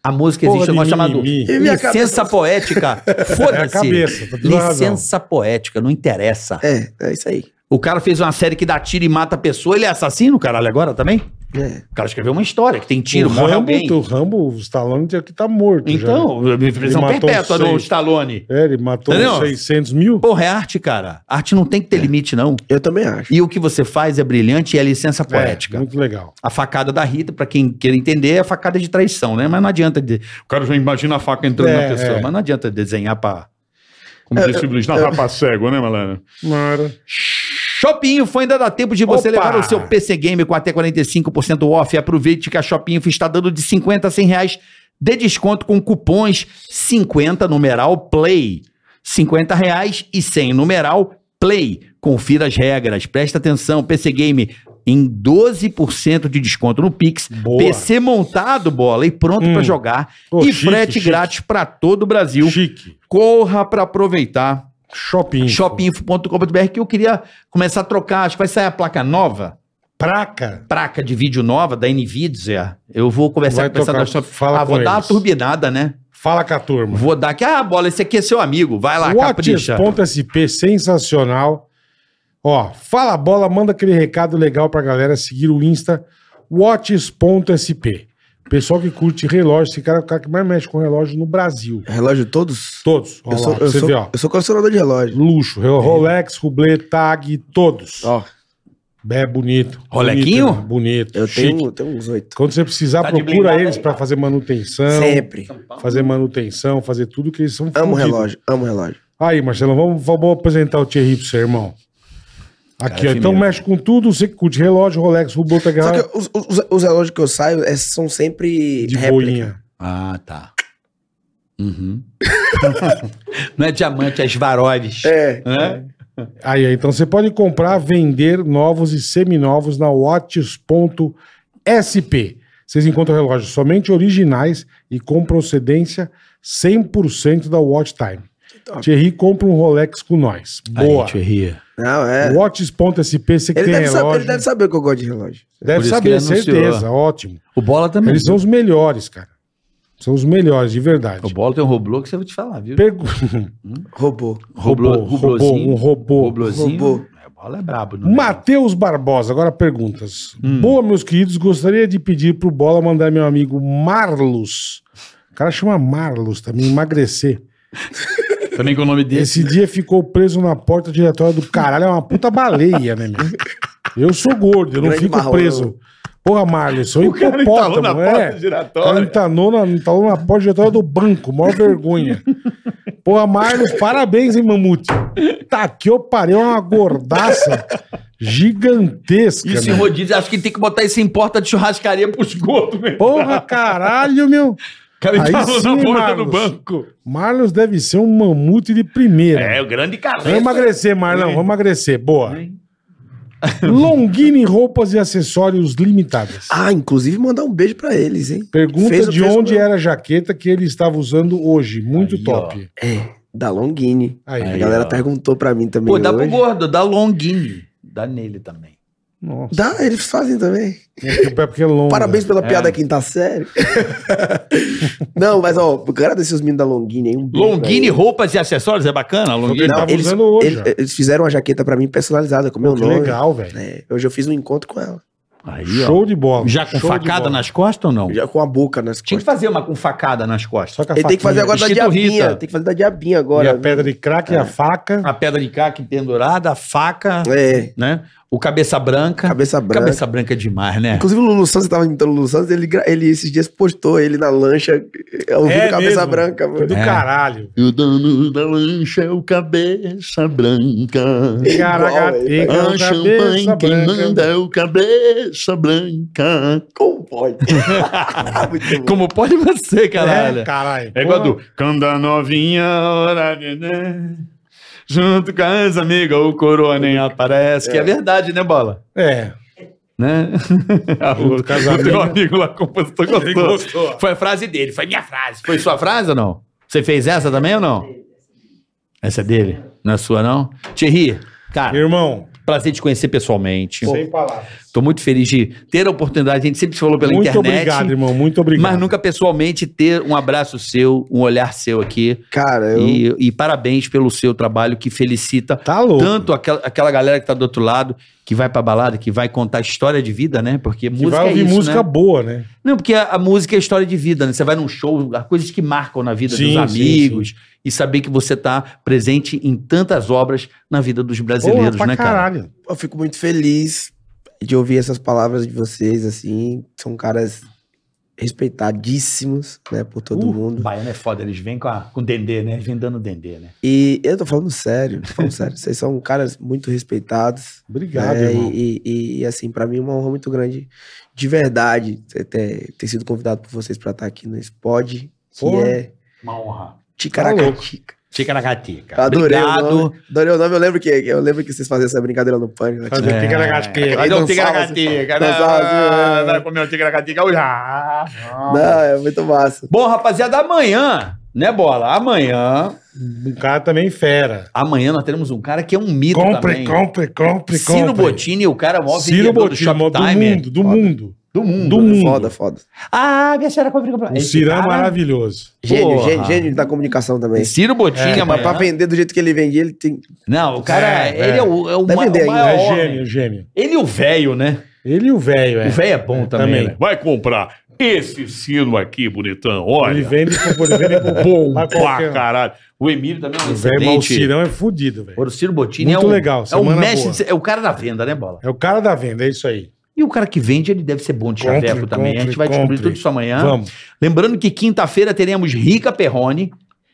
[SPEAKER 4] A música
[SPEAKER 3] Porra
[SPEAKER 4] existe um
[SPEAKER 3] de
[SPEAKER 4] negócio chamado
[SPEAKER 3] mimimi.
[SPEAKER 2] E minha
[SPEAKER 4] licença poética.
[SPEAKER 3] É a
[SPEAKER 4] Foda-se.
[SPEAKER 3] cabeça. Tá tudo na razão.
[SPEAKER 4] licença poética, não interessa.
[SPEAKER 2] É, é isso aí.
[SPEAKER 4] O cara fez uma série que dá tiro e mata a pessoa, ele é assassino, caralho, agora também?
[SPEAKER 2] É.
[SPEAKER 4] O cara escreveu uma história que tem tiro,
[SPEAKER 3] o
[SPEAKER 4] morre
[SPEAKER 3] Rambo,
[SPEAKER 4] alguém.
[SPEAKER 3] O Rambo, o Stallone aqui tá morto.
[SPEAKER 4] Então, prisão
[SPEAKER 3] Ele matou
[SPEAKER 4] perpétua
[SPEAKER 3] seis.
[SPEAKER 4] do Stallone.
[SPEAKER 3] já. É, ele matou
[SPEAKER 4] Entendeu?
[SPEAKER 3] 600 mil.
[SPEAKER 4] Porra, é arte, cara. Arte não tem que ter limite, não.
[SPEAKER 2] Eu também acho.
[SPEAKER 4] E o que você faz é brilhante e é licença poética.
[SPEAKER 3] É, muito legal.
[SPEAKER 4] A facada da Rita, pra quem queira entender, é a facada de traição, né? Mas não adianta. De... O cara já imagina a faca entrando
[SPEAKER 3] É,
[SPEAKER 4] na pessoa,
[SPEAKER 3] é.
[SPEAKER 4] mas não adianta desenhar pra. É,
[SPEAKER 1] Como disse o Luiz, na rapa cego, né, Malena?
[SPEAKER 3] Mara.
[SPEAKER 4] Shopinho foi ainda dá tempo de você
[SPEAKER 3] Opa!
[SPEAKER 4] levar o seu PC Game com até 45% off. Aproveite que a Shopinho está dando de 50 a 100 reais de desconto com cupons 50 numeral play. 50 reais e 100 numeral play. Confira as regras. Presta atenção, PC Game em 12% de desconto no Pix.
[SPEAKER 3] Boa.
[SPEAKER 4] PC montado, bola e pronto
[SPEAKER 3] Hum.
[SPEAKER 4] pra jogar.
[SPEAKER 3] Pô,
[SPEAKER 4] e
[SPEAKER 3] chique,
[SPEAKER 4] frete
[SPEAKER 3] chique.
[SPEAKER 4] grátis pra todo o Brasil.
[SPEAKER 3] Chique.
[SPEAKER 4] Corra pra aproveitar
[SPEAKER 3] Shopping.
[SPEAKER 4] shopinfo.com.br que eu queria começar a trocar, acho que vai sair a placa nova,
[SPEAKER 3] Praca.
[SPEAKER 4] placa de vídeo nova da Nvidia. Eu vou conversar
[SPEAKER 3] Vai
[SPEAKER 4] com o pessoal
[SPEAKER 3] trocar,
[SPEAKER 4] da Shop.
[SPEAKER 3] fala
[SPEAKER 4] ah, vou
[SPEAKER 3] com
[SPEAKER 4] dar
[SPEAKER 3] eles.
[SPEAKER 4] uma turbinada, né?
[SPEAKER 3] Fala com a turma.
[SPEAKER 4] Vou dar aqui, ah, bola, esse aqui é seu amigo, vai lá, capricha.
[SPEAKER 3] Watches.sp, sensacional. Ó, fala a bola, manda aquele recado legal pra galera seguir o Insta Watches.sp. Pessoal que curte relógio, esse cara é o cara que mais mexe com relógio no Brasil.
[SPEAKER 2] Relógio todos?
[SPEAKER 3] Todos. Ó
[SPEAKER 2] Eu
[SPEAKER 3] lá,
[SPEAKER 2] sou,
[SPEAKER 3] pra
[SPEAKER 2] eu,
[SPEAKER 3] você
[SPEAKER 2] sou,
[SPEAKER 3] vê, ó.
[SPEAKER 2] eu sou colecionador de relógio.
[SPEAKER 3] Luxo, Rolex, Roublet, Tag, todos.
[SPEAKER 2] Ó,
[SPEAKER 3] É bonito.
[SPEAKER 4] Rolequinho?
[SPEAKER 3] Bonito, irmão, Bonito.
[SPEAKER 2] eu
[SPEAKER 3] chique.
[SPEAKER 2] tenho, eu tenho uns oito.
[SPEAKER 3] Quando você precisar,
[SPEAKER 4] Tá de
[SPEAKER 3] procura
[SPEAKER 4] blindado
[SPEAKER 3] eles
[SPEAKER 4] aí,
[SPEAKER 3] pra fazer manutenção.
[SPEAKER 2] Sempre.
[SPEAKER 3] Fazer manutenção, fazer tudo que eles são
[SPEAKER 2] Amo
[SPEAKER 3] fodidos.
[SPEAKER 2] relógio, amo relógio.
[SPEAKER 3] Aí, Marcelo, vamos, vamos apresentar o Thierry pro seu irmão. Aqui,
[SPEAKER 4] Cara,
[SPEAKER 3] ó,
[SPEAKER 4] é
[SPEAKER 3] então
[SPEAKER 4] mesmo.
[SPEAKER 3] mexe com tudo, você que curte relógio, Rolex, robô,
[SPEAKER 2] Só
[SPEAKER 3] Tegra,
[SPEAKER 2] que os, os, os relógios que eu saio é, são sempre
[SPEAKER 3] de
[SPEAKER 2] réplica.
[SPEAKER 3] boinha.
[SPEAKER 4] Ah, tá. Uhum. Não é diamante, é esvaroides.
[SPEAKER 2] É.
[SPEAKER 4] Hã?
[SPEAKER 3] Aí, aí, então você pode comprar, vender novos e seminovos na watches.sp. Vocês encontram relógios somente originais e com procedência 100% da Watch Time.
[SPEAKER 2] top.
[SPEAKER 3] Thierry compra um Rolex com nós. Boa.
[SPEAKER 4] Aí, Thierry.
[SPEAKER 2] Não, é.
[SPEAKER 3] Watches.sp, você que
[SPEAKER 2] Ele
[SPEAKER 3] tem
[SPEAKER 2] deve, saber,
[SPEAKER 3] relógio.
[SPEAKER 2] ele deve saber que eu gosto de relógio.
[SPEAKER 3] Deve
[SPEAKER 4] Por isso que
[SPEAKER 3] saber,
[SPEAKER 4] ele anunciou.
[SPEAKER 3] certeza, ótimo.
[SPEAKER 4] O Bola também.
[SPEAKER 3] Eles são os melhores, cara. São os melhores, de verdade.
[SPEAKER 4] O Bola tem um Roblox, eu vou te falar, viu?
[SPEAKER 3] Pergu-
[SPEAKER 2] Robô.
[SPEAKER 4] Roblo-
[SPEAKER 3] Robô,
[SPEAKER 4] Rublozinho.
[SPEAKER 3] robô, um robô.
[SPEAKER 4] Roblozinho.
[SPEAKER 2] Robô.
[SPEAKER 4] É, O Bola é brabo. não é?
[SPEAKER 3] Matheus Barbosa, agora perguntas. Boa, meus queridos, gostaria de pedir pro Bola mandar meu amigo Marlos. O cara chama Marlos também, emagrecer.
[SPEAKER 4] Também com o nome desse.
[SPEAKER 1] né?
[SPEAKER 3] Esse dia ficou preso na porta diretória do caralho, é uma puta baleia, né, meu? Eu sou gordo, eu não
[SPEAKER 2] Grande
[SPEAKER 3] fico
[SPEAKER 2] marrom.
[SPEAKER 3] preso. Porra, Marlos, sou
[SPEAKER 1] O cara entalou na
[SPEAKER 3] hipopótamo,
[SPEAKER 1] porta
[SPEAKER 3] é. O cara
[SPEAKER 1] giratória.
[SPEAKER 3] entanou na, entalou na porta diretória do banco, maior vergonha. Porra, Marlos, parabéns, hein, Mamute? Tá que eu parei uma gordaça gigantesca. né?
[SPEAKER 4] Isso em
[SPEAKER 3] meu.
[SPEAKER 4] rodízio, acho que tem que botar isso em porta de churrascaria pro esgoto, meu.
[SPEAKER 3] Porra, caralho, meu.
[SPEAKER 4] O cara
[SPEAKER 3] Aí
[SPEAKER 4] entalou
[SPEAKER 3] sim,
[SPEAKER 4] na porta
[SPEAKER 3] Marlos.
[SPEAKER 4] do banco.
[SPEAKER 3] Marlos deve ser um mamute de primeira.
[SPEAKER 6] É, o grande cara.
[SPEAKER 3] Vamos emagrecer, Marlão, vamos emagrecer. Boa. Longini Roupas e Acessórios Limitadas.
[SPEAKER 2] Ah, inclusive mandar um beijo pra eles, hein?
[SPEAKER 3] Pergunta
[SPEAKER 2] Fez-
[SPEAKER 3] de
[SPEAKER 2] fez
[SPEAKER 3] onde
[SPEAKER 2] um-
[SPEAKER 3] era a jaqueta que ele estava usando hoje. Muito
[SPEAKER 4] Aí,
[SPEAKER 3] top.
[SPEAKER 2] É, da Longini.
[SPEAKER 3] Aí.
[SPEAKER 2] A galera
[SPEAKER 4] ó.
[SPEAKER 2] perguntou pra mim também.
[SPEAKER 4] Pô, dá pro
[SPEAKER 2] hoje.
[SPEAKER 4] gordo, dá longuinho. Dá nele também.
[SPEAKER 3] Nossa.
[SPEAKER 2] Dá, eles fazem também.
[SPEAKER 3] É porque é longa.
[SPEAKER 2] Parabéns pela
[SPEAKER 4] É.
[SPEAKER 2] piada quinta série. Não, mas ó, eu quero agradecer os meninos da Longini aí. Um beijo
[SPEAKER 4] Longini, roupas e acessórios, é bacana?
[SPEAKER 2] pra
[SPEAKER 4] Longini?
[SPEAKER 2] eles.
[SPEAKER 3] Ele
[SPEAKER 2] Não,
[SPEAKER 3] tava
[SPEAKER 2] eles,
[SPEAKER 3] usando hoje,
[SPEAKER 2] ele-
[SPEAKER 3] ó.
[SPEAKER 2] eles, fizeram uma jaqueta pra mim personalizada com o meu
[SPEAKER 3] Que
[SPEAKER 2] nome.
[SPEAKER 3] legal, velho.
[SPEAKER 2] É, hoje eu fiz um encontro com ela.
[SPEAKER 4] Aí, ó.
[SPEAKER 3] Show de bola.
[SPEAKER 4] Já com
[SPEAKER 3] Show de
[SPEAKER 4] facada
[SPEAKER 3] bola.
[SPEAKER 4] nas costas ou não?
[SPEAKER 2] Já com a boca nas
[SPEAKER 4] Tinha que
[SPEAKER 2] costas.
[SPEAKER 4] fazer uma com facada nas costas.
[SPEAKER 3] Só que a
[SPEAKER 2] Ele tem que fazer
[SPEAKER 3] faquinha
[SPEAKER 2] agora da
[SPEAKER 4] Instituto
[SPEAKER 2] diabinha.
[SPEAKER 4] Rita.
[SPEAKER 2] Tem que fazer da diabinha
[SPEAKER 3] E
[SPEAKER 2] agora.
[SPEAKER 3] a pedra de crack
[SPEAKER 4] É.
[SPEAKER 3] e a faca.
[SPEAKER 4] A pedra de caque pendurada, a faca,
[SPEAKER 2] É,
[SPEAKER 4] né? O cabeça branca.
[SPEAKER 2] cabeça branca.
[SPEAKER 4] Cabeça branca é demais, né?
[SPEAKER 2] Inclusive o Lulu Santos, tava imitando o Lulu Santos, ele, gra- ele esses dias postou ele na lancha eh, ouvindo
[SPEAKER 3] É
[SPEAKER 2] Cabeça
[SPEAKER 3] mesmo.
[SPEAKER 2] Branca,
[SPEAKER 3] Do
[SPEAKER 2] mano.
[SPEAKER 4] É.
[SPEAKER 3] caralho.
[SPEAKER 1] E o dono da lancha é o cabeça branca.
[SPEAKER 3] Caraca,
[SPEAKER 2] velho.
[SPEAKER 3] tem
[SPEAKER 1] A
[SPEAKER 4] um
[SPEAKER 1] champanhe
[SPEAKER 3] É cabeça
[SPEAKER 1] quem
[SPEAKER 3] branca.
[SPEAKER 1] manda é o cabeça branca.
[SPEAKER 2] Como pode? Muito bom.
[SPEAKER 4] Como pode você,
[SPEAKER 3] É,
[SPEAKER 4] caralho?
[SPEAKER 3] caralho.
[SPEAKER 1] É igual a do Canda novinha, hora de né? Junto com as amigas, o coroa nem aparece.
[SPEAKER 4] Isso que é verdade, né, Bola?
[SPEAKER 3] É.
[SPEAKER 4] Né?
[SPEAKER 3] O
[SPEAKER 4] O teu
[SPEAKER 3] casamento.
[SPEAKER 4] amigo lá, compositor, gostou.
[SPEAKER 3] gostou.
[SPEAKER 4] Foi a frase dele, foi minha frase. Foi sua frase ou não? Você fez essa também ou não? Essa é dele? Não é sua, não? Thierry, cara,
[SPEAKER 3] Irmão,
[SPEAKER 4] prazer te conhecer pessoalmente.
[SPEAKER 3] sem palavras.
[SPEAKER 4] Tô muito feliz de ter a oportunidade, a gente sempre se falou pela
[SPEAKER 3] muito
[SPEAKER 4] internet.
[SPEAKER 3] obrigado, irmão. Muito obrigado.
[SPEAKER 4] Mas nunca pessoalmente ter um abraço seu, um olhar seu aqui.
[SPEAKER 2] Cara, eu...
[SPEAKER 4] E, e parabéns pelo seu trabalho que felicita
[SPEAKER 3] Tá louco.
[SPEAKER 4] tanto aquela, aquela galera que tá do outro lado, que vai pra balada, que vai contar história de vida, né? Porque
[SPEAKER 3] que
[SPEAKER 4] música
[SPEAKER 3] vai ouvir
[SPEAKER 4] é isso,
[SPEAKER 3] música
[SPEAKER 4] né?
[SPEAKER 3] boa, né?
[SPEAKER 4] Não, porque a, a música é história de vida, né? Você vai num show, há coisas que marcam na vida
[SPEAKER 3] Sim,
[SPEAKER 4] dos
[SPEAKER 3] sim,
[SPEAKER 4] amigos e saber que você tá presente em tantas obras na vida dos brasileiros,
[SPEAKER 3] Porra, pra
[SPEAKER 4] né, cara?
[SPEAKER 3] caralho.
[SPEAKER 2] eu fico muito feliz de ouvir essas palavras de vocês, assim. São caras respeitadíssimos, né, por todo
[SPEAKER 4] Uh,
[SPEAKER 2] mundo.
[SPEAKER 4] Baiano é foda, eles vêm com, a, com dendê, né? Eles vêm dando dendê, né?
[SPEAKER 2] E eu tô falando sério, tô falando sério. Vocês são caras muito respeitados.
[SPEAKER 3] Obrigado,
[SPEAKER 4] É,
[SPEAKER 2] né,
[SPEAKER 3] irmão.
[SPEAKER 2] e, e- e, assim, pra mim é uma honra muito grande, de verdade, ter, ter, ter sido convidado por vocês pra estar aqui nesse pod, que
[SPEAKER 3] Pô,
[SPEAKER 2] é
[SPEAKER 4] Uma honra.
[SPEAKER 2] Ticaracatica.
[SPEAKER 4] Chica na gatica.
[SPEAKER 3] Tá
[SPEAKER 2] Adorei o
[SPEAKER 4] Obrigado.
[SPEAKER 2] nome. Adorei o nome, eu lembro que, eu lembro que vocês faziam essa brincadeira no pânico. né?
[SPEAKER 3] Fazer
[SPEAKER 4] É.
[SPEAKER 3] pica na gateira.
[SPEAKER 2] Aí
[SPEAKER 6] Cadê o
[SPEAKER 2] dançava
[SPEAKER 6] tigra-gatica?
[SPEAKER 2] assim, dançava assim,
[SPEAKER 6] Não,
[SPEAKER 2] é.
[SPEAKER 6] Vai comer o tigra-gatica hoje. Ah, não.
[SPEAKER 2] Não, é muito massa.
[SPEAKER 4] Bom, rapaziada, amanhã, né, Bola? Amanhã,
[SPEAKER 3] Um cara também fera.
[SPEAKER 4] amanhã nós teremos um cara que é um mito
[SPEAKER 3] Compre,
[SPEAKER 4] também.
[SPEAKER 3] compre, compre, compre.
[SPEAKER 4] Ciro Bottini, o cara mó
[SPEAKER 3] Ciro
[SPEAKER 4] vendedor
[SPEAKER 3] Bottini, irmão, do
[SPEAKER 4] Shoptimer.
[SPEAKER 3] mundo, do mundo.
[SPEAKER 4] Do é mundo. é
[SPEAKER 3] Do mundo.
[SPEAKER 2] Foda, foda.
[SPEAKER 4] Ah, minha senhora compra pra
[SPEAKER 3] O Ciro é maravilhoso.
[SPEAKER 2] Gênio,
[SPEAKER 4] Porra.
[SPEAKER 2] gênio, gênio da comunicação também.
[SPEAKER 4] Ciro Bottini,
[SPEAKER 3] É,
[SPEAKER 2] Mas
[SPEAKER 4] amanhã.
[SPEAKER 2] pra vender do jeito que ele vende, ele tem.
[SPEAKER 4] Não, o cara,
[SPEAKER 3] É,
[SPEAKER 4] ele é,
[SPEAKER 3] é.
[SPEAKER 4] o, é o,
[SPEAKER 2] Deve
[SPEAKER 4] ma-
[SPEAKER 2] vender
[SPEAKER 4] o
[SPEAKER 2] ainda.
[SPEAKER 4] maior.
[SPEAKER 3] é
[SPEAKER 4] homem.
[SPEAKER 3] gênio, gênio.
[SPEAKER 4] Ele e o velho, né?
[SPEAKER 3] Ele e o velho, é.
[SPEAKER 4] O velho é bom também.
[SPEAKER 3] também.
[SPEAKER 4] né?
[SPEAKER 1] Vai comprar esse sino aqui, bonitão.
[SPEAKER 3] Ele
[SPEAKER 1] Olha.
[SPEAKER 3] vende pro ele vende pro-
[SPEAKER 1] Bom
[SPEAKER 3] pra
[SPEAKER 1] pra
[SPEAKER 3] qualquer- um.
[SPEAKER 1] caralho.
[SPEAKER 4] O Emílio também é um
[SPEAKER 3] O velho, mas o
[SPEAKER 4] excelente.
[SPEAKER 3] Cirão é fudido, velho.
[SPEAKER 4] O Ciro Bottini
[SPEAKER 3] Muito
[SPEAKER 4] é um,
[SPEAKER 3] legal,
[SPEAKER 4] é um
[SPEAKER 3] semana
[SPEAKER 4] mestre,
[SPEAKER 3] boa.
[SPEAKER 4] de- é o cara da venda, né, Bola?
[SPEAKER 3] É o cara da venda, é isso aí.
[SPEAKER 4] E o cara que vende, ele deve ser bom de
[SPEAKER 3] Compre,
[SPEAKER 4] chaveco também. a gente vai
[SPEAKER 3] compre, compre.
[SPEAKER 4] descobrir tudo isso amanhã.
[SPEAKER 3] Vamos.
[SPEAKER 4] Lembrando que quinta-feira teremos Rica Perrone,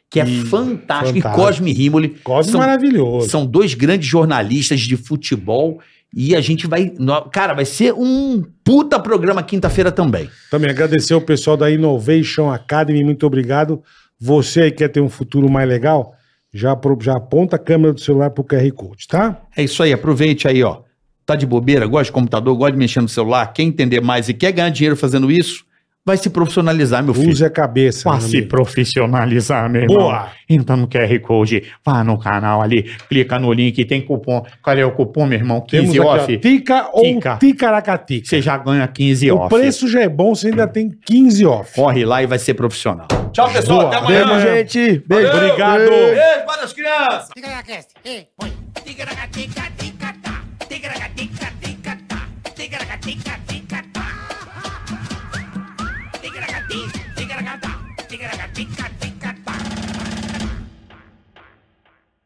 [SPEAKER 4] que é
[SPEAKER 3] Ih,
[SPEAKER 4] fantástico. E
[SPEAKER 3] fantástico.
[SPEAKER 4] Cosme Rimoli.
[SPEAKER 3] Cosme
[SPEAKER 4] são,
[SPEAKER 3] maravilhoso.
[SPEAKER 4] são dois grandes jornalistas de futebol. E a gente vai. nó- Cara, vai ser um puta programa quinta-feira também.
[SPEAKER 3] Também agradecer o pessoal da Innovation Academy, muito obrigado. Você aí quer ter um futuro mais legal, já, pro- já aponta a câmera do celular pro QR Code, tá?
[SPEAKER 4] É isso aí, aproveite aí, ó. Tá de bobeira, gosta de computador, gosta de mexer no celular, quer entender mais e quer ganhar dinheiro fazendo isso, vai se profissionalizar, meu filho.
[SPEAKER 3] Use a cabeça.
[SPEAKER 1] Pra
[SPEAKER 3] meu
[SPEAKER 1] se
[SPEAKER 3] amigo.
[SPEAKER 1] profissionalizar, meu irmão.
[SPEAKER 3] Boa!
[SPEAKER 1] Entra no QR Code, vá no canal ali, clica no link, tem cupom. Qual é o cupom, meu irmão? 15
[SPEAKER 3] Temos aqui, ó,
[SPEAKER 1] off.
[SPEAKER 3] tica ou
[SPEAKER 1] Tica.
[SPEAKER 3] ticaracatica.
[SPEAKER 1] Você já ganha 15
[SPEAKER 3] o
[SPEAKER 1] off.
[SPEAKER 3] preço já é bom, você ainda tem 15 off.
[SPEAKER 4] Corre lá e vai ser profissional.
[SPEAKER 6] Tchau, pessoal.
[SPEAKER 3] Boa.
[SPEAKER 6] Até amanhã.
[SPEAKER 2] Vemos, gente. Beijo.
[SPEAKER 3] Obrigado.
[SPEAKER 6] Beijo para as crianças.
[SPEAKER 7] Tigra-tica-tica-tá. Tigra-tica-tica-tá. Tigra-tica-tica-tá.